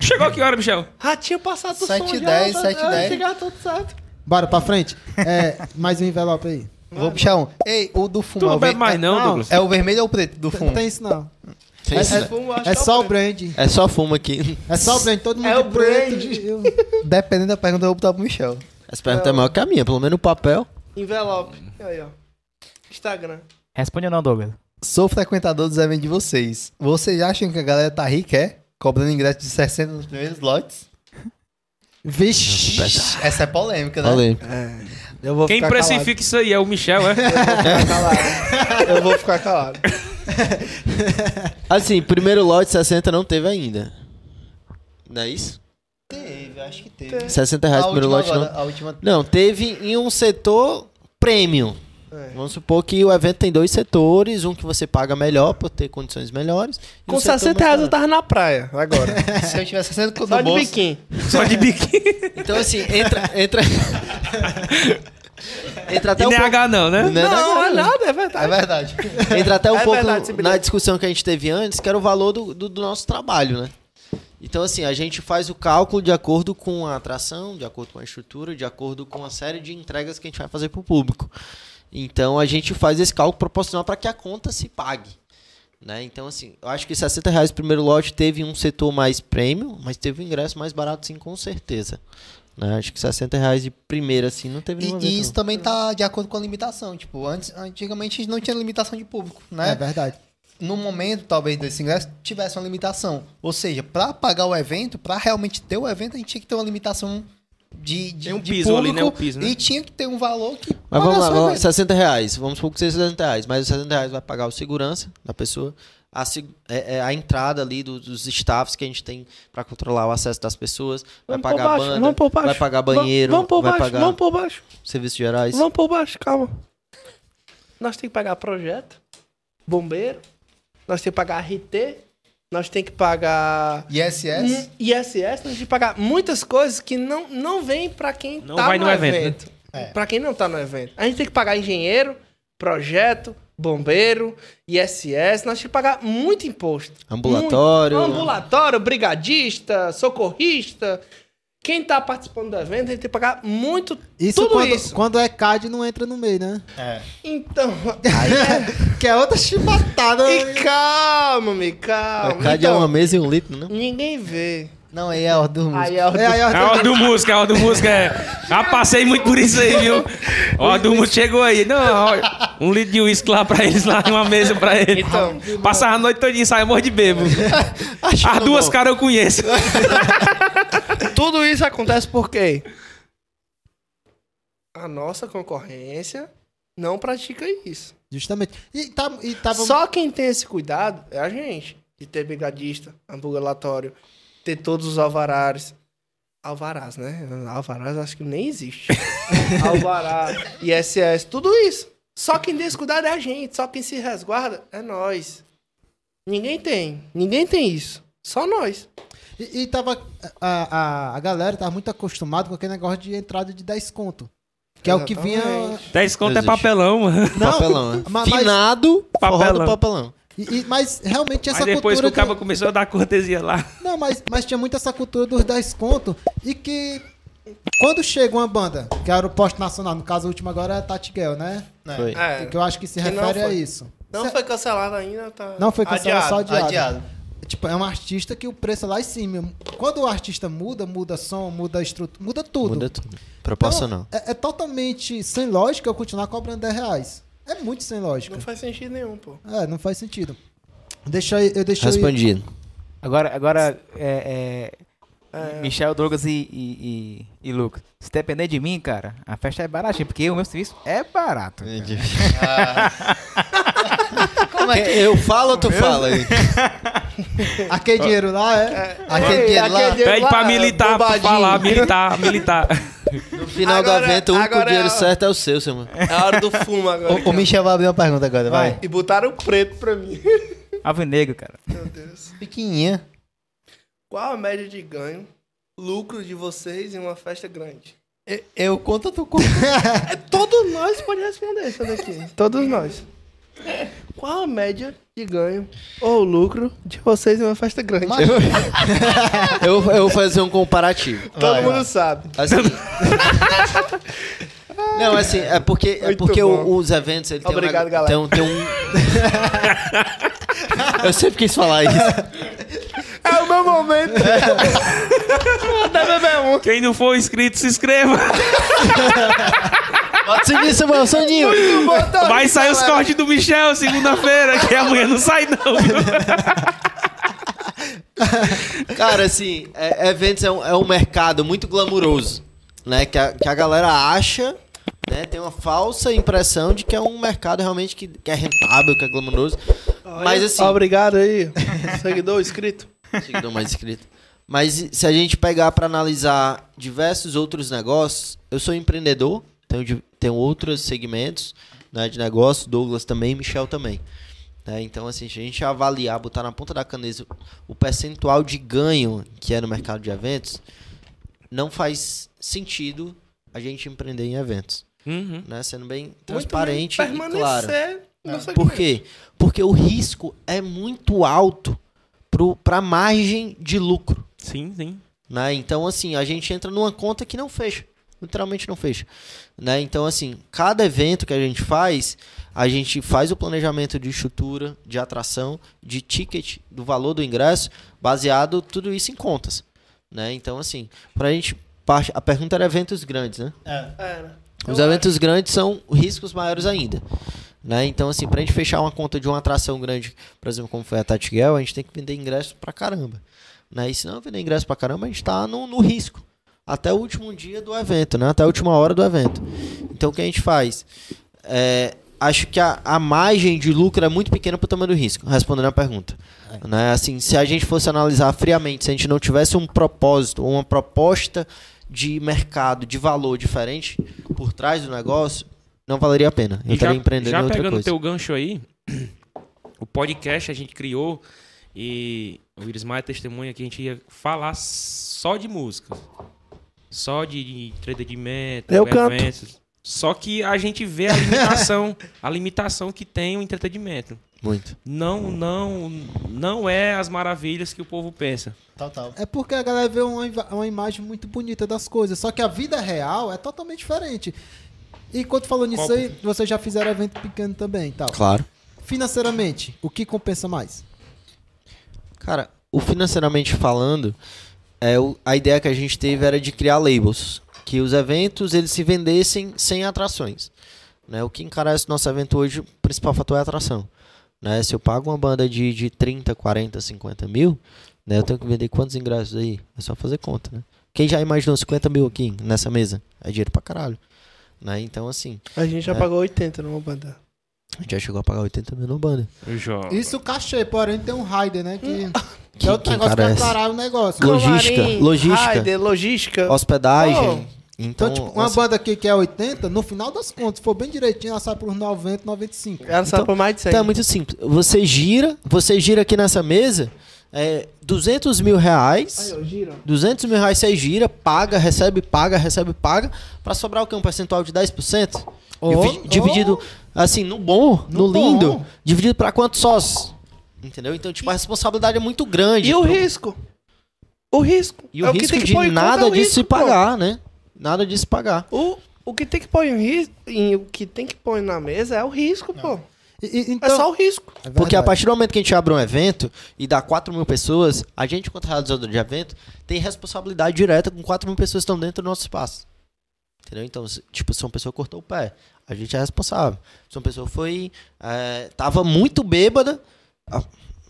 Speaker 2: Chegou que hora, Michel?
Speaker 6: Já tinha passado do
Speaker 4: Sete
Speaker 6: som
Speaker 4: e
Speaker 6: já,
Speaker 4: dez,
Speaker 6: tá-
Speaker 4: sete e
Speaker 6: ah,
Speaker 4: dez.
Speaker 6: chegar tudo certo.
Speaker 1: Bora pra frente? É, mais um envelope aí.
Speaker 4: Vou puxar um. Ei, o do fumo.
Speaker 2: Tu
Speaker 4: é
Speaker 2: não
Speaker 4: o ver-
Speaker 2: bebe mais não,
Speaker 1: não,
Speaker 2: Douglas?
Speaker 4: É o vermelho ou o preto
Speaker 1: Não
Speaker 4: do fumo?
Speaker 1: tem isso, não.
Speaker 5: Tem
Speaker 1: É-
Speaker 5: isso, né?
Speaker 6: Fumo, acho
Speaker 1: É
Speaker 6: que tá
Speaker 1: só o
Speaker 6: preto.
Speaker 1: brand.
Speaker 5: É só fumo *laughs* aqui.
Speaker 1: É só o brand. Todo mundo
Speaker 6: É
Speaker 1: de
Speaker 6: o
Speaker 1: preto.
Speaker 6: brand.
Speaker 1: eu-
Speaker 2: né?
Speaker 4: Dependendo da pergunta, eu vou botar pro Michel.
Speaker 5: Essa pergunta é maior que a minha, pelo menos o papel.
Speaker 6: Envelope. Aí, ó. Instagram.
Speaker 3: Responde ou não, Douglas?
Speaker 4: Sou frequentador dos eventos de vocês. Vocês acham que a galera tá rica, *laughs* é? Cobrando ingresso de 60 nos primeiros lotes?
Speaker 1: Vixe.
Speaker 4: Essa é polêmica, né?
Speaker 5: Valeu.
Speaker 4: Eu vou
Speaker 2: Quem
Speaker 1: tá
Speaker 4: ficar
Speaker 2: precifica isso aí é o Michel, é?
Speaker 4: calado. Eu vou ficar calado.
Speaker 5: Assim, primeiro lote 60 não teve ainda. Não é isso?
Speaker 4: *laughs* Teve, acho que teve.
Speaker 5: 60
Speaker 4: A
Speaker 5: reais
Speaker 4: última,
Speaker 5: primeiro lote
Speaker 4: agora,
Speaker 5: não.
Speaker 4: a última
Speaker 5: Não, teve em um setor premium. Vamos supor que o evento tem dois setores, um que você paga melhor por ter condições melhores. e um
Speaker 6: Com
Speaker 5: setor
Speaker 6: 60
Speaker 5: mais
Speaker 6: reais tá? eu
Speaker 5: barato.
Speaker 6: tava na praia, agora.
Speaker 4: Se eu tivesse 60 conto
Speaker 6: Só
Speaker 4: no
Speaker 6: Tá de
Speaker 4: bolso,
Speaker 6: biquíni.
Speaker 2: Só de biquíni.
Speaker 5: Então assim, entra entra entra até
Speaker 2: E
Speaker 5: um
Speaker 2: nem
Speaker 5: pouco,
Speaker 2: H não, né?
Speaker 5: Não é da
Speaker 6: Não, é
Speaker 5: galera.
Speaker 6: nada, é
Speaker 4: é
Speaker 6: verdade.
Speaker 4: verdade.
Speaker 5: entra até um
Speaker 6: É
Speaker 5: pouco
Speaker 6: verdade, sim,
Speaker 5: na
Speaker 6: beleza.
Speaker 5: discussão que a gente teve antes, que era o valor do, do- do nosso trabalho, né? Então, assim, a gente faz o cálculo de acordo com a atração, de acordo com a estrutura, de acordo com a série de entregas que a gente vai fazer para o público. Então, a gente faz esse cálculo proporcional para que a conta se pague. Né? Então, assim, eu acho que R$ 60 reais o primeiro lote teve um setor mais premium, mas teve um ingresso mais barato, sim, com certeza. Né? Acho que R$ 60 reais de primeira, assim, não teve
Speaker 4: E,
Speaker 5: nenhum
Speaker 4: e
Speaker 5: evento,
Speaker 4: isso
Speaker 5: não.
Speaker 4: também tá de acordo com a limitação. Tipo, antes, antigamente a gente não tinha limitação de público, né?
Speaker 1: É verdade.
Speaker 4: no momento, talvez, desse ingresso, tivesse uma limitação. Ou seja, para pagar o evento, para realmente ter o evento, a gente tinha que ter uma limitação de, de,
Speaker 2: Tem um *laughs*
Speaker 4: de
Speaker 2: piso ali, né? Um piso, né?
Speaker 4: E tinha que ter um valor que.
Speaker 5: Mas vamos lá,
Speaker 4: pagasse o
Speaker 5: vamos lá,
Speaker 4: evento.
Speaker 5: 60 reais. Vamos supor que seja 60 reais. Mas os 60 reais vai pagar o segurança da pessoa, a, seg- é- é a entrada ali do- dos staffs que a gente tem pra controlar o acesso das pessoas, vai
Speaker 6: Vamos por
Speaker 5: pagar a
Speaker 6: baixo,
Speaker 5: banda,
Speaker 6: vamos por baixo.
Speaker 5: vai pagar banheiro,
Speaker 6: Vamos por
Speaker 5: vai
Speaker 6: baixo,
Speaker 5: pagar
Speaker 6: vamos por baixo.
Speaker 5: serviços gerais.
Speaker 6: Vamos por baixo, calma. Nós temos que pagar projeto, bombeiro, nós temos que pagar RT, nós tem que pagar
Speaker 4: ISS?
Speaker 6: Hum, ISS, nós tem que pagar muitas coisas que não, não vem pra quem
Speaker 2: Não
Speaker 6: tá
Speaker 2: vai
Speaker 6: no,
Speaker 2: no evento,
Speaker 6: evento.
Speaker 2: né?
Speaker 4: É.
Speaker 6: Pra quem não tá no evento. A gente tem que pagar engenheiro, projeto, bombeiro, ISS, nós temos que pagar muito imposto.
Speaker 5: Ambulatório.
Speaker 6: Muito. Ambulatório, brigadista, socorrista. Quem tá participando do evento, a gente tem que pagar muito
Speaker 1: Isso
Speaker 6: tudo
Speaker 1: quando,
Speaker 6: isso.
Speaker 1: quando é CAD não entra no meio, né?
Speaker 4: É.
Speaker 6: Então, *laughs*
Speaker 1: *laughs* Que é outra chibatada.
Speaker 6: e calma, me calma.
Speaker 5: Cada
Speaker 6: Então,
Speaker 5: é uma mesa e um litro, né?
Speaker 6: Ninguém vê.
Speaker 4: Não, aí é a ordem do músico.
Speaker 6: Aí é o
Speaker 1: É, aí, ó,
Speaker 2: A hora do música, a hora do música é. Já passei muito por isso aí, viu? A hora do músico chegou aí. Não, ó, um litro de uísque lá pra eles, lá uma mesa pra eles.
Speaker 6: Então.
Speaker 2: Passava a noite todinha, saia morre de bebo. As duas caras eu conheço.
Speaker 6: Tudo isso acontece por quê? A nossa concorrência não pratica isso.
Speaker 1: Justamente. E, tá, e tava.
Speaker 6: Só quem tem esse cuidado é a gente. De ter brigadista, ambulatório, ter todos os alvarares. Alvarás, né? Alvarás acho que nem *laughs* existe. Alvará, ISS, tudo isso. Só quem tem esse cuidado é a gente. Só quem se resguarda é nós. Ninguém tem. Ninguém tem isso. Só nós.
Speaker 1: E, e tava. A, a, a galera tava muito acostumada com aquele negócio de entrada de 10 conto. Que é o que vinha.
Speaker 6: Exatamente.
Speaker 2: 10 conto é
Speaker 5: Existe.
Speaker 2: papelão, mano.
Speaker 1: Não,
Speaker 5: papelão, né?
Speaker 1: ma- mas-
Speaker 5: Finado forró do
Speaker 2: Papelão.
Speaker 5: papelão.
Speaker 1: E, e- mas realmente essa
Speaker 2: Aí depois que
Speaker 1: cultura.
Speaker 2: o cabo começou a dar cortesia lá.
Speaker 1: Não, mas, mas tinha muito essa cultura dos 10 conto e que quando chega uma banda, que era o Posto Nacional, no caso a última agora é a Tati Gale, né?
Speaker 5: Foi.
Speaker 6: É.
Speaker 1: Que eu acho que se
Speaker 6: Que não
Speaker 1: refere a
Speaker 6: foi.
Speaker 1: isso.
Speaker 6: Não
Speaker 1: Cê-
Speaker 6: foi cancelado ainda, tá?
Speaker 1: Não foi cancelado, é só adiado.
Speaker 4: Adiado.
Speaker 1: Tipo, é um artista que o preço é lá em cima. Quando o artista muda, muda som, muda estrutura, muda tudo.
Speaker 5: Muda tudo. Proporcional.
Speaker 1: Então, é, é totalmente sem lógica eu continuar cobrando 10 reais. É muito sem lógica.
Speaker 6: Não faz sentido nenhum, pô.
Speaker 1: É, não faz sentido. Deixa eu, eu deixa eu-
Speaker 5: Respondido.
Speaker 3: Agora, agora é, é, Michel, Douglas e, e, e, e Lucas. Se depender de mim, cara, a festa é baratinha, porque o meu serviço é barato.
Speaker 5: Como é que eu falo ou tu fala aí?
Speaker 1: Aquele dinheiro lá é.
Speaker 4: Aquele dinheiro lá,
Speaker 2: Pede pra
Speaker 6: lá,
Speaker 2: militar, pra
Speaker 4: bombadinho.
Speaker 2: falar, militar, militar.
Speaker 5: No final
Speaker 6: Agora-
Speaker 5: do evento, o único
Speaker 6: agora
Speaker 5: dinheiro
Speaker 6: é-
Speaker 5: certo é o seu, seu mano.
Speaker 6: É a hora do fumo agora.
Speaker 4: O, o Michel vai abrir uma pergunta agora, vai.
Speaker 6: E botaram o preto pra mim. *laughs*
Speaker 3: Alvinegro, cara.
Speaker 6: Meu Deus.
Speaker 4: Piquinha.
Speaker 6: Qual a média de ganho, lucro de vocês em uma festa grande?
Speaker 4: Eu, eu conto ou tu conta?
Speaker 6: *laughs* É, todos nós podemos responder essa daqui. Todos nós. Qual a média de ganho ou lucro de vocês em uma festa grande?
Speaker 5: Eu, eu vou fazer um comparativo.
Speaker 6: Todo
Speaker 4: Vai,
Speaker 6: mundo
Speaker 4: vai.
Speaker 6: sabe.
Speaker 5: Assim, *laughs* não, assim, é porque, é
Speaker 6: Muito
Speaker 5: porque o-
Speaker 6: bom.
Speaker 5: os eventos. Ele tem um
Speaker 6: Obrigado,
Speaker 5: neg-
Speaker 6: galera.
Speaker 5: Tem um, tem um... eu sempre quis falar isso.
Speaker 6: É o meu momento. Até beber um.
Speaker 4: *laughs*
Speaker 2: Quem não for inscrito, se inscreva.
Speaker 5: Pode seguir, seu mano, Soninho.
Speaker 2: Vai sair os cortes do Michel segunda-feira, que amanhã não sai, não, viu?
Speaker 5: Cara, assim, é- eventos é um, é um mercado muito glamuroso, né? Que a, que a galera acha, né? Tem uma falsa impressão de que é um mercado realmente que, que é rentável, que é glamuroso. Mas assim,
Speaker 6: Obrigado aí, seguidor, inscrito.
Speaker 5: seguidor mais inscrito. Mas se a gente pegar para analisar diversos outros negócios, eu sou empreendedor, tenho, de- tenho outros segmentos né, de negócio, Douglas também, Michel também. né? Então, assim, se a gente avaliar, botar na ponta da caneta o percentual de ganho que é no mercado de eventos, não faz sentido a gente empreender em eventos.
Speaker 2: *laughs* Uhum.
Speaker 5: né? Sendo bem
Speaker 6: Muito
Speaker 5: transparente
Speaker 6: bem,
Speaker 5: e claro.
Speaker 6: permanecer no
Speaker 4: É.
Speaker 6: segmento.
Speaker 5: Por quê? Porque o risco é muito alto para a margem de lucro.
Speaker 2: Sim, sim.
Speaker 5: Né? Então, assim, a gente entra numa conta que não fecha. Literalmente não fecha. Né? Então, assim, cada evento que a gente faz, a gente faz o planejamento de estrutura, de atração, de ticket, do valor do ingresso, baseado tudo isso em contas. Né? Então, assim, pra gente. parte- A pergunta era eventos grandes, né?
Speaker 6: Era.
Speaker 5: Os eventos grandes são riscos maiores ainda. Né? Então, assim, pra gente fechar uma conta de uma atração grande, por exemplo, como foi a Tati Gale, a gente tem que vender ingresso pra caramba. Né? E se não vender ingresso pra caramba, a gente tá no, no risco. Até o último dia do evento, né? Até a última hora do evento. Então, o que a gente faz? É, acho que a, a margem de lucro é muito pequena pro tamanho do risco, respondendo a pergunta. Né? Assim, se a gente fosse analisar friamente, se a gente não tivesse um propósito, uma proposta de mercado, de valor diferente por trás do negócio, não valeria a pena. Eu
Speaker 2: E já,
Speaker 5: estaria empreendendo
Speaker 2: já *clears throat*
Speaker 5: em outra
Speaker 2: pegando
Speaker 5: coisa.
Speaker 2: teu gancho aí, o podcast a gente criou E o Irismar é testemunha que a gente ia falar só de música. Só de entretenimento,
Speaker 6: Eu canto.
Speaker 2: Só que a gente vê a limitação, a limitação que tem o entretenimento.
Speaker 5: Muito.
Speaker 2: Não, não, não é as maravilhas que o povo pensa.
Speaker 4: Tal, tal.
Speaker 1: É porque a galera vê uma, inva- uma imagem muito bonita das coisas. Só que a vida real é totalmente diferente. E quando falou nisso
Speaker 2: Copo.
Speaker 1: aí, vocês já fizeram evento pequeno também e tal.
Speaker 5: Claro.
Speaker 1: Financeiramente, o que compensa mais?
Speaker 5: Cara, o financeiramente falando, é, o- a ideia que a gente teve era de criar labels. Que os eventos eles se vendessem sem atrações. Né? O que encarece nosso evento hoje, o principal fator é a atração. Né? Se eu pago uma banda de, de 30, 40, 50 mil, né? eu tenho que vender quantos ingressos aí? É só fazer conta, né? Quem já imaginou 50 mil aqui nessa mesa? É dinheiro pra caralho. Né? Então, assim,
Speaker 6: A gente já
Speaker 5: É.
Speaker 6: pagou 80 numa banda.
Speaker 5: a gente já chegou a pagar 80 mil no banda.
Speaker 2: Ah,
Speaker 1: Isso cachê, porém tem um raider, né? Que,
Speaker 5: Hum. Que,
Speaker 1: que é outro
Speaker 5: que
Speaker 1: negócio que
Speaker 5: encarece. Então,
Speaker 1: aclarar o negócio.
Speaker 5: Logística,
Speaker 6: Camarim,
Speaker 5: logística.
Speaker 6: rider, logística.
Speaker 5: Hospedagem.
Speaker 1: Então,
Speaker 5: Então,
Speaker 1: tipo, uma
Speaker 5: assim,
Speaker 1: banda aqui que é 80, no final das contas, se for bem direitinho, ela sai por uns 90, 95.
Speaker 6: Ela sai
Speaker 5: Então,
Speaker 6: por mais de 100.
Speaker 5: Então é muito simples. Você gira, você gira aqui nessa mesa, é, 200 mil reais. 200 mil reais você gira, paga, recebe, paga, recebe, paga, pra sobrar o quê? Um percentual de 10%? Divi-
Speaker 1: Ou-
Speaker 5: dividido, assim, no bom, no,
Speaker 1: No bom.
Speaker 5: lindo, dividido pra quantos sócios? Entendeu? Então, tipo, a responsabilidade é muito grande.
Speaker 6: E o
Speaker 5: pro-
Speaker 6: risco? O risco.
Speaker 5: e o
Speaker 6: É que
Speaker 5: risco
Speaker 6: tem que
Speaker 5: de
Speaker 6: pôr em conta é
Speaker 5: nada
Speaker 6: o
Speaker 5: de se
Speaker 6: risco, pô.
Speaker 5: pagar, né? Nada de se pagar.
Speaker 6: O, o que tem que pôr em risco, em- o que tem que pôr na mesa é o risco, pô.
Speaker 1: E- e-
Speaker 6: É
Speaker 1: então,
Speaker 6: só o risco.
Speaker 1: É
Speaker 5: Porque a
Speaker 1: verdade.
Speaker 5: partir do momento que a gente abre um evento e dá 4 mil pessoas, a gente, quanto realizador de evento, tem responsabilidade direta com 4 mil pessoas que estão dentro do nosso espaço. Entendeu? Então, se- tipo, se uma pessoa cortou o pé, a gente é responsável. Se uma pessoa foi. eh, tava muito bêbada, a-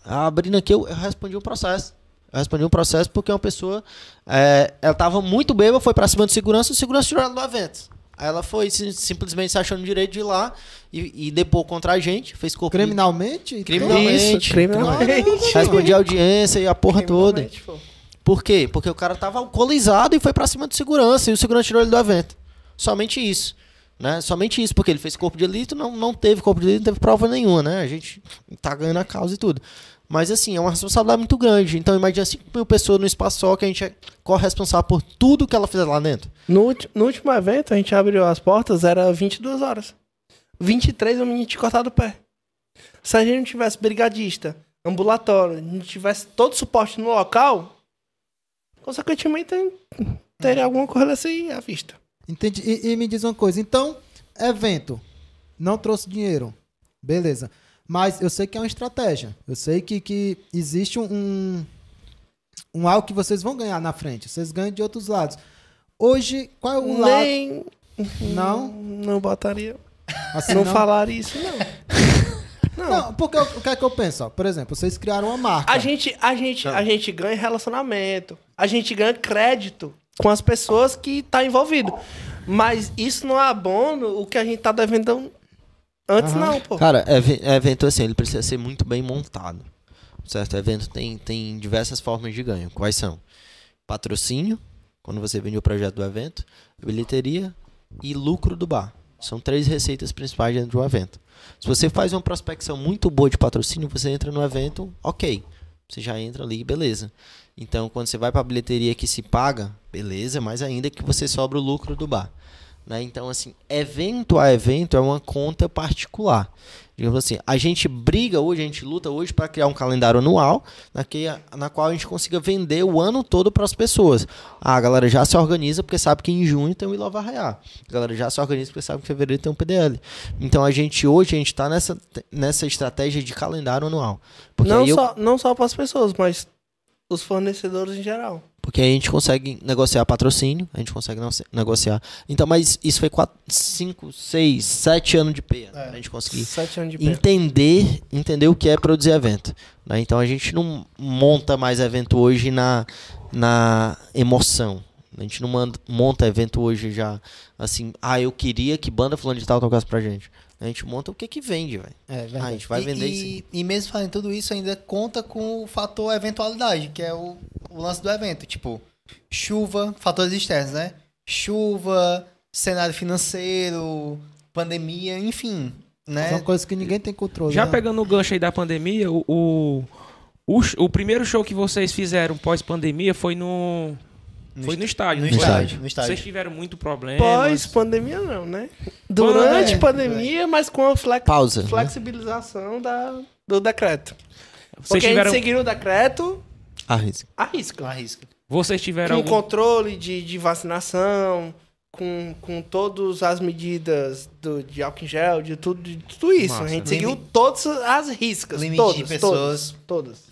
Speaker 5: a- abrindo aqui, eu, eu respondi um processo. Eu respondi um processo porque uma pessoa. eh, ela tava muito bêbada, foi pra cima do segurança, o segurança tirou ela do evento. Aí ela foi sim- simplesmente se achando no direito de ir lá e, e depor contra a gente, fez corpo
Speaker 1: Criminalmente? então-
Speaker 5: Criminalmente.
Speaker 6: Criminalmente.
Speaker 5: Respondi a audiência e a porra toda.
Speaker 6: Criminalmente, pô.
Speaker 5: Por quê? Porque o cara tava alcoolizado e foi pra cima do segurança. E o segurança tirou ele do evento. Somente isso. Né? Somente isso, porque ele fez corpo de delito, não, não teve corpo de delito, não teve prova nenhuma, né? A gente tá ganhando a causa e tudo. Mas assim, é uma responsabilidade muito grande. Então imagina 5 mil pessoas num espaço só que a gente é corresponsável por tudo que ela fizer lá dentro.
Speaker 6: No, ulti- no último evento, a gente abriu as portas, era 22 horas. 23 o menino tinha cortado o pé. Se a gente não tivesse brigadista, ambulatório, não tivesse todo o suporte no local, consequentemente teria alguma coisa assim à vista.
Speaker 1: Entendi. E, e me diz uma coisa. Então, evento. Não trouxe dinheiro. Beleza. Mas eu sei que é uma estratégia. Eu sei que, que existe um, um, um algo que vocês vão ganhar na frente. Vocês ganham de outros lados. Hoje, qual é o lado?
Speaker 6: Nem.
Speaker 1: Não?
Speaker 6: Não botaria.
Speaker 1: Assim,
Speaker 6: não, falaria isso, não.
Speaker 1: Não, porque eu- o que é que eu penso? ó? Por exemplo, vocês criaram uma marca.
Speaker 6: A gente, a gente, a gente ganha relacionamento, a gente ganha crédito com as pessoas que tá envolvido. Mas isso não é abono o que a gente tá devendo antes
Speaker 1: Aham.
Speaker 6: não, pô.
Speaker 5: Cara, eve- evento assim, ele precisa ser muito bem montado. Certo? Evento tem, tem diversas formas de ganho. Quais são? Patrocínio, quando você vende o projeto do evento, bilheteria e lucro do bar. São três receitas principais dentro de um evento. Se você faz uma prospecção muito boa de patrocínio, você entra no evento, ok. Você já entra ali, beleza. Então, quando você vai para a bilheteria que se paga, beleza, mas ainda que você sobra o lucro do bar. né? Então, assim, evento a evento é uma conta particular. Digamos assim, a gente briga hoje, a gente luta hoje para criar um calendário anual na, que, na qual a gente consiga vender o ano todo para as pessoas. Ah, a galera já se organiza porque sabe que em junho tem o Ilova Raiá. A galera já se organiza porque sabe que em fevereiro tem um PDL. Então a gente hoje a gente está nessa, nessa estratégia de calendário anual. Porque
Speaker 6: Não
Speaker 5: aí eu-
Speaker 6: só, não só para as pessoas, mas os fornecedores em geral.
Speaker 5: Porque aí a gente consegue negociar patrocínio, a gente consegue negoci- negociar. Então, mas isso foi 5, 6, 7 anos de peia.
Speaker 1: É.
Speaker 5: né? A gente conseguir
Speaker 6: Sete anos de pé.
Speaker 5: entender, entender o que é produzir evento. né? Então a gente não monta mais evento hoje na, na emoção. A gente não manda- monta evento hoje já assim, ah, eu queria que banda fulano de tal tocasse pra gente. A gente monta o que que vende, velho.
Speaker 1: É,
Speaker 5: Ah, a
Speaker 1: verdade.
Speaker 5: gente vai
Speaker 4: e,
Speaker 5: vender
Speaker 4: e,
Speaker 5: isso. aí.
Speaker 4: E mesmo fazendo tudo isso, ainda conta com o fator eventualidade, que é o, o lance do evento. Tipo, chuva, fatores externos, né? Chuva, cenário financeiro, pandemia, enfim,
Speaker 1: São
Speaker 4: né?
Speaker 5: É.
Speaker 1: é
Speaker 2: é
Speaker 1: coisas que ninguém tem controle.
Speaker 2: Já
Speaker 1: né?
Speaker 2: pegando o gancho aí da pandemia, o, o, O, sh- o primeiro show que vocês fizeram pós-pandemia foi no. foi né? no estádio,
Speaker 4: No
Speaker 2: não foi?
Speaker 4: estádio, no estádio.
Speaker 2: Vocês tiveram muito problema.
Speaker 6: Pós pandemia não, né? Durante
Speaker 4: É,
Speaker 6: pandemia, mas com a flex-
Speaker 5: Pausa. né?
Speaker 6: flexibilização da, do decreto.
Speaker 2: Vocês
Speaker 6: Porque
Speaker 2: tiveram,
Speaker 6: a gente seguiu o decreto
Speaker 5: Arrisca.
Speaker 6: a risco.
Speaker 4: Arrisca.
Speaker 2: vocês tiveram
Speaker 6: com
Speaker 2: algum-
Speaker 6: controle de, de vacinação, com, com todas as medidas do, de álcool em gel, de tudo, de tudo isso.
Speaker 2: Massa.
Speaker 6: A
Speaker 4: Limite-
Speaker 6: gente seguiu todas as riscas.
Speaker 4: Limite
Speaker 6: todas,
Speaker 4: de pessoas.
Speaker 6: Todas. todas.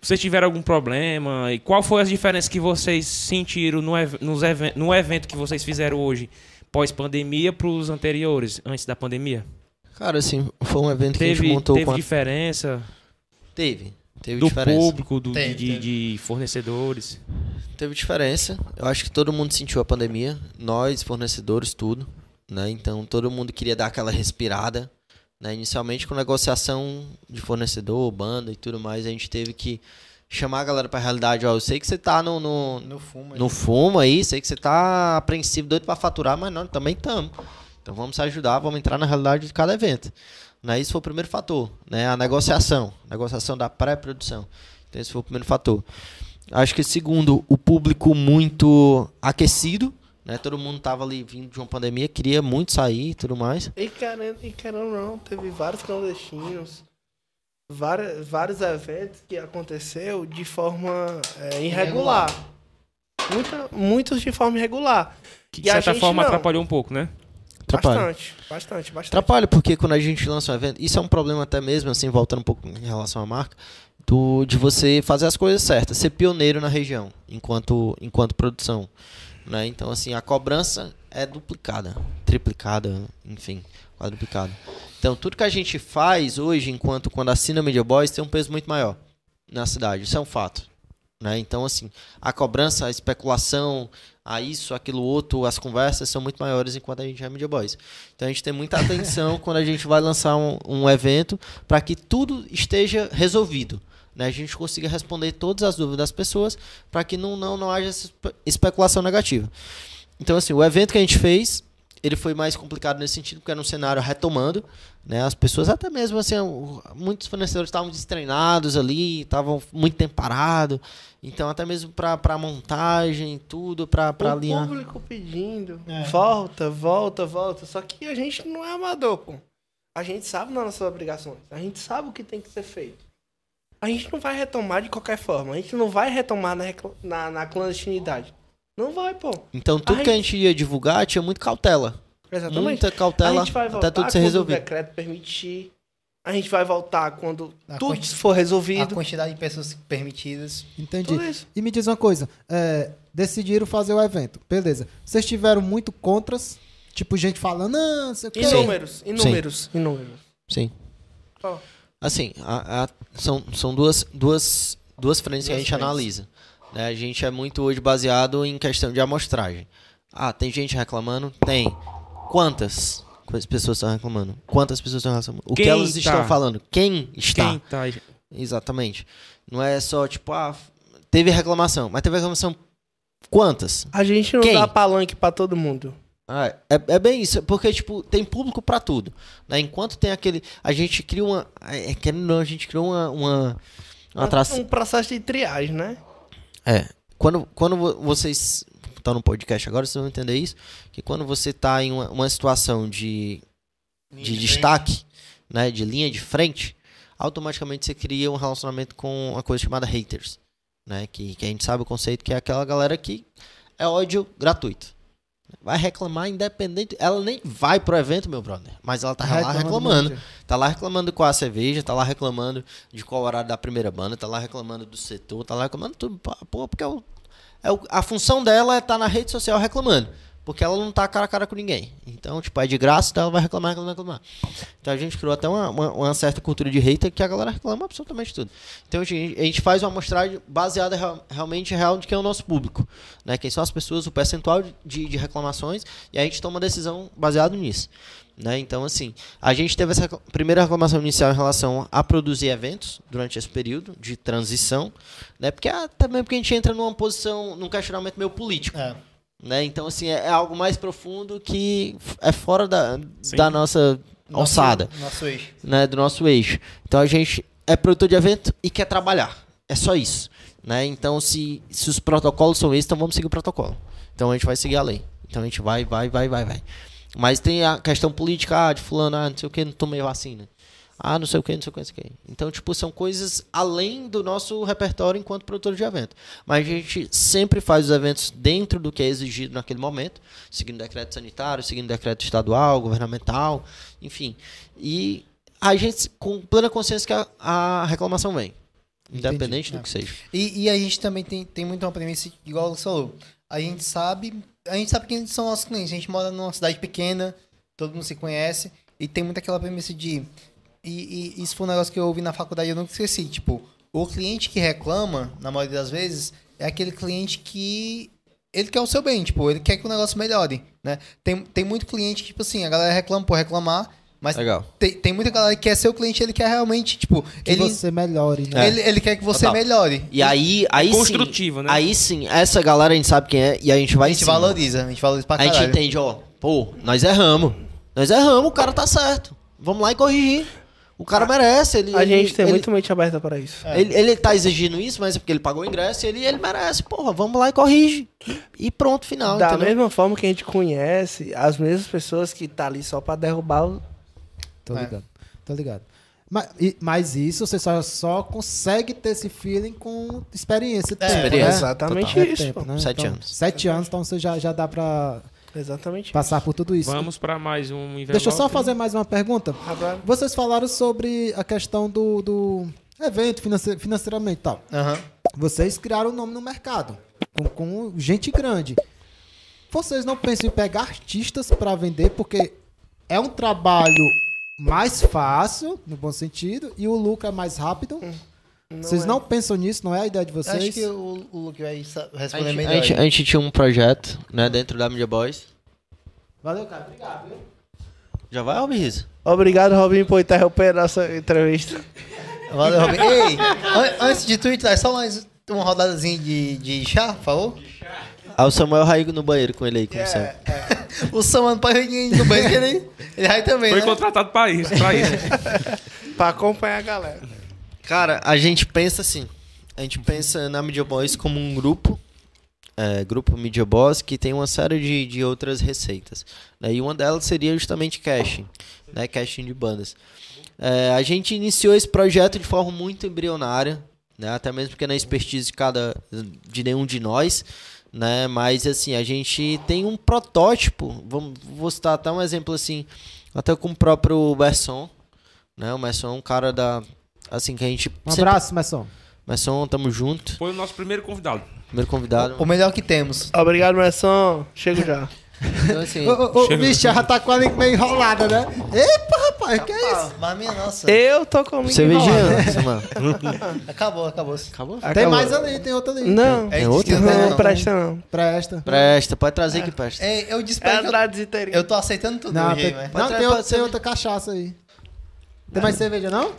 Speaker 2: Vocês tiveram algum problema? E qual foi as diferenças que vocês sentiram no, ev- nos even- no evento que vocês fizeram hoje, pós-pandemia, para os anteriores, antes da pandemia?
Speaker 5: Cara, assim, foi um evento que a gente
Speaker 2: Teve,
Speaker 5: montou
Speaker 2: teve
Speaker 5: com a...
Speaker 2: diferença
Speaker 5: Teve. Teve
Speaker 2: do
Speaker 5: diferença.
Speaker 2: público, do,
Speaker 4: Teve,
Speaker 2: de, de- de fornecedores?
Speaker 5: Teve diferença. Eu acho que todo mundo sentiu a pandemia. Nós, fornecedores, tudo. Né? Então, todo mundo queria dar aquela respirada. Né? Inicialmente, com negociação de fornecedor, banda e tudo mais, a gente teve que chamar a galera pra realidade. Ó, eu sei que você tá no, no,
Speaker 4: No fumo.
Speaker 5: no fumo aí, sei que você tá apreensivo, doido pra faturar, mas nós também estamos. Então, vamos se ajudar, vamos entrar na realidade de cada evento. Né? Isso foi o primeiro fator. Né? A negociação. Negociação da pré-produção. Então, esse foi o primeiro fator. Acho que segundo, o público muito aquecido, né? Todo mundo tava ali vindo de uma pandemia, queria muito sair e tudo mais.
Speaker 6: E querendo, e querendo ou não, teve vários clandestinos, várias, vários eventos que aconteceu de forma é, irregular. Muita- muitos de forma irregular.
Speaker 2: Que,
Speaker 6: E
Speaker 2: de
Speaker 6: a
Speaker 2: certa
Speaker 6: gente
Speaker 2: forma,
Speaker 6: não.
Speaker 2: atrapalhou um pouco, né?
Speaker 5: Atrapalha.
Speaker 6: Bastante, bastante, bastante.
Speaker 5: Atrapalha, porque quando a gente lança um evento, isso é um problema até mesmo, assim, voltando um pouco em relação à marca, do, de você fazer as coisas certas, ser pioneiro na região, enquanto, enquanto produção. Né? Então, assim, a cobrança é duplicada, triplicada, enfim, quadruplicada. Então, tudo que a gente faz hoje, enquanto quando assina Media Boys, tem um peso muito maior na cidade. Isso é um fato. Né? Então, assim, a cobrança, a especulação, a isso, aquilo outro, as conversas são muito maiores enquanto a gente é Media Boys. Então, a gente tem muita atenção quando a gente vai lançar um, um evento para que tudo esteja resolvido. Né? A gente consiga responder todas as dúvidas das pessoas para que não, não, não haja essa espe- especulação negativa. Então, assim, o evento que a gente fez, ele foi mais complicado nesse sentido, porque era um cenário retomando, né? As pessoas, até mesmo, assim, o- muitos fornecedores estavam destreinados ali, estavam muito tempo parado. Então, até mesmo para montagem, tudo, para
Speaker 6: o
Speaker 5: alinhar.
Speaker 6: público pedindo.
Speaker 4: É.
Speaker 6: Volta, volta, volta. Só que a gente não é amador, pô. A gente sabe das nossas obrigações. A gente sabe o que tem que ser feito. A gente não vai retomar de qualquer forma. A gente não vai retomar na, recla- na, na clandestinidade. Não vai, pô.
Speaker 5: Então, tudo
Speaker 6: Ai.
Speaker 5: que a gente ia divulgar tinha muito cautela.
Speaker 6: Exatamente.
Speaker 5: Muita cautela
Speaker 6: a gente vai voltar
Speaker 5: tá até tudo ser
Speaker 6: quando o
Speaker 5: resolvido.
Speaker 6: decreto permitir. A gente vai voltar quando
Speaker 4: A
Speaker 6: tudo
Speaker 4: quanti-
Speaker 6: for
Speaker 4: A
Speaker 6: resolvido.
Speaker 4: quantidade de pessoas permitidas.
Speaker 1: Entendi.
Speaker 6: Tudo isso.
Speaker 1: E me diz uma coisa, é, decidiram fazer o evento, beleza. Vocês tiveram muito contras? Tipo, gente falando, ah, não sei o quê.
Speaker 6: Em números, em
Speaker 5: Sim.
Speaker 6: números, em números.
Speaker 5: Sim.
Speaker 6: Qual?
Speaker 5: Assim, a- a- são, são duas, duas, duas frentes que a
Speaker 4: Duas
Speaker 5: gente
Speaker 4: frentes.
Speaker 5: analisa. né? A gente é muito hoje baseado em questão de amostragem. Ah, tem gente reclamando? Tem. Quantas Quantas pessoas estão reclamando? Quantas pessoas estão reclamando? O que
Speaker 2: Quem
Speaker 5: elas
Speaker 2: tá?
Speaker 5: estão falando? Quem está?
Speaker 2: Quem tá aí?
Speaker 5: Exatamente. Não é só tipo, ah, teve reclamação, mas teve reclamação quantas?
Speaker 6: A gente não
Speaker 5: Quem?
Speaker 6: dá palanque pra todo mundo.
Speaker 5: Ah, é, é bem isso, porque tipo, tem público pra tudo. Né? Enquanto tem aquele. A gente cria uma. É, querendo ou não, a gente criou uma. uma, uma atração.
Speaker 6: Um processo de triagem, né?
Speaker 5: É. Quando, quando vo- vocês estão no podcast agora, vocês vão entender isso. Que quando você tá em uma, uma situação de, de destaque, né? De linha de frente, automaticamente você cria um relacionamento com uma coisa chamada haters. Né? Que, que a gente sabe o conceito que é aquela galera que é ódio gratuito. Vai reclamar independente. Ela nem vai pro evento, meu brother. Mas ela tá lá
Speaker 1: Reclamando um
Speaker 5: reclamando.
Speaker 1: muito.
Speaker 5: Tá lá reclamando com a cerveja, tá lá reclamando de qual horário da primeira banda, tá lá reclamando do setor, tá lá reclamando tudo. Pá, Pô, porque é o- é o- a função dela é estar na rede social reclamando. Porque ela não tá cara a cara com ninguém. Então, tipo, é de graça, então ela vai reclamar, reclamar, reclamar. Então a gente criou até uma, uma- uma certa cultura de hater que a galera reclama absolutamente tudo. Então a gente, a gente faz uma amostragem baseada real- realmente real de quem é o nosso público. Né? Quem são as pessoas, o percentual de, de reclamações, e a gente toma uma decisão baseada nisso. Né? Então, assim, a gente teve essa recla- primeira reclamação inicial em relação a produzir eventos durante esse período de transição, né? Porque ah, também porque a gente entra numa posição, num questionamento meio político.
Speaker 4: É.
Speaker 5: Né? Então, assim, é, é algo mais profundo que f- é fora da,
Speaker 2: Sim.
Speaker 5: da nossa alçada
Speaker 4: Nosso, nosso eixo.
Speaker 5: né, do nosso eixo. Então a gente é produtor de evento e quer trabalhar. é só isso. Né? Então, se, se os protocolos são esses, então vamos seguir o protocolo. Então a gente vai seguir a lei. Então a gente vai, vai, vai, vai, vai. Mas tem a questão política, ah, de fulano, ah, não sei o que, não tomei vacina. Ah, não sei o que, não sei o que, não sei o que. Então, tipo, são coisas além do nosso repertório enquanto produtor de evento. Mas a gente sempre faz os eventos dentro do que é exigido naquele momento, seguindo decreto sanitário, seguindo decreto estadual, governamental, enfim. E a gente, com plena consciência que a, a reclamação vem. Independente do
Speaker 4: É.
Speaker 5: que seja.
Speaker 4: E, e a gente também tem, tem muito uma premissa, igual você falou. A gente sabe. A gente sabe quem são nossos clientes. A gente mora numa cidade pequena, todo mundo se conhece. E tem muito aquela premissa de. E, e isso foi um negócio que eu ouvi na faculdade e eu nunca esqueci. Tipo, o cliente que reclama, na maioria das vezes, é aquele cliente que. Ele quer o seu bem, tipo, ele quer que o negócio melhore, né? Tem, tem muito cliente que, tipo assim, a galera reclama por reclamar, mas
Speaker 5: Legal.
Speaker 4: tem, tem muita galera que quer ser o cliente, ele quer realmente, tipo,
Speaker 1: Que
Speaker 4: ele, É.
Speaker 1: você melhore, né?
Speaker 4: ele, ele quer que você
Speaker 5: Total.
Speaker 4: melhore.
Speaker 5: E aí, aí
Speaker 2: Construtiva,
Speaker 5: sim,
Speaker 2: né?
Speaker 5: Aí sim, essa galera a gente sabe quem é e a gente vai
Speaker 4: a gente
Speaker 5: em cima.
Speaker 4: valoriza, a gente valoriza pra
Speaker 5: A
Speaker 4: caralho.
Speaker 5: gente entende, ó, pô, nós erramos. Nós erramos, o cara tá certo. Vamos lá e corrigir. O cara merece, ele
Speaker 6: A
Speaker 5: ele-
Speaker 6: gente tem
Speaker 5: ele,
Speaker 6: muito mente aberta para isso.
Speaker 5: Ele, ele tá exigindo isso, mas é porque ele pagou o ingresso e ele, ele merece. Porra, vamos lá e corrige. E pronto, final.
Speaker 6: da
Speaker 5: entendeu?
Speaker 6: mesma forma que a gente conhece as mesmas pessoas que tá ali só pra derrubar o...
Speaker 1: Tô ligado. Tô ligado. Mas, e- mas isso você só, só consegue ter esse feeling com experiência. e tempo,
Speaker 5: experiência,
Speaker 1: né?
Speaker 6: Exatamente
Speaker 1: É
Speaker 6: isso.
Speaker 1: tempo,
Speaker 6: pô.
Speaker 1: né?
Speaker 5: Sete
Speaker 1: Então,
Speaker 5: anos.
Speaker 1: Sete anos, então você já, já dá pra
Speaker 6: Exatamente
Speaker 1: passar por tudo isso.
Speaker 2: Vamos para mais um envelope.
Speaker 1: Deixa eu só fazer mais uma pergunta.
Speaker 6: isso. Agora,
Speaker 1: Vocês falaram sobre a questão do, do evento finance- financeiramente e tal.
Speaker 4: Aham.
Speaker 1: Vocês criaram um nome no mercado com, com gente grande. Vocês não pensam em pegar artistas para vender porque é um trabalho mais fácil, no bom sentido, e o lucro é mais rápido. vocês
Speaker 6: é.
Speaker 1: não pensam nisso, não é a ideia de vocês?
Speaker 4: Acho que o, o Luke vai sa-
Speaker 5: A
Speaker 4: responder
Speaker 5: gente,
Speaker 4: melhor.
Speaker 5: a gente- a gente tinha um projeto, né, dentro da Media Boys.
Speaker 1: Valeu, cara. Obrigado. viu?
Speaker 5: Já vai, Almirriz?
Speaker 6: Obrigado, Robinho, por interromper a nossa entrevista.
Speaker 4: Valeu, *laughs* Robin. Ei, an- antes de tu ir, traz só mais uma rodadazinha de, de chá, por favor.
Speaker 5: Ah, o Samuel Raigo no banheiro com ele aí, como sempre.
Speaker 4: É, *laughs* O Saman não pode ir no banheiro, que ele, ele vai também,
Speaker 2: Foi
Speaker 4: né?
Speaker 2: contratado para isso, para isso.
Speaker 6: pra acompanhar a galera.
Speaker 5: Cara, a gente pensa assim. A gente pensa na Media Boys como um grupo. é, grupo Media Boss que tem uma série de, de outras receitas. né, E uma delas seria justamente caching. Né, caching de bandas. É, a gente iniciou esse projeto de forma muito embrionária. Né, até mesmo porque não é expertise de, cada, de nenhum de nós. Né, mas assim, a gente tem um protótipo. Vamos, vou citar até um exemplo assim. Até com o próprio Berson. Né, o Berson é um cara da. Assim, que a gente.
Speaker 1: Um
Speaker 5: sempre-
Speaker 1: abraço, Messon.
Speaker 5: Berson, tamo junto.
Speaker 2: Foi o nosso primeiro convidado.
Speaker 5: Primeiro convidado.
Speaker 4: O melhor que temos.
Speaker 6: Obrigado, Merson. Chego já.
Speaker 5: Então, assim,
Speaker 1: Ô, ô, ô, bicho, ela tá com a língua meio enrolada, né? Epa, rapaz, que é isso?
Speaker 4: Mas minha nossa.
Speaker 6: Eu tô comigo.
Speaker 5: cervejinha, né, mano.
Speaker 1: *laughs*
Speaker 4: Acabou, acabou. Acabou?
Speaker 1: Tem mais ali, tem outra né? ali.
Speaker 6: Não,
Speaker 4: É
Speaker 5: outra?
Speaker 4: outra?
Speaker 6: não,
Speaker 4: Não,
Speaker 6: não presta não.
Speaker 1: Presta.
Speaker 5: Presta, pode trazer que presta.
Speaker 4: É, eu
Speaker 6: É
Speaker 4: despejo.
Speaker 6: atrás de inteirinho.
Speaker 4: eu tô aceitando tudo,
Speaker 1: Não,
Speaker 4: hoje,
Speaker 1: tem,
Speaker 4: velho.
Speaker 1: não,
Speaker 5: Pode-
Speaker 1: tem, outra-
Speaker 5: pode-
Speaker 1: tem outra cachaça aí. Tem mais cerveja, não?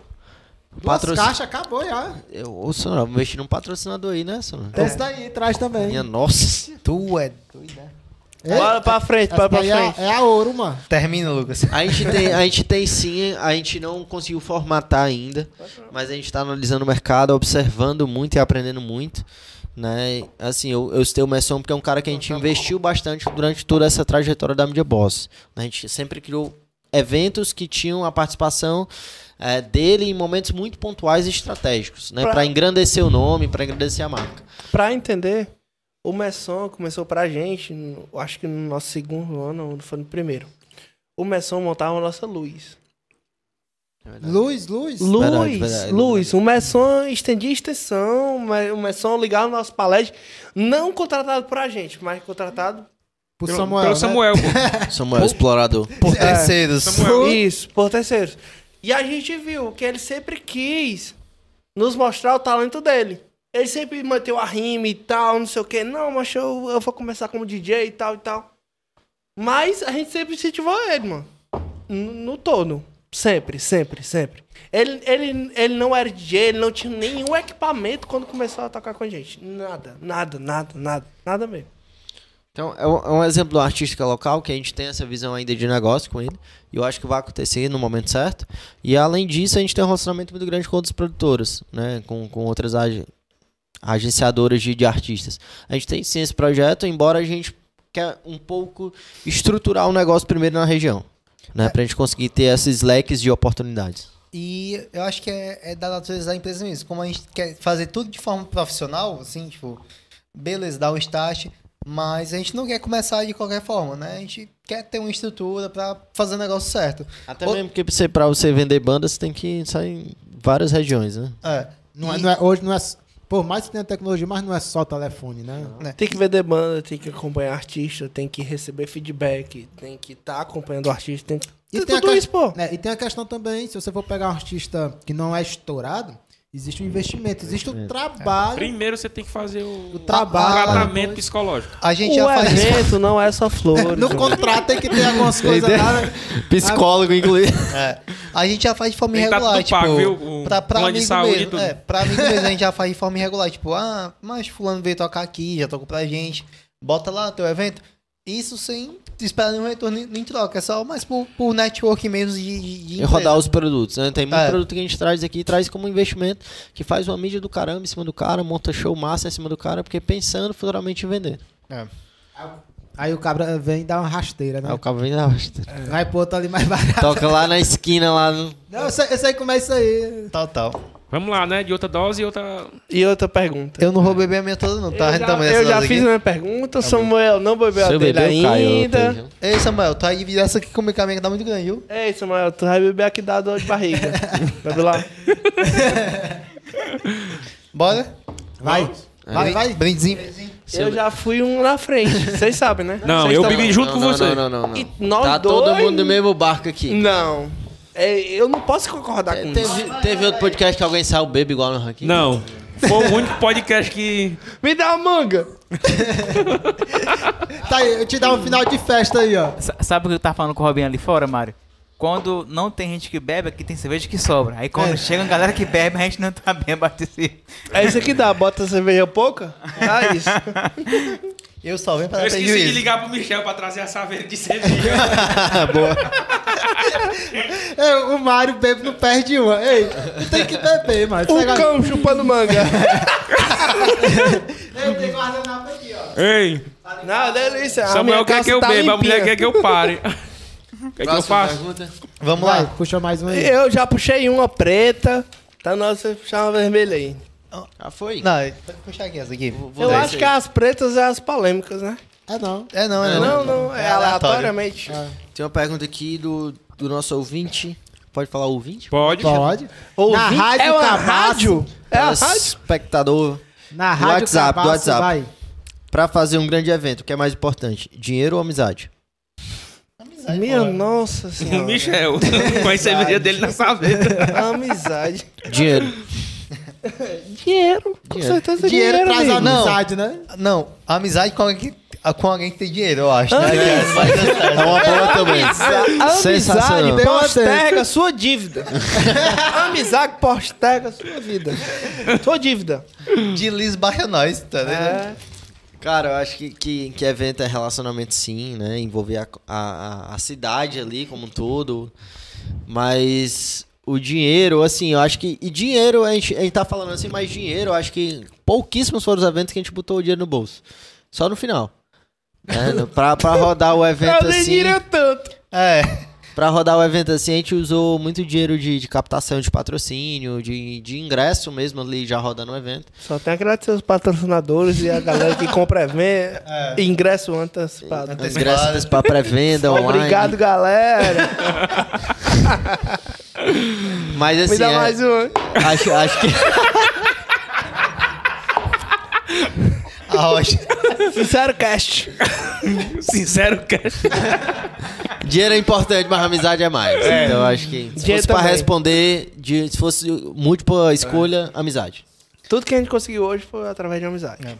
Speaker 1: Duas
Speaker 5: Patrocin-
Speaker 1: caixas, acabou já.
Speaker 5: Eu, ô, senhor, vou investir num patrocinador aí, né, senhor?
Speaker 1: Tem esse daí, traz também.
Speaker 5: Minha nossa.
Speaker 4: Tu é doida.
Speaker 1: É,
Speaker 6: Bora pra frente,
Speaker 1: essa
Speaker 6: bora pra
Speaker 1: daí é,
Speaker 6: frente.
Speaker 1: é a ouro, mano.
Speaker 4: Termina, Lucas.
Speaker 5: A gente, tem, a gente tem sim, a gente não conseguiu formatar ainda, mas a gente tá analisando o mercado, observando muito e aprendendo muito. Né? Assim, eu, eu citei o Messon porque é um cara que a gente investiu bastante durante toda essa trajetória da Media Boss. né? A gente sempre criou eventos que tinham a participação eh, dele em momentos muito pontuais e estratégicos, né?
Speaker 6: Pra-
Speaker 5: Para engrandecer o nome, para engrandecer a marca.
Speaker 6: Pra entender, o Messon começou pra gente, no- eu acho que no nosso segundo ano, ou foi no primeiro. O Messon montava a nossa luz.
Speaker 1: Luz, luz.
Speaker 6: Luz,
Speaker 5: Verdade, verdade.
Speaker 6: luz. O Messon estendia a extensão, o Me- o Messon ligava o nosso palete. Não contratado por a gente, mas contratado
Speaker 1: Pro
Speaker 2: Pelo
Speaker 1: Samuel.
Speaker 2: pelo
Speaker 1: né?
Speaker 2: Samuel, pô.
Speaker 5: Samuel Explorador.
Speaker 4: Por terceiros.
Speaker 5: É
Speaker 2: Samuel.
Speaker 6: Isso, por terceiros. E a gente viu que ele sempre quis nos mostrar o talento dele. Ele sempre manteve a rima e tal, não sei o quê. Não, mas eu, eu vou começar como DJ e tal e tal. Mas a gente sempre incentivou ele, mano. No, no todo. Sempre, sempre, sempre. Ele, ele, ele não era DJ, ele não tinha nenhum equipamento quando começou a tocar com a gente. Nada, nada, nada, nada, nada mesmo.
Speaker 5: Então, é um, é um exemplo de uma artística local que a gente tem essa visão ainda de negócio com ele. E eu acho que vai acontecer no momento certo. E além disso, a gente tem um relacionamento muito grande com outras produtoras, né? Com, com outras ag- agenciadoras de, de artistas. A gente tem sim esse projeto, embora a gente quer um pouco estruturar o negócio primeiro na região, né? Pra gente conseguir ter esses leques de oportunidades.
Speaker 4: E eu acho que é, é da natureza da empresa mesmo. Como a gente quer fazer tudo de forma profissional, assim, tipo, beleza, dá um start, mas a gente não quer começar de qualquer forma, né? A gente quer ter uma estrutura pra fazer o negócio certo.
Speaker 5: Até
Speaker 4: Ô-
Speaker 5: mesmo porque pra você, pra você vender banda, você tem que sair em várias regiões, né?
Speaker 4: É.
Speaker 1: Não é,
Speaker 4: E-
Speaker 1: não é- hoje não é. Por mais que tenha tecnologia, mas não é só telefone, né?
Speaker 6: Tem que vender banda, tem que acompanhar artista, tem que receber feedback, tem que estar acompanhando o artista, tem que. Tem
Speaker 1: a
Speaker 6: tudo
Speaker 1: que-
Speaker 6: isso, pô.
Speaker 1: né, e tem a questão também, se você for pegar um artista que não é estourado, existe um investimento, existe o trabalho.
Speaker 2: Primeiro você tem que fazer o,
Speaker 1: O trabalho.
Speaker 2: tratamento psicológico.
Speaker 4: A gente já
Speaker 6: o
Speaker 4: faz isso.
Speaker 6: evento
Speaker 4: *laughs*
Speaker 6: não é só flores.
Speaker 1: No contrato tem que ter algumas coisas lá. né?
Speaker 5: Psicólogo, *laughs* inclusive.
Speaker 4: É. A gente já faz de forma
Speaker 2: Tem que tá
Speaker 4: irregular,
Speaker 2: tudo
Speaker 4: tipo,
Speaker 2: pago, viu? O
Speaker 4: pra, pra
Speaker 2: plano de
Speaker 4: amigo
Speaker 2: saúde e
Speaker 4: mesmo,
Speaker 2: tudo.
Speaker 4: é, pra amigo mesmo a gente já faz de forma irregular, tipo, ah, mas fulano veio tocar aqui, já tocou pra gente, bota lá teu evento. Isso sem esperar nenhum retorno em- em troca, é só mais por, por network mesmo de, de, de
Speaker 5: E É rodar
Speaker 4: empresa.
Speaker 5: os produtos, né? Tem muito
Speaker 4: É.
Speaker 5: produto que a gente traz aqui, traz como investimento, que faz uma mídia do caramba em cima do cara, monta show massa em cima do cara, porque pensando futuramente em vender.
Speaker 1: um- Aí o cabra vem e dá uma rasteira, né?
Speaker 5: Aí Tá, o cara vem na
Speaker 1: Vai pro outro ali mais barato.
Speaker 5: Toca lá na esquina, lá no...
Speaker 1: Não, eu sei, eu sei como é isso aí.
Speaker 4: Total.
Speaker 2: Vamos lá, né? De outra dose e outra.
Speaker 6: E outra pergunta.
Speaker 4: Eu não vou beber a minha toda, não, tá?
Speaker 6: eu
Speaker 4: A gente tá
Speaker 6: já,
Speaker 4: amanhã
Speaker 6: eu
Speaker 4: essa
Speaker 6: já
Speaker 4: dose
Speaker 6: fiz
Speaker 4: aqui.
Speaker 6: minha
Speaker 2: Tá
Speaker 6: pergunta, Samuel não bebeu a
Speaker 5: Seu
Speaker 6: dele
Speaker 5: bebê caiu.
Speaker 6: ainda.
Speaker 4: Ei, Samuel, tu vai dividir essa aqui comigo, que a minha dá muito grande, viu?
Speaker 6: Ei, Samuel, tu vai beber aqui da dor
Speaker 4: *laughs*
Speaker 6: de barriga. Bebe lá.
Speaker 4: Bora?
Speaker 1: Vai. Vai, vai.
Speaker 4: Brindezinho.
Speaker 6: Eu já fui um na frente, vocês sabem, né?
Speaker 2: Não,
Speaker 6: Vocês
Speaker 2: eu
Speaker 6: também.
Speaker 2: bebi junto com você.
Speaker 5: Não, não, não.
Speaker 6: E nós
Speaker 5: tá
Speaker 6: dois...
Speaker 5: todo mundo no mesmo barco
Speaker 2: Hum.
Speaker 5: aqui. É,
Speaker 6: Não. É, eu não posso concordar
Speaker 4: É,
Speaker 6: com isso.
Speaker 5: Teve, teve outro podcast que alguém saiu bebo igual no ranking?
Speaker 2: Não. Foi o único podcast que.
Speaker 6: Me dá uma manga.
Speaker 1: Tá aí, eu te dar um final de festa aí, ó.
Speaker 3: Sa- Sabe o que eu tava falando com o Robinho ali fora, Mário? Quando não tem gente que bebe, aqui tem cerveja que sobra. Aí quando chega a galera que bebe, a gente não tá bem abastecido.
Speaker 6: É isso que dá, bota
Speaker 4: *laughs*
Speaker 6: cerveja pouca. Ah, isso.
Speaker 4: Eu só venho
Speaker 5: Tá
Speaker 4: pra
Speaker 2: Eu
Speaker 4: dar
Speaker 2: esqueci de
Speaker 4: prejuízo.
Speaker 2: ligar pro Michel pra trazer a saveira de cerveja.
Speaker 1: É, o Mário bebe não perde uma. Ei, tu tem que beber, Mário.
Speaker 6: Um
Speaker 1: Pega-
Speaker 6: cão chupando manga.
Speaker 1: Eu tenho guardanapo aqui, ó.
Speaker 2: Ei,
Speaker 6: *laughs* Não, delícia. A
Speaker 2: Samuel
Speaker 6: minha
Speaker 2: quer
Speaker 6: calça
Speaker 2: que eu
Speaker 6: tá
Speaker 2: beba, a mulher
Speaker 6: limpinha.
Speaker 2: quer que eu pare. O que, é que eu faço?
Speaker 4: Vamos
Speaker 1: Vai,
Speaker 4: lá.
Speaker 1: puxa mais uma aí.
Speaker 6: Eu já puxei uma preta. Tá na hora de você puxar uma vermelha aí.
Speaker 5: Ah, foi?
Speaker 4: Não, pode puxar aqui essa aqui.
Speaker 6: eu acho que as pretas é as polêmicas, né?
Speaker 1: É não.
Speaker 4: É não, é não.
Speaker 6: Não, não, é, Ah,
Speaker 4: É aleatório.
Speaker 6: aleatoriamente.
Speaker 5: Tem uma pergunta aqui do, do nosso ouvinte. Pode falar ouvinte?
Speaker 2: Pode.
Speaker 1: Pode. Na
Speaker 6: Ouvinte-
Speaker 1: rádio
Speaker 6: é uma
Speaker 1: Cabaço.
Speaker 6: rádio. É a rádio.
Speaker 5: Espectador.
Speaker 1: Na rádio
Speaker 5: WhatsApp, do
Speaker 1: Cabaço,
Speaker 5: WhatsApp.
Speaker 1: Vai.
Speaker 5: Pra fazer um grande evento, o que é mais importante? Dinheiro ou amizade?
Speaker 6: Minha
Speaker 2: *laughs*
Speaker 6: nossa
Speaker 2: O
Speaker 6: senhora.
Speaker 2: Michel, *laughs*
Speaker 5: né?
Speaker 2: com a cerveja dele na
Speaker 5: *laughs*
Speaker 2: saveira.
Speaker 6: Amizade.
Speaker 5: Dinheiro.
Speaker 6: Dinheiro. Com
Speaker 5: Dinheiro.
Speaker 6: certeza é
Speaker 1: Dinheiro
Speaker 6: dinheiro,
Speaker 1: traz
Speaker 6: amigo.
Speaker 4: Não.
Speaker 1: amizade, né?
Speaker 4: Não, amizade com alguém que, com alguém que tem dinheiro, eu acho.
Speaker 6: Amizade.
Speaker 4: Né?
Speaker 5: É uma boa também. Sensacional.
Speaker 6: Amizade posterga
Speaker 1: Posterga
Speaker 6: sua *laughs* dívida. Amizade posterga sua vida. Sua dívida.
Speaker 4: De Liz barra nós, tá
Speaker 6: É.
Speaker 4: vendo?
Speaker 5: Cara, eu acho que, que, que evento é relacionamento sim, né? Envolver a, a, a- a cidade ali como um todo. Mas o dinheiro, assim, eu acho que. E dinheiro, a gente, a gente tá falando assim, mas dinheiro, eu acho que pouquíssimos foram os eventos que a gente botou o dinheiro no bolso. Só no final. Né? No- pra, pra rodar o evento
Speaker 6: Eu nem
Speaker 5: assim.
Speaker 6: diria tanto.
Speaker 4: É.
Speaker 5: Pra rodar o evento assim, a gente usou muito dinheiro de, de captação de patrocínio, de, de ingresso mesmo ali já rodando o evento.
Speaker 6: Só tem a agradecer os patrocinadores e a galera que compra
Speaker 4: *laughs*
Speaker 6: evento,
Speaker 4: É.
Speaker 6: ingresso antecipado.
Speaker 5: Ingresso antecipado, pré-venda, online.
Speaker 4: *laughs*
Speaker 6: Obrigado,
Speaker 4: É.
Speaker 6: galera.
Speaker 5: Mas assim.
Speaker 6: Me dá
Speaker 5: é-
Speaker 6: mais um.
Speaker 5: Acho, acho que. *laughs*
Speaker 4: A rocha.
Speaker 6: Sincero cast.
Speaker 2: Sincero, cara.
Speaker 5: Dinheiro é importante, mas amizade é mais. Então acho que. Se
Speaker 6: Dinheiro
Speaker 5: fosse pra
Speaker 6: também.
Speaker 5: responder, de- se fosse múltipla escolha,
Speaker 6: É.
Speaker 5: amizade.
Speaker 6: Tudo que a gente conseguiu hoje foi através de amizade.
Speaker 4: É.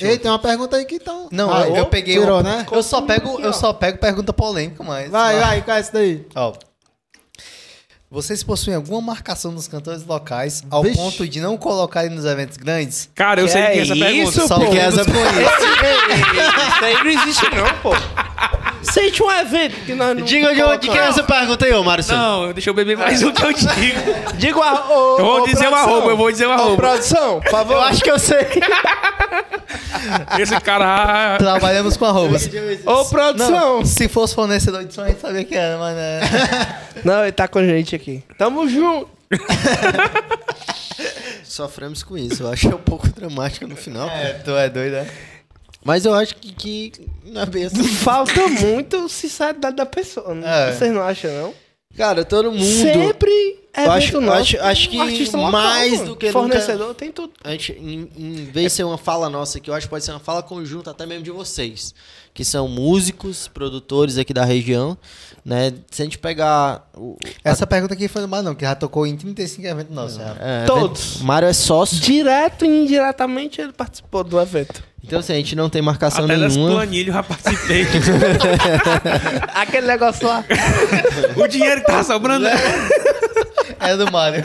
Speaker 1: Ei, tem uma pergunta aí que então.
Speaker 4: Não,
Speaker 5: Ah,
Speaker 1: Vai,
Speaker 4: eu, eu peguei um
Speaker 1: Tirou,
Speaker 4: uma-
Speaker 1: né?
Speaker 4: Eu só pego, eu só pego pergunta polêmica, mas.
Speaker 1: Vai, vai, qual é essa daí?
Speaker 4: Ó. Vocês possuem alguma marcação nos cantores locais ao
Speaker 1: Vixe.
Speaker 4: ponto de não colocarem nos eventos grandes?
Speaker 2: Cara, eu
Speaker 6: Que
Speaker 2: sei de quem é
Speaker 6: é
Speaker 2: essa
Speaker 6: isso?
Speaker 2: pergunta.
Speaker 4: Só
Speaker 6: pô.
Speaker 4: que essa foi
Speaker 6: Isso aí não existe, não, pô. Aceite um evento que nós não
Speaker 5: Diga de onde que é essa pergunta aí, ô Márcio.
Speaker 2: Não, deixa eu beber
Speaker 5: *laughs*
Speaker 2: mais um que eu digo.
Speaker 6: Diga o arroba.
Speaker 2: Eu vou dizer o arroba, eu vou dizer o arroba.
Speaker 6: Produção, por favor. Eu acho que eu sei.
Speaker 2: Esse cara.
Speaker 5: Tá
Speaker 2: ah,
Speaker 4: Trabalhamos com arrobas.
Speaker 6: Ô, produção.
Speaker 4: Não, se fosse fornecedor de som, a gente sabia que era, mas né?
Speaker 6: *laughs* Não, ele tá com a gente aqui. Tamo junto.
Speaker 5: Sofremos com isso. Eu achei um pouco *laughs* dramático no final.
Speaker 4: É, tu é doido, é?
Speaker 5: Mas eu acho que, que não é bem assim.
Speaker 6: Falta muito sinceridade da pessoa, né?
Speaker 5: É.
Speaker 6: Vocês não acham, não?
Speaker 5: Cara, todo mundo.
Speaker 6: Sempre é
Speaker 5: Eu acho-
Speaker 6: evento nosso.
Speaker 5: acho- acho que
Speaker 6: um artista local,
Speaker 5: mais
Speaker 6: mano.
Speaker 5: do que nunca-
Speaker 6: Fornecedor tem tudo.
Speaker 5: A gente, em, em vez de ser uma fala nossa aqui, eu acho que pode ser uma fala conjunta até mesmo de vocês, que são músicos, produtores aqui da região, né? Se a gente pegar o,
Speaker 4: Essa pergunta aqui foi no mar, não, que já tocou em 35 eventos nossos. já.
Speaker 5: é,
Speaker 6: Todos.
Speaker 5: evento- Mário é sócio,
Speaker 6: Direto e indiretamente ele participou do evento.
Speaker 5: então assim, a gente não tem marcação
Speaker 2: Até das
Speaker 5: nenhuma.
Speaker 2: planilhas eu já participei.
Speaker 6: *laughs* Aquele negócio lá.
Speaker 2: o dinheiro que tá
Speaker 5: Né?
Speaker 2: *laughs* sobrando.
Speaker 4: É do Mário.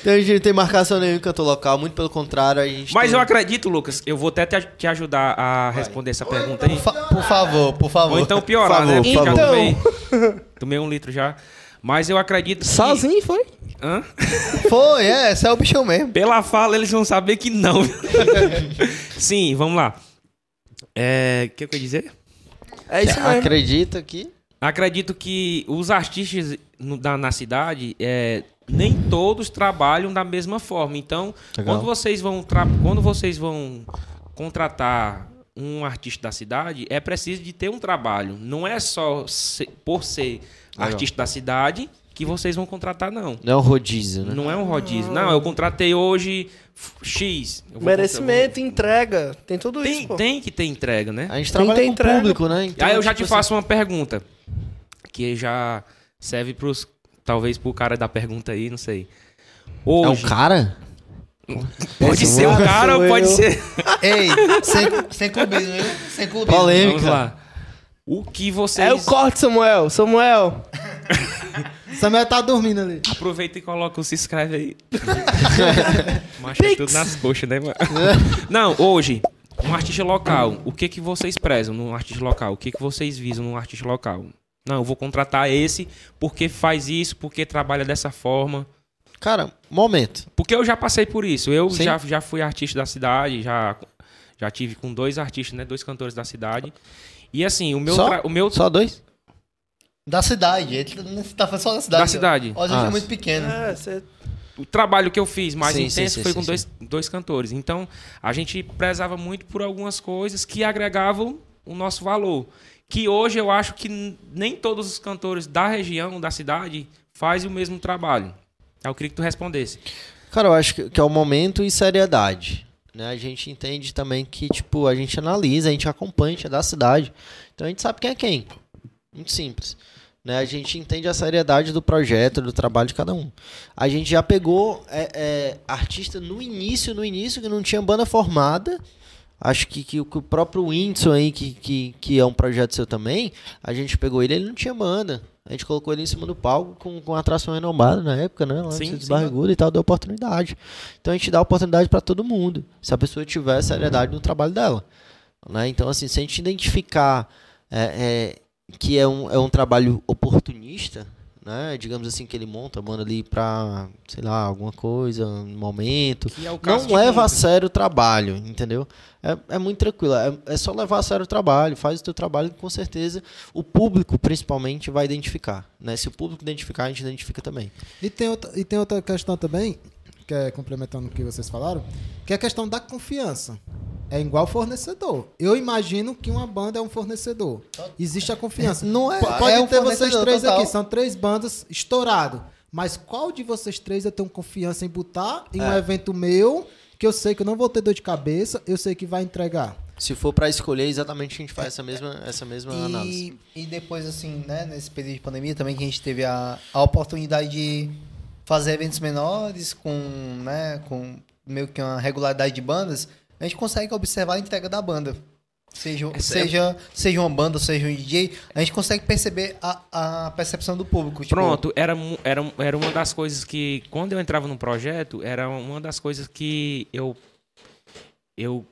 Speaker 5: Então a gente não tem marcação nenhuma em canto local, muito pelo contrário, a gente
Speaker 2: Mas
Speaker 5: tem-
Speaker 2: eu acredito, Lucas. Eu vou até te te ajudar a responder essa pergunta aí.
Speaker 4: Fa- por favor, por favor.
Speaker 2: Ou então piorar, né?
Speaker 5: Por
Speaker 2: Porque
Speaker 5: favor, Então.
Speaker 2: já
Speaker 6: por
Speaker 2: tomei, tomei um litro já. Mas eu acredito que-
Speaker 6: Sozinho foi?
Speaker 2: Hã?
Speaker 4: Foi, é, esse é o bichão mesmo.
Speaker 2: Pela fala, eles vão saber que *laughs* não. Sim, vamos lá. É, O que eu ia dizer?
Speaker 6: É isso mesmo.
Speaker 5: acredita que
Speaker 2: Acredito que os artistas no- da- na cidade, é, nem todos trabalham da mesma forma. Então,
Speaker 5: Legal.
Speaker 2: quando vocês, vão tra- quando vocês vão contratar um artista da cidade, é preciso de ter um trabalho. Não é só se- por ser
Speaker 5: Legal.
Speaker 2: artista da cidade que vocês vão contratar, não.
Speaker 5: não é um rodízio, né?
Speaker 2: Não é um rodízio. Não, eu contratei hoje f- X. Eu vou
Speaker 6: Merecimento, entrega. Tem tudo
Speaker 2: contratar-
Speaker 6: isso, pô.
Speaker 2: Tem, tem que ter entrega, né?
Speaker 5: A gente
Speaker 6: Tem que ter
Speaker 5: trabalha com
Speaker 6: entrega.
Speaker 5: público, né? Então,
Speaker 2: Aí eu já
Speaker 5: tipo
Speaker 2: te
Speaker 5: assim,
Speaker 2: faço uma pergunta. Que já serve pros. Talvez pro cara da pergunta aí, não sei.
Speaker 5: É
Speaker 2: Hoje,
Speaker 5: um cara?
Speaker 2: pode ser o cara ou pode
Speaker 6: *laughs*
Speaker 2: ser.
Speaker 4: Ei, sem, sem clubismo, viu? Sem
Speaker 2: Vamos
Speaker 4: clubismo.
Speaker 5: Polêmica.
Speaker 2: lá. O que vocês.
Speaker 6: É o corte, Samuel. Samuel.
Speaker 1: Samuel tá dormindo ali.
Speaker 2: Aproveita e coloca o se inscreve aí.
Speaker 6: *laughs*
Speaker 2: Macho é tudo nas coxas, né, mano? Não, hoje, um artista local. O que que vocês prezam num artista local? O que que vocês visam num artista local? Não, eu vou contratar esse porque faz isso, porque trabalha dessa forma.
Speaker 5: Cara, momento.
Speaker 2: Porque eu já passei por isso. Eu
Speaker 5: Sim.
Speaker 2: já, já fui artista da cidade, já, já tive com dois artistas, né? Dois cantores da cidade. E assim, o meu.
Speaker 5: Só?
Speaker 2: tra- O meu
Speaker 5: Só dois?
Speaker 4: Da cidade. Ele tá falando só da cidade.
Speaker 2: Da cidade.
Speaker 4: Ó, a gente
Speaker 5: Ah.
Speaker 4: é muito pequeno.
Speaker 6: É, cê-
Speaker 2: o trabalho que eu fiz mais
Speaker 5: Sim,
Speaker 2: intenso
Speaker 5: sim, sim,
Speaker 2: foi
Speaker 5: sim,
Speaker 2: com
Speaker 5: sim.
Speaker 2: dois, dois cantores. Então, a gente prezava muito por algumas coisas que agregavam o nosso valor. Que hoje eu acho que n- nem todos os cantores da região, da cidade, fazem o mesmo trabalho. Eu queria que tu respondesse.
Speaker 5: Cara, eu acho que, que é o momento e seriedade. Né? A gente entende também que, tipo, a gente analisa, a gente acompanha, a gente é da cidade. Então a gente sabe quem é quem. Muito simples. Né? A gente entende a seriedade do projeto, do trabalho de cada um. A gente já pegou é, é, artista no início, no início, que não tinha banda formada. Acho que, que, o- que o próprio Whindersson aí, que, que, que é um projeto seu também, a gente pegou ele, ele não tinha banda. A gente colocou ele em cima do palco com, com atração renomada na época, né? Lá
Speaker 2: Sim, sim.
Speaker 5: sim, desbarrigudo e tal, deu oportunidade. Então a gente dá oportunidade para todo mundo, se a pessoa tiver seriedade no trabalho dela. Né? Então, assim, se a gente identificar é, é, que é um, é um trabalho oportunista, né? digamos assim, que ele monta a banda ali para, sei lá, alguma coisa, um momento,
Speaker 2: Que é o caso de
Speaker 5: não leva a
Speaker 2: muitos.
Speaker 5: sério o trabalho, entendeu? É, é muito tranquilo. É, é só levar a sério o trabalho. Faz o teu trabalho que, com certeza, o público, principalmente, vai identificar. Né? Se o público identificar, a gente identifica também.
Speaker 1: E tem, outra, e tem outra questão também, que é complementando o que vocês falaram, que é a questão da confiança. É igual fornecedor. Eu imagino que uma banda é um fornecedor. Existe a confiança.
Speaker 4: Não é-
Speaker 1: P- Pode
Speaker 4: é um
Speaker 1: ter vocês
Speaker 4: fornecedor
Speaker 1: três
Speaker 4: total.
Speaker 1: aqui, são três bandas estourado. Mas qual de vocês três eu tenho confiança em botar em
Speaker 4: É.
Speaker 1: um evento meu que eu sei que eu não vou ter dor de cabeça, eu sei que vai entregar.
Speaker 5: Se for para escolher, exatamente a gente faz essa mesma, essa mesma análise.
Speaker 4: E, e depois, assim, né, nesse período de pandemia também que a gente teve a, a oportunidade de fazer eventos menores, com, né, com meio que uma regularidade de bandas, a gente consegue observar a entrega da banda. Seja,
Speaker 5: É
Speaker 4: seja, seja uma banda, seja um DJ, a gente consegue perceber a, a percepção do público. tipo,
Speaker 2: Pronto, era, mu- era, era uma das coisas que, quando eu entrava no projeto, era uma das coisas que eu, eu,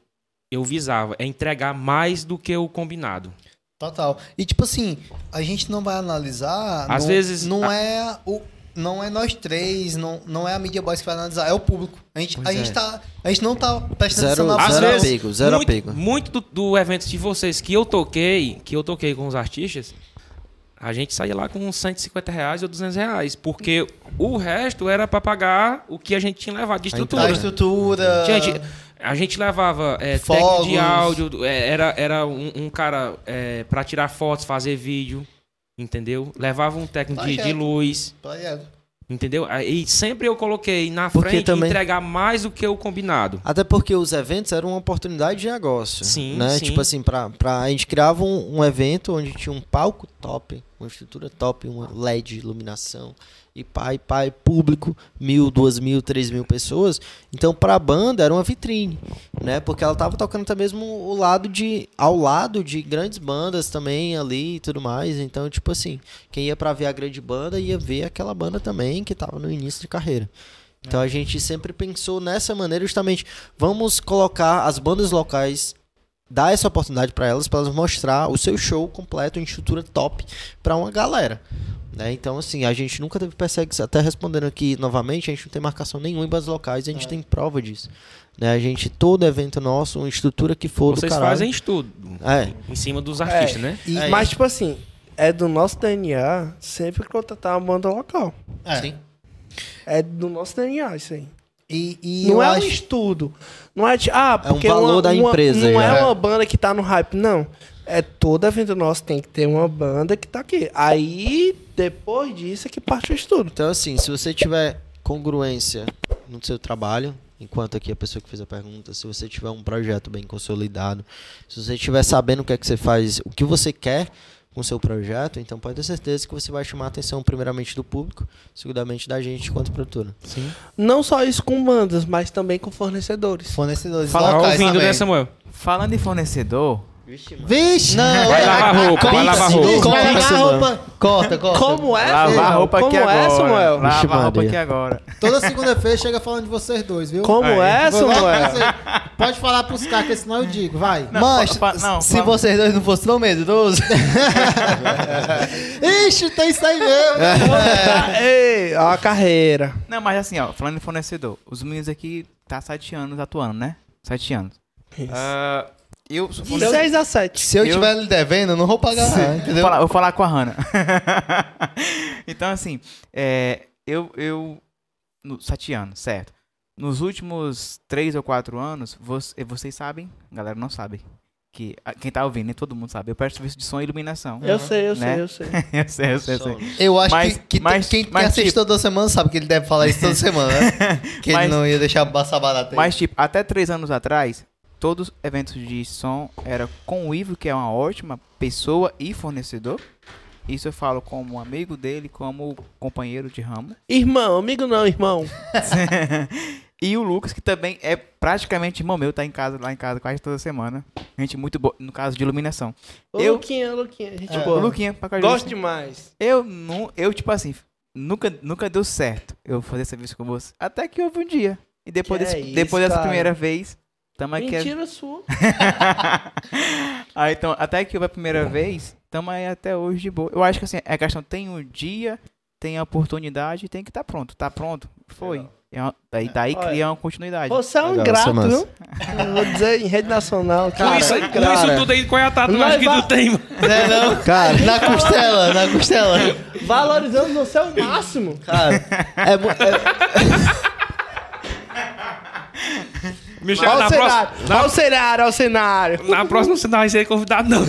Speaker 2: eu visava, é entregar mais do que o combinado.
Speaker 4: Total. E tipo assim, a gente não vai analisar.
Speaker 2: Às
Speaker 4: não,
Speaker 2: vezes,
Speaker 4: Não
Speaker 2: a-
Speaker 4: é o. Não é nós três, não, não é a Media Boys que vai analisar, é o público. A gente, a
Speaker 5: Pois é.
Speaker 4: gente, tá, a gente não tá prestando
Speaker 5: Zero-
Speaker 4: atenção na
Speaker 5: Às
Speaker 4: opinião.
Speaker 5: vezes- apego, zero
Speaker 2: muito,
Speaker 5: apego.
Speaker 2: Muito do, do evento de vocês que eu toquei, que eu toquei com os artistas, a gente saía lá com uns 150 reais ou 200 reais, porque o resto era pra pagar o que a gente tinha levado de
Speaker 4: A
Speaker 2: estrutura.
Speaker 4: estrutura.
Speaker 2: Gente, a gente levava é, técnico
Speaker 4: Fogos.
Speaker 2: de áudio, é, era, era um, um cara é, pra tirar fotos, fazer vídeo, entendeu? Levava um técnico de, de
Speaker 4: Projeto.
Speaker 2: luz,
Speaker 4: projeto.
Speaker 2: entendeu? Aí sempre eu coloquei na
Speaker 5: Porque
Speaker 2: frente
Speaker 5: também-
Speaker 2: entregar mais do que o combinado.
Speaker 5: Até porque os eventos eram uma oportunidade de negócio.
Speaker 2: Sim,
Speaker 5: né?
Speaker 2: sim.
Speaker 5: Tipo assim, pra, pra, a gente criava um, um evento onde tinha um palco top, uma estrutura top, uma LED de iluminação, e pai, pai, público, mil, duas mil, três mil pessoas. Então, pra banda era uma vitrine, né? Porque ela tava tocando até mesmo o lado de, ao lado de grandes bandas também ali e tudo mais. Então, tipo assim, quem ia pra ver a grande banda ia ver aquela banda também que tava no início de carreira. Então a gente sempre pensou nessa maneira, justamente vamos colocar as bandas locais, dar essa oportunidade para elas, para elas mostrar o seu show completo em estrutura top para uma galera. Né? Então, assim, a gente nunca teve perseguição. Até respondendo aqui novamente, a gente não tem marcação nenhuma em bandas locais, a
Speaker 2: É.
Speaker 5: gente tem prova disso. Né? A gente, todo evento nosso, uma estrutura que for do
Speaker 2: Vocês
Speaker 5: caralho.
Speaker 2: fazem estudo
Speaker 5: É,
Speaker 2: em cima dos artistas, né?
Speaker 4: E,
Speaker 5: É
Speaker 6: Mas, tipo assim, é do nosso DNA sempre contratar uma banda local.
Speaker 4: é.
Speaker 5: Sim.
Speaker 6: É do nosso DNA isso aí.
Speaker 4: E, e
Speaker 6: não
Speaker 4: eu
Speaker 6: é um
Speaker 4: acho.
Speaker 6: estudo. Não é, de- ah,
Speaker 5: É um
Speaker 6: porque
Speaker 5: valor
Speaker 6: uma-
Speaker 5: da
Speaker 6: uma-
Speaker 5: empresa,
Speaker 6: Não
Speaker 5: já.
Speaker 6: é uma banda que tá no hype, não. É toda venda nossa tem que ter uma banda que tá aqui. Aí, depois disso é que parte o estudo.
Speaker 5: Então, assim, se você tiver congruência no seu trabalho, enquanto aqui a pessoa que fez a pergunta, se você tiver um projeto bem consolidado, se você estiver sabendo o que é que você faz, o que você quer com o seu projeto, então pode ter certeza que você vai chamar a atenção, primeiramente, do público, segundamente, da gente enquanto produtora.
Speaker 6: Não só isso com bandas, mas também com fornecedores.
Speaker 4: Fornecedores
Speaker 2: Fala
Speaker 4: locais
Speaker 2: ouvindo,
Speaker 4: também.
Speaker 2: né, Samuel?
Speaker 3: Falando em fornecedor,
Speaker 4: Vixe! Não, é
Speaker 2: Vai lavar roupa, vai lavar roupa.
Speaker 4: Corta,
Speaker 7: Vai lavar
Speaker 4: Corta, corta.
Speaker 6: Como é,
Speaker 3: lavar
Speaker 6: Samuel?
Speaker 3: a roupa
Speaker 6: Como
Speaker 3: aqui
Speaker 6: é,
Speaker 3: agora.
Speaker 6: Samuel?
Speaker 3: Lavar
Speaker 5: Vixe,
Speaker 3: a roupa
Speaker 5: Maria.
Speaker 3: aqui agora.
Speaker 1: Toda segunda-feira chega falando de vocês dois, viu?
Speaker 6: Como é,
Speaker 1: Vou logo *laughs*
Speaker 6: Samuel?
Speaker 1: dizer. Pode falar pros caras, que senão eu digo, vai.
Speaker 4: Mas,
Speaker 3: fa- fa- não,
Speaker 4: se
Speaker 3: fa-
Speaker 4: vocês dois não fossem tão medrosos.
Speaker 1: *laughs* Ixi, tem isso aí mesmo. né?
Speaker 6: Ei, ó a carreira.
Speaker 3: Não, mas assim, ó, falando em fornecedor, os meninos aqui tá sete anos atuando, né? Sete anos. Ah, eu sou
Speaker 6: De
Speaker 3: fornecedor.
Speaker 6: 6 a 7.
Speaker 4: se eu
Speaker 3: Eu-
Speaker 4: tiver lhe devendo, eu não vou pagar,
Speaker 3: Vou
Speaker 4: entendeu?
Speaker 3: falar, vou falar com a Hannah. *laughs* então, assim, é, eu. eu no, sete anos, certo. Nos últimos três ou quatro anos, você- vocês sabem, a galera não sabe. Que, ah, quem tá ouvindo, nem todo mundo sabe. Eu presto serviço de som e iluminação.
Speaker 6: Eu sei, eu
Speaker 3: Né?
Speaker 6: sei, eu sei.
Speaker 3: *laughs* eu sei, eu sei, eu sei.
Speaker 4: Eu acho
Speaker 3: é, Mas-
Speaker 4: que, que
Speaker 3: mas-
Speaker 4: tem- quem,
Speaker 3: mas,
Speaker 4: quem assiste
Speaker 3: tipo-
Speaker 4: toda semana sabe que ele deve
Speaker 3: *laughs*
Speaker 4: falar isso toda semana, né? Que
Speaker 3: Mas-
Speaker 4: ele não ia deixar passar barata aí.
Speaker 3: Mas, tipo, até três anos atrás, todos os eventos de som era com o Ivo, que é uma ótima pessoa e fornecedor. Isso eu falo como amigo dele, como companheiro de
Speaker 4: *laughs*
Speaker 3: ramo. *laughs*
Speaker 6: Irmão, amigo não, irmão.
Speaker 3: E o Lucas, que também é praticamente irmão meu, tá em casa, lá em casa quase toda semana. Gente muito boa, no caso de iluminação.
Speaker 6: Ô,
Speaker 3: Eu-
Speaker 6: Luquinha, Luquinha. Gente
Speaker 3: O
Speaker 6: boa.
Speaker 3: Luquinha, pra cá,
Speaker 6: Gosto
Speaker 3: Luquinha.
Speaker 6: demais.
Speaker 3: Eu não, eu tipo assim, nunca, nunca deu certo eu fazer serviço com você. Até que houve um dia. E depois,
Speaker 6: Que
Speaker 3: desse-
Speaker 6: é isso,
Speaker 3: depois dessa
Speaker 6: cara.
Speaker 3: primeira vez, tamo aqui.
Speaker 6: Mentira sua.
Speaker 3: *laughs* Aí, então, até que houve a primeira vez, tamo aí até hoje de boa. Eu acho que assim, é questão, tem o dia, tem a oportunidade, tem que estar pronto. Tá pronto? Foi. É uma- daí daí
Speaker 6: Olha.
Speaker 3: cria uma continuidade.
Speaker 6: Você é um
Speaker 5: Legal, isso é
Speaker 6: grato,
Speaker 5: massa.
Speaker 6: viu? Eu vou dizer em rede nacional.
Speaker 2: Com
Speaker 6: Cara,
Speaker 2: isso, com isso tudo aí, qual é a
Speaker 6: Vai,
Speaker 2: tatuagem que
Speaker 6: vai.
Speaker 2: tu tem, mano?
Speaker 4: Né, não?
Speaker 5: *laughs* Cara,
Speaker 4: Na costela, na costela.
Speaker 6: valorizando você ao máximo.
Speaker 2: *laughs*
Speaker 5: é, mu- é-
Speaker 2: Me chama
Speaker 6: Olha o
Speaker 2: na próxima.
Speaker 6: cenário. Olha o cenário, olha o cenário.
Speaker 2: Na próxima você não vai ser convidado, não.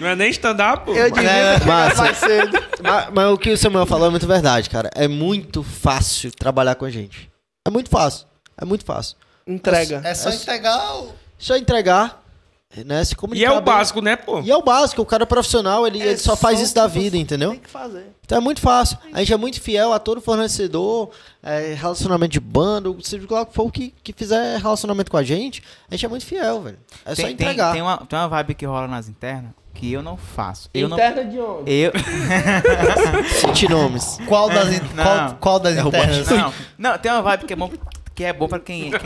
Speaker 2: não é nem stand-up, pô.
Speaker 6: Eu devia
Speaker 5: Né,
Speaker 2: é
Speaker 6: ter chegado
Speaker 5: massa.
Speaker 6: mais cedo.
Speaker 5: mas, mas o que o Samuel falou é muito verdade, cara. É muito fácil trabalhar com a gente. É muito fácil. É muito fácil.
Speaker 6: Entrega.
Speaker 4: É só entregar o...
Speaker 5: Só entregar, né? Se
Speaker 2: E
Speaker 5: comunicar
Speaker 2: é o
Speaker 5: bem.
Speaker 2: básico, né, pô?
Speaker 5: E é o básico, o cara é profissional, ele,
Speaker 6: É
Speaker 5: ele só faz
Speaker 6: só
Speaker 5: isso da
Speaker 6: o que
Speaker 5: vida,
Speaker 6: você
Speaker 5: entendeu?
Speaker 6: Tem que fazer.
Speaker 5: Então é muito fácil. A gente é muito fiel a todo fornecedor, é, relacionamento de bando, seja lá o que for que, que fizer relacionamento com a gente, a gente é muito fiel, velho. É só entregar.
Speaker 3: tem uma, tem uma vibe que rola nas internas que eu não faço. Eu
Speaker 6: Interna de onde?
Speaker 3: não. Eu,
Speaker 5: Cite nomes.
Speaker 4: Qual das, in-
Speaker 3: Não.
Speaker 4: qual, qual das internas?
Speaker 3: é não, não, tem uma vibe que é bom, que é bom pra quem, quem,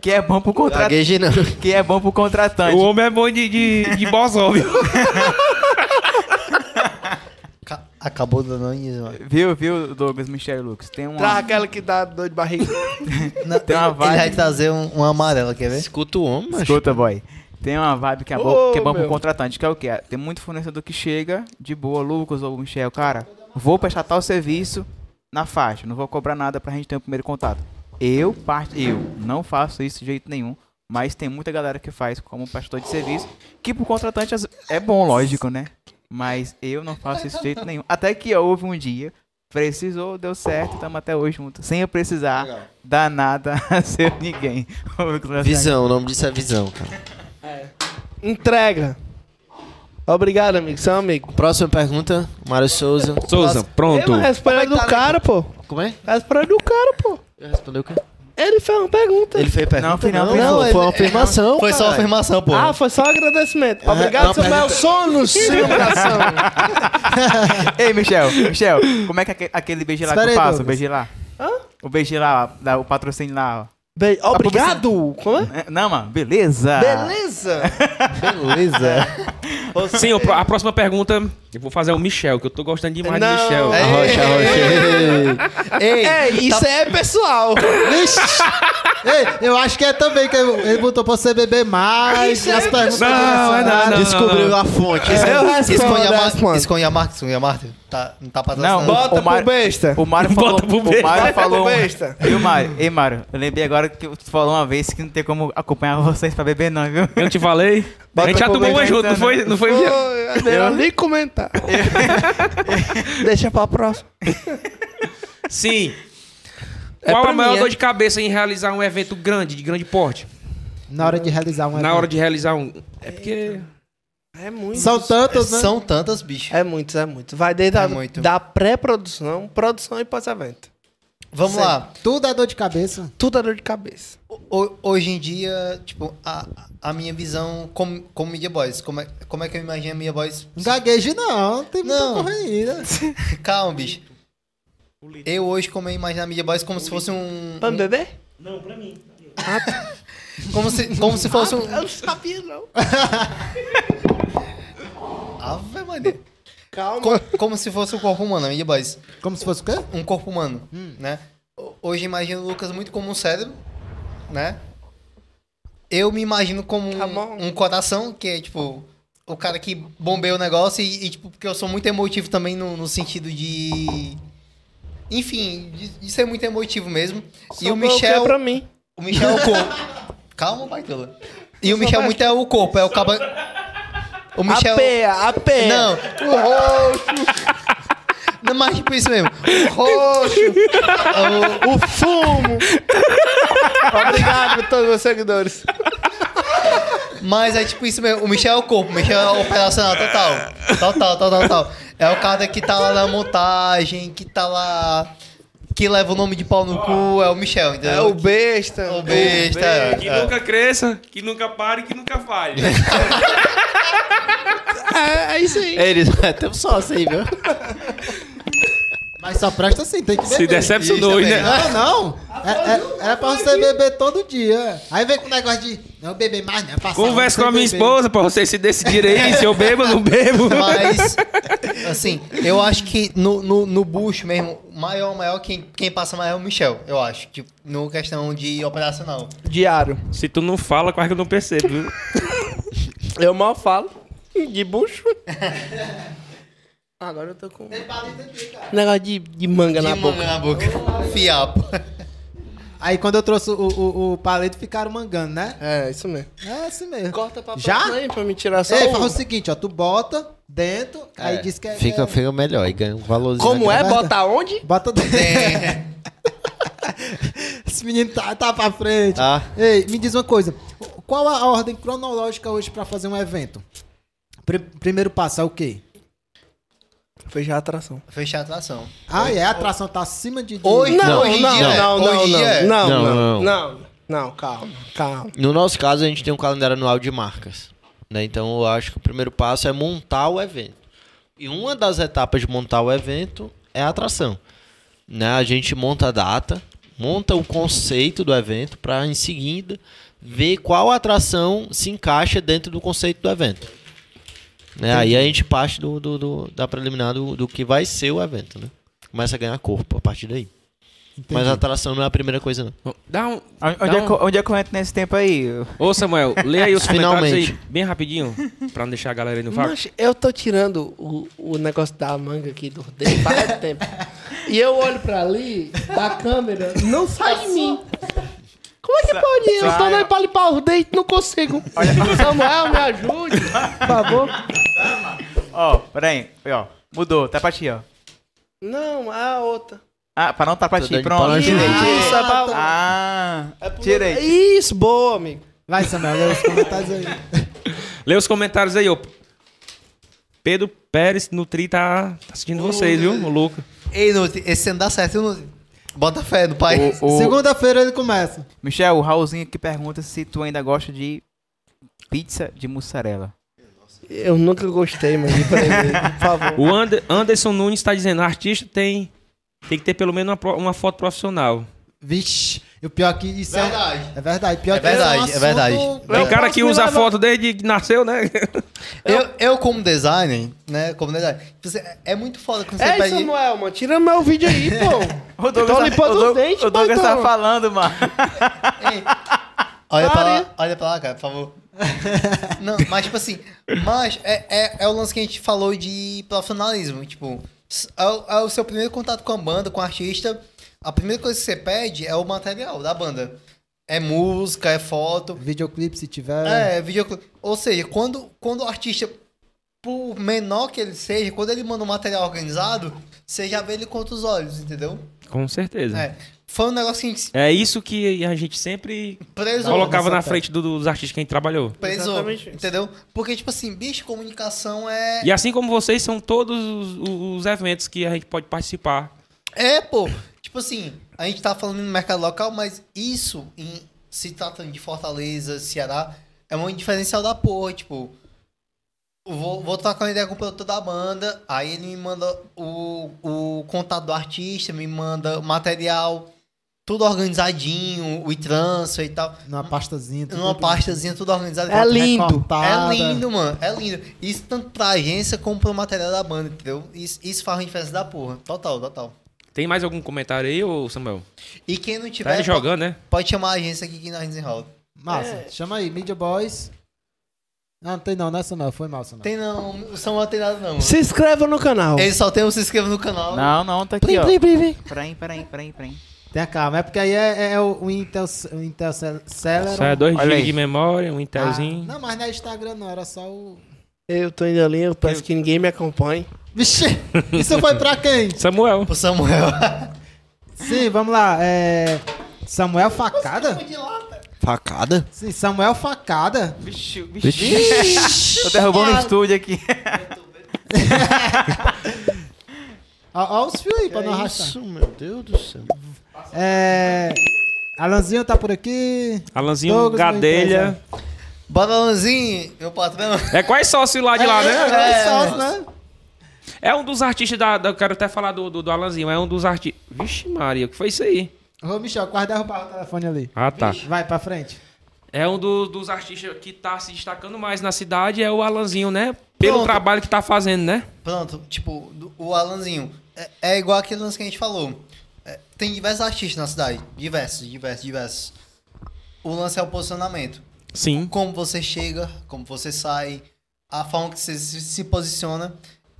Speaker 3: Que é bom pro contratante.
Speaker 5: Gaguejei não.
Speaker 3: Que é bom pro contratante.
Speaker 2: O homem é bom de, de, de bozó, viu? *laughs*
Speaker 4: Ca- Acabou dando anis, mano.
Speaker 3: Viu, viu, Douglas Michel Lucas? Tem uma.
Speaker 6: Traz aquela que dá dor de barriga.
Speaker 4: Não,
Speaker 3: Tem uma
Speaker 4: ele-
Speaker 3: vibe.
Speaker 4: Ele vai trazer um, um amarelo, quer ver?
Speaker 5: Escuta o homem, macho.
Speaker 3: Escuta, boy. Tem uma vibe que é, bom,
Speaker 6: tá. Ô,
Speaker 3: que é bom pro
Speaker 6: meu.
Speaker 3: contratante, que é o quê? Tem muito fornecedor que chega de boa, Lucas ou Michel, cara, vou prestar tal serviço na faixa, não vou cobrar nada pra gente ter o primeiro contato. Eu, parte, eu não faço isso de jeito nenhum, mas tem muita galera que faz como prestador de serviço, que pro contratante às- é bom, lógico, né? Mas eu não faço isso de jeito nenhum. Até que houve um dia, precisou, deu certo, estamos até hoje juntos, sem eu precisar dar nada *laughs* a ser ninguém. *laughs*
Speaker 5: Visão, o nome disso é visão, cara.
Speaker 6: Entrega. Obrigado, amigo. Você é um amigo.
Speaker 5: Próxima pergunta, Mário Souza.
Speaker 2: Souza, pronto.
Speaker 6: Ei, mas
Speaker 5: é
Speaker 6: respondeu
Speaker 5: tá,
Speaker 6: do
Speaker 5: né?
Speaker 6: cara, pô.
Speaker 5: Como é?
Speaker 6: Respondeu do cara, pô.
Speaker 5: Respondeu o quê?
Speaker 6: Ele fez uma pergunta.
Speaker 5: Ele fez pergunta.
Speaker 3: Não, foi não,
Speaker 5: não,
Speaker 3: foi não.
Speaker 5: foi uma afirmação.
Speaker 4: Foi só uma
Speaker 5: caralho.
Speaker 4: afirmação, pô.
Speaker 6: Ah, foi só um agradecimento.
Speaker 5: É, não,
Speaker 6: Obrigado, seu
Speaker 5: pergunta- *laughs*
Speaker 6: Mel.
Speaker 7: Sono, seu coração.
Speaker 3: Ei, Michel, Michel, como é que é aque- aquele BG lá
Speaker 1: Espera
Speaker 3: que eu
Speaker 1: aí,
Speaker 3: faço? O
Speaker 1: Douglas.
Speaker 3: BG lá?
Speaker 6: Hã?
Speaker 3: O BG lá, da- o patrocínio lá,
Speaker 6: Be- Obrigado. Como é?
Speaker 3: ó. É, Não, mano,
Speaker 6: Ah.
Speaker 3: beleza.
Speaker 6: *laughs* Beleza.
Speaker 4: Beleza.
Speaker 2: Sim, o pro- a próxima pergunta eu vou fazer o Michel, que eu tô gostando demais
Speaker 6: Não.
Speaker 2: do Michel.
Speaker 6: É.
Speaker 5: Arrocha, arrocha.
Speaker 6: *laughs*
Speaker 4: Ei,
Speaker 6: É, isso é pessoal.
Speaker 1: Vixe! Ei, eu acho que é também que ele botou pra você beber mais.
Speaker 6: Isso
Speaker 1: e as
Speaker 6: é-
Speaker 1: perguntas
Speaker 2: Não, é
Speaker 1: relacionadas.
Speaker 2: não, não.
Speaker 5: Descobriu a fonte.
Speaker 6: Eu respondo, né?
Speaker 4: Esconha a marca,
Speaker 6: respondo.
Speaker 4: esconha a marca, esconha a marca. Tá, não tá
Speaker 3: Não,
Speaker 4: patrocinando.
Speaker 6: Bota
Speaker 3: o Mário-
Speaker 6: pro besta.
Speaker 3: O Mário falou.
Speaker 2: Bota pro
Speaker 3: O
Speaker 2: besta.
Speaker 3: Mário
Speaker 6: Bota pro
Speaker 3: falou. um-
Speaker 6: besta.
Speaker 3: Viu, Mário? Ei, Mário, eu lembrei agora que tu falou uma vez que não tem como acompanhar vocês pra beber, não, *laughs* viu?
Speaker 2: Eu te falei. a gente já tomou uma junto, não foi? Não foi
Speaker 6: Pô,
Speaker 2: Michel?
Speaker 6: *laughs* Eu nem *laughs* comentar. Deixa pra próxima.
Speaker 2: Sim.
Speaker 6: É
Speaker 2: Qual
Speaker 6: pra
Speaker 2: a maior
Speaker 6: mim, é.
Speaker 2: dor de cabeça em realizar um evento grande, de grande porte?
Speaker 1: Na hora de realizar um
Speaker 2: Na
Speaker 1: evento.
Speaker 2: hora de realizar um. É porque.
Speaker 6: É muito.
Speaker 1: São tantos, né?
Speaker 4: São tantas, bicho.
Speaker 6: É muito, é muito. Vai desde a-
Speaker 4: É muito.
Speaker 6: da pré-produção, produção e pós-evento.
Speaker 4: Vamos
Speaker 6: Sei.
Speaker 4: lá.
Speaker 1: Tudo é dor de cabeça.
Speaker 6: Tudo é dor de cabeça.
Speaker 4: Ho- Hoje em dia, tipo, a, a minha visão como, como Media Boys, como é, como é que eu imagino a Media Boys?
Speaker 1: Não gagueje não, tem muita
Speaker 4: Não.
Speaker 1: coisa ainda.
Speaker 6: *laughs*
Speaker 4: Calma, bicho. Eu hoje como eu imagino a Media Boys como se fosse um...
Speaker 6: Pra Tá me beber?
Speaker 4: Como se, como
Speaker 1: *laughs*
Speaker 4: se fosse um...
Speaker 6: Eu não sabia, não.
Speaker 4: Ave Maria.
Speaker 6: Calma.
Speaker 4: Co- como se fosse um corpo humano, a Media Boys.
Speaker 1: Como se fosse o quê? Hum.
Speaker 4: Um corpo humano, né? Ho- Hoje imagino o Lucas muito como um cérebro, né? Eu me imagino como um,
Speaker 6: Tá bom.
Speaker 4: um coração, que é tipo o cara que bombeia o negócio e, e, tipo, porque eu sou muito emotivo também no, no sentido de. Enfim, de, de ser muito emotivo mesmo. e o
Speaker 6: Sobrou que é
Speaker 4: Michel.
Speaker 6: pra mim.
Speaker 4: O Michel é o corpo.
Speaker 6: *laughs*
Speaker 4: Calma, baitola. E o
Speaker 6: Só
Speaker 4: Michel
Speaker 6: vai-
Speaker 4: muito é o corpo, é o caba.
Speaker 6: *laughs*
Speaker 4: O Michel.
Speaker 6: A pé, a pé.
Speaker 4: Não, o roxo. Não, mas tipo isso mesmo. O roxo.
Speaker 6: *laughs*
Speaker 4: O, o fumo.
Speaker 6: Obrigado a todos os meus seguidores.
Speaker 4: Mas é tipo isso mesmo. O Michel é o corpo, o Michel é o operacional total. Total, total, total. É o cara que tá lá na montagem, que tá lá. Que leva o nome de pau no cu, é o Michel, entendeu?
Speaker 6: É o besta.
Speaker 4: O besta.
Speaker 2: Que
Speaker 4: é.
Speaker 2: nunca cresça, que nunca pare, que nunca falhe.
Speaker 6: É, é isso aí.
Speaker 5: Eles, *laughs* tem um sócio aí, viu?
Speaker 1: Mas só presta assim, tem que beber.
Speaker 2: Se decepcionou hoje, né?
Speaker 1: Não, não. É- é- era pra você beber todo dia. Aí vem com o negócio de não beber mais, não. passar
Speaker 2: Conversa
Speaker 1: um
Speaker 2: com a minha
Speaker 1: sem beber.
Speaker 2: esposa pra vocês se decidirem aí se eu bebo ou não
Speaker 5: *laughs*
Speaker 2: bebo.
Speaker 4: Mas, assim, eu acho que no, no, no bucho mesmo, maior, maior, quem, quem passa maior é o Michel, eu acho. Tipo, no questão de operacional.
Speaker 6: É, Diário.
Speaker 2: Se tu não fala, quase que eu não percebo. viu?
Speaker 6: Eu mal falo. De bucho. *laughs* Agora eu tô com. um Negócio de, de manga na
Speaker 4: de
Speaker 6: boca.
Speaker 4: manga um na boca. Fiapo. *laughs*
Speaker 1: Aí quando eu trouxe o, o, o palito, ficaram mangando, né?
Speaker 6: É, isso mesmo.
Speaker 1: É assim mesmo.
Speaker 6: Corta pra
Speaker 1: Já?
Speaker 6: próxima aí pra me tirar só.
Speaker 1: Ei,
Speaker 6: um.
Speaker 1: faz o seguinte, ó. Tu bota dentro, aí diz que é...
Speaker 5: Fica,
Speaker 1: é-
Speaker 5: fica melhor e ganha um valorzinho.
Speaker 6: Como é?
Speaker 1: Vai, vai.
Speaker 6: Bota onde?
Speaker 1: Bota dentro.
Speaker 4: É,
Speaker 1: *laughs* Esse menino tá, tá pra frente.
Speaker 5: Ah.
Speaker 1: Ei, me diz uma coisa. Qual a ordem cronológica hoje pra fazer um evento? Pri- primeiro passo é o quê?
Speaker 6: Fechar a atração.
Speaker 4: fechar a atração.
Speaker 1: Ah, é, a atração tá acima de... de-
Speaker 4: Hoje-
Speaker 6: Não,
Speaker 4: hoje em
Speaker 6: não,
Speaker 4: dia,
Speaker 6: não,
Speaker 4: hoje
Speaker 6: não,
Speaker 4: em dia.
Speaker 5: Não,
Speaker 6: não,
Speaker 5: não.
Speaker 6: não, não, não, não, calma, calma.
Speaker 5: No nosso caso, a gente tem um calendário anual de marcas. né? Então, eu acho que o primeiro passo é montar o evento. E uma das etapas de montar o evento é a atração. Né? A gente monta a data, monta o conceito do evento para em seguida ver qual atração se encaixa dentro do conceito do evento. Né? Aí a gente parte do, do- do- da preliminar do, do que vai ser o evento, né? Começa a ganhar corpo a partir daí. Mas a atração não é a primeira coisa, não.
Speaker 2: Dá um...
Speaker 3: Onde,
Speaker 2: Dá
Speaker 3: onde é
Speaker 2: um-
Speaker 3: que, onde é que eu entro nesse tempo aí?
Speaker 2: Ô, Samuel, lê aí os comentários aí,
Speaker 5: Finalmente.
Speaker 2: bem rapidinho, pra não deixar a galera aí no vácuo.
Speaker 6: Mas eu tô tirando o, o negócio da manga aqui do dedo faz tempo. E eu olho pra ali, da câmera, não sai de mim. Como é que pode? Eu estou
Speaker 3: sai.
Speaker 6: dando pra limpar os dentes, não consigo. *laughs* Samuel, me ajude, por favor.
Speaker 3: Ó, peraí. Ó, mudou. Tá pra ti, ó.
Speaker 6: Não, a outra.
Speaker 3: Ah, pra não tá pra ti.
Speaker 5: dando
Speaker 3: Pronto.
Speaker 5: pra
Speaker 3: Tirei.
Speaker 6: Isso, é pra-
Speaker 3: Ah,
Speaker 6: pro-
Speaker 3: tirei.
Speaker 6: Isso, boa, amigo.
Speaker 1: Vai, Samuel, lê os comentários aí.
Speaker 2: Lê os comentários aí, ô. Pedro Pérez Nutri tá, tá assistindo vocês, viu? O Luca.
Speaker 4: Ei, Nutri, esse ano dá certo, viu, Nutri? Bota fé no pai.
Speaker 1: Segunda-feira ele começa.
Speaker 3: Michel, o Raulzinho aqui pergunta se tu ainda gosta de pizza de mussarela.
Speaker 6: Eu nunca gostei, mano, de *laughs* prender, por
Speaker 4: *laughs*
Speaker 6: favor.
Speaker 2: O Ander- Anderson Nunes tá dizendo, artista tem, tem que ter pelo menos uma, pro- uma foto profissional.
Speaker 1: Vixe, e o pior que isso
Speaker 4: Verdade.
Speaker 1: é. É verdade. Pior
Speaker 4: É
Speaker 1: que isso
Speaker 4: verdade, é
Speaker 1: assunto-
Speaker 4: verdade.
Speaker 2: Tem
Speaker 6: Eu
Speaker 2: cara
Speaker 6: posso
Speaker 2: que
Speaker 6: me
Speaker 2: usa a
Speaker 6: levar-
Speaker 2: foto desde que nasceu, *laughs* né?
Speaker 4: Eu, eu como designer, né? Como designer, você- é muito foda quando você
Speaker 6: É,
Speaker 4: pede.
Speaker 6: Samuel, mano, tira meu vídeo aí, pô.
Speaker 3: O
Speaker 6: Tô limpando
Speaker 3: o tá Doug-
Speaker 6: os dentes,
Speaker 3: o Douglas tá
Speaker 6: paizão.
Speaker 3: falando, mano.
Speaker 6: *laughs*
Speaker 4: Ei, olha pra
Speaker 6: Pare.
Speaker 4: lá, olha pra lá, cara, por favor. Não, mas tipo assim, mas é, é, é o lance que a gente falou de profissionalismo. Tipo, s- é o, é o seu primeiro contato com a banda, com o artista. A primeira coisa que você pede é o material da banda. É música, é foto.
Speaker 1: Um Videoclipe, se tiver.
Speaker 4: É, videoclipe. Ou seja, quando, quando o artista, por menor que ele seja, quando ele manda um material organizado, você já vê ele contra os olhos, entendeu?
Speaker 2: Com certeza. É.
Speaker 4: É. Foi um negócio que a gente
Speaker 2: isso que a gente sempre
Speaker 4: preso.
Speaker 2: colocava na
Speaker 1: nessa
Speaker 2: frente do- dos artistas que a gente trabalhou.
Speaker 4: preso,
Speaker 6: Exatamente isso.
Speaker 4: entendeu? Porque, tipo assim, bicho, comunicação é.
Speaker 2: E assim como vocês, são todos os, os eventos que a gente pode participar.
Speaker 4: É, pô. Tipo assim, a gente tá falando no mercado local, mas isso, em, se tratando de Fortaleza, Ceará, é um diferencial da porra, tipo. Vou, vou trocar uma ideia com o produtor da banda, aí ele me manda o, o contato do artista, me manda o material, tudo organizadinho, o e-transfer e tal.
Speaker 1: Numa pastazinha. tudo
Speaker 4: Numa
Speaker 1: bem.
Speaker 4: pastazinha Tipo, tudo organizado.
Speaker 6: É lindo.
Speaker 1: Recortada.
Speaker 4: É lindo, mano. É lindo. Isso tanto pra agência como pro material da banda, entendeu? Isso, isso faz uma diferença da porra. Total, total.
Speaker 2: Tem mais algum comentário aí, ô Samuel?
Speaker 4: E quem não tiver,
Speaker 2: Tá aí
Speaker 4: po-
Speaker 2: jogando, né?
Speaker 4: pode chamar a agência aqui que nós desenrola.
Speaker 1: Massa.
Speaker 4: É.
Speaker 1: Chama aí, Media Boys. Ah, não tem não, né, Samuel? Foi mal, Samuel.
Speaker 4: Tem não, o Samuel tem nada não.
Speaker 6: Se inscreva no canal.
Speaker 4: Ele só tem um se inscreva no canal.
Speaker 3: Não, não, tá aqui,
Speaker 6: Plim,
Speaker 3: ó.
Speaker 6: plim, plim, plim.
Speaker 3: Peraí, peraí, peraí, peraí.
Speaker 1: Tem a calma. É porque aí é, é o, o Intel, o Intel Cel- Celeron.
Speaker 2: Só é dois
Speaker 3: Olha
Speaker 2: GB
Speaker 3: aí.
Speaker 2: de memória, um
Speaker 1: Ah,
Speaker 2: Intelzinho.
Speaker 1: Não, mas não é Instagram não, era só o...
Speaker 6: Eu tô indo ali, eu peço que ninguém me acompanhe.
Speaker 1: Vixe, *laughs* isso foi pra quem?
Speaker 2: Samuel.
Speaker 4: O Samuel.
Speaker 1: Sim, vamos lá. É... Samuel Facada?
Speaker 4: tá
Speaker 5: Facada?
Speaker 1: Sim, Samuel Facada.
Speaker 3: Vixe, vixe. Tô derrubando o estúdio aqui. *laughs*
Speaker 1: Olha os fios aí pra não arrastar.
Speaker 5: Isso, meu Deus do céu.
Speaker 1: É... Alanzinho tá por aqui.
Speaker 2: Alanzinho
Speaker 1: Douglas não
Speaker 2: Gadelha.
Speaker 4: Bora, Lanzinho, meu patrão. *laughs*
Speaker 2: É quase sócio lá de lá, né?
Speaker 1: É, sócio, né?
Speaker 2: É um dos artistas da. da- eu quero até falar do, do, do Alanzinho. É um dos artistas. Vixe, Maria, o que foi isso aí?
Speaker 1: Ô, Michel, quase derrubar o telefone ali.
Speaker 2: Ah, tá.
Speaker 1: Vai, pra frente.
Speaker 2: É um do- dos artistas que tá se destacando mais na cidade, é o Alanzinho, né? Pelo trabalho que tá fazendo, né?
Speaker 4: Pronto, tipo, do- o Alanzinho. É, é igual aquele lance que a gente falou. É, tem diversos artistas na cidade. Diversos, diversos, diversos. O lance é o posicionamento.
Speaker 2: Sim.
Speaker 4: como você chega, como você sai, a forma que você se se posiciona.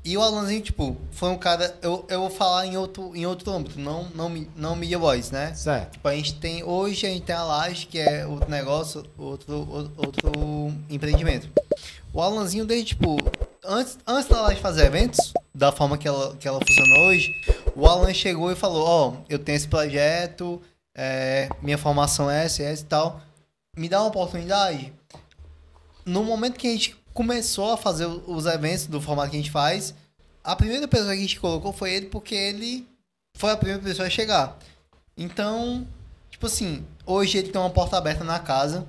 Speaker 4: E o Alanzinho, tipo, foi um cara. Eu, eu vou falar em outro, em outro âmbito, não, não, mi- não Media Boys, né?
Speaker 1: Certo.
Speaker 4: Tipo, a gente tem. Hoje a gente tem a Laje, que é outro negócio, outro, outro, outro empreendimento. O Alanzinho, desde, tipo. Antes, antes da Laje fazer eventos, da forma que ela, que ela funciona hoje, o Alan chegou e falou: Ó, eu tenho esse projeto, é, minha formação é essa, é essa e tal. Me dá uma oportunidade. No momento que a gente começou a fazer o- os eventos do formato que a gente faz, a primeira pessoa que a gente colocou foi ele, porque ele foi a primeira pessoa a chegar. Então, tipo assim, hoje ele tem uma porta aberta na casa.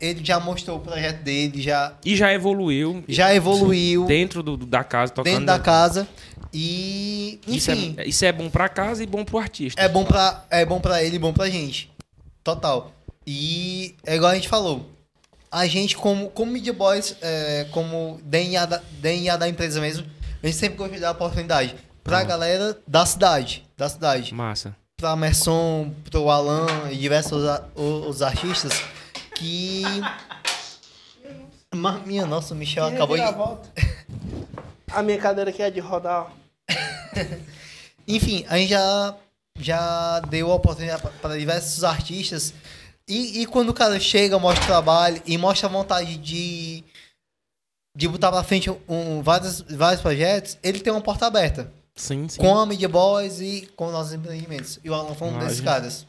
Speaker 4: ele já mostrou o projeto dele, já,
Speaker 2: E já evoluiu
Speaker 4: já evoluiu
Speaker 2: dentro do- do- da casa,
Speaker 4: dentro
Speaker 2: tocando.
Speaker 4: da casa. E,
Speaker 2: Isso é,
Speaker 4: enfim,
Speaker 2: isso é bom pra casa e bom pro artista.
Speaker 4: é bom pra, é bom pra ele e bom pra gente. Total. E é igual a gente falou. A gente, como, como Media Boys, é, como DNA da, DNA da empresa mesmo, a gente sempre gosta de dar oportunidade pra
Speaker 2: Pronto.
Speaker 4: galera da cidade. Da cidade.
Speaker 2: Massa.
Speaker 4: pra Merson, pro Alan e diversos a- o- os artistas que. Mas, minha nossa, o Michel acabou de.
Speaker 6: A minha cadeira aqui é de rodar, ó.
Speaker 4: Enfim, a gente já, já deu a oportunidade pra- pra diversos artistas. E, e quando o cara chega, mostra o trabalho e mostra a vontade de, de botar pra frente um, vários, vários projetos, ele tem uma porta aberta.
Speaker 2: Sim, sim.
Speaker 4: Com a Media Boys e com nossos empreendimentos. E o Alan foi um desses
Speaker 2: Imagem.
Speaker 4: caras.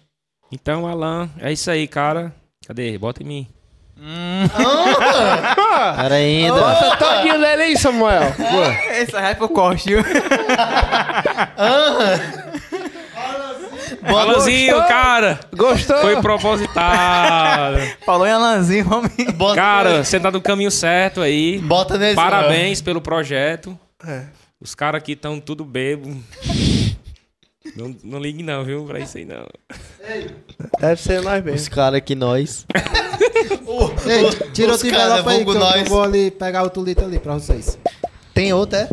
Speaker 2: Então, Alan, é isso aí, cara. Cadê? Bota em mim.
Speaker 4: Ah.
Speaker 5: Cara, é ainda.
Speaker 7: Bota todinho nele aí, Samuel. Boa.
Speaker 3: Essa rap eu corte, viu?
Speaker 2: Alanzinho, cara!
Speaker 7: Gostou?
Speaker 2: Foi propositado.
Speaker 3: Falou em Alanzinho, homem.
Speaker 4: Bota,
Speaker 2: cara, você tá no caminho certo aí.
Speaker 4: bota nesse
Speaker 2: Parabéns pelo projeto.
Speaker 6: É.
Speaker 2: Os caras aqui estão tudo bebo. *laughs* Não, não ligue não, viu? Pra isso aí não.
Speaker 6: Deve ser nós
Speaker 5: Os
Speaker 6: mesmo.
Speaker 5: caras que nós.
Speaker 1: Ei, tira
Speaker 4: Os
Speaker 1: outro
Speaker 4: cara,
Speaker 1: envelope aí que
Speaker 4: vulgo
Speaker 1: eu, que eu
Speaker 4: nós.
Speaker 1: vou ali pegar outro litro ali pra vocês.
Speaker 4: Tem outra,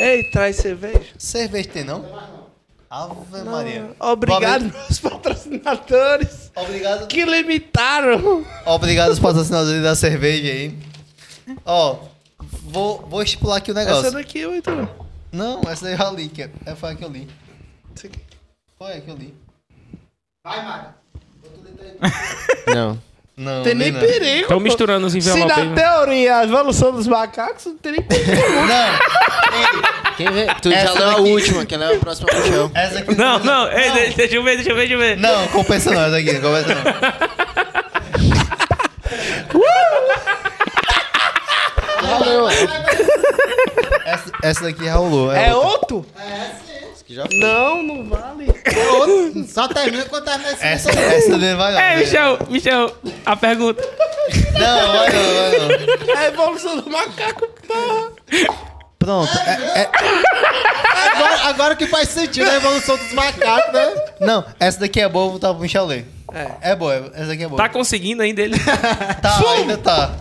Speaker 4: é?
Speaker 6: Ei, traz cerveja.
Speaker 4: Cerveja tem, não? Ave Maria.
Speaker 6: Obrigado, meus patrocinadores.
Speaker 4: Obrigado,
Speaker 6: Que limitaram.
Speaker 4: obrigado aos patrocinadores da cerveja aí. Ó, vou, vou estipular aqui o negócio.
Speaker 6: Essa daqui é eu entro.
Speaker 4: Não, essa daí eu já li. Que é, foi a que eu li.
Speaker 6: Essa aqui.
Speaker 4: Foi a que eu li.
Speaker 5: Não.
Speaker 4: Não,
Speaker 6: Tem nem
Speaker 4: li não.
Speaker 6: perigo.
Speaker 2: Estão misturando os
Speaker 6: Se
Speaker 2: envelopes aí.
Speaker 6: na
Speaker 2: né?
Speaker 6: teoria a evolução dos macacos, não tem nem perigo.
Speaker 4: Não,
Speaker 5: Quem vê? Tu
Speaker 4: Essa
Speaker 5: já leu a
Speaker 4: daqui.
Speaker 5: última, que leu a próxima
Speaker 4: *laughs*
Speaker 5: pro chão.
Speaker 4: essa aqui
Speaker 2: Não, não. Ei, de- Deixa eu ver, deixa eu ver, deixa eu ver.
Speaker 4: Não, compensa não, essa aqui, compensa não.
Speaker 5: Valeu.
Speaker 4: Essa, essa daqui já rolou.
Speaker 6: É
Speaker 4: outra.
Speaker 6: outro? Não, não vale.
Speaker 1: Só
Speaker 4: é
Speaker 1: termina quando
Speaker 4: tá
Speaker 1: termina esse
Speaker 4: Essa, essa daí vai né? não.
Speaker 2: É, Michel, Michel, a pergunta.
Speaker 4: Não, vai não, vai não.
Speaker 6: É a evolução do macaco, porra.
Speaker 4: Pronto. é- é-
Speaker 1: agora, agora que faz sentido a evolução dos macacos, né?
Speaker 4: não, essa daqui é boa, vou botar pro Michel ler. É. boa, essa daqui é boa.
Speaker 2: Tá conseguindo ainda ele.
Speaker 4: tá ainda tá.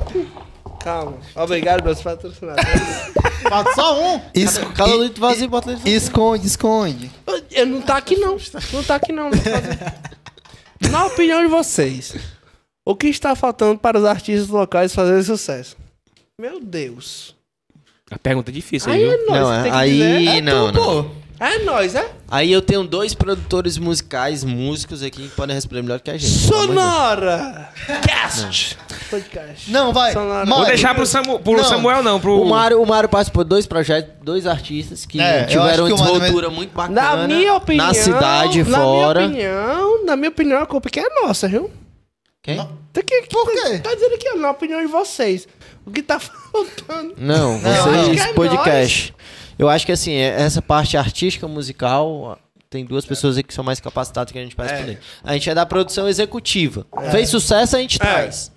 Speaker 6: Calma. Obrigado, meus patrocinadores.
Speaker 1: Falta só um.
Speaker 4: Isso,
Speaker 5: Cala o litro vazio e bota o litro
Speaker 4: Esconde, esconde.
Speaker 6: Eu não tá aqui, não. Não tá aqui, não. Na opinião de vocês, o que está faltando para os artistas locais fazerem sucesso? Meu Deus.
Speaker 2: A pergunta é difícil, aí,
Speaker 6: Aí é
Speaker 2: viu?
Speaker 6: nóis.
Speaker 5: Não,
Speaker 6: tem que
Speaker 5: aí
Speaker 6: dizer.
Speaker 5: não, não.
Speaker 6: É nóis, é?
Speaker 5: Aí eu tenho dois produtores musicais, músicos aqui que podem responder melhor que a gente. pelo amor de Deus.
Speaker 6: Sonora! Cast! Podcast.
Speaker 4: Não, vai.
Speaker 6: Sonora.
Speaker 4: Mário.
Speaker 2: Vou deixar pro, Samu, pro
Speaker 4: né? Não.
Speaker 2: Samuel, não, pro.
Speaker 5: O Mário, o Mário participou de dois projetos, dois artistas que
Speaker 4: É, eu acho
Speaker 5: tiveram
Speaker 4: que
Speaker 5: uma
Speaker 4: o Mário
Speaker 5: desenvoltura muito bacana.
Speaker 6: Na minha opinião.
Speaker 5: Na cidade,
Speaker 6: na
Speaker 5: fora.
Speaker 6: Minha opinião, na minha opinião, a culpa aqui é nossa, viu?
Speaker 5: Quem?
Speaker 6: Tá aqui,
Speaker 1: Por quê?
Speaker 6: Tá dizendo aqui, ó, na opinião de vocês. O que tá *laughs* faltando?
Speaker 5: Não,
Speaker 4: não.
Speaker 5: vocês
Speaker 6: Acho que é
Speaker 5: podcast. Eu acho que assim, é- essa parte artística musical tem duas pessoas aqui que são mais capacitadas que a gente para responder. A gente é da produção executiva. Fez sucesso, a gente traz.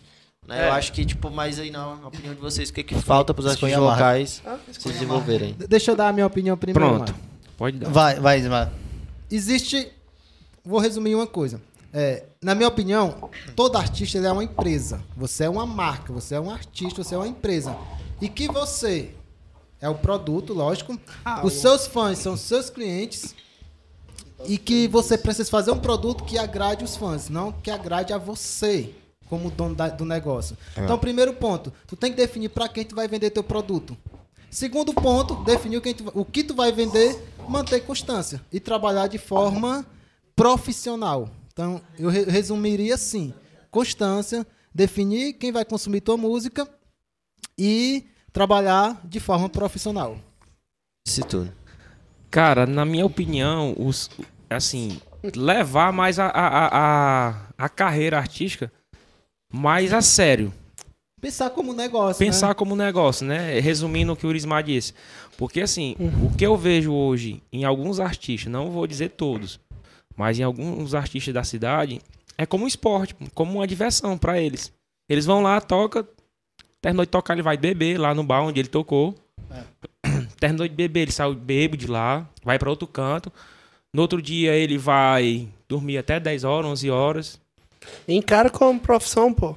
Speaker 5: Né,
Speaker 6: É.
Speaker 5: Eu acho que, tipo, mas aí na opinião de vocês, o que, que falta pros artistas
Speaker 4: Escolha a marca.
Speaker 5: locais se desenvolverem?
Speaker 1: D- Deixa eu dar a minha opinião primeiro.
Speaker 2: Pronto.
Speaker 1: Mário.
Speaker 2: Pode dar.
Speaker 4: Vai, vai, Ismar.
Speaker 1: existe. Vou resumir uma coisa. É, na minha opinião, todo artista ele é uma empresa. Você é uma marca, você é um artista, você é uma empresa. E que você é o produto, lógico. Os seus fãs são os seus clientes. E que você precisa fazer um produto que agrade os fãs, não que agrade a você como dono da- do negócio. Então, primeiro ponto, tu tem que definir para quem tu vai vender teu produto. Segundo ponto, definir o que tu, o que tu vai vender, manter constância e trabalhar de forma profissional. Então, eu re- resumiria assim: constância, definir quem vai consumir tua música e trabalhar de forma profissional.
Speaker 5: Isso tudo.
Speaker 2: Cara, na minha opinião, os, assim, levar mais a, a, a, a- a carreira artística mais a sério.
Speaker 1: Pensar como negócio.
Speaker 2: Pensar
Speaker 1: né?
Speaker 2: como negócio, né? Resumindo o que o Urismar disse. Porque, assim, o que eu vejo hoje em alguns artistas, não vou dizer todos, mas em alguns artistas da cidade, é como um esporte, como uma diversão pra eles. Eles vão lá, toca. Terminou de tocar, ele vai beber lá no bar onde ele tocou.
Speaker 1: É.
Speaker 2: *clears throat* Terminou de beber, ele saiu bebo de lá, vai pra outro canto. No outro dia ele vai dormir até 10 horas, 11 horas.
Speaker 6: Encara como profissão, pô.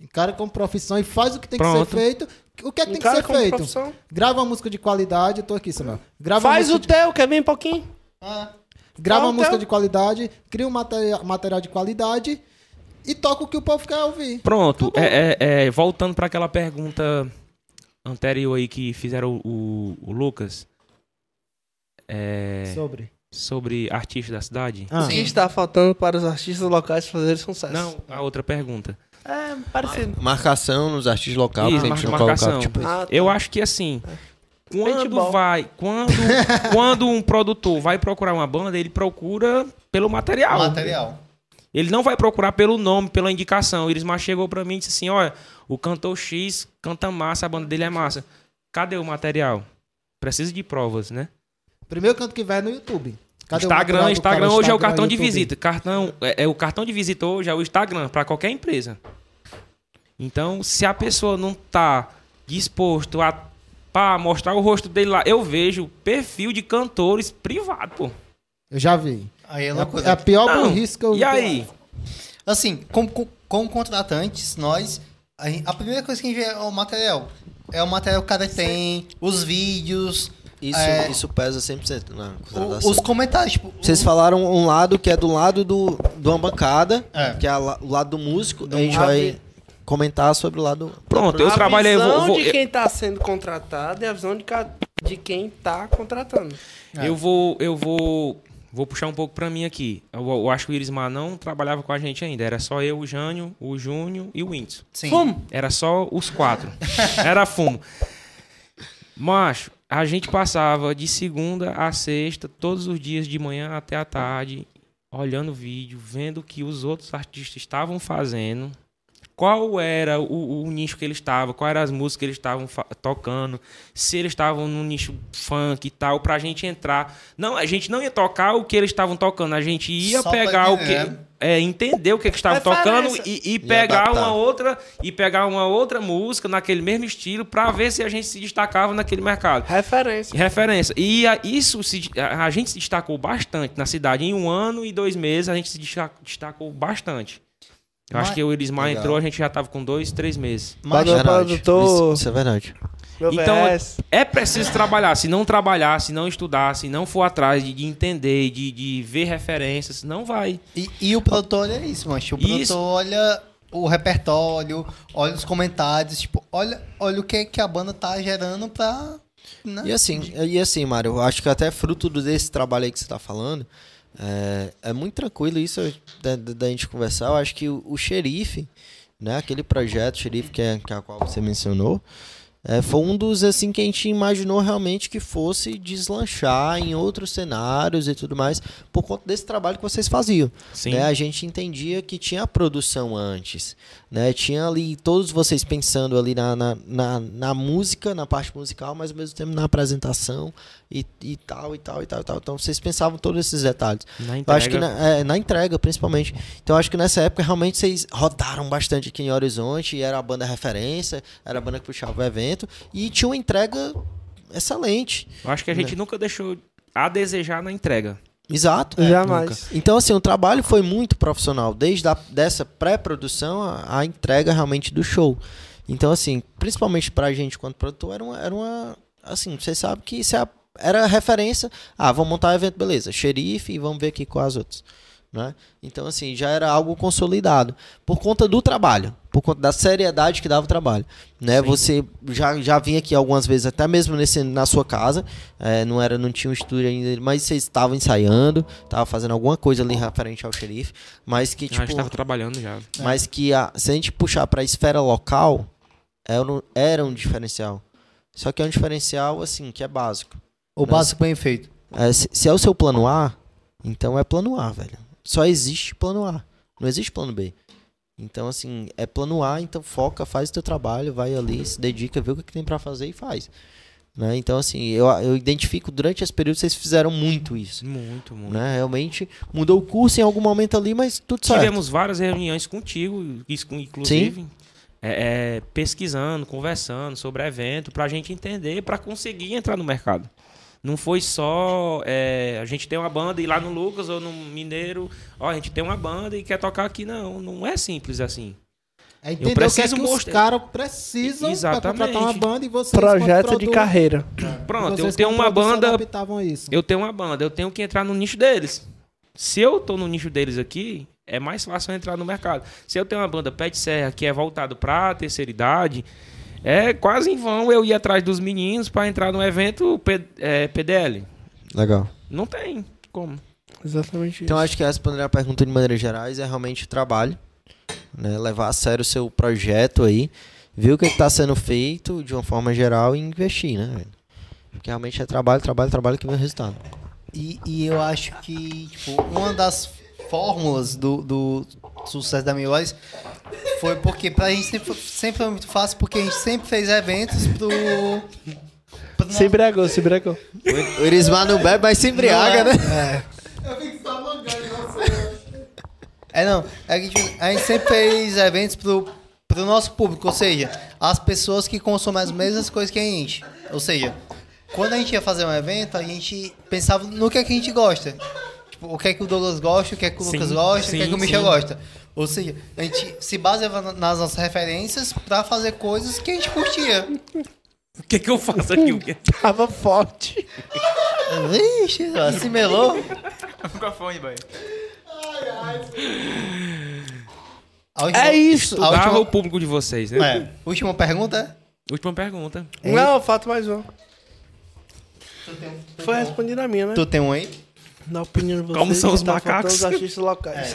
Speaker 1: Encara como Um profissão e faz o que tem
Speaker 2: Pronto.
Speaker 1: que ser feito. O que é que tem que
Speaker 6: Encara
Speaker 1: ser
Speaker 6: como
Speaker 1: feito?
Speaker 6: Um
Speaker 1: Tá
Speaker 6: profissão.
Speaker 1: Grava uma música de qualidade. Eu tô aqui, Samuel. Grava uma
Speaker 6: Faz o
Speaker 1: música
Speaker 6: teu, quer vir um pouquinho?
Speaker 1: de, grava uma
Speaker 6: Fala o
Speaker 1: música
Speaker 6: teu.
Speaker 1: de qualidade, cria um materia- material de qualidade e toca o que o povo quer ouvir.
Speaker 2: Pronto,
Speaker 1: Tá
Speaker 2: é, é- é, voltando para aquela pergunta anterior aí que fizeram o, o- o Lucas é,
Speaker 1: Sobre.
Speaker 2: sobre artistas da cidade.
Speaker 1: Ah.
Speaker 6: O que está faltando para os artistas locais fazerem sucesso?
Speaker 2: Não, a outra pergunta.
Speaker 6: É, parecido.
Speaker 5: Marcação nos artistas locais,
Speaker 2: Isso,
Speaker 5: pra gente não
Speaker 2: marcação.
Speaker 5: colocar. Tipo,
Speaker 6: Ah, tá.
Speaker 2: Eu acho que assim,
Speaker 1: É.
Speaker 2: quando
Speaker 6: Paintball.
Speaker 2: vai, quando,
Speaker 1: *laughs*
Speaker 2: quando um produtor vai procurar uma banda, ele procura pelo material.
Speaker 4: Material.
Speaker 2: Ele não vai procurar pelo nome, pela indicação. O Irismar chegou pra mim e disse assim: olha, o cantor X canta massa, a banda dele é massa. Cadê o material? Precisa de provas, né?
Speaker 1: Primeiro canto que vai é no YouTube. Cadê o material
Speaker 2: Instagram,
Speaker 1: do
Speaker 2: Instagram
Speaker 1: cara?
Speaker 2: hoje é o cartão de
Speaker 1: YouTube.
Speaker 2: visita. Cartão, é, é o cartão de visita hoje é o Instagram para qualquer empresa. Então, se a pessoa não tá disposto a pá, mostrar o rosto dele lá, eu vejo perfil de cantores privado, pô.
Speaker 1: Eu já vi.
Speaker 4: Aí é
Speaker 1: É,
Speaker 4: loucura.
Speaker 1: a- é a pior
Speaker 2: Não,
Speaker 1: burrice que eu
Speaker 2: E aí?
Speaker 4: Assim, como, co- como contratantes, nós. A, gen- a primeira coisa que a gente vê é o material. É o material que o cara tem, os vídeos,
Speaker 5: isso,
Speaker 4: É.
Speaker 5: isso pesa 100% na
Speaker 4: o-
Speaker 5: contratação.
Speaker 4: os comentários. Tipo,
Speaker 5: Vocês falaram um lado que é do lado do, de uma bancada,
Speaker 4: É.
Speaker 5: que é a la- o lado do músico,
Speaker 4: Do
Speaker 5: a gente
Speaker 4: músico.
Speaker 5: vai comentar sobre o lado.
Speaker 2: Pronto, eu
Speaker 6: a
Speaker 2: trabalho aí, eu
Speaker 6: visão
Speaker 2: vou, vou-
Speaker 6: de quem tá sendo contratado é a visão de, ca- de quem tá contratando.
Speaker 2: Eu vou, eu vou, vou puxar um pouco pra mim aqui. Eu, eu acho que o Irismar não trabalhava com a gente ainda. Era só eu, o Jânio, o Júnior e o Windows.
Speaker 4: Sim.
Speaker 6: Fumo.
Speaker 2: Era só os quatro. Era fumo. Macho, a gente passava de segunda a sexta, todos os dias de manhã até a tarde, olhando vídeo, vendo o que os outros artistas estavam fazendo, qual era o, o nicho que eles estavam, quais eram as músicas que eles estavam fa- tocando, se eles estavam no nicho funk e tal, pra gente entrar. Não, a gente não ia tocar o que eles estavam tocando, a gente ia
Speaker 4: Só pra
Speaker 2: pegar o que.
Speaker 4: entender.
Speaker 2: É, entender o que, que estava
Speaker 6: Referência.
Speaker 2: tocando e, e pegar
Speaker 5: adaptar.
Speaker 2: uma outra e pegar uma outra música naquele mesmo estilo pra ver se a gente se destacava naquele mercado.
Speaker 6: Referência.
Speaker 2: Referência. E a, isso se, a, a gente se destacou bastante na cidade. Em um ano e dois meses, a gente se desta- destacou bastante. Eu acho
Speaker 4: Mas-
Speaker 2: que o Elismar
Speaker 5: Legal.
Speaker 2: entrou, a gente já tava com dois, três meses.
Speaker 6: Mas meu
Speaker 5: Verdade.
Speaker 6: produtor-
Speaker 5: Isso, isso é verdade.
Speaker 6: Meu
Speaker 2: Então,
Speaker 6: VS.
Speaker 2: É preciso trabalhar. Se não trabalhar, se não estudar, se não for atrás de, de entender, de, de ver referências, não vai.
Speaker 4: E, e o produtor olha isso, mancho. O
Speaker 2: Isso.
Speaker 4: produtor olha o repertório, olha os comentários, tipo, olha, olha o que, que a banda tá gerando pra. né?
Speaker 5: E assim, e assim, Mário, eu acho que até fruto do- desse trabalho aí que você tá falando, é, é muito tranquilo isso da, da- da gente conversar. Eu acho que o, o xerife, né, aquele projeto xerife que é, que é a qual você mencionou, é, foi um dos assim que a gente imaginou realmente que fosse deslanchar em outros cenários e tudo mais, por conta desse trabalho que vocês faziam.
Speaker 2: Sim.
Speaker 5: né? A gente entendia que tinha a produção antes, né? Tinha ali todos vocês pensando ali na, na, na, na música, na parte musical, mas ao mesmo tempo na apresentação e, e tal, e tal, e tal, e tal. Então vocês pensavam todos esses detalhes.
Speaker 2: Na
Speaker 5: Eu acho que
Speaker 2: entrega.
Speaker 5: na, é, na entrega, principalmente. Então eu acho que nessa época realmente vocês rodaram bastante aqui em Horizonte, e era a banda referência, era a banda que puxava o evento, e tinha uma entrega excelente.
Speaker 2: Eu acho que a gente nunca deixou a desejar na entrega.
Speaker 5: Exato.
Speaker 6: Jamais.
Speaker 5: Então, assim, o trabalho foi muito profissional, desde a, dessa pré-produção à, à entrega realmente do show. Então, assim, principalmente pra gente quanto produtor, era uma. Era uma assim, vocês sabem que isso é a- era a referência. Ah, vamos montar o evento, beleza, xerife, e vamos ver aqui com as outras. Né? Então, assim, já era algo consolidado. Por conta do trabalho, por conta da seriedade que dava o trabalho. Né? Você já, já vinha aqui algumas vezes, até mesmo nesse, na sua casa. é, não era, não tinha um estúdio ainda, mas vocês estavam ensaiando, estavam fazendo alguma coisa ali referente ao xerife. Mas que,
Speaker 2: a gente
Speaker 5: tipo,
Speaker 2: tava trabalhando já.
Speaker 5: mas que a- se a gente puxar para a esfera local, era um, era um diferencial. Só que é um diferencial, assim, que é básico.
Speaker 4: O básico bem feito.
Speaker 5: É, se, se é o seu plano A, então é plano A, velho. Só existe plano A. Não existe plano B. Então, assim, é plano A, então foca, faz o teu trabalho, vai ali, se dedica, vê o que que tem pra fazer e faz. Né? Então, assim, eu, eu identifico durante esse período vocês fizeram muito isso.
Speaker 2: Muito, muito.
Speaker 5: Né? Realmente mudou o curso em algum momento ali, mas tudo certo.
Speaker 2: Tivemos várias reuniões contigo, isso com- inclusive, é, é, pesquisando, conversando sobre evento, para a gente entender, para conseguir entrar no mercado. Não foi só é, a gente tem uma banda e lá no Lucas ou no Mineiro, ó, a gente tem uma banda e quer tocar aqui. Não, não é simples assim.
Speaker 1: É entender o que é
Speaker 2: preciso
Speaker 1: que os
Speaker 2: mostrar-
Speaker 1: caras precisam para
Speaker 2: Exatamente.
Speaker 1: contratar uma banda e vocês
Speaker 6: Projeto
Speaker 1: quanto
Speaker 6: de
Speaker 1: produto-
Speaker 6: carreira.
Speaker 2: Pronto,
Speaker 1: vocês
Speaker 2: eu tenho
Speaker 1: como
Speaker 2: uma
Speaker 1: produção
Speaker 2: banda
Speaker 1: adaptavam isso.
Speaker 2: Eu tenho uma banda, eu tenho que entrar no nicho deles. Se eu tô no nicho deles aqui, é mais fácil eu entrar no mercado. Se eu tenho uma banda pé de serra que é voltado pra terceira idade, é quase em vão eu ir atrás dos meninos pra entrar no evento P- é, PDL.
Speaker 5: Legal.
Speaker 2: Não tem como.
Speaker 6: Exatamente
Speaker 5: Então
Speaker 6: isso.
Speaker 5: acho que essa poderia a pergunta de maneira gerais é realmente o trabalho, né? Levar a sério o seu projeto aí, ver o que está sendo feito de uma forma geral e investir, né? velho? Porque realmente é trabalho, trabalho, trabalho que vem o resultado.
Speaker 4: E, e eu acho que tipo, uma das fórmulas do, do sucesso da Milóis foi porque pra gente sempre, foi- sempre foi muito fácil, porque a gente sempre fez eventos pro. pro
Speaker 6: Se embriagou, se embriagou.
Speaker 1: Tá,
Speaker 5: O Irismar não bebe, mas se embriaga, né?
Speaker 4: né? É. Eu fico só alongando, É não, é que tipo, a gente sempre fez eventos pro, pro nosso público, ou seja, as pessoas que consomem as mesmas coisas que a gente. Ou seja, quando a gente ia fazer um evento, a gente pensava no que é que a gente gosta. Tipo, o que é que o Douglas gosta, o que é que o
Speaker 2: Sim,
Speaker 4: Lucas gosta, o que é
Speaker 2: sim,
Speaker 4: que o Michel
Speaker 2: sim.
Speaker 4: gosta. Ou seja, a gente se baseava na- nas nossas referências pra fazer coisas que a gente curtia.
Speaker 2: O que, que eu faço aqui? O que-
Speaker 6: Tava forte.
Speaker 4: Vixe, se melou.
Speaker 3: Microfone, velho.
Speaker 4: A última-
Speaker 6: É isso.
Speaker 4: a
Speaker 2: Dava o
Speaker 4: última,
Speaker 2: público de vocês, né?
Speaker 4: é, última pergunta?
Speaker 2: Última pergunta.
Speaker 6: Não, falta mais um.
Speaker 4: Tu tem, um-
Speaker 6: Foi respondida a minha, né?
Speaker 4: tu tem um aí?
Speaker 6: Na opinião de vocês,
Speaker 2: Como são os
Speaker 6: tá faltando
Speaker 2: macacos?
Speaker 6: Os artistas locais.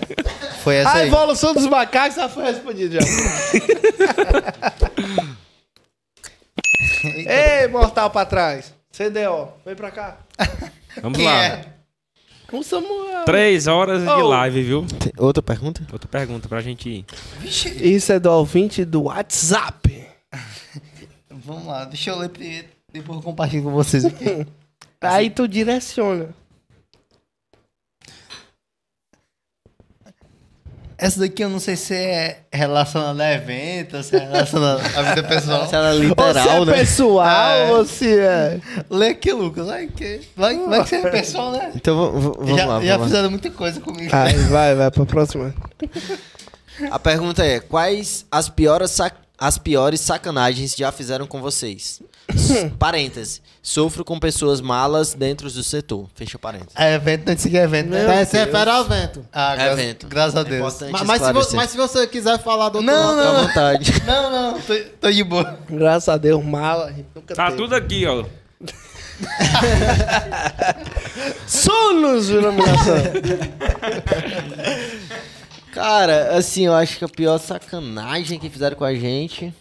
Speaker 4: Foi essa
Speaker 6: A
Speaker 4: aí.
Speaker 6: Ah, evolução dos macacos já foi respondida já.
Speaker 4: Eita.
Speaker 6: Ei, mortal pra trás. CDO, vem pra cá.
Speaker 2: Vamos
Speaker 4: Quem
Speaker 2: lá.
Speaker 4: é?
Speaker 6: O Samuel.
Speaker 2: Três horas de
Speaker 6: Oh.
Speaker 2: live, viu?
Speaker 5: Tem outra pergunta?
Speaker 2: Outra pergunta pra gente ir.
Speaker 4: Vixe,
Speaker 6: Isso é do ouvinte do WhatsApp.
Speaker 4: vamos lá, deixa eu ler primeiro, depois eu compartilho com vocês aqui.
Speaker 6: Aí tu direciona.
Speaker 4: Essa daqui eu não sei se é relacionada a evento, se é relacionada à vida pessoal.
Speaker 5: Ela é
Speaker 1: né?
Speaker 6: ou se é pessoal,
Speaker 4: Ah, é.
Speaker 6: ou se é...
Speaker 4: Lê aqui, Lucas, vai que, vai, vai que você é pessoal, né?
Speaker 5: Então vamos, vamos
Speaker 4: já
Speaker 5: lá, Ah.
Speaker 4: já
Speaker 5: vamos lá.
Speaker 4: fizeram muita coisa comigo.
Speaker 6: Aí, vai, vai, pra próxima.
Speaker 5: A pergunta é: quais as piores, sac- as piores sacanagens já fizeram com
Speaker 1: *laughs*
Speaker 5: vocês? S- parêntese. Sofro com pessoas malas dentro do setor. Fecha parênteses.
Speaker 4: É evento, não siga evento, né?
Speaker 1: Tá, Esse é federal vento.
Speaker 4: Ah,
Speaker 5: É
Speaker 4: graças,
Speaker 5: evento.
Speaker 4: graças a
Speaker 5: É
Speaker 4: Deus.
Speaker 5: importante
Speaker 1: Mas, mas se vo-
Speaker 5: esclarecer.
Speaker 1: mas se você quiser falar do outro
Speaker 4: Não,
Speaker 1: lado,
Speaker 4: não.
Speaker 5: Fica à vontade.
Speaker 4: Não, não, tô, tô de boa.
Speaker 6: Graças a Deus, mala. a gente Nunca
Speaker 2: Tá
Speaker 6: teve.
Speaker 2: tudo aqui, ó.
Speaker 6: Sonos, denominação.
Speaker 5: Cara, assim, eu acho que a pior sacanagem que fizeram com a gente.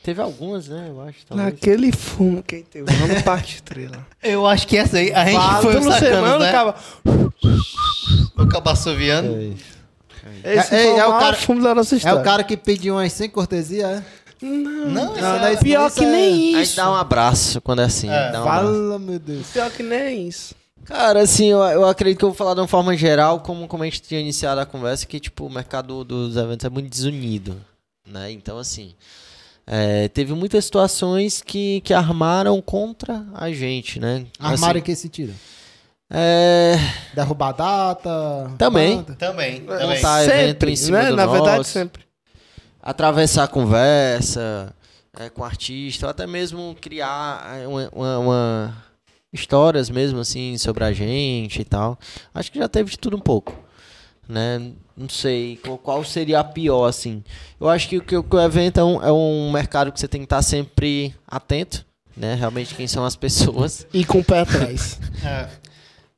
Speaker 5: Teve algumas, né? Eu acho. Talvez.
Speaker 6: Naquele fumo que teve. Vamos parte *laughs* estrela.
Speaker 4: Eu acho que essa aí, a gente foi
Speaker 6: Fala,
Speaker 4: um
Speaker 6: no
Speaker 4: sacano,
Speaker 6: semana,
Speaker 4: né?
Speaker 6: acaba.
Speaker 4: O cabaçoviano.
Speaker 6: Esse
Speaker 1: É- é-
Speaker 6: foi o
Speaker 1: é o
Speaker 6: maior
Speaker 1: cara-
Speaker 6: fumo da nossa
Speaker 1: é
Speaker 6: história.
Speaker 1: o cara que pediu umas sem cortesia, é?
Speaker 4: Não,
Speaker 1: Não, não, isso-
Speaker 6: Pior
Speaker 1: isso
Speaker 6: que
Speaker 1: é-
Speaker 6: nem
Speaker 5: A gente
Speaker 6: isso.
Speaker 5: dá um abraço quando é assim.
Speaker 4: É.
Speaker 5: dá um abraço.
Speaker 1: Fala, meu Deus.
Speaker 6: Pior que nem é isso.
Speaker 5: Cara, assim, eu, eu acredito que eu vou falar de uma forma geral, como, como a gente tinha iniciado a conversa, que, tipo, o mercado dos eventos é muito desunido, né? Então, assim, é, teve muitas situações que, que armaram contra a gente, né?
Speaker 1: Armário em
Speaker 5: Assim,
Speaker 1: que sentido?
Speaker 5: é,
Speaker 1: Derrubar data.
Speaker 5: Também.
Speaker 1: banda.
Speaker 4: Também, também.
Speaker 5: Tá, evento
Speaker 6: sempre,
Speaker 5: em cima
Speaker 6: né?
Speaker 5: do
Speaker 6: Na verdade,
Speaker 5: nosso.
Speaker 6: sempre.
Speaker 5: atravessar a conversa é, com o artista, ou até mesmo criar é, uma, uma- uma- histórias mesmo assim sobre a gente e tal. Acho que já teve de tudo um pouco. Né? Não sei qual, qual seria a pior, assim. Eu acho que, o- que o- que o evento é um, é um mercado que você tem que estar sempre atento, né? Realmente quem são as pessoas. *laughs*
Speaker 6: E com o pé *laughs* atrás.
Speaker 4: É.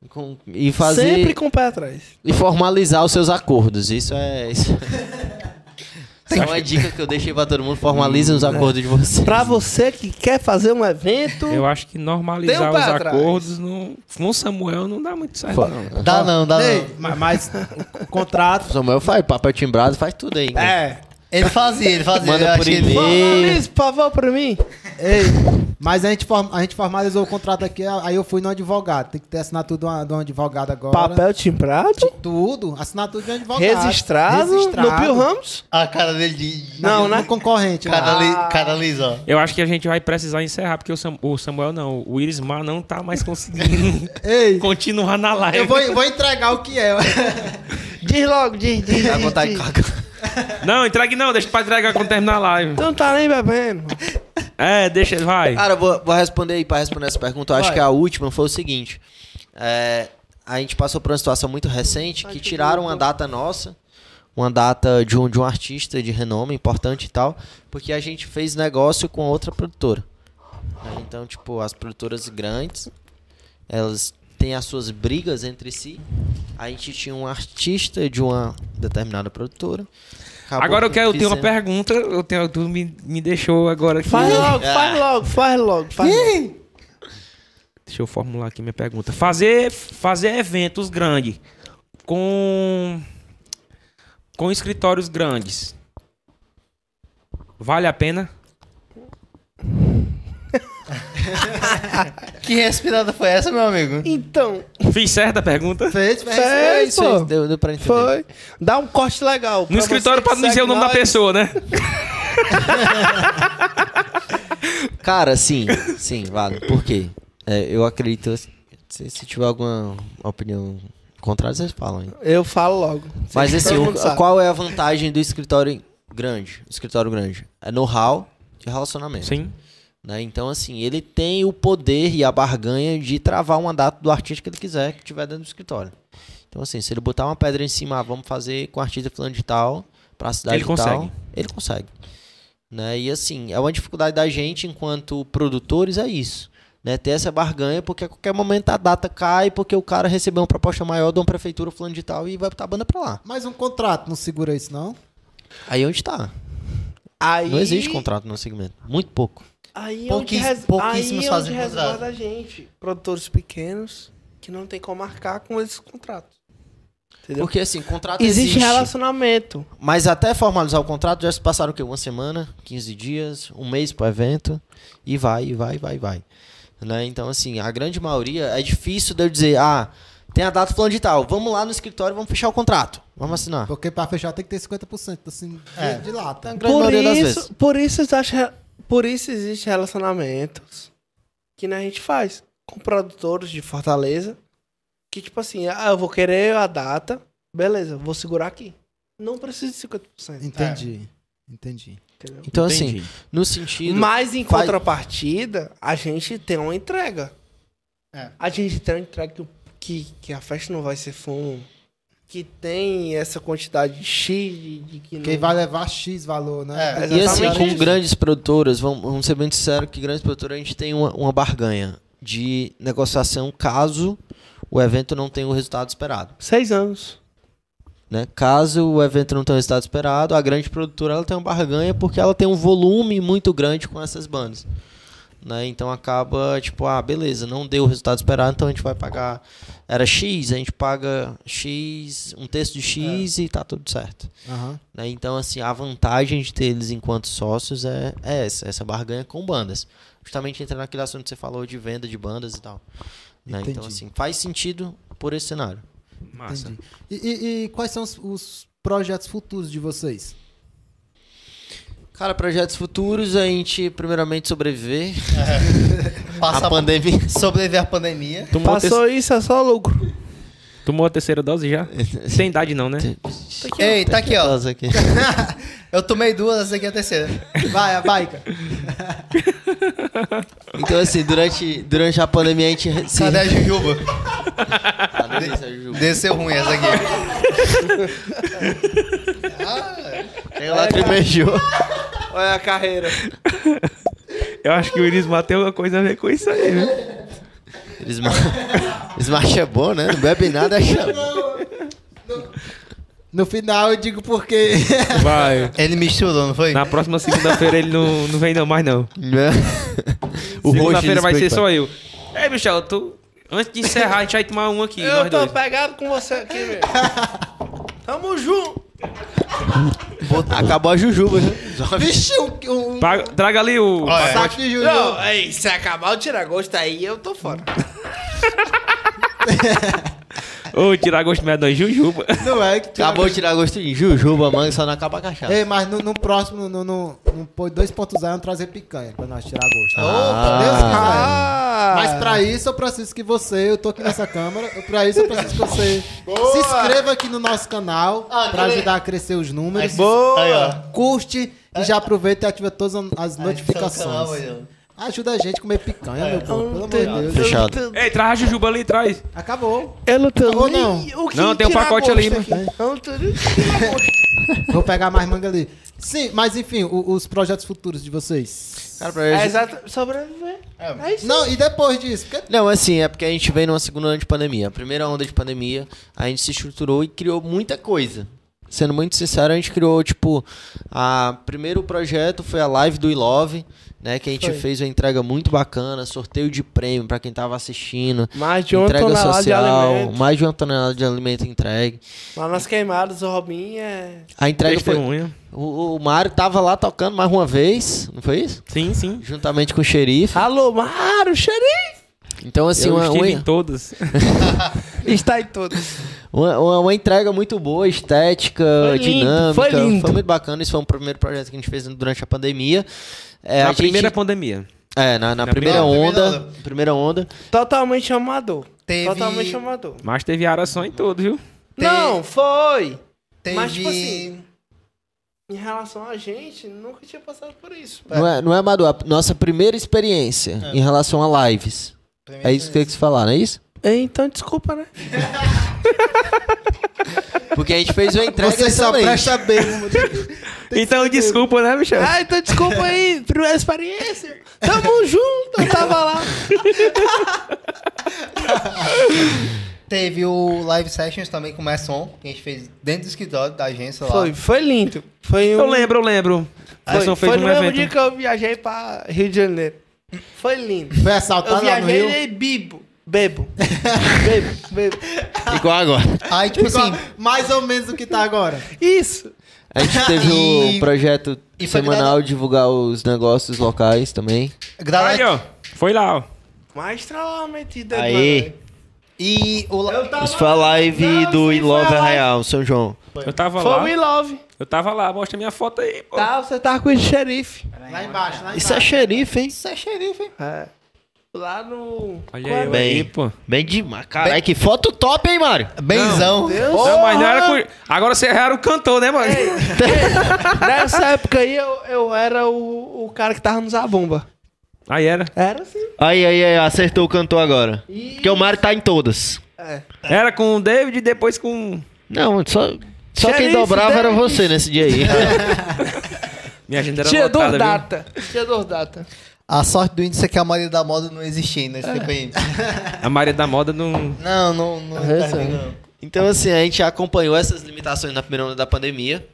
Speaker 5: com- e fazer.
Speaker 6: Sempre com o pé atrás.
Speaker 5: E formalizar os seus acordos. Isso é. Isso Essa é uma dica que eu deixei pra todo mundo. Formalizem os acordos de vocês.
Speaker 6: Pra você que quer fazer um evento,
Speaker 2: Eu acho que
Speaker 6: Tem
Speaker 2: normalizar
Speaker 6: um
Speaker 2: os
Speaker 6: pé atrás.
Speaker 2: acordos no, com o Samuel não dá muito certo, não.
Speaker 4: Dá não, dá
Speaker 6: Né?
Speaker 1: Ei,
Speaker 4: não.
Speaker 1: ma- mas, o contrato.
Speaker 5: Samuel faz papel timbrado, faz é tudo aí. né?
Speaker 6: É.
Speaker 4: Ele fazia, ele fazia.
Speaker 5: Manda
Speaker 4: eu
Speaker 5: por
Speaker 4: acho que ele-
Speaker 5: e-mail.
Speaker 6: Isso, por favor, pra mim.
Speaker 1: Ei, mas a gente, form- a gente formalizou o contrato aqui, aí eu fui no advogado. Tem que ter assinatura de, uma, de um advogado agora.
Speaker 6: Papel timbrado,
Speaker 1: Tudo, assinatura de um advogado.
Speaker 6: registrado, no Pio né? Ramos.
Speaker 4: A cara dele de.
Speaker 1: Não, é na concorrente. lá.
Speaker 4: Cara, li, cara lisa, ó.
Speaker 2: Eu acho que a gente vai precisar encerrar, porque o, Sam- o Samuel não, o Irismar não tá mais conseguindo
Speaker 1: *laughs* Ei,
Speaker 2: continuar na live.
Speaker 1: eu vou, eu vou entregar o que é.
Speaker 6: *laughs* Diz logo, diz, diz.
Speaker 5: Dá
Speaker 6: diz,
Speaker 5: vontade de
Speaker 6: diz.
Speaker 5: cagar.
Speaker 2: Não, entregue não, deixa pra entregar quando terminar a live.
Speaker 6: Tu não tá nem bebendo.
Speaker 2: É, deixa, vai.
Speaker 1: Ah,
Speaker 5: Cara, vou, vou responder aí pra responder essa pergunta. Eu acho
Speaker 6: Vai.
Speaker 5: que a última foi o seguinte. é, a gente passou por uma situação muito recente que tiraram uma data nossa, uma data de um, de um artista de renome importante e tal, porque a gente fez negócio com outra produtora. né? Então, tipo, as produtoras grandes, elas têm as suas brigas entre si. A gente tinha um artista de uma determinada produtora. Acabou
Speaker 2: Agora eu quero ter uma
Speaker 5: fizemos-
Speaker 2: pergunta, eu tenho, tu me, me deixou agora aqui.
Speaker 6: *laughs* Faz logo, faz logo, faz logo, faz logo.
Speaker 2: Deixa eu formular aqui minha pergunta. Fazer, fazer eventos grandes com com escritórios grandes. Vale a pena? *laughs*
Speaker 4: Que respirada foi essa, meu amigo?
Speaker 6: Então,
Speaker 2: Fiz certa a pergunta?
Speaker 1: Fez,
Speaker 6: fez,
Speaker 1: fez.
Speaker 5: É
Speaker 6: fez,
Speaker 5: isso aí,
Speaker 6: pô.
Speaker 5: deu, deu pra entender.
Speaker 6: Foi. Dá um corte legal.
Speaker 2: No escritório pra não dizer o nome da pessoa, né?
Speaker 5: Cara, sim, sim, vale. Por quê? É, eu acredito. Se, se tiver alguma opinião contrária, vocês falam. Hein?
Speaker 6: Eu falo logo.
Speaker 5: Mas assim,
Speaker 6: todo
Speaker 5: o-
Speaker 6: mundo sabe.
Speaker 5: qual é a vantagem do escritório grande? Escritório grande é know-how de
Speaker 1: É.
Speaker 5: relacionamento.
Speaker 2: Sim.
Speaker 5: né? Então, assim, ele tem o poder e a barganha de travar uma data do artista que ele quiser que tiver dentro do escritório. Então, assim, se ele botar uma pedra em cima, ah, vamos fazer com o artista fulano de tal, pra cidade
Speaker 2: Ele
Speaker 5: de tal,
Speaker 2: consegue.
Speaker 5: ele consegue. Né? E, assim, é uma dificuldade da gente, enquanto produtores, é isso. Né? Ter essa barganha, porque a qualquer momento a data cai, porque o cara recebeu uma proposta maior de uma prefeitura fulano de tal e vai botar a banda pra lá.
Speaker 1: Mais um contrato, não segura isso, não?
Speaker 5: Aí onde tá?
Speaker 6: Aí,
Speaker 5: Não existe contrato no segmento. Muito pouco.
Speaker 6: Aí é onde,
Speaker 4: Pouquis-
Speaker 6: res...
Speaker 4: pouquíssimos
Speaker 6: aí é onde
Speaker 4: fazem
Speaker 6: resguarda
Speaker 4: contrato.
Speaker 6: a gente. Produtores pequenos que não tem como marcar com esses contratos. Entendeu?
Speaker 5: Porque, assim, contrato
Speaker 6: Existe,
Speaker 5: existe.
Speaker 6: relacionamento.
Speaker 5: Mas até formalizar o contrato, já se passaram o quê? Uma semana, 15 dias, um mês pro evento, e vai, e vai, e vai, e vai. Né? Então, assim, a grande maioria, é difícil de eu dizer, ah, tem a data falando de tal, vamos lá no escritório, vamos fechar o contrato, vamos assinar.
Speaker 1: Porque pra fechar tem que ter 50% assim, de,
Speaker 4: É.
Speaker 1: de lata.
Speaker 5: grande
Speaker 6: Por
Speaker 5: maioria das vezes.
Speaker 6: isso, por isso, eu acho re- por isso existe relacionamentos que né, a gente faz com produtores de Fortaleza. Que tipo assim, ah, eu vou querer a data, beleza, eu vou segurar aqui. Não precisa de 50%.
Speaker 1: Entendi. Entendi.
Speaker 6: Entendeu?
Speaker 5: Então, assim,
Speaker 2: Entendi.
Speaker 5: no sentido.
Speaker 6: Mas em
Speaker 5: faz-
Speaker 6: contrapartida, a gente tem uma entrega.
Speaker 4: É.
Speaker 6: A gente tem uma entrega que, que, que a festa não vai ser fumo. Que tem essa quantidade de X, de, de que
Speaker 1: Quem
Speaker 6: não...
Speaker 1: vai levar X valor, né?
Speaker 4: É,
Speaker 5: E assim,
Speaker 6: Exatamente
Speaker 5: com
Speaker 6: isso.
Speaker 5: grandes produtoras, vamos, vamos ser bem sinceros que grandes produtoras a gente tem uma, uma barganha de negociação caso o evento não tenha o resultado esperado.
Speaker 6: Seis anos.
Speaker 5: né? Caso o evento não tenha o resultado esperado, a grande produtora ela tem uma barganha porque ela tem um volume muito grande com essas bandas. Né? Então acaba, tipo, ah, beleza, não deu o resultado esperado, então a gente vai pagar. Era X, a gente paga X, um texto de X e tá tudo certo.
Speaker 1: É. Aham.
Speaker 5: Né? Então, assim, a vantagem de ter eles enquanto sócios é, é essa, essa barganha com bandas. Justamente entra naquele assunto que você falou de venda de bandas e tal. né? Então,
Speaker 1: Entendi.
Speaker 5: assim, faz sentido por esse cenário.
Speaker 2: Massa.
Speaker 1: Entendi. E, e- e quais são os, os projetos futuros de vocês?
Speaker 5: Cara, projetos futuros, a gente primeiramente sobreviver
Speaker 4: *laughs* Passa
Speaker 5: a pandemia.
Speaker 4: *laughs* Sobreviver à pandemia.
Speaker 2: Tomou, a te-
Speaker 6: Passou isso, é só lucro.
Speaker 2: tomou a terceira dose
Speaker 5: *laughs*
Speaker 2: já? Sem idade não, né?
Speaker 4: Ei, tá aqui, ó.
Speaker 5: Nossa, aqui.
Speaker 4: Eu tomei duas, essa aqui é a terceira.
Speaker 1: Vai, a baica.
Speaker 5: Então, assim, durante, durante a pandemia a gente re- se...
Speaker 4: Cadê a Jujuba?
Speaker 5: Cadê essa Juju?
Speaker 4: Desceu ruim essa
Speaker 5: *laughs*
Speaker 4: aqui.
Speaker 5: Chega lá, trimejou.
Speaker 6: Olha a carreira.
Speaker 2: Eu acho que o Irismar tem uma coisa a ver com isso aí, viu?
Speaker 5: *laughs* Smash é bom, né? Não bebe nada, é chão.
Speaker 1: No final eu digo *laughs* porque.
Speaker 2: Vai.
Speaker 4: Ele misturou, não foi?
Speaker 2: Na próxima segunda-feira ele não, não vem não mais, não.
Speaker 5: *laughs* O
Speaker 2: Segunda-feira
Speaker 5: roxo
Speaker 2: vai ser
Speaker 5: despreocupa.
Speaker 2: só eu. Ei, Michel, tu... antes de encerrar, a gente vai tomar um aqui,
Speaker 6: Eu
Speaker 2: nós
Speaker 6: tô
Speaker 2: dois.
Speaker 6: pegado com você aqui, meu. Tamo junto.
Speaker 5: Acabou a Jujuba, né?
Speaker 1: Vixe, um, um
Speaker 2: Paga- Traga ali o.
Speaker 1: saco de Juju.
Speaker 6: Não, aí, se acabar o tiragosto aí, eu tô fora.
Speaker 2: Ô, tirar gosto medonho, Jujuba.
Speaker 1: Não é que tu-
Speaker 5: Acabou de tirar gosto de Jujuba, manga, só não acaba a cachaça.
Speaker 1: Ei, mas no, no próximo, no, no, no 2.0, vamos trazer picanha pra nós tirar gosto. Tá
Speaker 5: Ah.
Speaker 1: Deus quiser.
Speaker 6: Ah,
Speaker 1: né? Mas pra isso eu preciso que você, eu tô aqui nessa câmera, eu- pra isso eu preciso que você se inscreva aqui no nosso canal pra ajudar a crescer os números.
Speaker 6: É, Boa!
Speaker 5: Aí, ó.
Speaker 1: Curte e já aproveita e ativa todas as
Speaker 5: Canal,
Speaker 1: notificações.
Speaker 5: olha.
Speaker 1: Ajuda a gente a comer picanha, meu povo, pelo amor de Deus.
Speaker 5: Fechado.
Speaker 2: Ei, traz a Jujuba ali, traz.
Speaker 1: Acabou.
Speaker 6: Eu não tô
Speaker 1: Acabou,
Speaker 6: nem-
Speaker 1: não.
Speaker 6: O que
Speaker 2: Não, tem um
Speaker 6: tirar
Speaker 2: pacote
Speaker 6: gosto
Speaker 2: ali,
Speaker 6: aqui? Não, tô nem tiragosto.
Speaker 1: Vou pegar mais manga ali. Sim, mas enfim, o- os projetos futuros de vocês.
Speaker 5: Cara, pra
Speaker 6: É
Speaker 5: gente-
Speaker 6: exato, sobreviver. É isso.
Speaker 1: Não, e depois disso? Porque
Speaker 5: Não, assim, é porque a gente veio numa segunda onda de pandemia. A primeira onda de pandemia, a gente se estruturou e criou muita coisa. Sendo muito sincero, a gente criou, tipo, a primeiro projeto foi a live do Ilove, né? Que a gente fez uma entrega muito bacana, sorteio de prêmio pra quem tava assistindo.
Speaker 6: Mais de uma
Speaker 5: Entrega
Speaker 6: tonelada de
Speaker 5: social,
Speaker 6: alimento.
Speaker 5: mais de uma tonelada de alimento entregue.
Speaker 6: Mas nas queimadas, o Robin é...
Speaker 5: A entrega foi.
Speaker 2: Testemunha.
Speaker 5: O, o Mário tava lá tocando mais uma vez, não foi isso?
Speaker 2: Sim, sim.
Speaker 5: Juntamente com o xerife.
Speaker 6: Alô, Mário, xerife!
Speaker 5: Então, assim,
Speaker 2: eu
Speaker 5: uma, É,
Speaker 2: estive
Speaker 5: uma,
Speaker 2: em todas.
Speaker 6: Está em todos.
Speaker 5: Uma, uma- uma entrega muito boa, estética,
Speaker 6: Foi lindo,
Speaker 5: dinâmica.
Speaker 6: foi lindo.
Speaker 5: muito bacana. Isso foi um primeiro projeto que a gente fez durante a pandemia. É,
Speaker 2: na
Speaker 5: a gente-
Speaker 2: primeira pandemia.
Speaker 5: é, na, na
Speaker 2: na
Speaker 5: primeira,
Speaker 2: primeira-
Speaker 5: onda. Primeira onda.
Speaker 6: Totalmente amador.
Speaker 4: Teve-
Speaker 6: Totalmente amador.
Speaker 2: Mas teve aração em tudo, viu?
Speaker 4: Tem-
Speaker 6: Não, foi!
Speaker 4: Teve...
Speaker 6: Mas, tipo assim, Em relação a gente, nunca tinha passado por isso.
Speaker 5: Não é, não é Madu, a nossa primeira experiência em relação a lives. é isso que eu quis falar, não é isso?
Speaker 6: Então, desculpa, né?
Speaker 5: Porque a gente fez uma entrega
Speaker 1: Você só
Speaker 5: também.
Speaker 1: presta bem.
Speaker 2: então, desculpa, né, Michel?
Speaker 6: Ah, então desculpa aí, primeira experiência. Tamo junto, eu tava lá.
Speaker 4: Teve o Live Sessions também com o Messon, que a gente fez dentro do escritório da agência lá.
Speaker 6: Foi, foi lindo. Foi um,
Speaker 2: Eu lembro, eu lembro.
Speaker 6: Foi,
Speaker 2: Você só
Speaker 6: foi
Speaker 2: fez
Speaker 6: no
Speaker 2: um
Speaker 6: mesmo
Speaker 2: evento.
Speaker 6: dia que eu viajei pra Rio de Janeiro. Foi lindo.
Speaker 1: Foi
Speaker 6: Eu
Speaker 1: assaltado Tá lá no Rio.
Speaker 6: viajei e bibo. Bebo. Bebo, bebo.
Speaker 5: Igual agora.
Speaker 4: Aí, tipo assim,
Speaker 1: Mais ou menos o que tá agora.
Speaker 6: Isso.
Speaker 5: A gente teve
Speaker 4: E-
Speaker 5: o projeto
Speaker 4: e foi
Speaker 5: semanal de divulgar os negócios locais também.
Speaker 2: Aí,
Speaker 6: é.
Speaker 4: galera,
Speaker 2: ó. Foi lá, ó.
Speaker 6: Mas lá metida
Speaker 5: Aí.
Speaker 6: mano.
Speaker 4: e o la-
Speaker 5: Isso foi a live
Speaker 6: Não,
Speaker 5: do
Speaker 6: sim,
Speaker 5: Ilove
Speaker 6: foi a live.
Speaker 5: Arraial, São João.
Speaker 2: Eu tava
Speaker 6: Foi
Speaker 2: lá.
Speaker 6: o We Love.
Speaker 2: Eu tava lá, mostra minha foto aí. pô.
Speaker 6: Tá, você tava com o xerife.
Speaker 1: Lá embaixo, lá embaixo.
Speaker 5: Isso é xerife, hein?
Speaker 6: Você Ah, é xerife, hein? É. Lá no.
Speaker 2: Olha aí,
Speaker 5: Bem.
Speaker 2: aí, pô.
Speaker 5: Bem demais. Caralho, que foto top, hein, Mário?
Speaker 4: Benzão.
Speaker 6: Deus.
Speaker 2: Não, mas não era. cu- Agora você era o cantor, né, mano?
Speaker 6: *laughs* Nessa época aí eu, eu era o, o cara que tava no Zabumba.
Speaker 2: Aí era.
Speaker 6: Era assim. sim.
Speaker 5: Aí, aí, aí, acertou o cantor agora. Porque o Mário tá em todas.
Speaker 6: É.
Speaker 2: Era com o David e depois com.
Speaker 5: Não, só, só quem
Speaker 6: Xerife,
Speaker 5: dobrava era
Speaker 6: Davis.
Speaker 5: você nesse dia aí.
Speaker 6: *laughs*
Speaker 2: Minha agenda era
Speaker 6: Tinha
Speaker 2: lotada,
Speaker 6: dor
Speaker 2: viu?
Speaker 6: data. Tinha dor data.
Speaker 4: A sorte do índice é que a maioria da moda não existia nesse tempo aí.
Speaker 2: A Maria da Moda não.
Speaker 4: tipo, Não, não, não. intervém, não.
Speaker 5: Então, assim, a gente acompanhou essas limitações na primeira onda da pandemia.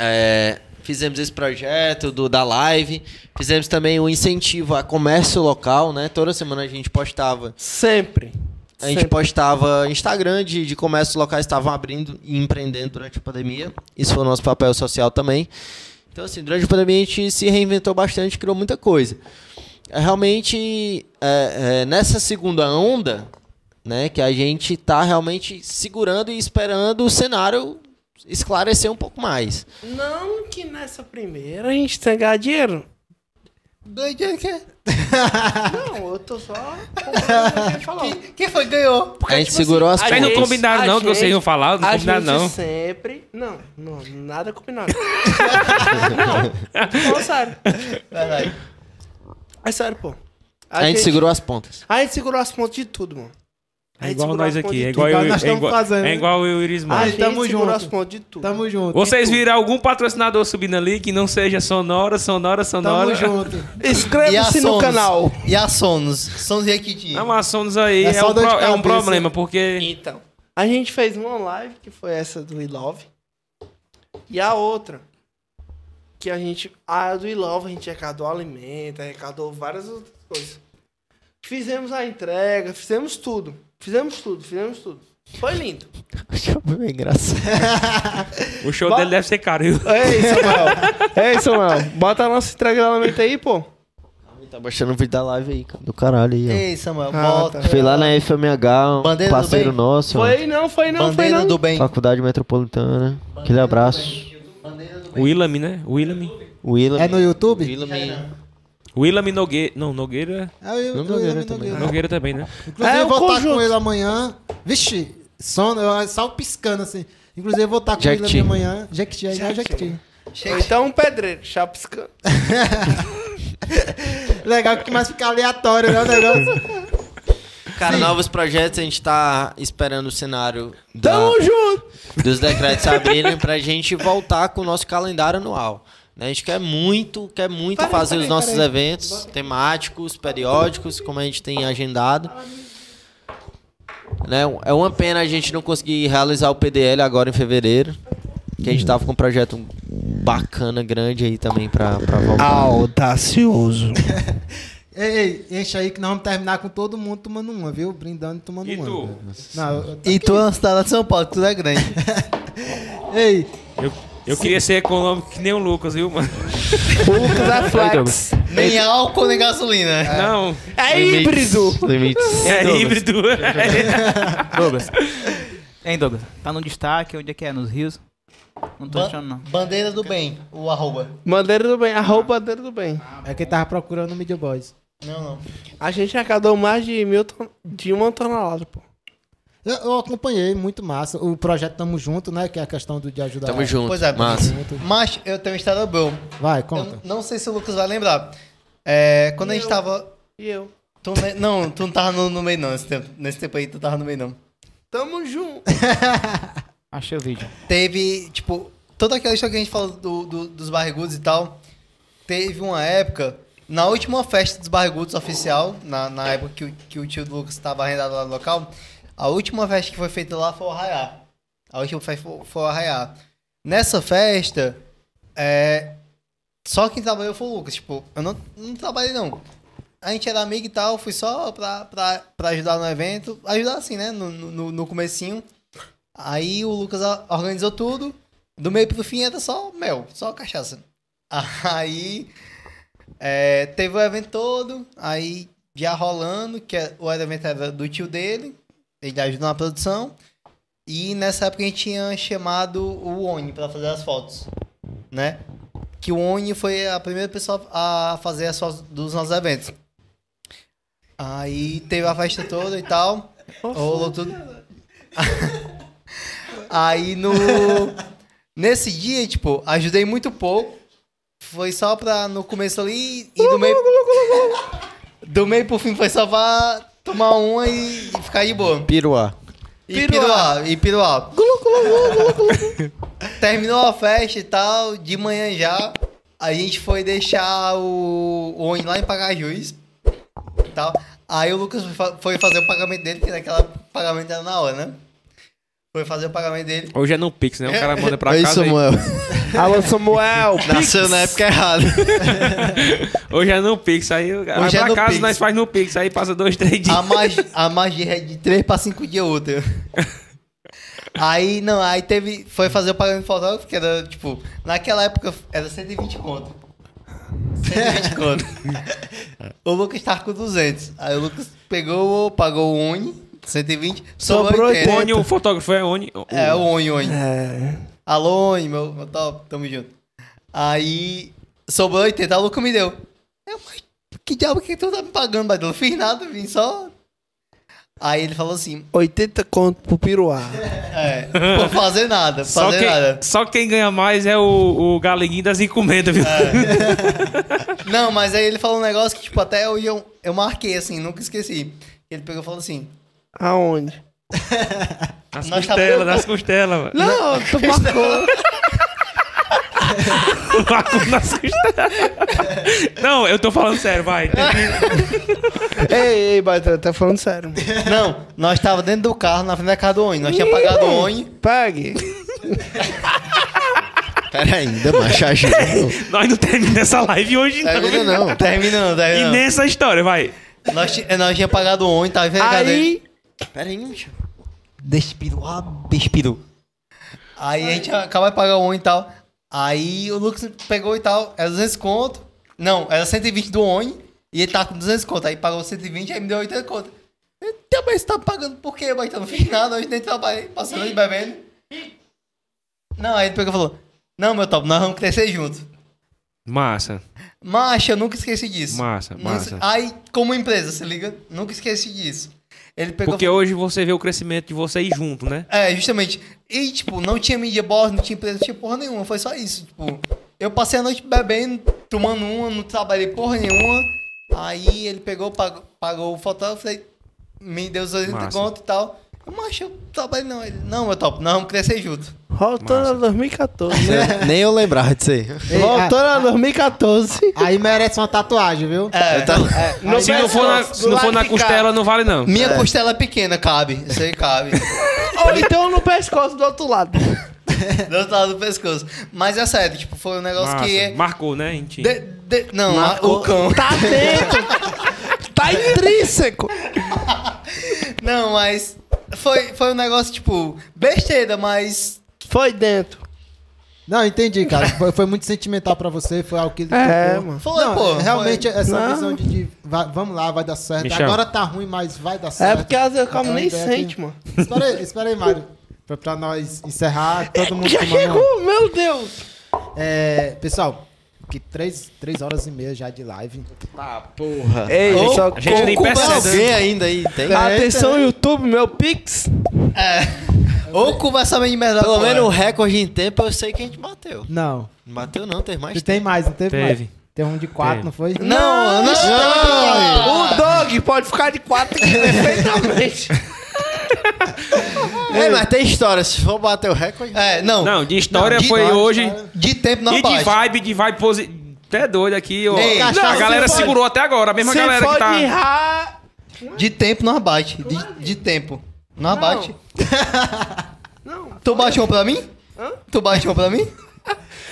Speaker 5: É, fizemos esse projeto do, da live. Fizemos também um incentivo a comércio local, né? Toda semana a gente postava
Speaker 6: Sempre.
Speaker 5: A gente
Speaker 6: Sempre.
Speaker 5: postava Instagram de, de comércios locais que estavam abrindo e empreendendo durante a pandemia. Isso foi o nosso papel social também. Então, assim, durante a pandemia a gente se reinventou bastante, criou muita coisa. É, Realmente, é, é, nessa segunda onda, né, que a gente está realmente segurando e esperando o cenário esclarecer um pouco mais.
Speaker 6: Não que nessa primeira a gente tenha ganhado dinheiro.
Speaker 4: Doidinho,
Speaker 6: é?
Speaker 4: quem-
Speaker 6: Não, eu tô só. comprando o que ele falou.
Speaker 4: Quem foi que ganhou?
Speaker 5: tipo assim, a gente segurou as
Speaker 2: Vocês
Speaker 5: pontas.
Speaker 2: não
Speaker 6: gente-
Speaker 2: combinaram,
Speaker 6: a
Speaker 2: não, que
Speaker 6: gente-
Speaker 2: vocês iam falar, não
Speaker 6: a
Speaker 2: combinaram,
Speaker 6: gente
Speaker 2: não.
Speaker 6: sempre. Não, não, nada combinado. *laughs* não, não, sério.
Speaker 4: Verdade.
Speaker 6: É sério, pô.
Speaker 5: A gente segurou as pontas.
Speaker 6: A gente segurou as pontas de tudo, mano. A
Speaker 2: É
Speaker 6: gente
Speaker 2: igual
Speaker 6: segurou
Speaker 2: nós
Speaker 6: as pontas
Speaker 2: aqui, é
Speaker 6: de
Speaker 2: igual
Speaker 1: Igual
Speaker 2: eu.
Speaker 1: nós
Speaker 2: É
Speaker 1: estamos
Speaker 2: igual,
Speaker 1: fazendo,
Speaker 2: é
Speaker 1: né?
Speaker 2: igual eu e o Irismar.
Speaker 6: tudo. A
Speaker 1: Ai,
Speaker 6: gente
Speaker 1: tamo
Speaker 6: segurou
Speaker 1: junto.
Speaker 6: as pontas de tudo.
Speaker 1: Tamo junto.
Speaker 2: Vocês viram algum patrocinador subindo ali que não seja sonora, sonora,
Speaker 1: Tamo
Speaker 2: sonora?
Speaker 1: junto.
Speaker 6: Inscreva-se no
Speaker 4: Sonos?
Speaker 6: canal.
Speaker 4: E a Sonos? Sonos e
Speaker 5: Ah,
Speaker 4: Equidinho.
Speaker 2: Não, a Sonos aí
Speaker 1: É
Speaker 2: é,
Speaker 1: só
Speaker 2: um,
Speaker 1: dor de
Speaker 2: pro- é um
Speaker 1: cabeça.
Speaker 2: problema, porque.
Speaker 6: Então, a gente fez uma live, que foi essa do We Love. E a outra, que a gente. A do We Love, a gente arrecadou alimento, arrecadou várias outras coisas. Fizemos a entrega, fizemos tudo. Fizemos tudo, fizemos tudo. Foi lindo.
Speaker 5: É engraçado.
Speaker 2: O show dele deve ser caro. viu?
Speaker 6: Ei, É Samuel. Ei, Samuel. Bota a nossa entrega lá na mente aí, pô.
Speaker 5: Tá baixando o vídeo da live aí, cara. Do caralho aí,
Speaker 4: Ei, Samuel,
Speaker 7: Ah,
Speaker 4: volta.
Speaker 7: tá.
Speaker 5: ó. Foi lá na FMH, um
Speaker 4: Bandeira do
Speaker 5: parceiro
Speaker 4: bem.
Speaker 5: nosso,
Speaker 6: Foi não, foi não, foi
Speaker 4: Bandeira
Speaker 6: não.
Speaker 4: do bem.
Speaker 5: Faculdade Metropolitana. Aquele abraço.
Speaker 2: Willam, né? Willam.
Speaker 5: Willam.
Speaker 1: É no YouTube?
Speaker 5: Willam.
Speaker 2: Willam Nogueira. Não, Nogueira.
Speaker 1: É, eu,
Speaker 5: Vamos
Speaker 1: eu- eu-
Speaker 5: ver, né,
Speaker 1: eu-
Speaker 5: também.
Speaker 1: eu-
Speaker 2: Nogueira também, né?
Speaker 1: Inclusive,
Speaker 6: É,
Speaker 1: eu
Speaker 6: o
Speaker 1: vou estar
Speaker 6: conjunto.
Speaker 1: com ele amanhã. Vixe, sono, eu- é só piscando assim. Inclusive, eu vou estar com
Speaker 5: Jequiti.
Speaker 1: ele amanhã. Jequiti, aí é Jequiti.
Speaker 6: Ou Então um pedreiro, chapiscando.
Speaker 1: Legal que mais fica aleatório, né, o negócio? *laughs*
Speaker 5: Cara, novos projetos, a gente tá esperando o cenário da-
Speaker 6: Tamo junto.
Speaker 5: dos decretos
Speaker 6: *laughs*
Speaker 5: abrirem pra gente voltar com o nosso calendário anual. né? A gente quer muito, quer muito fazer os nossos eventos temáticos, periódicos, como a gente tem agendado. Né, É uma pena a gente não conseguir realizar o PDL agora em fevereiro. Que a gente tava com um projeto bacana, grande aí também pra, pra voltar.
Speaker 6: Audacioso.
Speaker 1: Ei, ei, enche aí que nós vamos terminar com todo mundo tomando uma, viu? Brindando e tomando
Speaker 2: E
Speaker 1: uma.
Speaker 2: tu?
Speaker 1: velho. Não, eu-
Speaker 4: E tu é uma cidade de São Paulo, tudo é grande.
Speaker 1: *laughs* ei,
Speaker 2: Eu, eu queria ser econômico que nem o Lucas, viu, mano?
Speaker 6: Lucas é flex.
Speaker 4: nem álcool, nem gasolina.
Speaker 2: Não.
Speaker 6: É híbrido.
Speaker 5: Limites.
Speaker 2: *laughs* É híbrido.
Speaker 3: Douglas. Hein, Douglas? Tá no destaque, onde é que é? Nos rios? Não tô
Speaker 4: Ban-
Speaker 3: achando, não.
Speaker 4: Bandeira do bem, o arroba.
Speaker 6: Bandeira do bem, arroba bandeira do bem.
Speaker 1: é quem tava procurando o Media Boys.
Speaker 4: Não, não.
Speaker 6: A gente arrecadou mais de mil ton... de uma tonelada, pô.
Speaker 1: Eu, eu acompanhei, muito massa. O projeto Tamo Junto, né? Que é a questão do, de ajudar.
Speaker 5: Tamo junto.
Speaker 4: Pois é,
Speaker 5: Massa.
Speaker 4: mas eu tenho uma história boa.
Speaker 1: Vai,
Speaker 4: Eu
Speaker 1: conta.
Speaker 4: não sei se o Lucas vai lembrar. É, quando a gente tava.
Speaker 6: E eu.
Speaker 4: tu ne- não, tu não tava no, no meio, não. Nesse tempo, nesse tempo aí, tu tava no meio, não.
Speaker 6: Tamo junto.
Speaker 3: Achei o vídeo.
Speaker 4: Teve, tipo, toda aquela história que a gente falou do- do- dos barrigudos e tal. Teve uma época, na última festa dos barrigudos oficial, na, na época que, o- que o tio do Lucas estava arrendado lá no local, a última festa que foi feita lá foi o Arraiá. A última festa foi, foi o Arraiá. Nessa festa, é, só quem trabalhou foi o Lucas. Tipo, eu não, não trabalhei não. A gente era amigo e tal, fui só pra, pra, pra ajudar no evento. Ajudar assim, né? No, no, no comecinho. Aí o Lucas a- organizou tudo. Do meio pro fim era só mel, só cachaça. *laughs* Aí é, teve o evento todo, aí já rolando, que é- o evento era do tio dele, ele ajudou na produção. E nessa época a gente tinha chamado o Oni pra fazer as fotos, né? Que o Oni foi a primeira pessoa a fazer as fotos dos nossos eventos. Aí teve a festa toda e tal. Rolou tudo. Aí no. Nesse dia, tipo, ajudei muito pouco. Foi só pra no começo ali e do meio. do meio pro fim foi só pra tomar uma e, e ficar de boa.
Speaker 5: Piruá.
Speaker 4: E piruá, e piruá. Terminou a festa e tal, de manhã já. A gente foi deixar o, o ônibus lá em Pagajus. e Tal. Aí o Lucas foi fa- foi fazer o pagamento dele, que naquela o pagamento era na hora, né? Foi fazer o pagamento dele.
Speaker 2: Hoje *laughs* é não Pix, né? O cara manda pra
Speaker 5: é
Speaker 2: casa.
Speaker 5: isso,
Speaker 2: aí.
Speaker 5: mano.
Speaker 6: Alô, Samuel.
Speaker 5: Nasceu na época errada.
Speaker 2: Hoje é no Pix, aí vai
Speaker 4: Hoje é
Speaker 2: pra
Speaker 4: no
Speaker 2: casa
Speaker 4: Pix. Ah.
Speaker 2: nós faz no Pix, aí passa dois, três dias.
Speaker 4: A, mag a magia é de 3 pra 5 dias úteis. Aí, não, aí teve. Foi fazer o pagamento do fotógrafo, que era, tipo, naquela época era 120 conto. 120 conto. o Lucas tava com 200. Aí o Lucas pegou, pagou o Uni, 120, sobrou
Speaker 6: Sobrou
Speaker 4: 80.
Speaker 2: Oni, o fotógrafo é Oni.
Speaker 4: É, o Oni, Oni.
Speaker 6: É,
Speaker 4: Alô, Oni, meu, meu top, tamo junto. Aí, sobrou 80, o Lucas me deu. Eu, mas que diabo que tu tá me pagando, mas eu não fiz nada, vim só... Aí ele falou assim,
Speaker 6: 80 conto pro piruá.
Speaker 4: é, por fazer nada, por
Speaker 2: Só
Speaker 4: fazer nada.
Speaker 2: quem, só quem ganha mais é o, o galeguinho das encomendas, viu?
Speaker 4: É, Não, mas aí ele falou um negócio que, tipo, até hoje eu, eu marquei, assim, nunca esqueci. Ele pegou e falou assim,
Speaker 6: Aonde?
Speaker 2: Nas
Speaker 4: Nós tá
Speaker 2: costelas,
Speaker 4: preocupado.
Speaker 2: nas costelas, mano.
Speaker 6: Não, tu marcou.
Speaker 2: O Marco nas costelas. *laughs* Não, eu tô falando sério,
Speaker 4: *laughs*
Speaker 2: vai.
Speaker 6: ei, ei, Baita, tá falando sério.
Speaker 4: não, nós tava dentro do carro, na frente da casa do Oni, nós tínhamos pagado o Oni.
Speaker 6: Pague.
Speaker 5: Pera ainda, macho, ajuda.
Speaker 2: Nós não terminamos essa live hoje, não.
Speaker 5: Termina não.
Speaker 4: Terminando,
Speaker 2: E
Speaker 4: terminando.
Speaker 2: nessa história, vai.
Speaker 4: Nós, ti- nós tínhamos pagado o Oni, tava um tá vendo
Speaker 6: Aí
Speaker 5: Pera aí, bicho.
Speaker 4: Despiru, ah, despiru. Aí a gente acaba de pagar um e tal. Aí o Lucas pegou e tal, era 200 conto. Não, era 120 do ONI e ele tá com 200 conto. Aí pagou 120, aí me deu 80 conto. Eu também você tá pagando por quê, mas eu não fiz nada, hoje nem trabalhei, passando ali bebendo. Não, aí ele pegou e falou: Não, meu top, nós vamos crescer juntos.
Speaker 2: Massa,
Speaker 4: Macha, eu nunca esqueci disso.
Speaker 2: massa,
Speaker 4: Nunca-
Speaker 2: massa.
Speaker 4: Aí, como empresa, se liga? Nunca esqueci disso. Ele pegou.
Speaker 2: Porque hoje você vê o crescimento de vocês junto, né?
Speaker 4: É, justamente. E, tipo, não tinha mídia board, não tinha empresa, não tinha porra nenhuma. Foi só isso. Tipo, eu passei a noite bebendo, tomando uma, não trabalhei porra nenhuma. Aí ele pegou, pagou, pagou o fotógrafo, falei, me deu os 80
Speaker 2: Massa.
Speaker 4: conto e tal. Eu, Macho, eu trabalho não. Ele, não, meu top, não, vamos crescer junto.
Speaker 6: Voltando
Speaker 2: Massa.
Speaker 6: a 2014.
Speaker 5: *laughs* Nem eu lembrava disso aí.
Speaker 1: Ei,
Speaker 6: Voltando a 2014.
Speaker 1: a- aí merece uma tatuagem, viu?
Speaker 4: É,
Speaker 2: se não for na, se não for na costela, não vale não.
Speaker 4: minha costela é pequena, cabe. Isso aí *laughs* cabe.
Speaker 6: Ou então no pescoço do outro lado.
Speaker 4: do outro lado do pescoço. Mas é sério, tipo, foi um negócio
Speaker 2: Massa.
Speaker 4: que.
Speaker 2: Marcou, né, em ti?
Speaker 4: De, de, não,
Speaker 5: Ah,
Speaker 4: o cão.
Speaker 6: Tá dentro. tá intrínseco.
Speaker 4: Não, mas foi, foi um negócio, tipo, besteira, mas.
Speaker 6: Foi dentro.
Speaker 1: Não, entendi, cara. Foi, foi muito sentimental pra você, foi algo que ele
Speaker 6: É,
Speaker 1: tocou.
Speaker 6: mano.
Speaker 4: Foi,
Speaker 1: Não,
Speaker 4: pô. foi.
Speaker 1: realmente essa
Speaker 6: Não.
Speaker 1: visão de, de vai- vamos lá, vai dar certo.
Speaker 2: Michel.
Speaker 1: Agora tá ruim, mas vai dar
Speaker 6: É
Speaker 1: certo.
Speaker 6: porque às vezes o cara
Speaker 1: É uma
Speaker 6: nem
Speaker 1: ideia
Speaker 6: sente,
Speaker 1: que-
Speaker 6: mano.
Speaker 1: Espera aí, espera aí, Mário. Pra, pra nós encerrar, todo mundo
Speaker 6: Já
Speaker 1: tomando-
Speaker 6: chegou, meu Deus.
Speaker 1: É, pessoal, que três, três horas e meia já de live.
Speaker 6: Ei, só
Speaker 2: A gente nem percebe.
Speaker 5: Alguém ainda aí, tem?
Speaker 6: Atenção, YouTube, meu Pix.
Speaker 4: Ou conversar bem de merda.
Speaker 5: Pelo
Speaker 4: agora.
Speaker 5: menos o recorde em tempo eu sei que a gente bateu.
Speaker 1: Não.
Speaker 5: Não bateu não, teve mais
Speaker 1: Tu tem mais, não teve, mais?
Speaker 2: Teve.
Speaker 1: Teve um de quatro,
Speaker 2: Teve.
Speaker 1: não foi?
Speaker 6: Não, não.
Speaker 5: não.
Speaker 6: O dog pode ficar de quatro aqui perfeitamente.
Speaker 5: *laughs* Ei, mas tem história, se for bater o recorde...
Speaker 4: É, não.
Speaker 2: Não, de história
Speaker 4: Não, de
Speaker 2: foi
Speaker 4: vibe,
Speaker 2: hoje.
Speaker 5: né?
Speaker 4: De tempo não
Speaker 2: E de
Speaker 4: bate.
Speaker 2: vibe, de vibe positiva. Até doido aqui, ó.
Speaker 4: Ei,
Speaker 2: a
Speaker 4: não,
Speaker 6: se
Speaker 2: galera
Speaker 6: pode-
Speaker 2: segurou até agora, a mesma
Speaker 6: Se
Speaker 2: galera
Speaker 6: for
Speaker 2: que tá.
Speaker 6: de ra...
Speaker 4: De tempo não bate. De, de tempo. Não bate.
Speaker 6: Não.
Speaker 4: Tu bate um pra mim? Tu bate um pra mim?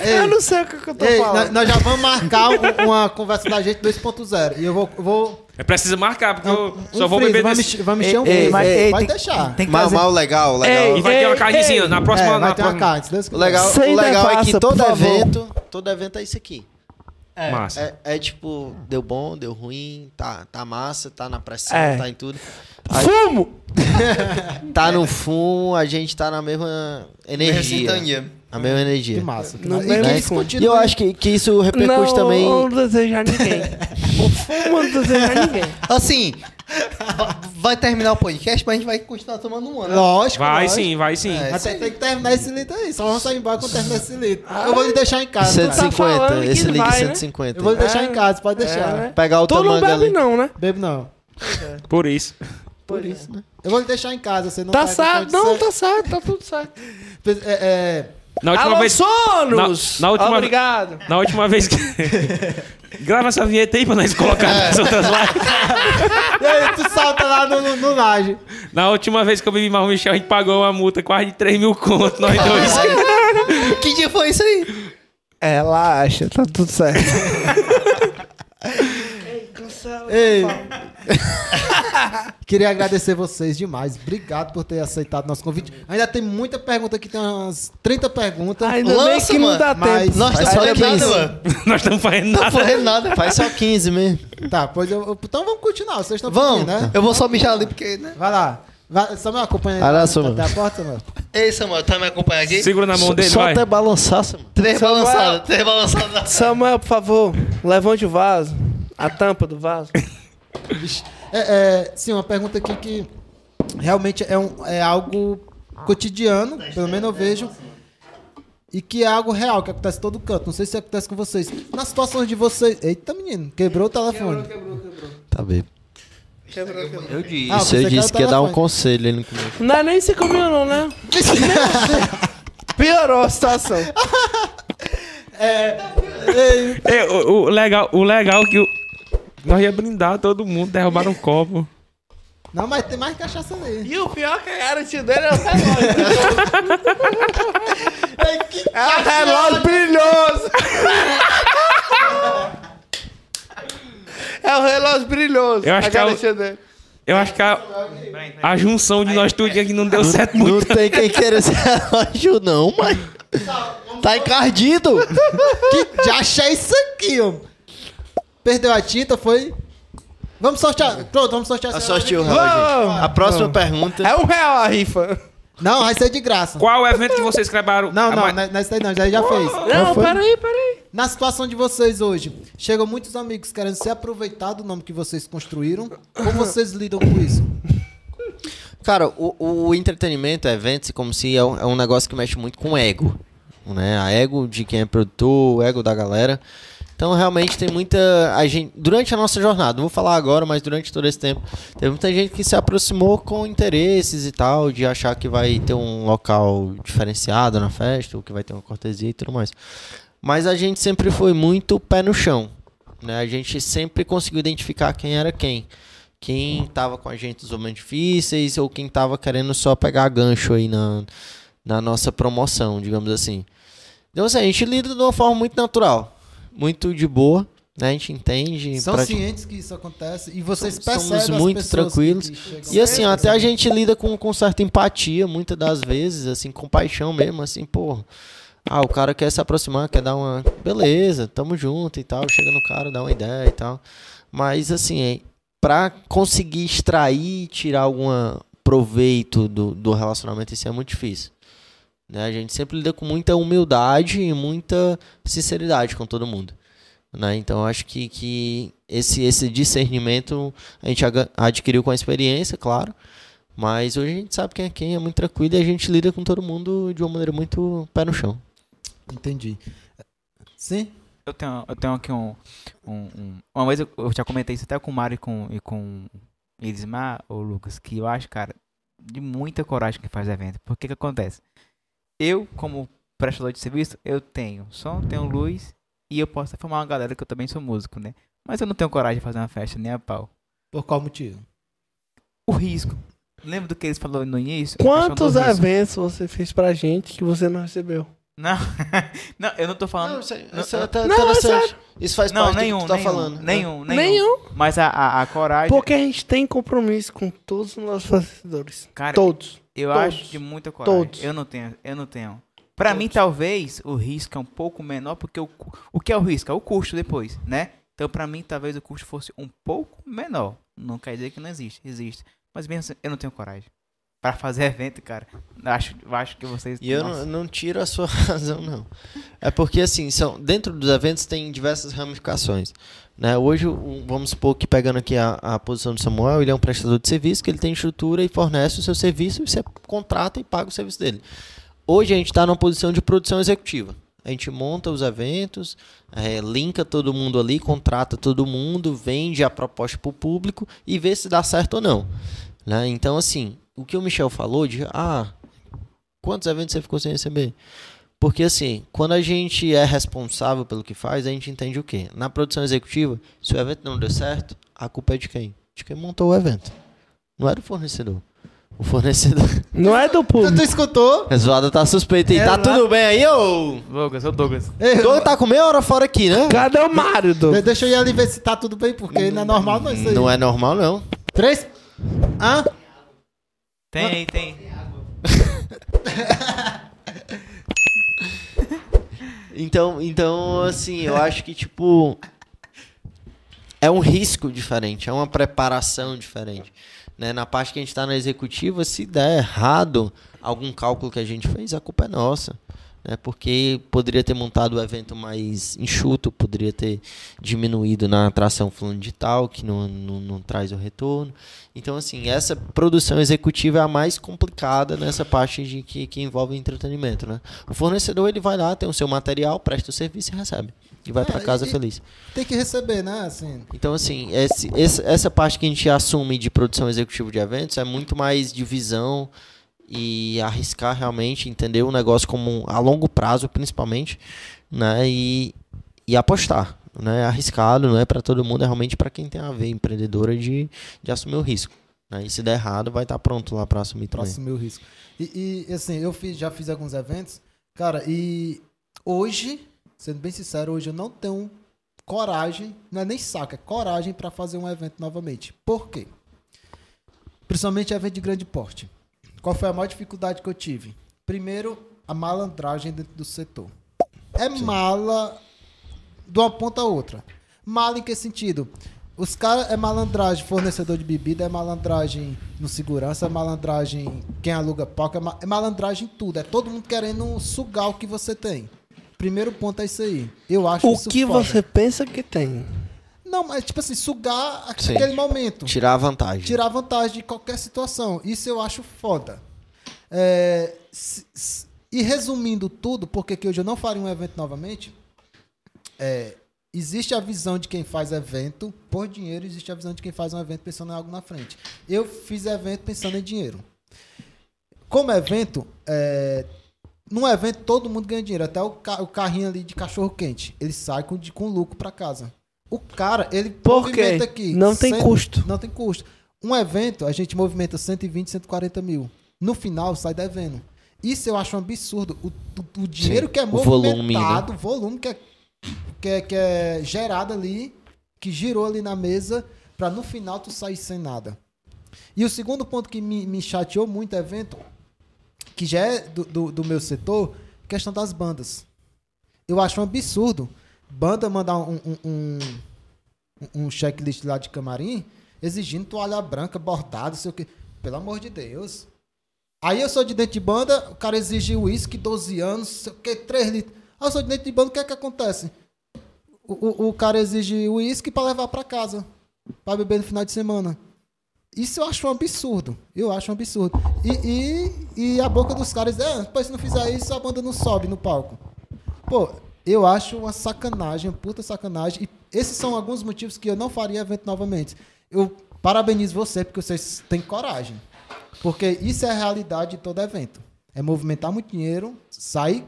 Speaker 6: Eu não sei o que, que eu tô
Speaker 1: Ei, nós,
Speaker 6: falando.
Speaker 1: nós já vamos marcar um- uma conversa da gente 2.0. E eu vou. vou
Speaker 2: É preciso marcar, porque eu
Speaker 1: um
Speaker 2: só vou
Speaker 1: freezer,
Speaker 2: beber
Speaker 1: vai
Speaker 2: desse...
Speaker 1: mexer, vai mexer um
Speaker 3: ei,
Speaker 1: freezer.
Speaker 3: mas, ei,
Speaker 1: Pode
Speaker 3: tem-
Speaker 1: deixar.
Speaker 3: Tem que
Speaker 5: Mal,
Speaker 3: fazer...
Speaker 5: mal, legal, legal.
Speaker 2: E vai ter uma
Speaker 6: Ei,
Speaker 2: carnezinha na próxima.
Speaker 1: É,
Speaker 2: na
Speaker 1: vai ter uma
Speaker 2: próxima-
Speaker 1: carne, se Deus
Speaker 5: O
Speaker 1: quiser.
Speaker 5: legal,
Speaker 3: Sem
Speaker 5: o legal é que
Speaker 3: devassa,
Speaker 5: todo
Speaker 3: por favor.
Speaker 5: evento, todo evento é isso aqui.
Speaker 2: Massa.
Speaker 5: É, é tipo, deu bom, deu ruim, tá, tá massa, tá na pressão,
Speaker 3: É.
Speaker 5: tá em tudo.
Speaker 3: Fumo!
Speaker 5: Tá no fumo, a gente tá na mesma energia.
Speaker 4: Sintonia.
Speaker 5: A mesma energia.
Speaker 1: Que massa. é que
Speaker 6: No
Speaker 1: massa.
Speaker 6: mesmo
Speaker 1: que
Speaker 6: fundo.
Speaker 1: isso continue.
Speaker 5: E eu acho que, que isso repercute também.
Speaker 6: eu não desejar ninguém. o fumo não desejar ninguém.
Speaker 4: Assim, va- vai terminar o podcast, mas a gente vai continuar tomando um ano.
Speaker 1: Lógico.
Speaker 2: Vai
Speaker 1: lógico.
Speaker 2: sim, vai sim.
Speaker 4: É.
Speaker 1: Mas tem, tem que terminar esse litro aí. Só vamos sair embora quando terminar esse litro. eu vou lhe deixar em casa. tá?
Speaker 6: Cento-
Speaker 5: 150,
Speaker 6: tá falando que
Speaker 5: esse link é
Speaker 6: vai, né?
Speaker 5: 150.
Speaker 1: Eu vou lhe deixar em casa, pode
Speaker 6: É,
Speaker 1: deixar.
Speaker 6: né?
Speaker 5: Pegar o
Speaker 6: Tu não
Speaker 5: manga
Speaker 6: bebe
Speaker 5: ali.
Speaker 6: não, né?
Speaker 1: Bebo não.
Speaker 2: Por isso.
Speaker 1: Eu vou lhe deixar em casa, você não
Speaker 6: Tá
Speaker 1: vai-
Speaker 6: certo.
Speaker 1: não pode
Speaker 6: Não, tá certo. Tá tudo certo.
Speaker 1: ser- É, é,
Speaker 2: Na última
Speaker 6: Alô,
Speaker 2: vez.
Speaker 6: Sonos!
Speaker 2: Na- na última-
Speaker 6: Obrigado.
Speaker 2: Na última vez que. *laughs* Grava essa vinheta aí pra nós colocar nas outras lives.
Speaker 1: E aí, tu solta lá no, no, no laje.
Speaker 2: Na última vez que eu bebi Marrom Michel, a gente pagou uma multa quase de 3 mil conto, nós dois.
Speaker 4: Que dia foi isso aí?
Speaker 6: Relaxa, tá tudo certo.
Speaker 1: Ei. Queria agradecer vocês demais. Obrigado por ter aceitado nosso convite. Ainda tem muita pergunta aqui, tem umas 30 perguntas.
Speaker 6: Ainda bem
Speaker 4: Lança,
Speaker 6: que não
Speaker 4: mano,
Speaker 6: dá
Speaker 1: mas-
Speaker 6: tempo.
Speaker 4: Nós
Speaker 5: Faz
Speaker 4: estamos
Speaker 5: só
Speaker 4: fazendo nada,
Speaker 5: 15.
Speaker 4: mano.
Speaker 2: nós estamos fazendo
Speaker 5: Ah,
Speaker 4: Não
Speaker 2: nada.
Speaker 4: fazendo nada.
Speaker 5: é Faz só 15 mesmo.
Speaker 1: Tá, pois eu, eu- então vamos continuar. Vocês estão
Speaker 4: Vamos,
Speaker 1: pedindo, né?
Speaker 4: eu vou só mijar ali, porque, né?
Speaker 1: Vai lá. Vai, Samuel, acompanha
Speaker 5: Vai lá,
Speaker 1: tá-
Speaker 5: Samuel.
Speaker 1: tá até a porta, Samuel.
Speaker 4: Ei, Samuel, tá me acompanhando aqui?
Speaker 2: Segura na mão dele,
Speaker 5: só
Speaker 2: vai.
Speaker 5: até balançar, mano.
Speaker 4: Três
Speaker 6: Samuel.
Speaker 4: balançadas, três balançadas.
Speaker 6: Samuel, por favor, levante o vaso. A tampa do vaso.
Speaker 1: É, é, sim, uma pergunta aqui que realmente é, um- é algo cotidiano, pelo menos eu vejo, e que é algo real, que acontece em todo canto. Não sei se acontece com vocês. Nas situações de vocês. Eita, menino, quebrou o telefone.
Speaker 5: Tá bem.
Speaker 3: Eu disse.
Speaker 1: Ah,
Speaker 5: Isso eu
Speaker 1: você
Speaker 5: disse que
Speaker 1: quer o
Speaker 5: ia dar um
Speaker 1: telefone.
Speaker 5: conselho ali no começo.
Speaker 6: Não é nem se combinou, não, *laughs* né? Piorou a situação.
Speaker 2: É, o, o legal, o legal é que o- nós ia brindar todo mundo, derrubaram um copo.
Speaker 1: Não, mas tem mais cachaça ali.
Speaker 6: E o pior que a garantia dele é o relógio. é um relógio brilhoso. é um relógio brilhoso.
Speaker 2: Eu acho
Speaker 6: a
Speaker 2: que é o-
Speaker 6: garantia dele.
Speaker 2: Eu acho que a, a junção de nós tudo aqui não deu certo
Speaker 5: Não
Speaker 2: muito.
Speaker 5: tem quem queira ser *laughs* relógio, não, mas. Tá encardido!
Speaker 1: Que já achei isso aqui, ó. Perdeu a tinta, foi. Vamos sortear. Pronto, vamos sortear essa
Speaker 5: Sorte o
Speaker 1: aqui.
Speaker 5: relógio. gente. A próxima pergunta.
Speaker 6: É um real a rifa.
Speaker 1: Não, vai ser de graça.
Speaker 2: Qual evento que vocês gravaram?
Speaker 1: Não,
Speaker 2: a
Speaker 1: não,
Speaker 2: ma-
Speaker 1: não é não é isso aí não, isso aí já fez.
Speaker 6: Não, peraí, peraí.
Speaker 1: Na situação de vocês hoje, chegam muitos amigos querendo se aproveitar do nome que vocês construíram. Como vocês lidam com isso?
Speaker 5: Cara, o, o entretenimento, eventos, como se é um, é um negócio que mexe muito com o ego. Né? A ego de quem é produtor, o ego da galera. Então, realmente, tem muita. A gente, durante a nossa jornada, não vou falar agora, mas durante todo esse tempo, teve muita gente que se aproximou com interesses e tal, de achar que vai ter um local diferenciado na festa, ou que vai ter uma cortesia e tudo mais. Mas a gente sempre foi muito pé no chão. Né? A gente sempre conseguiu identificar quem era quem quem tava com a gente nos momentos difíceis ou quem tava querendo só pegar gancho aí na, na nossa promoção, digamos assim. Então, assim, a gente lida de uma forma muito natural, muito de boa, né? A gente entende.
Speaker 1: São
Speaker 5: prati-
Speaker 1: cientes que isso acontece e vocês
Speaker 5: Somos
Speaker 1: percebem as
Speaker 5: muito
Speaker 1: pessoas
Speaker 5: tranquilos.
Speaker 1: que chegam
Speaker 5: E assim,
Speaker 1: perto,
Speaker 5: até a gente lida com, com certa empatia, muitas das vezes, assim, compaixão mesmo, assim, pô. Ah, o cara quer se aproximar, quer dar uma. Beleza, tamo junto e tal. Chega no cara, dá uma ideia e tal. Mas assim, é, pra conseguir extrair, tirar algum proveito do, do relacionamento, isso é muito difícil. Né? A gente sempre lida com muita humildade e muita sinceridade com todo mundo. Né? Então, eu acho que, que esse, esse discernimento a gente aga- adquiriu com a experiência, claro. Mas hoje a gente sabe quem é quem, é muito tranquilo e a gente lida com todo mundo de uma maneira muito pé no chão.
Speaker 1: Entendi. Sim?
Speaker 3: Eu tenho, eu tenho aqui um, um- um- Uma vez eu, eu já comentei isso até com o Mário e com, e com Elismar, ou Lucas, que eu acho, cara, de muita coragem que faz evento. Porque que acontece? Eu, como prestador de serviço, eu tenho som, tenho um luz e eu posso formar uma galera que eu também sou músico, né? Mas eu não tenho coragem de fazer uma festa nem a pau.
Speaker 1: Por qual motivo?
Speaker 3: O risco. Lembra do que eles falaram no início? A questão do
Speaker 6: Quantos
Speaker 3: risco.
Speaker 6: eventos você fez pra gente que você não recebeu?
Speaker 3: Não, não, eu não tô falando.
Speaker 5: isso,
Speaker 3: isso é
Speaker 6: Não, é interessante. sério.
Speaker 5: Isso faz
Speaker 3: Não,
Speaker 5: parte
Speaker 3: nenhum,
Speaker 5: do que tu tá
Speaker 3: nenhum,
Speaker 5: falando.
Speaker 3: nenhum, nenhum.
Speaker 6: Nenhum.
Speaker 3: Mas a, a, a coragem.
Speaker 6: Porque a gente tem compromisso com todos os nossos fornecedores.
Speaker 3: Cara,
Speaker 6: Todos.
Speaker 3: Eu
Speaker 6: Todos.
Speaker 3: acho de muita coragem.
Speaker 6: Todos.
Speaker 3: Eu não tenho, eu não tenho. Pra mim, talvez, o risco é um pouco menor, porque o, cu- o que é o risco? É o custo depois, né? Então, pra mim, talvez o custo fosse um pouco menor. Não quer dizer que não existe. Existe. Mas mesmo assim, eu não tenho coragem. Pra fazer *laughs* evento, cara, acho, acho que vocês...
Speaker 5: E eu não,
Speaker 3: Nossa.
Speaker 5: não tiro a sua *laughs* razão, não. É porque, assim, são, dentro dos eventos tem diversas ramificações. Né? Hoje, o- vamos supor que pegando aqui a, a posição do Samuel, ele é um prestador de serviço, que ele tem estrutura e fornece o seu serviço, e você contrata e paga o serviço dele. Hoje a gente está numa posição de produção executiva. A gente monta os eventos, eh, linka todo mundo ali, contrata todo mundo, vende a proposta para o público e vê se dá certo ou não. Né? Então, assim, o que o Michel falou de ah, quantos eventos você ficou sem receber? Porque assim, quando a gente é responsável pelo que faz, a gente entende o quê? Na produção executiva, se o evento não deu certo, a culpa é de quem? De quem montou o evento. Não era o fornecedor. O fornecedor. *laughs*
Speaker 6: Não é do
Speaker 1: Tu, tu
Speaker 6: público.
Speaker 1: escutou?
Speaker 5: A zoada tá suspeita aí.
Speaker 6: É
Speaker 5: tá
Speaker 6: lá-
Speaker 5: tudo bem
Speaker 1: *laughs*
Speaker 5: aí, ô?
Speaker 3: Douglas, ô Douglas.
Speaker 5: Tô, tá com meia hora fora aqui, né?
Speaker 6: Cadê o Mário,
Speaker 1: De-
Speaker 6: Douglas?
Speaker 1: Deixa eu ir ali ver se tá tudo bem, porque não é normal não isso aí.
Speaker 5: Não é normal, não.
Speaker 1: Três? Hã?
Speaker 3: Tem, tem.
Speaker 5: Então, então, assim, eu acho que, tipo. É um risco diferente, é uma preparação diferente. Né? Na parte que a gente está na executiva, se der errado algum cálculo que a gente fez, a culpa é nossa. Né? Porque poderia ter montado o evento mais enxuto, poderia ter diminuído na atração fulano de tal, que não, não, não traz o retorno. Então, assim, essa produção executiva é a mais complicada nessa parte de que, que envolve entretenimento. Né? O fornecedor ele vai lá, tem o seu material, presta o serviço e recebe. E vai
Speaker 1: É,
Speaker 5: para casa
Speaker 1: e-
Speaker 5: feliz.
Speaker 1: Tem que receber, né? Assim.
Speaker 5: Então, assim, esse- esse- essa parte que a gente assume de produção executiva de eventos é muito mais de visão e arriscar realmente, entender o negócio como um- a longo prazo, principalmente, né? E, e apostar. Né? É arriscado, não é para todo mundo, é realmente para quem tem a ver empreendedora de, de assumir o risco. Né? E se der errado, vai estar pronto lá para assumir
Speaker 1: pra
Speaker 5: também.
Speaker 1: assumir o risco. E, e, assim, eu fiz- já fiz alguns eventos, cara, e hoje, sendo bem sincero, hoje eu não tenho é coragem, não é nem saca, coragem pra fazer um evento novamente. Por quê? Principalmente evento de grande porte. Qual foi a maior dificuldade que eu tive? Primeiro, a malandragem dentro do setor. É mala de uma ponta a outra. Mala em que sentido? Os caras é malandragem, fornecedor de bebida, é malandragem no segurança, é malandragem quem aluga palco, é, ma- é malandragem em tudo. É todo mundo querendo sugar o que você tem. Primeiro ponto é isso aí. Eu acho
Speaker 11: O
Speaker 1: isso
Speaker 11: que
Speaker 1: foda.
Speaker 11: você pensa que tem?
Speaker 1: Não, mas tipo assim, sugar
Speaker 5: Sim.
Speaker 1: aquele momento
Speaker 5: Tirar a vantagem.
Speaker 1: tirar vantagem de qualquer situação. Isso eu acho foda. É, s- s- e resumindo tudo, porque que hoje eu não faria um evento novamente, é, existe a visão de quem faz evento por dinheiro, existe a visão de quem faz um evento pensando em algo na frente. Eu fiz evento pensando em dinheiro. Como evento, é, num evento todo mundo ganha dinheiro, até o, ca- o carrinho ali de cachorro quente. Ele sai com, de- com lucro para casa. O cara, ele
Speaker 11: Por quê?
Speaker 1: movimenta aqui.
Speaker 11: Não tem
Speaker 1: cem-
Speaker 11: custo.
Speaker 1: Não tem custo. Um evento, a gente movimenta 120, 140 mil. No final, sai devendo. Isso eu acho um absurdo. O, o- o dinheiro que é
Speaker 5: o volume, né?
Speaker 1: movimentado, o volume que é, que, é, que é gerado ali, que girou ali na mesa, pra no final tu sair sem nada. E o segundo ponto que me, me chateou muito é evento, que já é do, do, do meu setor, questão das bandas. Eu acho um absurdo banda mandar um, um, um, um checklist lá de camarim exigindo toalha branca, bordado, sei o quê. Pelo amor de Deus. Aí eu sou de dentro de banda, o cara exige uísque, 12 anos, sei o quê, 3 litros. Aí eu sou de dentro de banda, o que é que acontece? O, o, o cara exige uísque pra levar pra casa, pra beber no final de semana. Isso eu acho um absurdo. Eu acho um absurdo. E, e, e a boca dos caras é, pois se não fizer isso, a banda não sobe no palco. Pô, eu acho uma sacanagem, uma puta sacanagem. E esses são alguns motivos que eu não faria evento novamente. Eu parabenizo você, porque vocês têm coragem. Porque isso é a realidade de todo evento. É movimentar muito dinheiro, sair.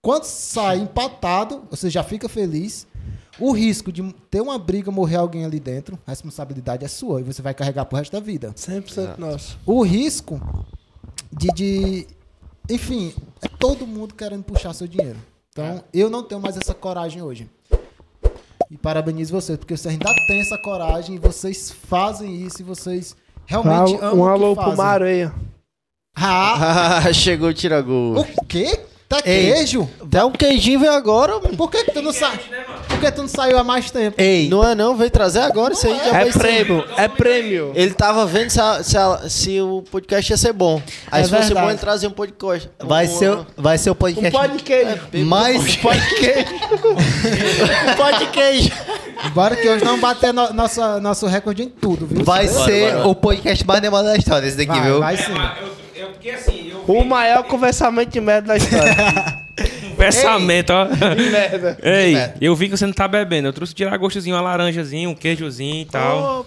Speaker 1: Quando sai empatado, você já fica feliz. O risco de ter uma briga, morrer alguém ali dentro, a responsabilidade é sua e você vai carregar pro resto da vida
Speaker 11: 100% nosso.
Speaker 1: o risco de, de- Enfim, é todo mundo querendo puxar seu dinheiro.
Speaker 11: É.
Speaker 1: Então, eu não tenho mais essa coragem hoje. E parabenizo vocês, porque vocês ainda têm essa coragem, e vocês fazem isso e vocês realmente
Speaker 11: Ah,
Speaker 1: amam
Speaker 11: um
Speaker 1: o que
Speaker 11: alô pro
Speaker 1: fazem.
Speaker 11: Mário aí.
Speaker 1: Ah,
Speaker 5: Ah, *laughs* chegou o tiragol.
Speaker 1: o quê? Tá queijo?
Speaker 5: Dá um queijinho, vem agora. mano.
Speaker 1: Por que, que tu não sai?
Speaker 11: né,
Speaker 1: Por que tu não saiu há mais tempo?
Speaker 11: Ei,
Speaker 5: Não é não, veio trazer agora isso aí. já
Speaker 11: é
Speaker 5: vai ser-
Speaker 11: prêmio, é prêmio.
Speaker 6: Um
Speaker 5: Ele tava vendo se, a- se a- se o podcast ia ser bom. Aí
Speaker 4: É
Speaker 5: se fosse
Speaker 4: verdade.
Speaker 5: bom, ele trazia um podcast.
Speaker 4: Vai,
Speaker 5: um,
Speaker 4: ser, vai ser o
Speaker 11: Um
Speaker 4: podcast
Speaker 11: pó de queijo.
Speaker 4: mais... *laughs*
Speaker 5: Pode queijo.
Speaker 1: Bora que hoje não bater no- nossa, nosso recorde em tudo, viu?
Speaker 4: Vai
Speaker 5: Bora,
Speaker 4: ser
Speaker 5: bora.
Speaker 4: o podcast mais demorado da história, esse daqui,
Speaker 1: vai,
Speaker 4: viu?
Speaker 1: vai sim.
Speaker 2: eu, porque assim, eu.
Speaker 11: O maior conversamento de merda da história.
Speaker 2: Um Pensamento, ó.
Speaker 11: de *laughs* merda.
Speaker 2: Ei, eu vi que você não tá bebendo. Eu trouxe tirar gostozinho, uma laranjazinha, um queijozinho e
Speaker 11: Oh,
Speaker 2: tal.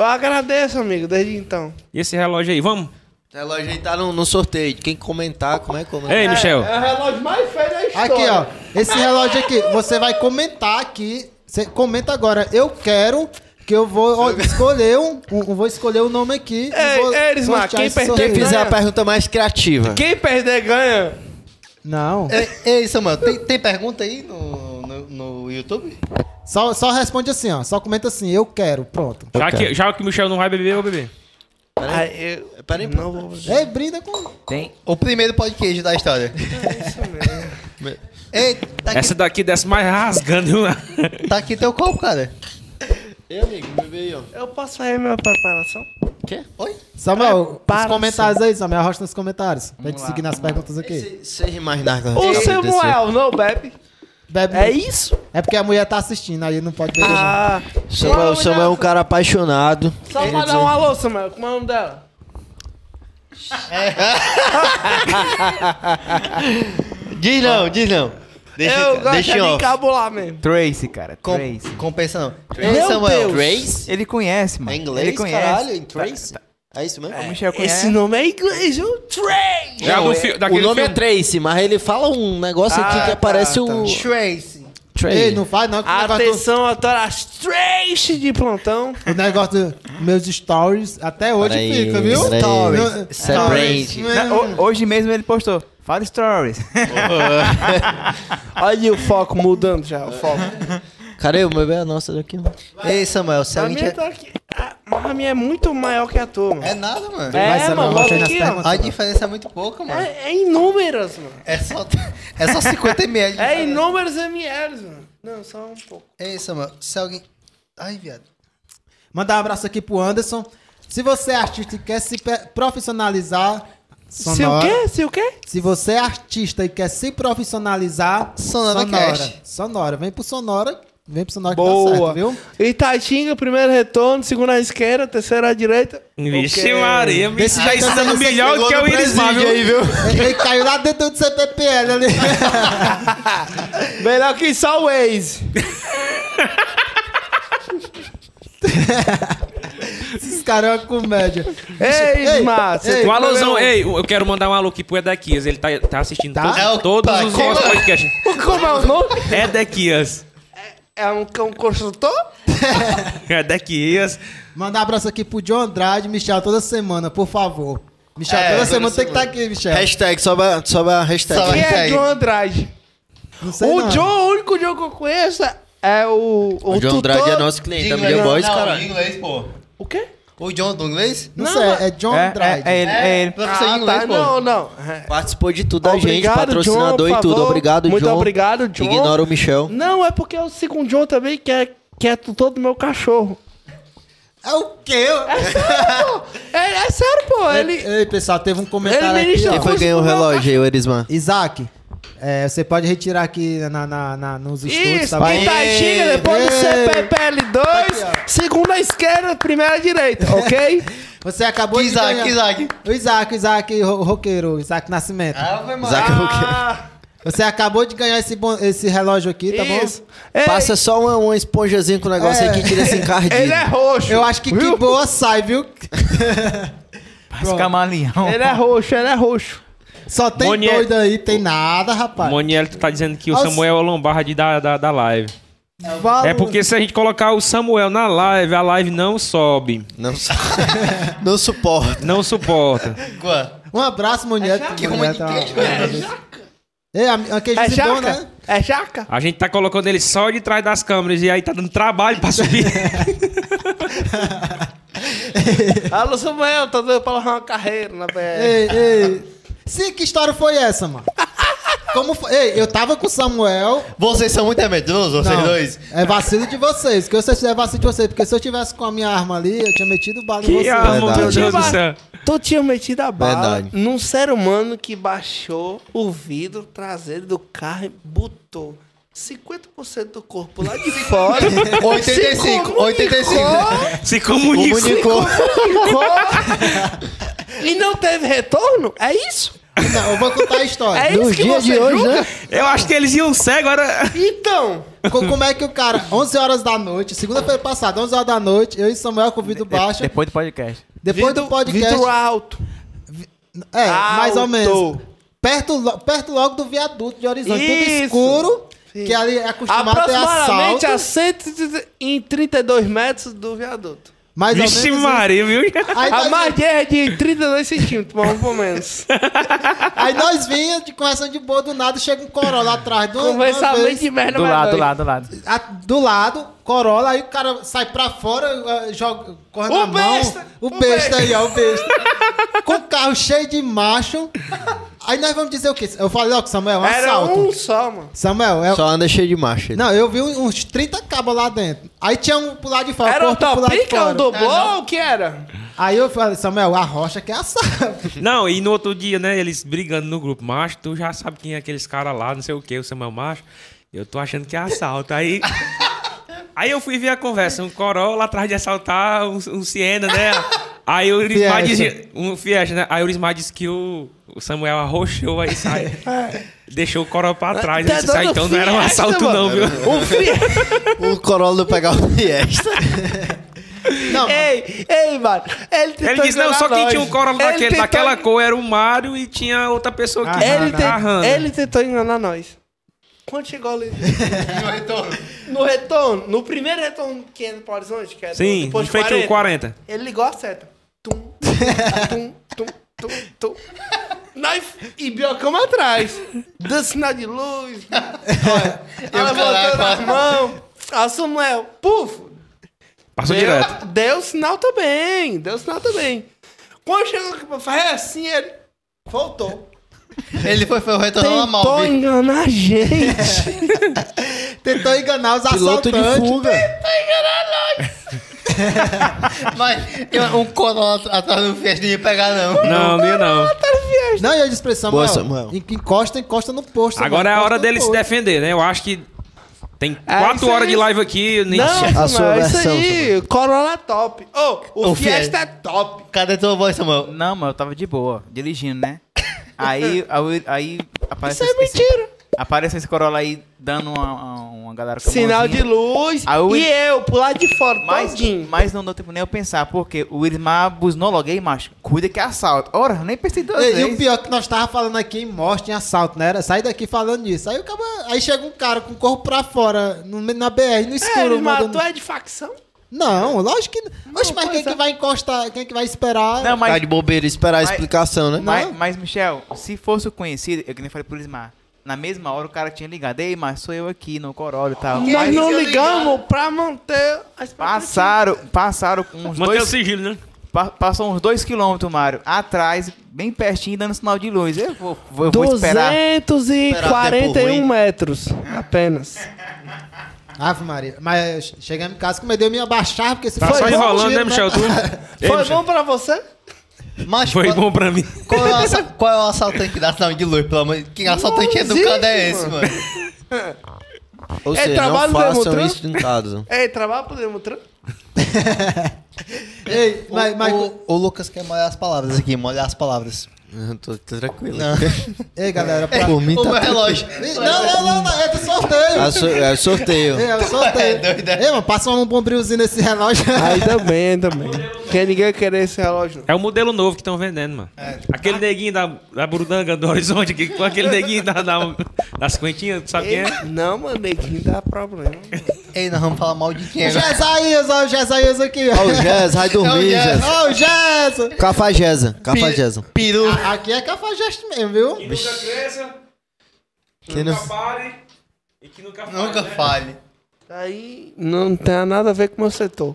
Speaker 11: eu agradeço, amigo, desde então.
Speaker 2: E esse relógio aí, vamos?
Speaker 5: Relógio aí tá no, no sorteio. Quem comentar, como é que comenta?
Speaker 2: Ei, Michel.
Speaker 11: É o relógio mais feio da história.
Speaker 1: Aqui, ó. Esse relógio aqui, você vai comentar aqui. Você comenta agora. Eu quero que eu vou ó, escolher um, um- vou escolher o nome aqui. e
Speaker 11: Ei,
Speaker 1: vou
Speaker 11: ei, Erismar, quem
Speaker 1: sortear
Speaker 11: né?
Speaker 1: esse
Speaker 11: perdeu
Speaker 1: sorteio.
Speaker 5: Quem fizer
Speaker 11: ganha.
Speaker 5: a pergunta mais criativa.
Speaker 11: Quem perder ganha.
Speaker 1: Não.
Speaker 4: Ei, Samuel, tem, tem pergunta aí no, no, no YouTube?
Speaker 1: Só, só responde assim, ó. Só comenta assim, eu quero. Pronto.
Speaker 2: Já que, já que o Michel não vai beber, eu vou beber.
Speaker 11: Ah, eu...
Speaker 6: um
Speaker 5: Peraí, pô.
Speaker 11: não vou fazer
Speaker 1: Ei, brinda com.
Speaker 3: Tem.
Speaker 4: O primeiro podcast da história.
Speaker 11: isso mesmo.
Speaker 4: Ei, tá aqui,
Speaker 2: Essa daqui desce mais rasgando.
Speaker 4: tá aqui teu copo, cara.
Speaker 5: Ei, amigo, bebê aí, ó.
Speaker 11: Eu posso fazer minha preparação?
Speaker 5: Quê?
Speaker 4: Oi?
Speaker 1: Samuel, os
Speaker 11: Prepara-se.
Speaker 1: comentários aí, Samuel. Arrosta nos comentários. Pra gente
Speaker 3: lá,
Speaker 1: seguir nas perguntas aqui.
Speaker 5: Sem imaginar que
Speaker 11: O Samuel não bebe.
Speaker 1: Bebe
Speaker 11: É
Speaker 1: muito.
Speaker 11: isso?
Speaker 1: é porque a mulher tá assistindo, aí não pode beber. não.
Speaker 11: Ah,
Speaker 5: Samuel,
Speaker 11: Samuel
Speaker 5: Samuel é um
Speaker 11: Nelson.
Speaker 5: cara apaixonado.
Speaker 11: só pra dar um alô, Samuel. Como é o nome dela?
Speaker 5: Diz não, diz não. Deixa,
Speaker 11: eu gosto
Speaker 5: deixa
Speaker 11: é
Speaker 5: em
Speaker 11: de
Speaker 5: off.
Speaker 11: encabular mesmo.
Speaker 3: Trace, cara.
Speaker 4: Com-
Speaker 3: Trace.
Speaker 4: compensa não.
Speaker 11: Meu
Speaker 4: Ei,
Speaker 11: Deus.
Speaker 4: Samuel.
Speaker 5: Trace?
Speaker 3: Ele conhece, mano.
Speaker 5: É inglês,
Speaker 3: Ele conhece.
Speaker 5: caralho? Em Trace? É isso mesmo?
Speaker 3: O Michel conhece.
Speaker 11: Esse nome é inglês, viu? Trace.
Speaker 2: Já do fi-
Speaker 5: o
Speaker 2: daquele
Speaker 5: nome é
Speaker 2: filme.
Speaker 5: Trace, mas ele fala um negócio aqui
Speaker 11: Ah,
Speaker 5: que
Speaker 11: tá,
Speaker 5: aparece
Speaker 11: tá.
Speaker 5: o...
Speaker 4: Trace.
Speaker 5: Trace.
Speaker 1: Ei, não faz não, que o negócio,
Speaker 11: Atenção, autoras Trace de plantão.
Speaker 1: do, o negócio dos meus stories até hoje
Speaker 5: Peraí,
Speaker 1: fica, viu?
Speaker 5: peraí.
Speaker 1: Não-
Speaker 5: Separate.
Speaker 1: né?
Speaker 3: Ho- Hoje mesmo ele postou. Fala stories.
Speaker 11: Olha o foco mudando já, o foco.
Speaker 5: Cara, eu bebê é a nossa daqui, mano.
Speaker 4: Ei, Samuel, se
Speaker 11: A
Speaker 4: alguém
Speaker 11: minha
Speaker 6: é
Speaker 4: tiver,
Speaker 11: tá aqui. Ah,
Speaker 6: Mas a minha é muito maior que a tua, mano.
Speaker 4: É nada, mano.
Speaker 6: É,
Speaker 1: Mas ela
Speaker 6: mano,
Speaker 1: não
Speaker 6: olha
Speaker 1: fez
Speaker 6: aqui,
Speaker 1: nas
Speaker 6: ó.
Speaker 1: pernas.
Speaker 4: A diferença é muito pouca, mano.
Speaker 6: É, é inúmeras, mano.
Speaker 4: É só, é só 50 ml. de
Speaker 6: É
Speaker 4: diferença.
Speaker 6: inúmeras ml, mano. Não, só um pouco.
Speaker 4: É isso, mano. Se alguém. Ai, viado.
Speaker 1: Mandar um abraço aqui pro Anderson. Se você é artista e quer se pe- profissionalizar,
Speaker 6: Se o
Speaker 1: sonora.
Speaker 6: quê? Se o quê?
Speaker 1: Se você é artista e quer se profissionalizar,
Speaker 4: Sonora Cast.
Speaker 1: Sonora. Vem pro Sonora. Vem pro Sonora que dá certo,
Speaker 6: Boa.
Speaker 1: viu?
Speaker 6: Itatinga, primeiro retorno, segunda à esquerda, terceira à direita.
Speaker 2: Vixe, Maria, me
Speaker 1: Desse
Speaker 2: tá
Speaker 1: jeito
Speaker 2: ensinando
Speaker 1: você
Speaker 2: melhor do que o Iris Mar, viu?
Speaker 1: Ele, ele caiu lá dentro do CPPL ali. *laughs*
Speaker 6: Melhor que só o Waze.
Speaker 1: Esses caras é uma comédia.
Speaker 6: Ei, Márcio,
Speaker 1: ei,
Speaker 6: tem
Speaker 2: O
Speaker 6: que
Speaker 2: Alonzão,
Speaker 6: beber um-
Speaker 2: ei, eu quero mandar um alô aqui pro Edequias. Ele tá, tá assistindo
Speaker 1: Tá?
Speaker 2: todo-
Speaker 4: É o-
Speaker 2: todos
Speaker 4: tá,
Speaker 2: os
Speaker 4: como
Speaker 2: nossos
Speaker 4: é?
Speaker 2: podcasts.
Speaker 6: Como é o nome?
Speaker 2: Edequias.
Speaker 6: É um cão construtor?
Speaker 2: Edequias.
Speaker 1: Mandar um abraço aqui pro John Andrade, Michel, toda semana, por favor. Michel,
Speaker 4: É,
Speaker 1: toda
Speaker 4: toda
Speaker 1: semana tem que estar
Speaker 4: semana.
Speaker 1: aqui, Michel.
Speaker 5: É. Hashtag, sobe a, sobe a hashtag.
Speaker 4: Sobe.
Speaker 6: Quem é
Speaker 4: Vai,
Speaker 6: John
Speaker 4: vai.
Speaker 6: Andrade?
Speaker 1: Não sei
Speaker 6: O
Speaker 1: não. é.
Speaker 6: John, o único John que eu conheço é o. O,
Speaker 5: O John
Speaker 6: tutor...
Speaker 5: Andrade é nosso cliente da Media Boys, cara.
Speaker 4: inglês, pô.
Speaker 6: O quê?
Speaker 4: O John do inglês?
Speaker 1: Não,
Speaker 6: Não,
Speaker 1: sei,
Speaker 6: mas-
Speaker 1: é John
Speaker 3: É,
Speaker 1: Andrade.
Speaker 3: é, é ele, é ele.
Speaker 4: Professor de
Speaker 6: Ah,
Speaker 4: inglês,
Speaker 6: tá,
Speaker 4: pô.
Speaker 6: não, não.
Speaker 5: Participou de tudo da gente,
Speaker 6: Obrigado,
Speaker 5: patrocinador
Speaker 6: John,
Speaker 5: e
Speaker 6: por
Speaker 5: tudo.
Speaker 6: favor.
Speaker 5: Obrigado,
Speaker 6: Muito
Speaker 5: John.
Speaker 6: obrigado, John.
Speaker 5: Ignora o Michel.
Speaker 6: Não, é porque eu sigo um John também que é, que é tutor do meu cachorro.
Speaker 1: É o quê?
Speaker 6: *laughs* É, é sério, pô. Ele.
Speaker 1: Ei, pessoal, teve um comentário
Speaker 6: Ele
Speaker 1: aqui,
Speaker 6: ministra
Speaker 1: ó.
Speaker 5: Quem foi
Speaker 6: Custa
Speaker 5: que ganhou o
Speaker 6: pro meu
Speaker 5: relógio aí, o Erisman?
Speaker 1: Isaac, é, você pode retirar aqui na, na- na- nos estúdios,
Speaker 6: Isso,
Speaker 1: tá bom?
Speaker 5: vai.
Speaker 6: Itatinga, depois do
Speaker 1: Ei.
Speaker 6: CPPL2, segunda esquerda, primeira *laughs* direita, ok?
Speaker 1: Você acabou de
Speaker 4: Isaac,
Speaker 1: ganhar.
Speaker 4: Isaac.
Speaker 1: O Isaac, o Isaac, o roqueiro, o Isaac Nascimento.
Speaker 4: Ave
Speaker 5: Zaca,
Speaker 4: Maria.
Speaker 6: Ah.
Speaker 1: Você acabou de ganhar esse, bon- esse relógio aqui, tá
Speaker 6: Isso.
Speaker 1: bom?
Speaker 6: Ei,
Speaker 5: Passa só uma, uma esponjazinha com o negócio
Speaker 1: É.
Speaker 5: aí que tira esse encardido.
Speaker 6: Ele
Speaker 5: *laughs*
Speaker 6: é roxo.
Speaker 1: Eu acho que que boa sai, viu?
Speaker 3: Parece camaleão. *laughs*
Speaker 6: Ele é roxo, ele é roxo.
Speaker 1: Só tem
Speaker 2: Monier-
Speaker 1: doido aí, tem nada, rapaz.
Speaker 2: Moniel, tu tá dizendo que o
Speaker 1: Olha o-
Speaker 2: Samuel é o Lombardi da, da, da live.
Speaker 1: Fala-
Speaker 2: É porque se a gente colocar o Samuel na live, a live não sobe.
Speaker 5: Não, su- não suporta.
Speaker 2: Não suporta.
Speaker 4: Guan.
Speaker 1: Um abraço, Moniel.
Speaker 4: Que ruim
Speaker 1: Moniel
Speaker 4: de
Speaker 1: tá-
Speaker 4: queijo, velho.
Speaker 1: Ei, a, a queijo
Speaker 6: É
Speaker 1: de boa,
Speaker 6: jaca?
Speaker 1: né?
Speaker 6: É jaca?
Speaker 2: A gente tá colocando ele só de trás das câmeras e aí tá dando trabalho pra
Speaker 4: *laughs*
Speaker 2: subir.
Speaker 6: Alô, Samuel, tá doido pra largar uma carreira na BR.
Speaker 1: Ei, ei. Sim, que história foi essa, mano? Como foi? Ei, eu tava com o Samuel.
Speaker 4: Vocês são muito medrosos, vocês
Speaker 1: Não,
Speaker 4: dois.
Speaker 1: É vacilo de vocês. Que vocês é vacilo de vocês. Porque se eu tivesse com a minha arma ali, eu tinha metido bala em
Speaker 2: Que *laughs*
Speaker 1: vocês.
Speaker 4: é
Speaker 2: amor, Ah, meu
Speaker 5: Verdade.
Speaker 2: Deus do céu.
Speaker 6: Tu tinha metido a bala
Speaker 5: Verdade.
Speaker 6: num ser humano que baixou o vidro traseiro do carro e botou 50% do corpo lá de fora.
Speaker 1: *laughs*
Speaker 4: 85, 85.
Speaker 2: Se comunicou.
Speaker 5: Comunicou.
Speaker 6: e não teve retorno? É isso?
Speaker 1: Não, Então, eu vou contar a história.
Speaker 6: É isso que você julga?
Speaker 1: né?
Speaker 2: Eu acho que eles iam cego agora.
Speaker 6: Então,
Speaker 1: Co- Como é que o cara, 11 horas da noite, segunda-feira passada, 11 horas da noite, eu e Samuel com o
Speaker 4: É,
Speaker 1: vidro baixo,
Speaker 3: Depois do podcast.
Speaker 1: depois do
Speaker 6: vidro-
Speaker 1: podcast,
Speaker 6: vidro alto.
Speaker 1: é, mais ou menos,
Speaker 6: alto.
Speaker 1: perto, lo- perto logo do viaduto de Horizonte, tudo
Speaker 6: Isso.
Speaker 1: escuro, que ali é acostumado a ter
Speaker 6: Aproximadamente
Speaker 1: assalto,
Speaker 6: a 132 metros do viaduto.
Speaker 1: mais ou
Speaker 2: Vixe,
Speaker 1: menos, isso.
Speaker 2: Maria, viu?
Speaker 1: aí, tá
Speaker 6: A
Speaker 1: nós,
Speaker 6: margem é de 32 centímetros, mais ou
Speaker 1: *laughs*
Speaker 6: menos.
Speaker 1: aí nós vinha de conversando de boa, do nada chega um Corolla atrás do
Speaker 6: Conversamento de merda
Speaker 3: Do
Speaker 6: mais
Speaker 3: lado, do
Speaker 6: doido.
Speaker 3: lado, do lado.
Speaker 1: a- do lado, Corolla, aí o cara sai pra fora, eh, joga, corre
Speaker 6: O
Speaker 1: na mão.
Speaker 6: besta!
Speaker 1: O,
Speaker 6: O
Speaker 1: besta
Speaker 6: besta!
Speaker 1: aí, ó, o besta. com o carro cheio de macho. Aí nós vamos dizer o quê? Eu falei, ó, com o Samuel, um
Speaker 6: Era
Speaker 1: assalto.
Speaker 6: um só, mano.
Speaker 1: Samuel, é...
Speaker 5: Só anda cheio de marcha.
Speaker 1: Não, eu vi uns 30 cabos lá dentro. Aí tinha um pro lado de fora.
Speaker 6: Era o
Speaker 1: outro pro lado de
Speaker 6: Topica,
Speaker 1: fora.
Speaker 6: o Doblô, o que era?
Speaker 1: Aí eu falei, Samuel, a rocha que é *laughs* assalto.
Speaker 2: Não, e no outro dia, né, eles brigando no grupo. Macho, tu já sabe quem é aqueles caras lá, não sei o que, o Samuel Macho. Eu tô achando que é assalto.
Speaker 6: *laughs*
Speaker 2: Aí. Aí eu fui ver a conversa, um Corolla atrás de assaltar, um, um Siena, né? Aí o Urismar
Speaker 1: Fiesta.
Speaker 2: dizia. Um Fiesta, né? Aí o Urismar disse que o, o Samuel arrochou, aí sai.
Speaker 6: *laughs*
Speaker 2: deixou o Corolla pra trás. Aí
Speaker 6: Tá
Speaker 2: disse, "Ah,
Speaker 6: dando
Speaker 2: então não era um
Speaker 6: Fiesta,
Speaker 2: assalto, não, viu?
Speaker 6: O Fiesta.
Speaker 5: O Corolla pegar o Fiesta.
Speaker 1: Não,
Speaker 6: ei, ei, mano. Ele, tentou
Speaker 2: Ele disse, não,
Speaker 6: enganar
Speaker 2: só quem
Speaker 6: nós.
Speaker 2: tinha um Corolla
Speaker 6: Ele
Speaker 2: daquele,
Speaker 6: tentou-
Speaker 2: daquela cor era o Mário e tinha outra pessoa que
Speaker 1: Aham,
Speaker 6: Ele,
Speaker 1: tá
Speaker 6: te-
Speaker 2: arrando.
Speaker 6: ele tentou enganar nós. Quando chegou
Speaker 1: *laughs*
Speaker 6: ali. no retorno. No retorno. No primeiro retorno que entra pro Horizonte, que é do-
Speaker 2: Sim,
Speaker 6: depois
Speaker 2: em
Speaker 6: de
Speaker 2: frente ao
Speaker 6: 40,
Speaker 2: 40.
Speaker 6: Ele ligou a seta. Tum, tum, tum, tum, tum. Nós, e Biocama atrás. Dando sinal de luz. Olha, ela
Speaker 4: caraca.
Speaker 6: voltando a mão. A Samuel, puf.
Speaker 2: Passou
Speaker 6: Deu-
Speaker 2: direto.
Speaker 6: Deu sinal também, deu sinal também. Quando chegou pra fazer assim, ele voltou.
Speaker 5: Ele foi, foi retornou a
Speaker 6: Tentou
Speaker 5: Malve.
Speaker 6: enganar a gente.
Speaker 1: Tentou enganar os
Speaker 5: Piloto de
Speaker 1: assaltantes.
Speaker 5: fuga.
Speaker 4: Mas eu- um corona at- atrás do Fiesta não ia pegar, não.
Speaker 2: Não, minha não.
Speaker 1: Não, e eu disse pra ele, Samuel,
Speaker 5: Boa, Samuel.
Speaker 1: en- encosta, encosta no posto.
Speaker 2: Agora é a
Speaker 1: Samuel,
Speaker 2: hora
Speaker 1: encosta no
Speaker 2: dele se
Speaker 1: posto.
Speaker 2: defender, né? Eu acho que tem quatro
Speaker 6: isso
Speaker 2: horas
Speaker 6: aí.
Speaker 2: de live aqui. Nem...
Speaker 6: Não,
Speaker 5: A sua
Speaker 6: Samuel, é isso
Speaker 5: versão,
Speaker 6: aí. Corona top. Ô, o,
Speaker 5: O Fiesta.
Speaker 6: Fiesta é top.
Speaker 5: Cadê tua voz, Samuel?
Speaker 3: Não, mas eu tava de boa, dirigindo, né?
Speaker 6: *laughs*
Speaker 3: Aí, aí, aí aparece.
Speaker 6: Isso é
Speaker 3: esse-
Speaker 6: mentira.
Speaker 3: Aparece esse Corolla aí dando uma, uma galera com a
Speaker 6: Sinal de
Speaker 3: mãozinha.
Speaker 6: luz.
Speaker 3: Aí o-
Speaker 6: E eu, pro lado de fora,
Speaker 3: Mas,
Speaker 6: todinho.
Speaker 3: mas não deu tempo nem eu pensar, porque o Irismar buzinou logo aí, macho. Cuida que é assalto. Ora, nem pensei duas
Speaker 1: E, e o
Speaker 3: vezes.
Speaker 1: pior é que nós tava falando aqui em morte, em assalto, né? Era sair daqui falando disso. Aí, o cabo, aí chega um cara com o corpo pra fora, no, na BR, no
Speaker 6: É,
Speaker 1: escuro.
Speaker 6: ele
Speaker 1: mandando-
Speaker 6: matou, é de facção.
Speaker 1: Não, lógico que não. Oxe, mas
Speaker 6: pois
Speaker 1: quem é
Speaker 6: é.
Speaker 1: que vai encostar? Quem é que vai esperar?
Speaker 3: Não,
Speaker 5: Tá
Speaker 3: mas,
Speaker 5: de bobeira, esperar a
Speaker 3: Mas-
Speaker 5: explicação, né?
Speaker 3: mas, mas, Michel, se fosse o conhecido, eu que nem falei pro Irismar. Na mesma hora o cara tinha ligado, ei, mas sou eu aqui no Corolla e tal.
Speaker 6: Nós não ligamos pra manter a expectativa.
Speaker 3: Passaram, passaram com uns
Speaker 2: Mantém o
Speaker 3: dois,
Speaker 2: sigilo, né?
Speaker 3: pa- passou uns dois quilômetros, Mário, atrás, bem pertinho, dando sinal de luz. Eu vou, vou, eu vou esperar.
Speaker 6: 241 metros apenas.
Speaker 1: Ave Maria. Mas chegamos em casa, como eu dei, eu me abaixar, porque se
Speaker 2: Tá
Speaker 1: fosse
Speaker 2: só
Speaker 1: um
Speaker 2: enrolando,
Speaker 1: tiro,
Speaker 2: né, Michel? Tu... Ei,
Speaker 6: Foi
Speaker 2: Michel,
Speaker 6: bom pra você?
Speaker 4: Mas
Speaker 2: Foi
Speaker 4: qual,
Speaker 2: bom pra mim.
Speaker 4: qual é o assa- qual é o assaltante que dá sinal de luz, pelo amor de Deus? Que assaltante
Speaker 6: Não
Speaker 4: educado é
Speaker 6: existe,
Speaker 4: esse, mano?
Speaker 5: Ou
Speaker 6: É
Speaker 5: seja, não
Speaker 6: trabalho do
Speaker 5: façam
Speaker 6: Demutran?
Speaker 5: isso em
Speaker 6: *laughs*
Speaker 5: casa.
Speaker 6: Ei, trabalha pro Demutran?
Speaker 1: Ei, mas,
Speaker 4: o,
Speaker 1: mas-
Speaker 4: o- o Lucas quer molhar as palavras aqui, molhar as palavras.
Speaker 5: Eu tô tranquilo.
Speaker 1: Ei, galera, pra...
Speaker 5: *laughs* Por mim
Speaker 4: o meu
Speaker 5: tá...
Speaker 4: relógio.
Speaker 1: Ei, Não, não, não, não, é do sorteio.
Speaker 5: Ah, so- É sorteio.
Speaker 1: É, é do sorteio. Ei, mano, passa um bombrilzinho nesse relógio.
Speaker 6: Ainda bem, ainda bem. *laughs* Porque ninguém vai querer esse relógio, não.
Speaker 2: É o modelo novo que estão vendendo, mano. Aquele neguinho da, da Burudanga do Horizonte, que, com aquele neguinho da, da- das
Speaker 9: *laughs*
Speaker 2: cinquentinhas, sabe quem
Speaker 6: Ei,
Speaker 2: é?
Speaker 6: Não, mano, neguinho dá problema.
Speaker 4: Ei, nós vamos falar mal de quem
Speaker 1: O
Speaker 4: agora?
Speaker 1: Jesaías, ó, o Jesaías aqui,
Speaker 5: Ó É o
Speaker 1: ó.
Speaker 5: Jazz, vai dormir,
Speaker 4: É o Jazz.
Speaker 5: Jazz.
Speaker 1: Ó, o Jesa.
Speaker 5: Cafajeza, cafajeza.
Speaker 4: Peru.
Speaker 1: A- Aqui é cafajeste mesmo, viu?
Speaker 2: nunca cresça,
Speaker 5: Quem não-
Speaker 2: pare e que nunca fale. né?
Speaker 4: Nunca fale.
Speaker 6: Aí não tem nada a ver com o meu setor.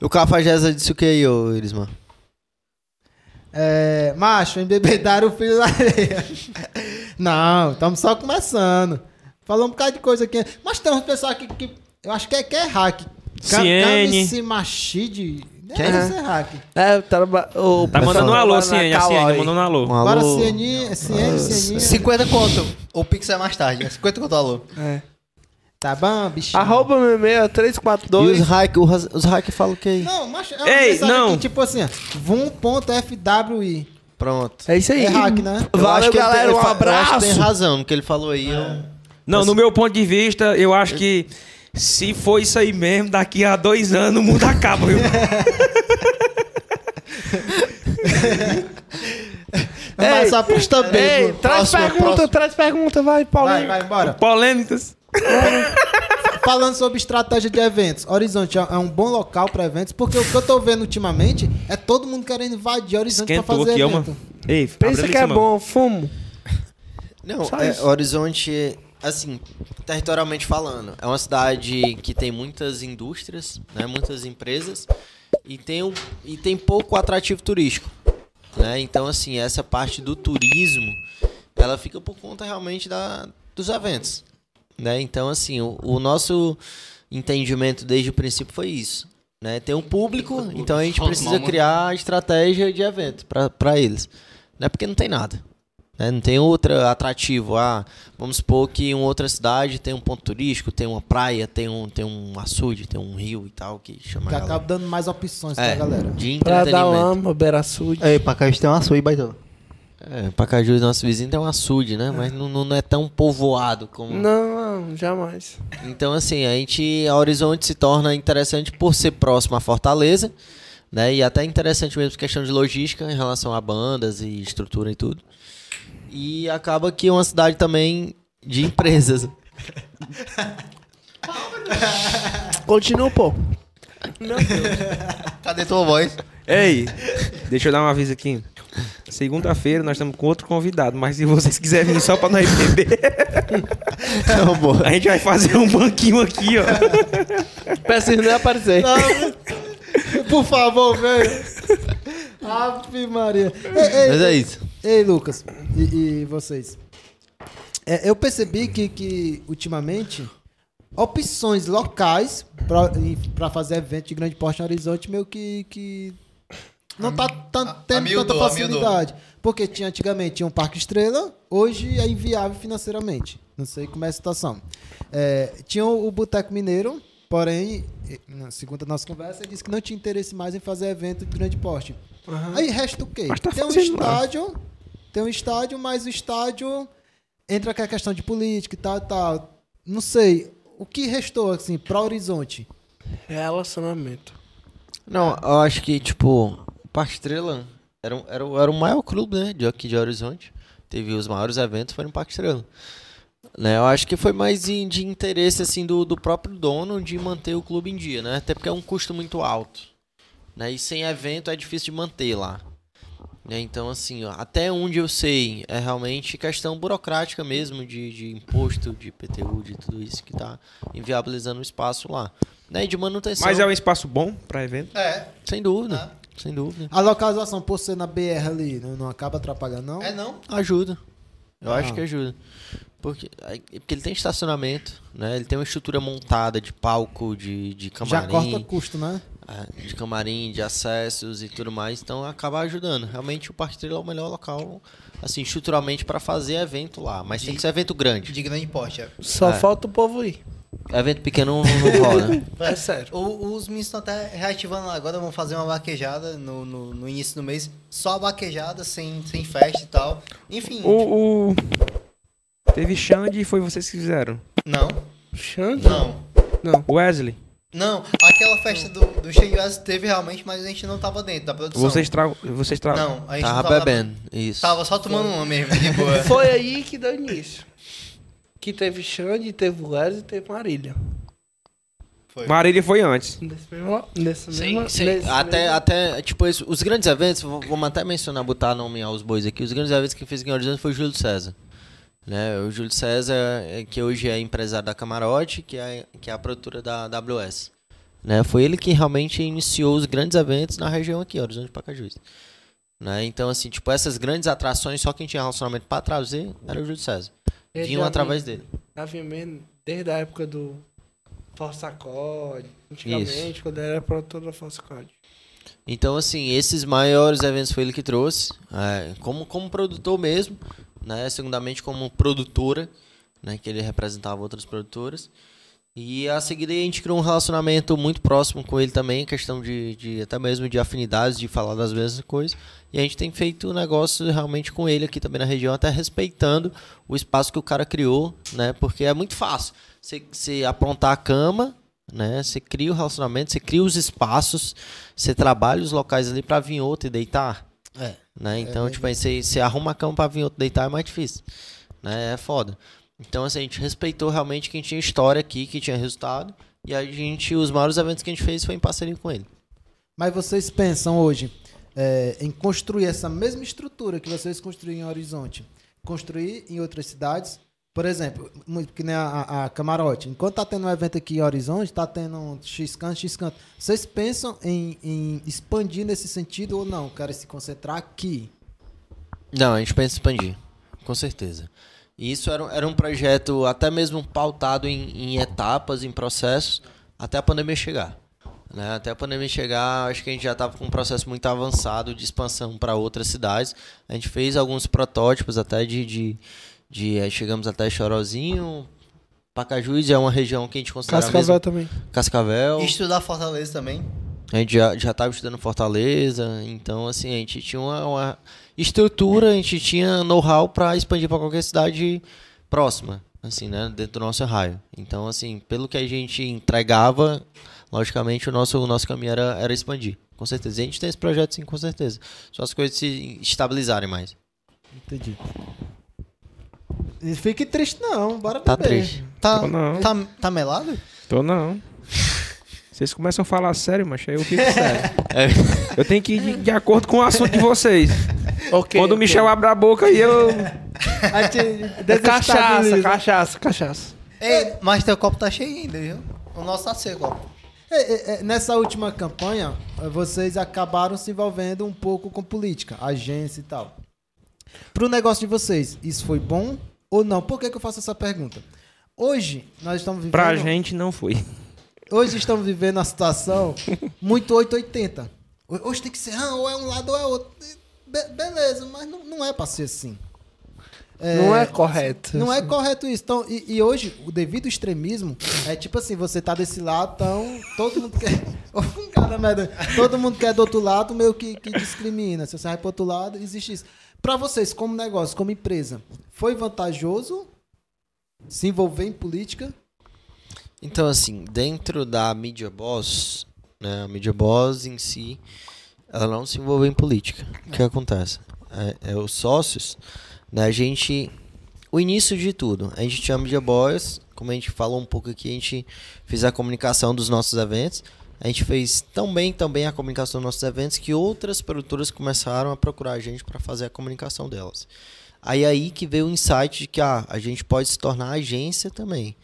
Speaker 5: O cafajeza disse o que aí, ô Irismar?
Speaker 1: É, macho, embebedaram o filho da areia. *laughs* Não, estamos só começando. Falou um bocado de coisa aqui. Mas tem um pessoal aqui que eu acho que é, que é hack.
Speaker 2: Ciene.
Speaker 1: Camice Machide. Deve ser hack.
Speaker 6: É, traba... o
Speaker 2: Tá
Speaker 6: pessoal
Speaker 2: mandando um alô,
Speaker 6: trabalha
Speaker 2: Ciene.
Speaker 6: na
Speaker 2: A Ciene
Speaker 6: Calói.
Speaker 2: tá mandando um alô.
Speaker 5: Um
Speaker 1: Bora,
Speaker 5: alô?
Speaker 1: Ciene, Ciene, Ciene.
Speaker 4: 50 conto. O Pix é mais tarde. é 50 conto, alô.
Speaker 6: É.
Speaker 1: Tá bom, bichinho.
Speaker 6: Arroba meu e-mail
Speaker 5: E
Speaker 6: 342.
Speaker 5: os hack, os, os hack falam o que aí?
Speaker 1: Não, macho, é um
Speaker 2: Ei,
Speaker 1: pessoal
Speaker 2: não.
Speaker 1: aqui, tipo assim, ó, vum.fwi.
Speaker 5: Pronto.
Speaker 6: É isso aí.
Speaker 1: É hack, né?
Speaker 5: Eu acho
Speaker 6: Valeu,
Speaker 5: que ele
Speaker 6: galera.
Speaker 5: tem-
Speaker 6: Um
Speaker 5: ele fa- eu acho que
Speaker 6: abraço.
Speaker 5: tem razão no que ele falou aí. eu-
Speaker 2: Não, no meu ponto de vista, eu acho que se for isso aí mesmo, daqui a dois anos o mundo acaba, viu?
Speaker 1: Mas só aposta
Speaker 6: Ei,
Speaker 1: bem.
Speaker 6: traz
Speaker 5: Próxima,
Speaker 6: pergunta,
Speaker 5: próxima.
Speaker 6: traz pergunta, vai,
Speaker 1: Vai,
Speaker 6: Paulinho.
Speaker 1: vai, bora.
Speaker 2: Polêmicas.
Speaker 1: Falando sobre estratégia de eventos, Horizonte é é um bom local para eventos, porque o que eu tô vendo ultimamente é todo mundo querendo invadir Horizonte para
Speaker 2: Esquentou
Speaker 1: fazer
Speaker 2: aqui, é ó,
Speaker 1: evento.
Speaker 2: mano. Ei, abre
Speaker 6: tá então. Pensa
Speaker 2: ali,
Speaker 6: que é
Speaker 2: Samuel.
Speaker 6: bom, fumo.
Speaker 5: Não,
Speaker 6: Só
Speaker 5: é,
Speaker 6: isso.
Speaker 5: Horizonte, assim, territorialmente falando, é uma cidade que tem muitas indústrias, né, muitas empresas, e tem, um, e tem pouco atrativo turístico. Né? Então, assim, essa parte do turismo, ela fica por conta realmente da, dos eventos. Né? Então, assim, o, o nosso entendimento desde o princípio foi isso. Né? Tem um público, então a gente precisa criar a estratégia de evento para eles. Né? Porque não tem nada. né? Não tem outro atrativo. Ah, vamos supor que em outra cidade tem um ponto turístico, tem uma praia, tem um, tem um açude, tem um rio e tal, que chama
Speaker 1: Que
Speaker 5: a galera.
Speaker 1: acaba dando mais opções
Speaker 5: É,
Speaker 1: pra galera.
Speaker 5: de
Speaker 6: Pra
Speaker 5: entretenimento.
Speaker 6: dar lama, beiraçude.
Speaker 4: Ei, pra cá a gente tem um açougue, baitão.
Speaker 5: É, Pacajus, nosso vizinho, tem um açude, né? Mas não, não é tão povoado como...
Speaker 6: Não, não, jamais.
Speaker 5: Então, assim, a gente, a Horizonte se torna interessante por ser próximo à Fortaleza, né? E até interessante mesmo por questão de logística em relação a bandas e estrutura e tudo. E acaba que é uma cidade também de empresas.
Speaker 6: Continua, um pô.
Speaker 4: Cadê tua voz?
Speaker 2: Ei, deixa eu dar um aviso aqui. Segunda-feira nós estamos com outro convidado, mas se vocês quiserem vir só pra nós beber, *laughs*
Speaker 5: Não, boa.
Speaker 2: a gente vai fazer um banquinho aqui, ó.
Speaker 6: Peças não ia aparecer.
Speaker 1: Por favor, velho. Ave Maria. Ei, ei,
Speaker 5: Mas é isso.
Speaker 1: Ei, Lucas, e, e vocês? É, eu percebi que, que, ultimamente opções locais para fazer evento de grande porte no Horizonte meio que, que não tá, tan- tendo
Speaker 8: amiudou, amiudou.
Speaker 1: tanta facilidade. Porque tinha antigamente tinha um Parque Estrela, hoje é inviável financeiramente. Não sei como é a situação. É, tinha o, o Boteco Mineiro, porém, eh, na- segundo a nossa conversa, ele disse que não tinha interesse mais em fazer evento de grande porte. Aí resta o quê?
Speaker 2: Mas tá
Speaker 1: tem um
Speaker 2: fazendo lá.
Speaker 1: estádio, tem um estádio, mas o estádio entra com a questão de política e tal e tal. Não sei. O que restou, assim, para Horizonte?
Speaker 6: Relacionamento.
Speaker 5: Não, eu acho que, tipo, o Parque Estrela era, um- era, o- era o maior clube, né, de aqui de Horizonte. Teve os maiores eventos, foi no Parque Estrela. Né, eu acho que foi mais de, de interesse, assim, do, do próprio dono de manter o clube em dia, né? Até porque é um custo muito alto. Né, e sem evento é difícil de manter lá. Né, então, assim, ó, até onde eu sei, é realmente questão burocrática mesmo, de, de imposto, de PTU, de tudo isso que tá inviabilizando o espaço lá. Né, e de manutenção,
Speaker 2: Mas é um espaço bom pra evento?
Speaker 8: É,
Speaker 5: sem dúvida, sem dúvida.
Speaker 1: A localização, por ser na BR ali, não, não acaba atrapalhando, não?
Speaker 8: é não?
Speaker 5: Ajuda. Eu acho
Speaker 1: Ah.
Speaker 5: que ajuda. Porque, aí- porque ele tem estacionamento, né? Ele tem uma estrutura montada de palco, de, de
Speaker 1: Já corta
Speaker 5: camarim,
Speaker 1: custo, né?
Speaker 5: ah, de camarim, de acessos e tudo mais, então acaba ajudando. Realmente o Parque Trilha é o melhor local, assim, estruturalmente para fazer evento lá, mas tem que ser evento grande.
Speaker 8: De grande porte. é.
Speaker 6: Só
Speaker 5: É.
Speaker 6: falta o povo ir.
Speaker 5: Evento pequeno não, não *laughs* rola.
Speaker 6: É sério.
Speaker 8: O- os meninos estão até reativando lá agora, vão fazer uma vaquejada no, no, no início do mês. Só a vaquejada, sem, sem festa e tal. Enfim,
Speaker 2: O, o- Teve Xande e foi vocês que fizeram.
Speaker 8: não,
Speaker 6: Xande?
Speaker 8: não,
Speaker 2: Wesley,
Speaker 8: não. Aquela festa do, do Shade West teve realmente, mas a gente não tava dentro da produção.
Speaker 2: vocês tra... vocês tra...
Speaker 8: Não, a gente não
Speaker 5: Tava
Speaker 8: tava
Speaker 5: bebendo, isso.
Speaker 8: Tava só tomando uma mesmo, de
Speaker 5: *laughs*
Speaker 8: boa.
Speaker 6: Foi aí que deu início. Que teve Xande, teve Wesley e teve Marília.
Speaker 2: Marília foi antes.
Speaker 6: Nesse mesmo... Nesse
Speaker 5: Sim,
Speaker 6: mesmo
Speaker 5: sim.
Speaker 6: nesse
Speaker 5: Até,
Speaker 6: mesmo-
Speaker 5: até, tipo, esse- os grandes eventos, v- vamos até mencionar, botar nome aos bois aqui, os grandes eventos que fez em Horizonte foi o Júlio César. Né? O Júlio César, é, que hoje é empresário da Camarote, que é, que é a produtora da AWS. Né? Foi ele que realmente iniciou os grandes eventos na região aqui, Horizonte Pacajus. Né? Então, assim, tipo, essas grandes atrações, só quem tinha relacionamento pra trazer era o Júlio César.
Speaker 6: Ele
Speaker 5: Vinham
Speaker 6: já
Speaker 5: através
Speaker 6: vinha-
Speaker 5: dele.
Speaker 6: Já vinha mesmo desde a época do Força Code. Antigamente, quando era produtor da Força Code.
Speaker 5: Então, assim, esses maiores eventos foi ele que trouxe, é, como, como produtor mesmo, né? Segundamente como produtora, né? Que ele representava outras produtoras. E a seguir a gente criou um relacionamento muito próximo com ele também, questão de, de até mesmo de afinidades, de falar das mesmas coisas. E a gente tem feito um negócio realmente com ele aqui também na região, até respeitando o espaço que o cara criou, né? Porque é muito fácil. Você- Você aprontar a cama, né? Você cria o relacionamento, você cria os espaços, você trabalha os locais ali pra vir outro e deitar.
Speaker 1: É.
Speaker 5: Né? Então, tipo, aí você, você arruma a cama pra vir outro deitar é mais difícil. Né? É foda. Então, assim, a gente respeitou realmente quem tinha história aqui, que tinha resultado. E a gente, os maiores eventos que a gente fez foi em parceria com ele.
Speaker 1: Mas vocês pensam hoje é, em construir essa mesma estrutura que vocês construíram em Horizonte, construir em outras cidades? Por exemplo, mu- que nem a, a- a Camarote. Enquanto está tendo um evento aqui em Horizonte, está tendo um X canto, X canto. Vocês pensam em, em expandir nesse sentido ou não? Quero se concentrar aqui.
Speaker 5: Não, a gente pensa em expandir, com certeza. E isso era, um- era um projeto até mesmo pautado em, em etapas, em processos, até a pandemia chegar. né? Até a pandemia chegar, acho que a gente já estava com um processo muito avançado de expansão para outras cidades. A gente fez alguns protótipos até de. de, de, eh, chegamos até Chorozinho. Pacajus é uma região que a gente considera.
Speaker 6: Cascavel
Speaker 5: mesmo-
Speaker 6: é também.
Speaker 5: Cascavel.
Speaker 8: Estudar Fortaleza também.
Speaker 5: A gente já, já tava estudando Fortaleza, então assim, a gente tinha uma, uma estrutura, a gente tinha know-how para expandir para qualquer cidade próxima, assim, né, dentro do nosso raio. Então, assim, pelo que a gente entregava, logicamente o nosso o nosso caminho era, era expandir. Com certeza. E a gente tem esse projeto sim, com certeza. Só as coisas se estabilizarem mais.
Speaker 1: Entendi. E fique triste não, bora
Speaker 5: Tá
Speaker 1: beber.
Speaker 5: triste.
Speaker 8: Tá,
Speaker 2: Tô não.
Speaker 8: tá, tá melado?
Speaker 2: Tô não. Vocês começam a
Speaker 6: *laughs*
Speaker 2: falar sério, macho, aí eu fico sério. Eu tenho que ir de, de acordo com o assunto de vocês.
Speaker 11: Ok.
Speaker 2: Quando o Michel abre a boca aí eu.
Speaker 1: A gente
Speaker 11: É Cachaça,
Speaker 1: desestabiliza.
Speaker 11: cachaça, cachaça.
Speaker 8: Ei, mas teu copo tá cheio ainda, viu? O nosso tá seco, ó.
Speaker 1: É, é, é, nessa última campanha, eh, vocês acabaram se envolvendo um pouco com política, agência e tal. Pro negócio de vocês, isso foi bom ou não? Por que, que eu faço essa pergunta? Hoje, nós estamos vivendo.
Speaker 2: Pra gente não foi.
Speaker 1: Hoje estamos vivendo uma situação muito 880. Ho- Hoje tem que ser, ah, ou é um lado ou é outro. Be- beleza, mas não, não é pra ser assim.
Speaker 11: Não é correto.
Speaker 1: Não é correto isso. Então, e, e hoje, o devido extremismo é tipo assim, você tá desse lado, então todo mundo quer. *laughs* Um cara, merda. Todo mundo quer do outro lado, meio que, que discrimina. Se você vai pro outro lado, existe isso. Pra vocês, como negócio, como empresa, foi vantajoso se envolver em política?
Speaker 5: Então, assim, dentro da Media Boss, né, a Media Boss em si, ela não se envolveu em política. O que acontece? É, é os sócios, né, a gente. O início de tudo, a gente tinha a Media Boss, como a gente falou um pouco aqui, a gente fez a comunicação dos nossos eventos. A gente fez tão bem, tão bem a comunicação dos nossos eventos que outras produtoras começaram a procurar a gente para fazer a comunicação delas. Aí aí que veio o insight de que ah, a gente pode se tornar agência também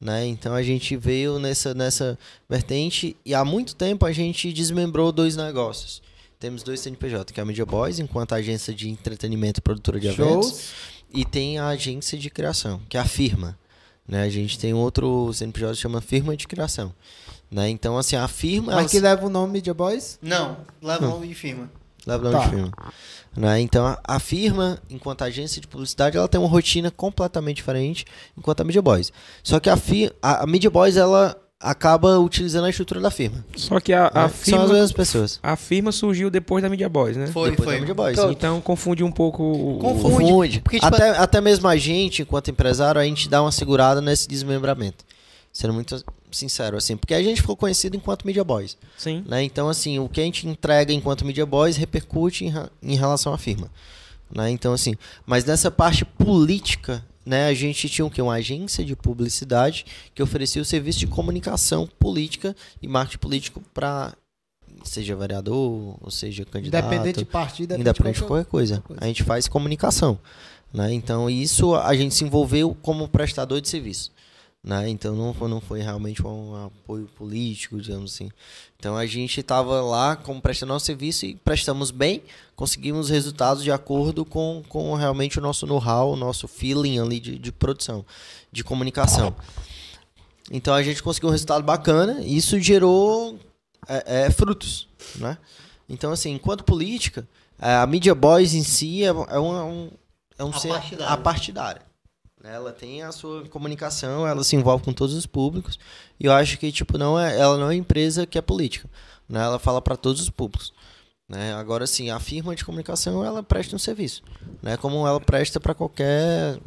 Speaker 5: né? Então a gente veio nessa, nessa vertente e há muito tempo a gente desmembrou dois negócios. Temos dois CNPJ, que é a Media Boys, enquanto agência de entretenimento e produtora de eventos, e tem a agência de criação, que é a firma. Né? A gente tem outro CNPJ que chama Firma de Criação. Né? Então, assim, a firma. ela
Speaker 1: Mas que
Speaker 5: se-
Speaker 1: leva o nome Media Boys?
Speaker 8: Não, leva
Speaker 5: Hum.
Speaker 8: o de firma.
Speaker 5: Leva o
Speaker 1: Tá.
Speaker 5: nome de firma. Né? Então, a, a firma, enquanto agência de publicidade, ela tem uma rotina completamente diferente enquanto a Media Boys. Só que a, fi, a, a Media Boys, ela acaba utilizando a estrutura da firma.
Speaker 2: Só que a, a
Speaker 5: né? São as
Speaker 2: firma.
Speaker 5: mesmas pessoas.
Speaker 2: A firma surgiu depois da Media Boys, né?
Speaker 8: Foi,
Speaker 5: É, Depois da
Speaker 8: foi.
Speaker 5: Media Boys.
Speaker 2: Então confunde um pouco o.
Speaker 8: Confunde.
Speaker 5: Confunde.
Speaker 8: Porque, tipo,
Speaker 5: até, até mesmo a gente, enquanto empresário, a gente dá uma segurada nesse desmembramento. Sendo muito sincero, assim. Porque a gente ficou conhecido enquanto Media Boys.
Speaker 2: Sim.
Speaker 5: né? Então, assim, o que a gente entrega enquanto Media Boys repercute em, ra- em relação à firma. né? Então, assim, mas nessa parte política, né, a gente tinha o quê? Uma agência de publicidade que oferecia o serviço de comunicação política e marketing político para seja vereador, ou seja candidato,
Speaker 1: Independente de partido,
Speaker 5: independente de qualquer coisa.
Speaker 1: qualquer coisa.
Speaker 5: A gente faz comunicação. Né? Então, isso a gente se envolveu como prestador de serviço. Né? Então, não foi, não foi realmente um apoio político, digamos assim. Então, a gente estava lá como prestando nosso serviço e prestamos bem, conseguimos resultados de acordo com, com realmente o nosso know-how, o nosso feeling ali de, de produção, de comunicação. Então, a gente conseguiu um resultado bacana e isso gerou é, é, frutos. Né? Então, assim, enquanto política, é, a Media Boys em si é, é um, é um, é um ser
Speaker 8: Apartidária.
Speaker 5: apartidária. Né? Ela tem a sua comunicação, ela se envolve com todos os públicos. E eu acho que, tipo, não é, ela não é uma empresa que é política. Né? Ela fala para todos os públicos. Né? Agora, sim, a firma de comunicação, ela presta um serviço. Né? Como ela presta para qualquer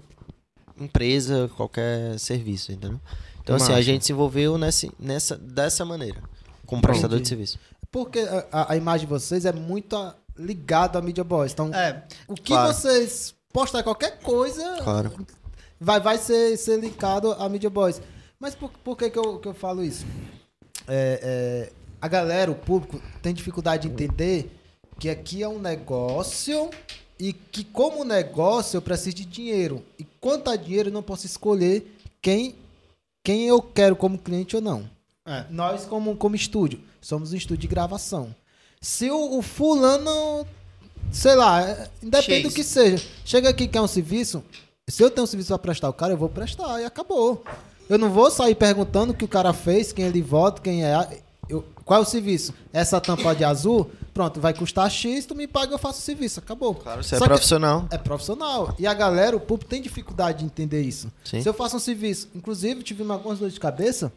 Speaker 5: empresa, qualquer serviço, entendeu? Então, assim, a
Speaker 2: Massa.
Speaker 5: gente se envolveu nesse, nessa, dessa maneira, como prestador de serviço.
Speaker 1: Porque a- a, a imagem de vocês é muito a- ligada à Media Boys. Então,
Speaker 8: É,
Speaker 1: o que
Speaker 5: claro.
Speaker 1: vocês postar qualquer coisa
Speaker 5: Claro.
Speaker 1: vai, vai ser, ser linkado à Media Boys. Mas por, por que, que, eu, que eu falo isso? É, é, a galera, o público, tem dificuldade de entender que aqui é um negócio e que, como negócio, eu preciso de dinheiro. E quanto a dinheiro, eu não posso escolher quem, quem eu quero como cliente ou não.
Speaker 8: É.
Speaker 1: Nós, como, como estúdio, somos um estúdio de gravação. Se o, o fulano, sei lá, é- independe
Speaker 8: X.
Speaker 1: do que seja, chega aqui e quer um serviço, se eu tenho um serviço pra prestar o cara, eu vou prestar e acabou. Eu não vou sair perguntando o que o cara fez, quem ele vota, quem é. eu- qual é o serviço? Essa tampa de azul, pronto, vai custar X, tu me paga, eu faço o serviço, acabou.
Speaker 5: Claro, você é
Speaker 1: Só que-
Speaker 5: profissional.
Speaker 1: é profissional. E a galera, o público tem dificuldade de entender isso.
Speaker 5: Sim.
Speaker 1: Se eu faço um serviço, inclusive, tive uma algumas dores de cabeça.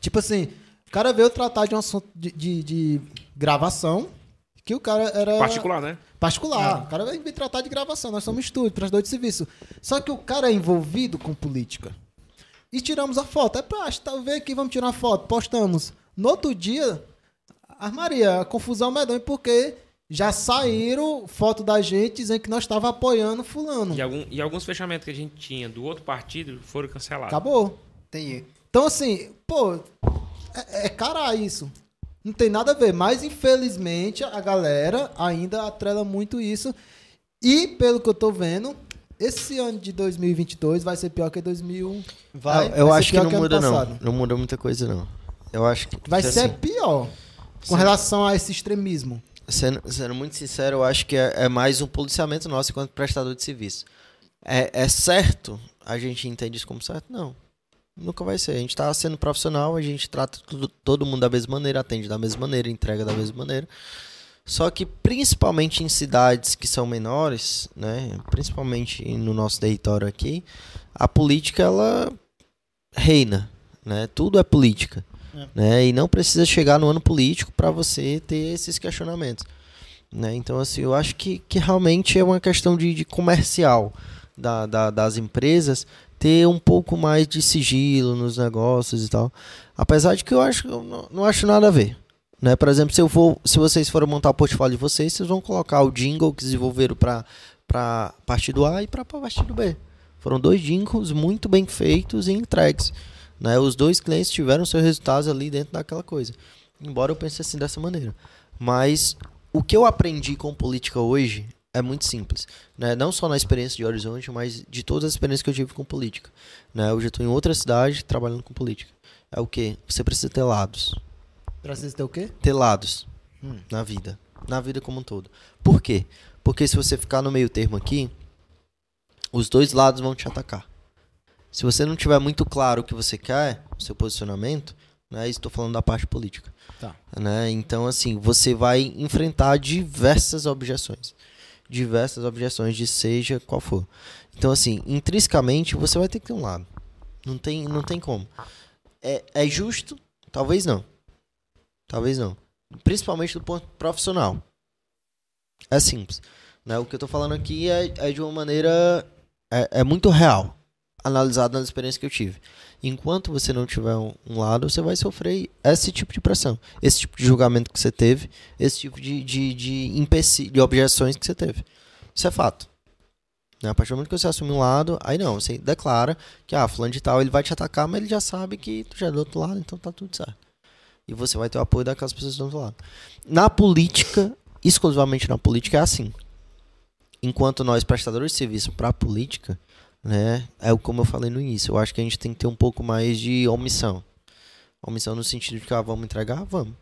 Speaker 1: Tipo assim, o cara veio tratar de um assunto de, de- de gravação, que o cara era.
Speaker 2: Particular, né?
Speaker 1: Particular. O cara veio veio tratar de gravação, nós somos estúdio, prestador de serviço. Só que o cara é envolvido com política. E tiramos a foto. É praxe, tá? Vem aqui, vamos tirar a foto. Postamos. No outro dia, a Maria, a confusão é medonha, porque já saíram foto da gente dizendo que nós estava apoiando fulano.
Speaker 2: E, algum- e alguns fechamentos que a gente tinha do outro partido foram cancelados.
Speaker 1: Acabou.
Speaker 8: entendi.
Speaker 1: Então, assim, pô, é, é cara isso. Não tem nada a ver. Mas, infelizmente, a galera ainda atrela muito isso. E, pelo que eu tô vendo, esse ano de 2022 vai ser pior que 2001.
Speaker 5: Vai, Ah, eu
Speaker 1: ser
Speaker 5: acho que
Speaker 1: pior
Speaker 5: não
Speaker 1: é ano
Speaker 5: muda, não.
Speaker 1: passado.
Speaker 5: Não muda muita coisa, não. Eu acho que.
Speaker 1: Vai ser
Speaker 5: assim,
Speaker 1: pior com
Speaker 5: Sim.
Speaker 1: relação a esse extremismo.
Speaker 5: Sendo, sendo muito sincero, eu acho que é, é mais um policiamento nosso enquanto prestador de serviço. É, é certo? A gente entende isso como certo? Não. Nunca vai ser. A gente está sendo profissional, a gente trata tudo- todo mundo da mesma maneira, atende da mesma maneira, entrega da mesma maneira. Só que principalmente em cidades que são menores, né, principalmente no nosso território aqui, a política ela reina, né? Tudo é política, né? E não precisa chegar no ano político para você ter esses questionamentos, né? Então assim, eu acho que, que realmente é uma questão de, de comercial da, da- das empresas ter um pouco mais de sigilo nos negócios e tal, apesar de que eu acho eu não, não acho nada a ver. Né? Por exemplo, se, eu for, se vocês forem montar o portfólio de vocês, vocês vão colocar o jingle que desenvolveram para a parte do A e para a parte do B. Foram dois jingles muito bem feitos e entregues. Né? Os dois clientes tiveram seus resultados ali dentro daquela coisa. Embora eu pense assim dessa maneira. Mas o que eu aprendi com política hoje é muito simples. Né? Não só na experiência de Horizonte, mas de todas as experiências que eu tive com política. Né? Hoje eu estou em outra cidade trabalhando com política. É o que? Você precisa ter lados
Speaker 1: Precisa ter o quê?
Speaker 5: ter lados na vida. Na vida como um todo. Por quê? Porque se você ficar no meio termo aqui, os dois lados vão te atacar. Se você não tiver muito claro o que você quer, o seu posicionamento, né? Estou falando da parte política.
Speaker 1: Tá.
Speaker 5: Né? Então, assim, você vai enfrentar diversas objeções. Diversas objeções de seja qual for. Então, assim, intrinsecamente você vai ter que ter um lado. Não tem, não tem como. É, é justo? Talvez não. Talvez não. Principalmente do ponto profissional. É simples. Né? O que eu tô falando aqui é, é de uma maneira. É, é muito real. Analisado nas experiências que eu tive. Enquanto você não tiver um, um lado, você vai sofrer esse tipo de pressão. Esse tipo de julgamento que você teve. Esse tipo de, de, de, empeci- de objeções que você teve. Isso é fato. Né? A partir do momento que você assume um lado, aí não, você declara que, ah, fulano de tal, ele vai te atacar, mas ele já sabe que tu já é do outro lado, então tá tudo certo. E você vai ter o apoio daquelas pessoas do outro lado. Na política, exclusivamente na política, é assim. Enquanto nós, prestadores de serviço para a política, né, é o- como eu falei no início, eu acho que a gente tem que ter um pouco mais de omissão. Omissão no sentido de que, ah, vamos entregar? Vamos.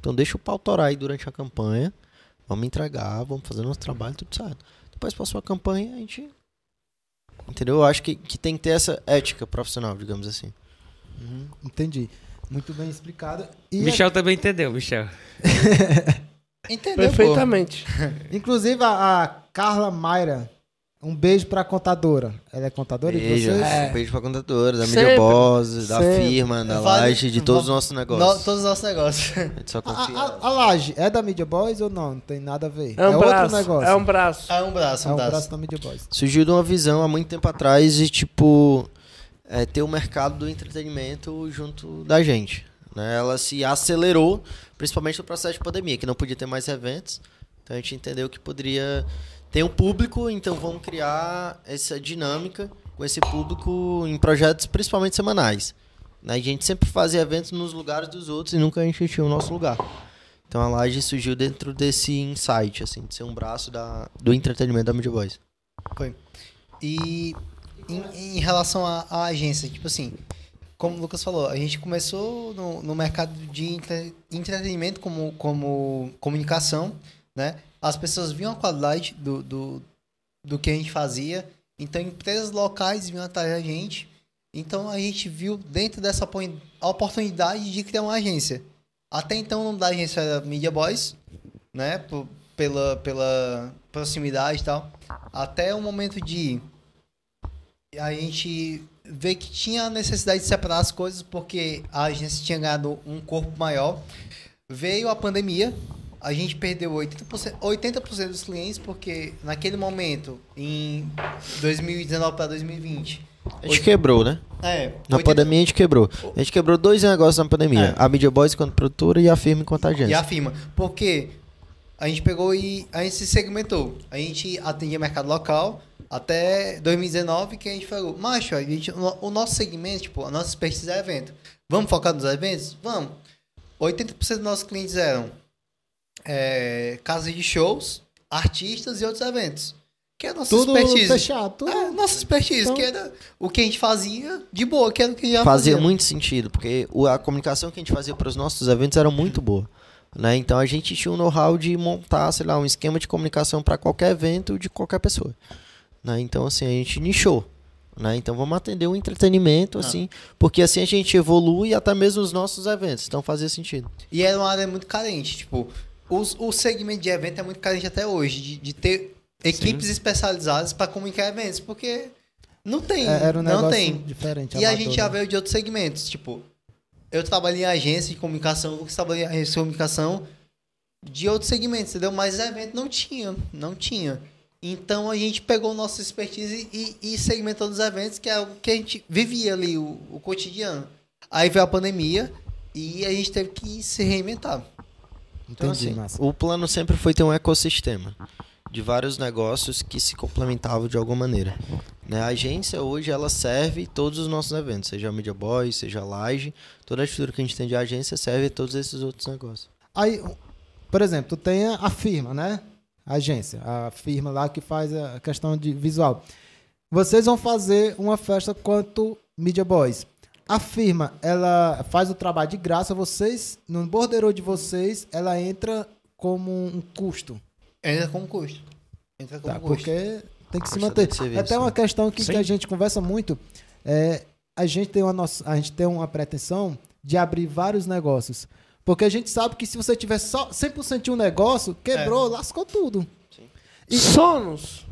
Speaker 5: Então deixa o pau torar aí durante a campanha, vamos entregar, vamos fazer nosso trabalho, tudo certo. Depois passou a campanha, a gente... Entendeu? Eu acho que, que tem que ter essa ética profissional, digamos assim.
Speaker 1: Uhum, entendi. Muito bem explicado. E
Speaker 9: Michel também entendeu, Michel.
Speaker 1: Entendeu, pô.
Speaker 6: Perfeitamente.
Speaker 1: Inclusive, a, a Carla Mayra. Um beijo pra contadora. Ela é contadora
Speaker 5: Beijo,
Speaker 1: de vocês?
Speaker 4: É.
Speaker 5: um beijo pra contadora, da
Speaker 6: Sempre.
Speaker 5: mídia Boss, da
Speaker 1: Sempre.
Speaker 5: firma, da
Speaker 4: Vale-
Speaker 5: laje, de todos os
Speaker 4: va-
Speaker 5: nossos negócios.
Speaker 4: No- Ah, todos os nossos negócios.
Speaker 5: A gente só
Speaker 1: A,
Speaker 5: confia.
Speaker 1: a- a laje é da Media Boys ou não? Não tem nada a ver.
Speaker 6: É um
Speaker 1: outro
Speaker 6: braço.
Speaker 1: negócio.
Speaker 6: É um braço.
Speaker 4: Ah, é um braço,
Speaker 1: É
Speaker 4: um
Speaker 1: um
Speaker 4: braço.
Speaker 1: braço da Media Boys.
Speaker 5: Surgiu de uma visão há muito tempo atrás de, tipo, é, ter o mercado do entretenimento junto da gente. né? Ela se acelerou, principalmente no processo de pandemia, que não podia ter mais eventos. Então a gente entendeu que poderia ter um público, então vamos criar essa dinâmica com esse público em projetos principalmente semanais. né? A gente sempre fazia eventos nos lugares dos outros e nunca a gente tinha o nosso lugar. Então a Laje surgiu dentro desse insight, assim, de ser um braço da, do entretenimento da Media Boys.
Speaker 4: E em, em relação à, à agência, tipo assim, como o Lucas falou, a gente começou no, no mercado de entre- entretenimento como, como comunicação, né? As pessoas viam a qualidade do, do, do que a gente fazia, então empresas locais vinham atrás da gente, então a gente viu dentro dessa opor- a oportunidade de criar uma agência. Até então o nome da agência era Media Boys, né? Por- pela, pela proximidade e tal. Até o momento de a gente ver que tinha a necessidade de separar as coisas porque a agência tinha ganhado um corpo maior. Veio a pandemia, a gente perdeu 80%, 80% dos clientes porque naquele momento, em 2019 para 2020,
Speaker 5: A gente quebrou, né?
Speaker 4: é,
Speaker 5: Na
Speaker 4: 80
Speaker 5: pandemia a gente quebrou. A gente quebrou dois negócios na
Speaker 4: É.
Speaker 5: pandemia. A Media Boys enquanto produtora e a firma enquanto
Speaker 4: E
Speaker 5: agência.
Speaker 4: afirma. Porque a gente pegou e a gente se segmentou. A gente atendia mercado local até 2019, que a gente falou, macho, a gente, o o nosso segmento, tipo, a nossa expertise é evento. Vamos focar nos eventos? Vamos. 80% dos nossos clientes eram é, casas de shows, artistas e outros eventos. que é a nossa
Speaker 1: Tudo
Speaker 4: expertise.
Speaker 1: fechado, tudo-
Speaker 4: É, nossa expertise,
Speaker 1: Então-
Speaker 4: que era o que a gente fazia de boa, que era o que já
Speaker 5: Fazia
Speaker 4: fazia.
Speaker 5: muito sentido, porque o- a comunicação que a gente fazia para os nossos eventos era muito boa. Né? Então a gente tinha um know-how de montar, sei lá, um esquema de comunicação para qualquer evento de qualquer pessoa. Né? Então, assim, a gente nichou. Né? Então vamos atender o entretenimento, assim, porque assim a gente evolui até mesmo os nossos eventos. Então fazia sentido.
Speaker 4: E era uma área muito carente, tipo, os- o segmento de evento é muito carente até hoje, de, de ter equipes especializadas para comunicar eventos, porque não tem,
Speaker 1: É, era um
Speaker 4: não
Speaker 1: negócio
Speaker 4: tem.
Speaker 1: diferente.
Speaker 4: E a
Speaker 1: amador,
Speaker 4: gente já
Speaker 1: né?
Speaker 4: veio de outros segmentos, tipo, eu trabalhei em agência de comunicação, eu trabalhei em agência de comunicação de outros segmentos, entendeu? Mas evento não tinha, não tinha. Então a gente pegou nossa expertise e, e segmentou nos eventos, que é o que a gente vivia ali, o, o cotidiano. Aí veio a pandemia e a gente teve que se reinventar.
Speaker 5: Então,
Speaker 1: Entendi,
Speaker 5: assim,
Speaker 1: massa.
Speaker 5: o plano sempre foi ter um ecossistema de vários negócios que se complementavam de alguma maneira. Né, A agência hoje ela serve todos os nossos eventos, seja a Media Boy, seja a Laje, toda a estrutura que a gente tem de agência serve a todos esses outros negócios.
Speaker 1: Aí, um, por exemplo, tu tem a a firma, né? A agência, a firma lá que faz a questão de visual. Vocês vão fazer uma festa quanto Media Boys. A firma, ela faz o trabalho de graça, vocês, no borderô de vocês, ela entra como um custo.
Speaker 4: Entra com custo. Entra com
Speaker 1: Tá,
Speaker 4: custo.
Speaker 1: porque tem que se
Speaker 5: Custa
Speaker 1: manter.
Speaker 5: de serviço,
Speaker 1: É até uma
Speaker 5: né?
Speaker 1: questão que, que
Speaker 5: Sim.
Speaker 1: a gente conversa muito. É, a, gente tem uma noção- a gente tem uma pretensão de abrir vários negócios. Porque a gente sabe que se você tiver só 100% de um negócio,
Speaker 5: É.
Speaker 1: quebrou, lascou tudo.
Speaker 12: Sonos.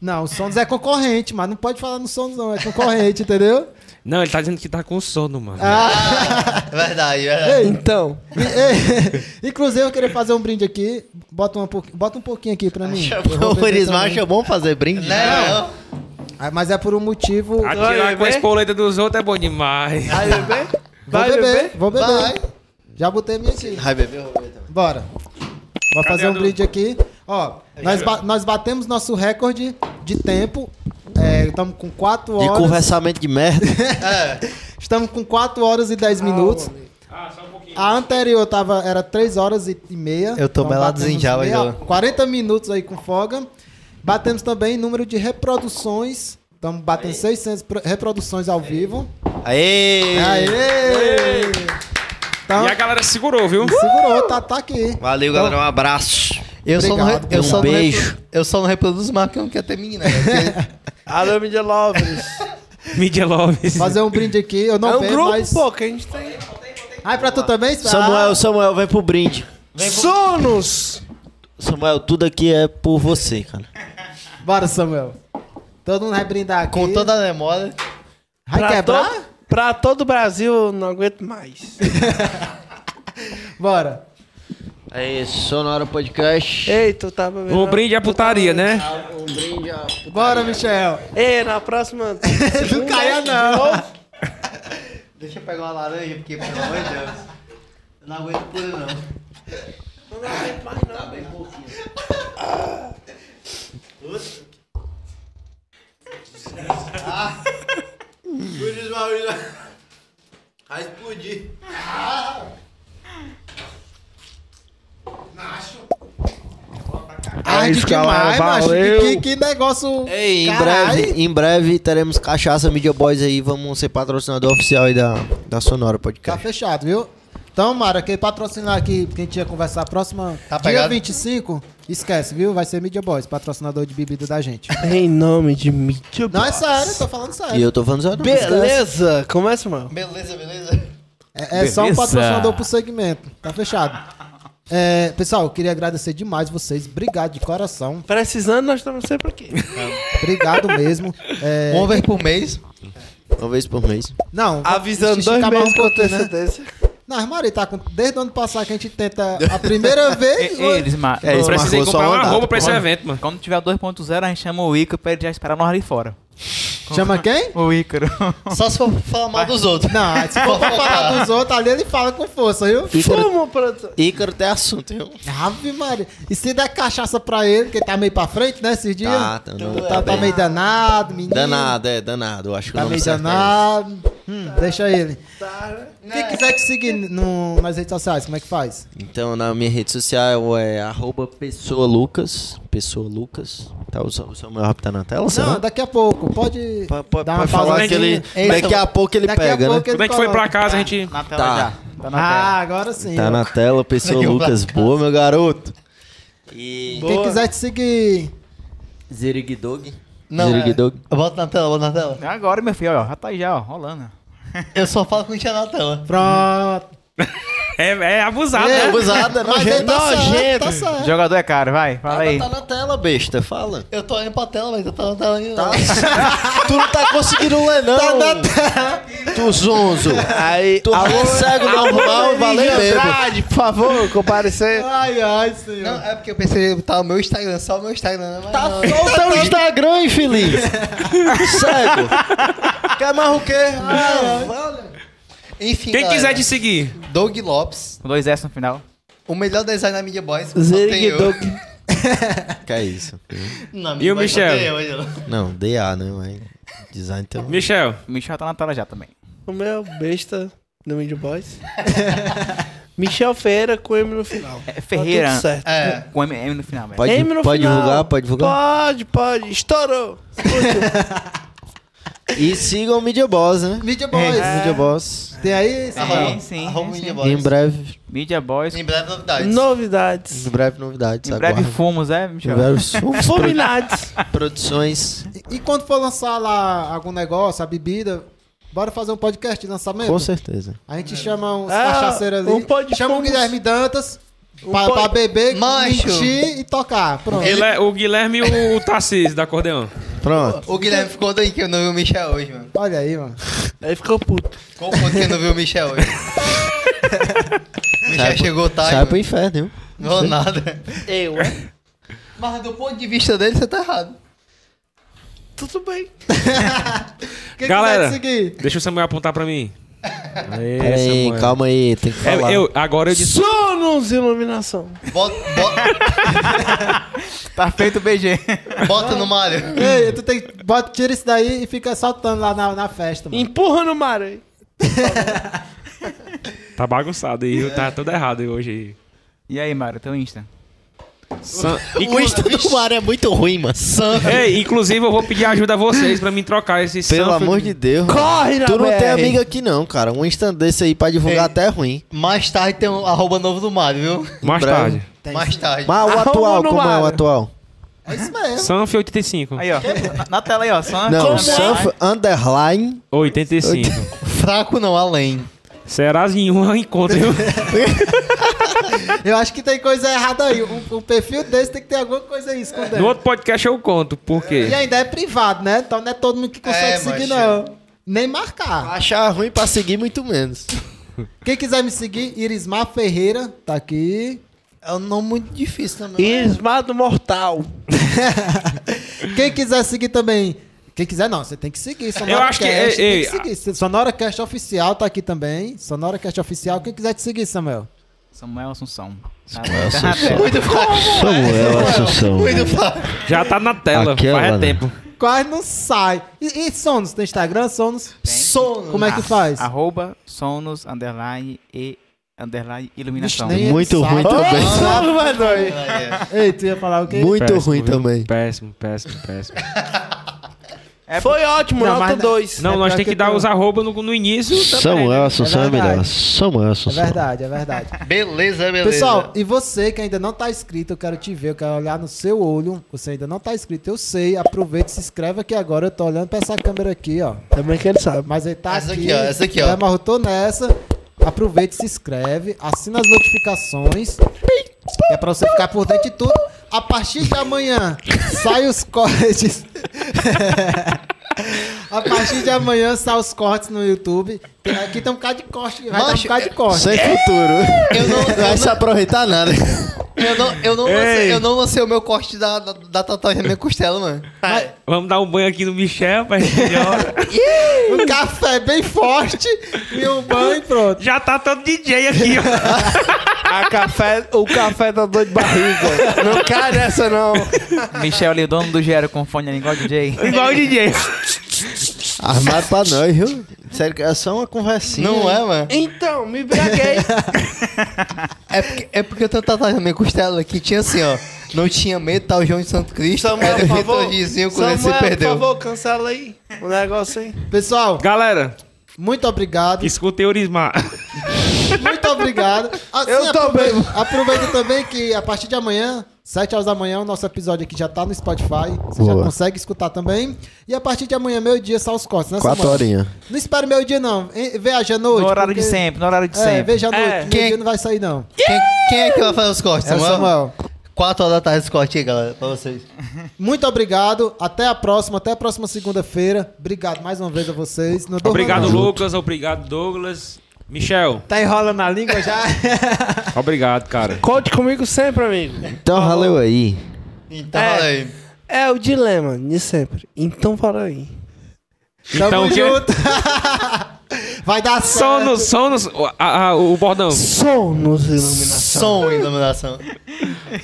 Speaker 1: Não, o Sonos é concorrente, mas não pode falar no Sonos não, é concorrente, entendeu?
Speaker 2: Não, ele tá dizendo que tá com sono, mano.
Speaker 4: É Verdade, verdade.
Speaker 5: É.
Speaker 1: Ei,
Speaker 12: Então.
Speaker 1: ei, *laughs* inclusive, eu queria fazer um brinde aqui. Bota, uma, pou- bota um pouquinho aqui pra mim. Eu vou beber
Speaker 5: *laughs* O Erismar
Speaker 1: também.
Speaker 5: acha bom fazer brinde? né?
Speaker 4: Não,
Speaker 1: Ah, Mas é por um motivo...
Speaker 2: Atirar
Speaker 6: Vai
Speaker 2: com a
Speaker 6: beber?
Speaker 2: espoleta dos outros é bom demais.
Speaker 6: Vai beber?
Speaker 1: Vou
Speaker 6: Vai beber?
Speaker 1: beber, vou beber.
Speaker 4: vai.
Speaker 1: Já botei minha aqui.
Speaker 5: Vai beber ou beber também?
Speaker 1: Bora. Vou
Speaker 2: Cadê
Speaker 1: fazer
Speaker 2: a
Speaker 1: um
Speaker 2: do-
Speaker 1: brinde aqui. Ó,
Speaker 5: É
Speaker 1: nós, ba- nós batemos nosso recorde de tempo. É, Estamos com 4
Speaker 5: De
Speaker 1: horas.
Speaker 5: conversamento de merda.
Speaker 1: Estamos com 4 horas e 10 minutos.
Speaker 2: Ah, só um pouquinho.
Speaker 1: A anterior tava, era 3 horas e, e meia. Então
Speaker 4: Eu tô beladozinho
Speaker 1: batemos
Speaker 4: já, mas
Speaker 1: meia-
Speaker 4: eu-
Speaker 1: 40 minutos aí com folga. Batemos também número de reproduções. Estamos batendo 600 pro- reproduções ao vivo.
Speaker 5: Aê!
Speaker 1: Aê! Então,
Speaker 2: E a galera segurou, viu?
Speaker 1: segurou, tá, tá aqui.
Speaker 5: Valeu, galera. Um abraço.
Speaker 4: Eu só, não, re-
Speaker 1: Obrigado,
Speaker 4: eu,
Speaker 5: um
Speaker 4: só não
Speaker 5: beijo.
Speaker 4: repro- eu só não reproduzo mais porque eu não quero ter menina. né? Porque-
Speaker 6: Alô, Media Lovers.
Speaker 2: *laughs* Media Loves.
Speaker 1: Fazer um brinde aqui. Eu não
Speaker 6: é um
Speaker 1: bebo,
Speaker 6: grupo,
Speaker 1: mas...
Speaker 6: pô, que a gente tem.
Speaker 1: Ah, é pra tu também? Ah,
Speaker 5: Samuel, Samuel, vem pro brinde.
Speaker 6: Sonos!
Speaker 5: Samuel, tudo aqui é por você, cara.
Speaker 1: Ah, bora, Samuel. Todo mundo vai brindar aqui.
Speaker 4: com toda a memória.
Speaker 1: Vai quebrar?
Speaker 6: Todo, pra todo o Brasil, eu não aguento *laughs* mais.
Speaker 1: Bora.
Speaker 5: É isso, Sonora Podcast.
Speaker 6: Ei, tu tava vendo.
Speaker 2: Um brinde à putaria, né?
Speaker 5: Um brinde a
Speaker 1: Bora, Michel.
Speaker 6: Ei, na *laughs* próxima. Hum?
Speaker 1: Não caia, não.
Speaker 4: *laughs* Deixa eu pegar uma laranja, porque, pelo amor de Deus. Eu não aguento puro, não. Tá
Speaker 5: Vai explodir.
Speaker 1: Arde demais, macho. Que, que negócio...
Speaker 5: Ei, em
Speaker 1: Caralho.
Speaker 5: breve, em breve teremos cachaça Media Boys aí. Vamos ser patrocinador oficial aí da, da Sonora
Speaker 1: Tá
Speaker 5: Podcast.
Speaker 1: fechado, viu? Então, Mara, quem patrocinar aqui, quem tinha conversar a próxima...
Speaker 4: Tá
Speaker 1: dia
Speaker 4: pegado?
Speaker 1: 25, esquece, viu? Vai ser Media Boys, patrocinador de bebida da gente.
Speaker 6: Em nome de mídia.
Speaker 1: não, é sério, tô falando
Speaker 5: E
Speaker 1: sério.
Speaker 5: eu tô falando só não.
Speaker 6: Beleza, começa, mano.
Speaker 4: Beleza, beleza.
Speaker 1: É, é só um
Speaker 2: Beleza.
Speaker 1: patrocinador pro segmento. Tá fechado. É, pessoal, eu queria agradecer demais vocês. Obrigado de coração.
Speaker 6: Precisando, nós estamos sempre aqui.
Speaker 1: Obrigado mesmo. É,
Speaker 4: Uma vez por mês.
Speaker 5: Uma vez por mês.
Speaker 1: Não,
Speaker 6: Avisando
Speaker 1: deixa eu
Speaker 6: dois
Speaker 1: acabar
Speaker 6: meses com
Speaker 1: pouquinho, né?
Speaker 6: antecedência.
Speaker 1: Não, Mari, tá com... desde o ano passado que a gente tenta a primeira vez.
Speaker 3: Ei, Eles, ma-
Speaker 5: É, isso
Speaker 2: Precisei
Speaker 5: marcou só
Speaker 2: comprar
Speaker 5: uma
Speaker 2: uma
Speaker 5: data.
Speaker 2: roupa pra esse evento, mano.
Speaker 3: Quando tiver o 2.0, a gente chama o Ícaro pra ele já esperar nós ali fora.
Speaker 1: Chama quem?
Speaker 3: O Ícaro. *laughs*
Speaker 4: Só se for falar mal dos outros.
Speaker 1: Não, se for pra falar dos outros ali, ele fala com força, viu?
Speaker 5: Ícaro,
Speaker 6: Vamos, produção.
Speaker 5: Ícaro tem assunto, viu?
Speaker 1: Ave Maria. E se der cachaça pra ele, que ele tá meio pra frente, né, esses dias?
Speaker 5: Tá, tá, não,
Speaker 1: Tá,
Speaker 5: tá
Speaker 1: tá
Speaker 5: bem.
Speaker 1: meio danado, menino.
Speaker 5: Danado, é, danado. Eu acho que o
Speaker 1: Tá
Speaker 5: nome
Speaker 1: meio
Speaker 5: certo é esse.
Speaker 1: danado. Hum, deixa ele. Quem quiser te seguir no, nas redes sociais, como é que faz?
Speaker 5: Então, na minha rede social é arroba pessoa Lucas. Pessoa Lucas. Tá, o seu, o seu meu rap tá na tela?
Speaker 1: Não, daqui a pouco. Pode
Speaker 5: Pode, pode,
Speaker 1: dar uma
Speaker 5: pode falar
Speaker 1: pausa
Speaker 5: que ele.
Speaker 1: aí.
Speaker 5: Então, daqui a pouco ele
Speaker 1: Daqui a
Speaker 5: pega,
Speaker 1: pouco
Speaker 5: né?
Speaker 1: ele
Speaker 2: Como é que foi
Speaker 1: coloca.
Speaker 2: pra casa, a gente.
Speaker 8: Na tela
Speaker 5: Tá.
Speaker 8: já. Tá na
Speaker 1: Ah, agora sim.
Speaker 5: Tá na tela, pessoa
Speaker 4: Daqui a
Speaker 5: *laughs* Lucas. Boa, meu garoto. E.
Speaker 1: Quem quiser te seguir.
Speaker 5: Zirigdog.
Speaker 4: Não, é.
Speaker 5: Zirigdog.
Speaker 4: Bota na tela, bota na tela.
Speaker 8: tela. Agora, meu filho, ó, já tá aí já, ó, rolando.
Speaker 4: Eu só falo quando tiver na tela.
Speaker 1: Pronto.
Speaker 2: É, é abusado, né?
Speaker 5: Abusada,
Speaker 1: Mas ele
Speaker 5: nojento.
Speaker 1: tá certo, tá
Speaker 5: Nojento.
Speaker 1: certo.
Speaker 8: Jogador é caro, vai, fala aí.
Speaker 5: Tá na tela, besta. Fala.
Speaker 4: Eu tô olhando pra tela, mas eu tô na tela ainda.
Speaker 5: Tá. tu não tá conseguindo ler, não. Tá na Tu zonzo. Aí, tu alô, cego normal, valeu mesmo.
Speaker 6: Andrade, por favor, comparecer.
Speaker 1: Ai, ai, senhor.
Speaker 4: Não, é porque eu pensei, tá o meu Instagram, só o meu Instagram. Mas tá não.
Speaker 5: Solta o teu Instagram, *laughs* infeliz. cego. Quer mais o quê? Ah,
Speaker 4: Enfim,
Speaker 2: Quem
Speaker 4: galera,
Speaker 2: quiser te seguir.
Speaker 4: Doug Lopes,
Speaker 8: Com dois S no final.
Speaker 4: o melhor design da Media Boys. só tem eu. *laughs*
Speaker 5: Zerigdog. que é isso?
Speaker 4: Na
Speaker 2: E
Speaker 4: Media
Speaker 2: o
Speaker 4: Boys só
Speaker 2: Michel?
Speaker 4: tem eu, eu.
Speaker 5: Não, DA, né? Mas design tem um...
Speaker 2: Michel,
Speaker 8: O Michel tá na tela já também.
Speaker 6: O meu besta do Media Boys. *laughs* Michel Ferreira com M no final.
Speaker 8: É
Speaker 6: Tá
Speaker 8: Ferreira.
Speaker 6: tudo certo.
Speaker 4: É.
Speaker 8: Com M, M no final, velho.
Speaker 5: Pode,
Speaker 6: M no
Speaker 5: pode
Speaker 6: final.
Speaker 5: divulgar, pode divulgar.
Speaker 6: Pode, pode. Estourou.
Speaker 5: E sigam o Media Boss, né?
Speaker 1: Media Boys.
Speaker 5: Media Boss.
Speaker 1: Tem aí?
Speaker 8: Sim, sim.
Speaker 4: Arroba
Speaker 8: sim.
Speaker 4: Media
Speaker 5: Em
Speaker 4: Boys.
Speaker 5: breve,
Speaker 8: Media Boys.
Speaker 4: Em breve é novidades.
Speaker 6: Novidades.
Speaker 5: em breve novidades.
Speaker 8: Em breve
Speaker 5: aguardem.
Speaker 8: fomos, é,
Speaker 5: Em
Speaker 8: Michel?
Speaker 5: breve sumos,
Speaker 6: Fulminados.
Speaker 5: produções.
Speaker 1: E- E quando for lançar lá algum negócio, a bebida, bora fazer um podcast de lançamento?
Speaker 5: Com certeza.
Speaker 1: A gente chama uns
Speaker 6: Ah,
Speaker 1: cachaceiros ali.
Speaker 6: um pod-
Speaker 1: chama o
Speaker 6: fomos-
Speaker 1: Guilherme Dantas
Speaker 6: Um
Speaker 1: pra,
Speaker 6: pod-
Speaker 1: pra beber,
Speaker 4: Macho.
Speaker 1: mentir e tocar. Pronto.
Speaker 2: Guilher- o Guilherme e o, o Tarcísio da acordeão.
Speaker 5: Pronto.
Speaker 4: O Guilherme ficou doido que eu não vi o Michel hoje, mano.
Speaker 1: Olha aí, mano.
Speaker 6: Aí ficou puto.
Speaker 4: Ficou puto que eu não vi o Michel
Speaker 8: *laughs*
Speaker 4: hoje. O Michel
Speaker 5: Sai pro-
Speaker 4: chegou tarde.
Speaker 5: Sai pro
Speaker 4: mano.
Speaker 5: inferno, viu?
Speaker 4: Não rolou nada. Eu, é? Mas do ponto de vista dele, você tá errado.
Speaker 6: Tudo bem.
Speaker 1: Quem
Speaker 2: Galera.
Speaker 1: quiser te seguir.
Speaker 2: Deixa o Samuel apontar pra mim.
Speaker 5: Pera aí, calma aí, tem que
Speaker 2: É,
Speaker 5: falar.
Speaker 2: eu, agora eu disse.
Speaker 6: Sonos Iluminação.
Speaker 4: Bota, bota,
Speaker 8: *laughs* Tá feito o BG.
Speaker 4: bota no Mario.
Speaker 1: Ei, tu tem que- bota, tira isso daí e fica soltando lá na, na festa, mano.
Speaker 6: Empurra no mar aí.
Speaker 2: Tá bagunçado aí, viu? tá tudo errado aí hoje.
Speaker 8: E aí, Mário, teu Insta?
Speaker 2: San-
Speaker 5: O Insta do Mar é muito ruim, mano.
Speaker 2: Ei, inclusive eu vou pedir ajuda a vocês pra me trocar esse
Speaker 5: Pelo
Speaker 2: Sanford-
Speaker 5: amor de Deus.
Speaker 6: Corre na
Speaker 5: Tu não
Speaker 6: BR.
Speaker 5: tem amigo aqui não, cara. Um Insta desse aí pra divulgar
Speaker 4: Ei.
Speaker 5: até é ruim.
Speaker 4: Mais tarde tem um arroba novo do Mario, viu?
Speaker 2: Mais
Speaker 5: breve.
Speaker 2: tarde.
Speaker 4: Mais tarde.
Speaker 5: Mas o
Speaker 6: Arruma
Speaker 5: atual,
Speaker 6: no
Speaker 5: como é
Speaker 6: Mário.
Speaker 5: o atual?
Speaker 1: É isso mesmo.
Speaker 2: Sanf 85.
Speaker 3: *laughs*
Speaker 8: Aí, ó. Na, na tela aí, ó. Sam,
Speaker 5: Não,
Speaker 3: é?
Speaker 8: Sam-
Speaker 5: Sanf Underline.
Speaker 2: 85.
Speaker 4: Fraco não, além.
Speaker 2: Será que em um encontro? viu? é
Speaker 1: Eu acho que tem coisa errada aí. Um, um perfil desse tem que ter alguma coisa aí escondendo.
Speaker 2: No outro podcast eu conto, por quê?
Speaker 1: E ainda é privado, né? Então não é todo mundo que consegue
Speaker 4: É,
Speaker 1: seguir,
Speaker 4: macho.
Speaker 1: não. Nem marcar.
Speaker 5: Achar ruim pra seguir, muito menos.
Speaker 1: Quem quiser me seguir, Irismar Ferreira, tá aqui.
Speaker 4: É um nome muito difícil também.
Speaker 8: né?
Speaker 6: Esmado Mortal.
Speaker 1: Quem quiser seguir também. Quem quiser, não, você tem que seguir. Sonora
Speaker 2: Eu acho que-
Speaker 1: Cast,
Speaker 2: ei,
Speaker 1: tem que seguir. Sonora Cast Oficial tá aqui também. Sonora Cast Oficial. Quem quiser te seguir, Samuel?
Speaker 8: Samuel Assunção. Tá-
Speaker 5: Samuel
Speaker 8: tá na
Speaker 5: Assunção.
Speaker 8: tela.
Speaker 4: Muito fraco.
Speaker 8: *laughs*
Speaker 5: Samuel Assunção.
Speaker 4: Muito fraco.
Speaker 2: Já tá na tela,
Speaker 5: Aquela,
Speaker 2: faz é
Speaker 5: né?
Speaker 2: tempo.
Speaker 1: Quase não sai. E, e Sonos? Tem Instagram, Sonos?
Speaker 4: Sono.
Speaker 1: Como é que faz?
Speaker 8: Arroba Sonos, underline e underline iluminação.
Speaker 1: Vixe, nem-
Speaker 5: Muito
Speaker 1: *laughs* Sabe.
Speaker 5: ruim também.
Speaker 1: Ei, tu ia falar o quê?
Speaker 5: Muito
Speaker 2: Péssimo,
Speaker 5: ruim
Speaker 2: viu?
Speaker 5: também.
Speaker 2: Péssimo, péssimo,
Speaker 5: *laughs*
Speaker 2: péssimo.
Speaker 8: É,
Speaker 6: Foi ótimo,
Speaker 1: Não,
Speaker 6: nota
Speaker 1: mas-
Speaker 6: 2.
Speaker 2: Não,
Speaker 1: É
Speaker 2: nós
Speaker 1: pior
Speaker 2: tem
Speaker 1: que
Speaker 2: que dar
Speaker 1: tu-
Speaker 2: os arroba no, no início tá também.
Speaker 5: Tá
Speaker 4: né?
Speaker 5: Samuel Assunção é
Speaker 1: verdade.
Speaker 5: melhor. Samuel
Speaker 1: É
Speaker 5: Assunção.
Speaker 1: verdade, é verdade.
Speaker 4: Beleza, beleza.
Speaker 1: Pessoal, e você que ainda não tá inscrito, eu quero te ver, eu quero olhar no seu olho. Você ainda não tá inscrito, eu sei. Aproveita e se inscreve aqui agora. Eu tô olhando pra essa câmera aqui, ó.
Speaker 6: Também que ele sabe.
Speaker 1: Mas ele tá
Speaker 4: Essa
Speaker 1: aqui.
Speaker 4: aqui, ó, essa aqui, ó.
Speaker 1: né, mas eu tô nessa. Aproveita, se inscreve, assina as notificações. que É pra você ficar por dentro de tudo. A partir de amanhã, sai os cortes. *laughs* A partir de amanhã, sai os cortes no YouTube. Tem- Aqui tem um bocado de corte. Vai dar um
Speaker 4: Macho,
Speaker 1: bocado de corte.
Speaker 5: Sem futuro.
Speaker 4: Eu não,
Speaker 5: Não vai
Speaker 4: eu
Speaker 5: se aproveitar nada.
Speaker 4: não, eu não, eu não, lancei, eu não lancei o meu corte da, da, da tatuagem na minha costela, mano.
Speaker 2: Vamos dar um banho aqui no Michel, pai.
Speaker 5: *laughs*
Speaker 1: Um café bem forte e um banho pronto.
Speaker 2: Já tá todo DJ aqui, ó.
Speaker 6: A café, o café tá doido de barriga. Não cai nessa, não.
Speaker 8: Michel ali,
Speaker 1: É.
Speaker 8: dono do Gero com fone ali, igual DJ.
Speaker 2: Igual o DJ.
Speaker 5: Armado pra nós, viu? Sério, que é só uma conversinha.
Speaker 8: Não é, mano?
Speaker 6: Então, me embriaguei.
Speaker 8: É porque, é porque eu tô tatuando minha costela aqui, tinha assim, ó. Não tinha medo, tá o João de Santo Cristo.
Speaker 4: é
Speaker 6: Samuel,
Speaker 8: era
Speaker 6: por
Speaker 8: o
Speaker 6: favor.
Speaker 8: Vitor Gizinho quando ele
Speaker 6: Samuel,
Speaker 8: se
Speaker 6: por
Speaker 8: perdeu.
Speaker 6: favor, cancela aí o negócio
Speaker 4: é-
Speaker 6: aí.
Speaker 1: Pessoal, *laughs*
Speaker 2: Galera,
Speaker 1: muito obrigado.
Speaker 2: escutem o Orismar.
Speaker 1: Muito obrigado. Assim,
Speaker 6: Eu também.
Speaker 1: aprove- Aproveita também que a partir de amanhã, 7 horas da manhã, o nosso episódio aqui já tá no Spotify. Você já consegue escutar também. E a partir de amanhã, meio-dia, só os cortes, né,
Speaker 5: Quatro
Speaker 1: Samuel?
Speaker 5: horinhas.
Speaker 1: Não espere meio-dia, não. Hein, Veja à noite.
Speaker 3: No horário de
Speaker 1: porque-
Speaker 3: sempre, no horário de
Speaker 1: É,
Speaker 3: sempre.
Speaker 1: veja à noite. Meio-dia
Speaker 8: Quem-
Speaker 1: não vai sair, não.
Speaker 8: Quem, quem é que vai fazer os cortes,
Speaker 1: É o
Speaker 8: Samuel?
Speaker 1: Samuel.
Speaker 8: 4 horas da tarde esse corte aí, galera, pra vocês.
Speaker 1: Muito obrigado. Até a próxima. Até a próxima segunda-feira. Obrigado mais uma vez a vocês. Não durma,
Speaker 2: Obrigado,
Speaker 1: não.
Speaker 2: Lucas. Obrigado, Douglas. Michel,
Speaker 11: Tá enrolando a língua
Speaker 3: *laughs*
Speaker 11: já?
Speaker 2: obrigado, cara.
Speaker 6: Conte comigo sempre, amigo.
Speaker 5: Então, valeu aí.
Speaker 8: Então,
Speaker 6: É.
Speaker 8: olha aí.
Speaker 6: É o dilema de sempre. Então fala aí.
Speaker 2: Então,
Speaker 1: Tamo
Speaker 2: o quê?
Speaker 1: junto. vai dar certo.
Speaker 2: Só no, só no, a- a- o bordão.
Speaker 11: Sol nos iluminação.
Speaker 8: Som e iluminação.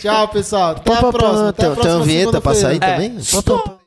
Speaker 1: Tchau, pessoal. Até a
Speaker 5: Pá, pá, pá.
Speaker 1: próxima. Até a
Speaker 5: Tem tem
Speaker 1: próxima
Speaker 5: uma vinheta pra sair
Speaker 1: segunda-feira. É.
Speaker 5: também? Pá, pá, pá.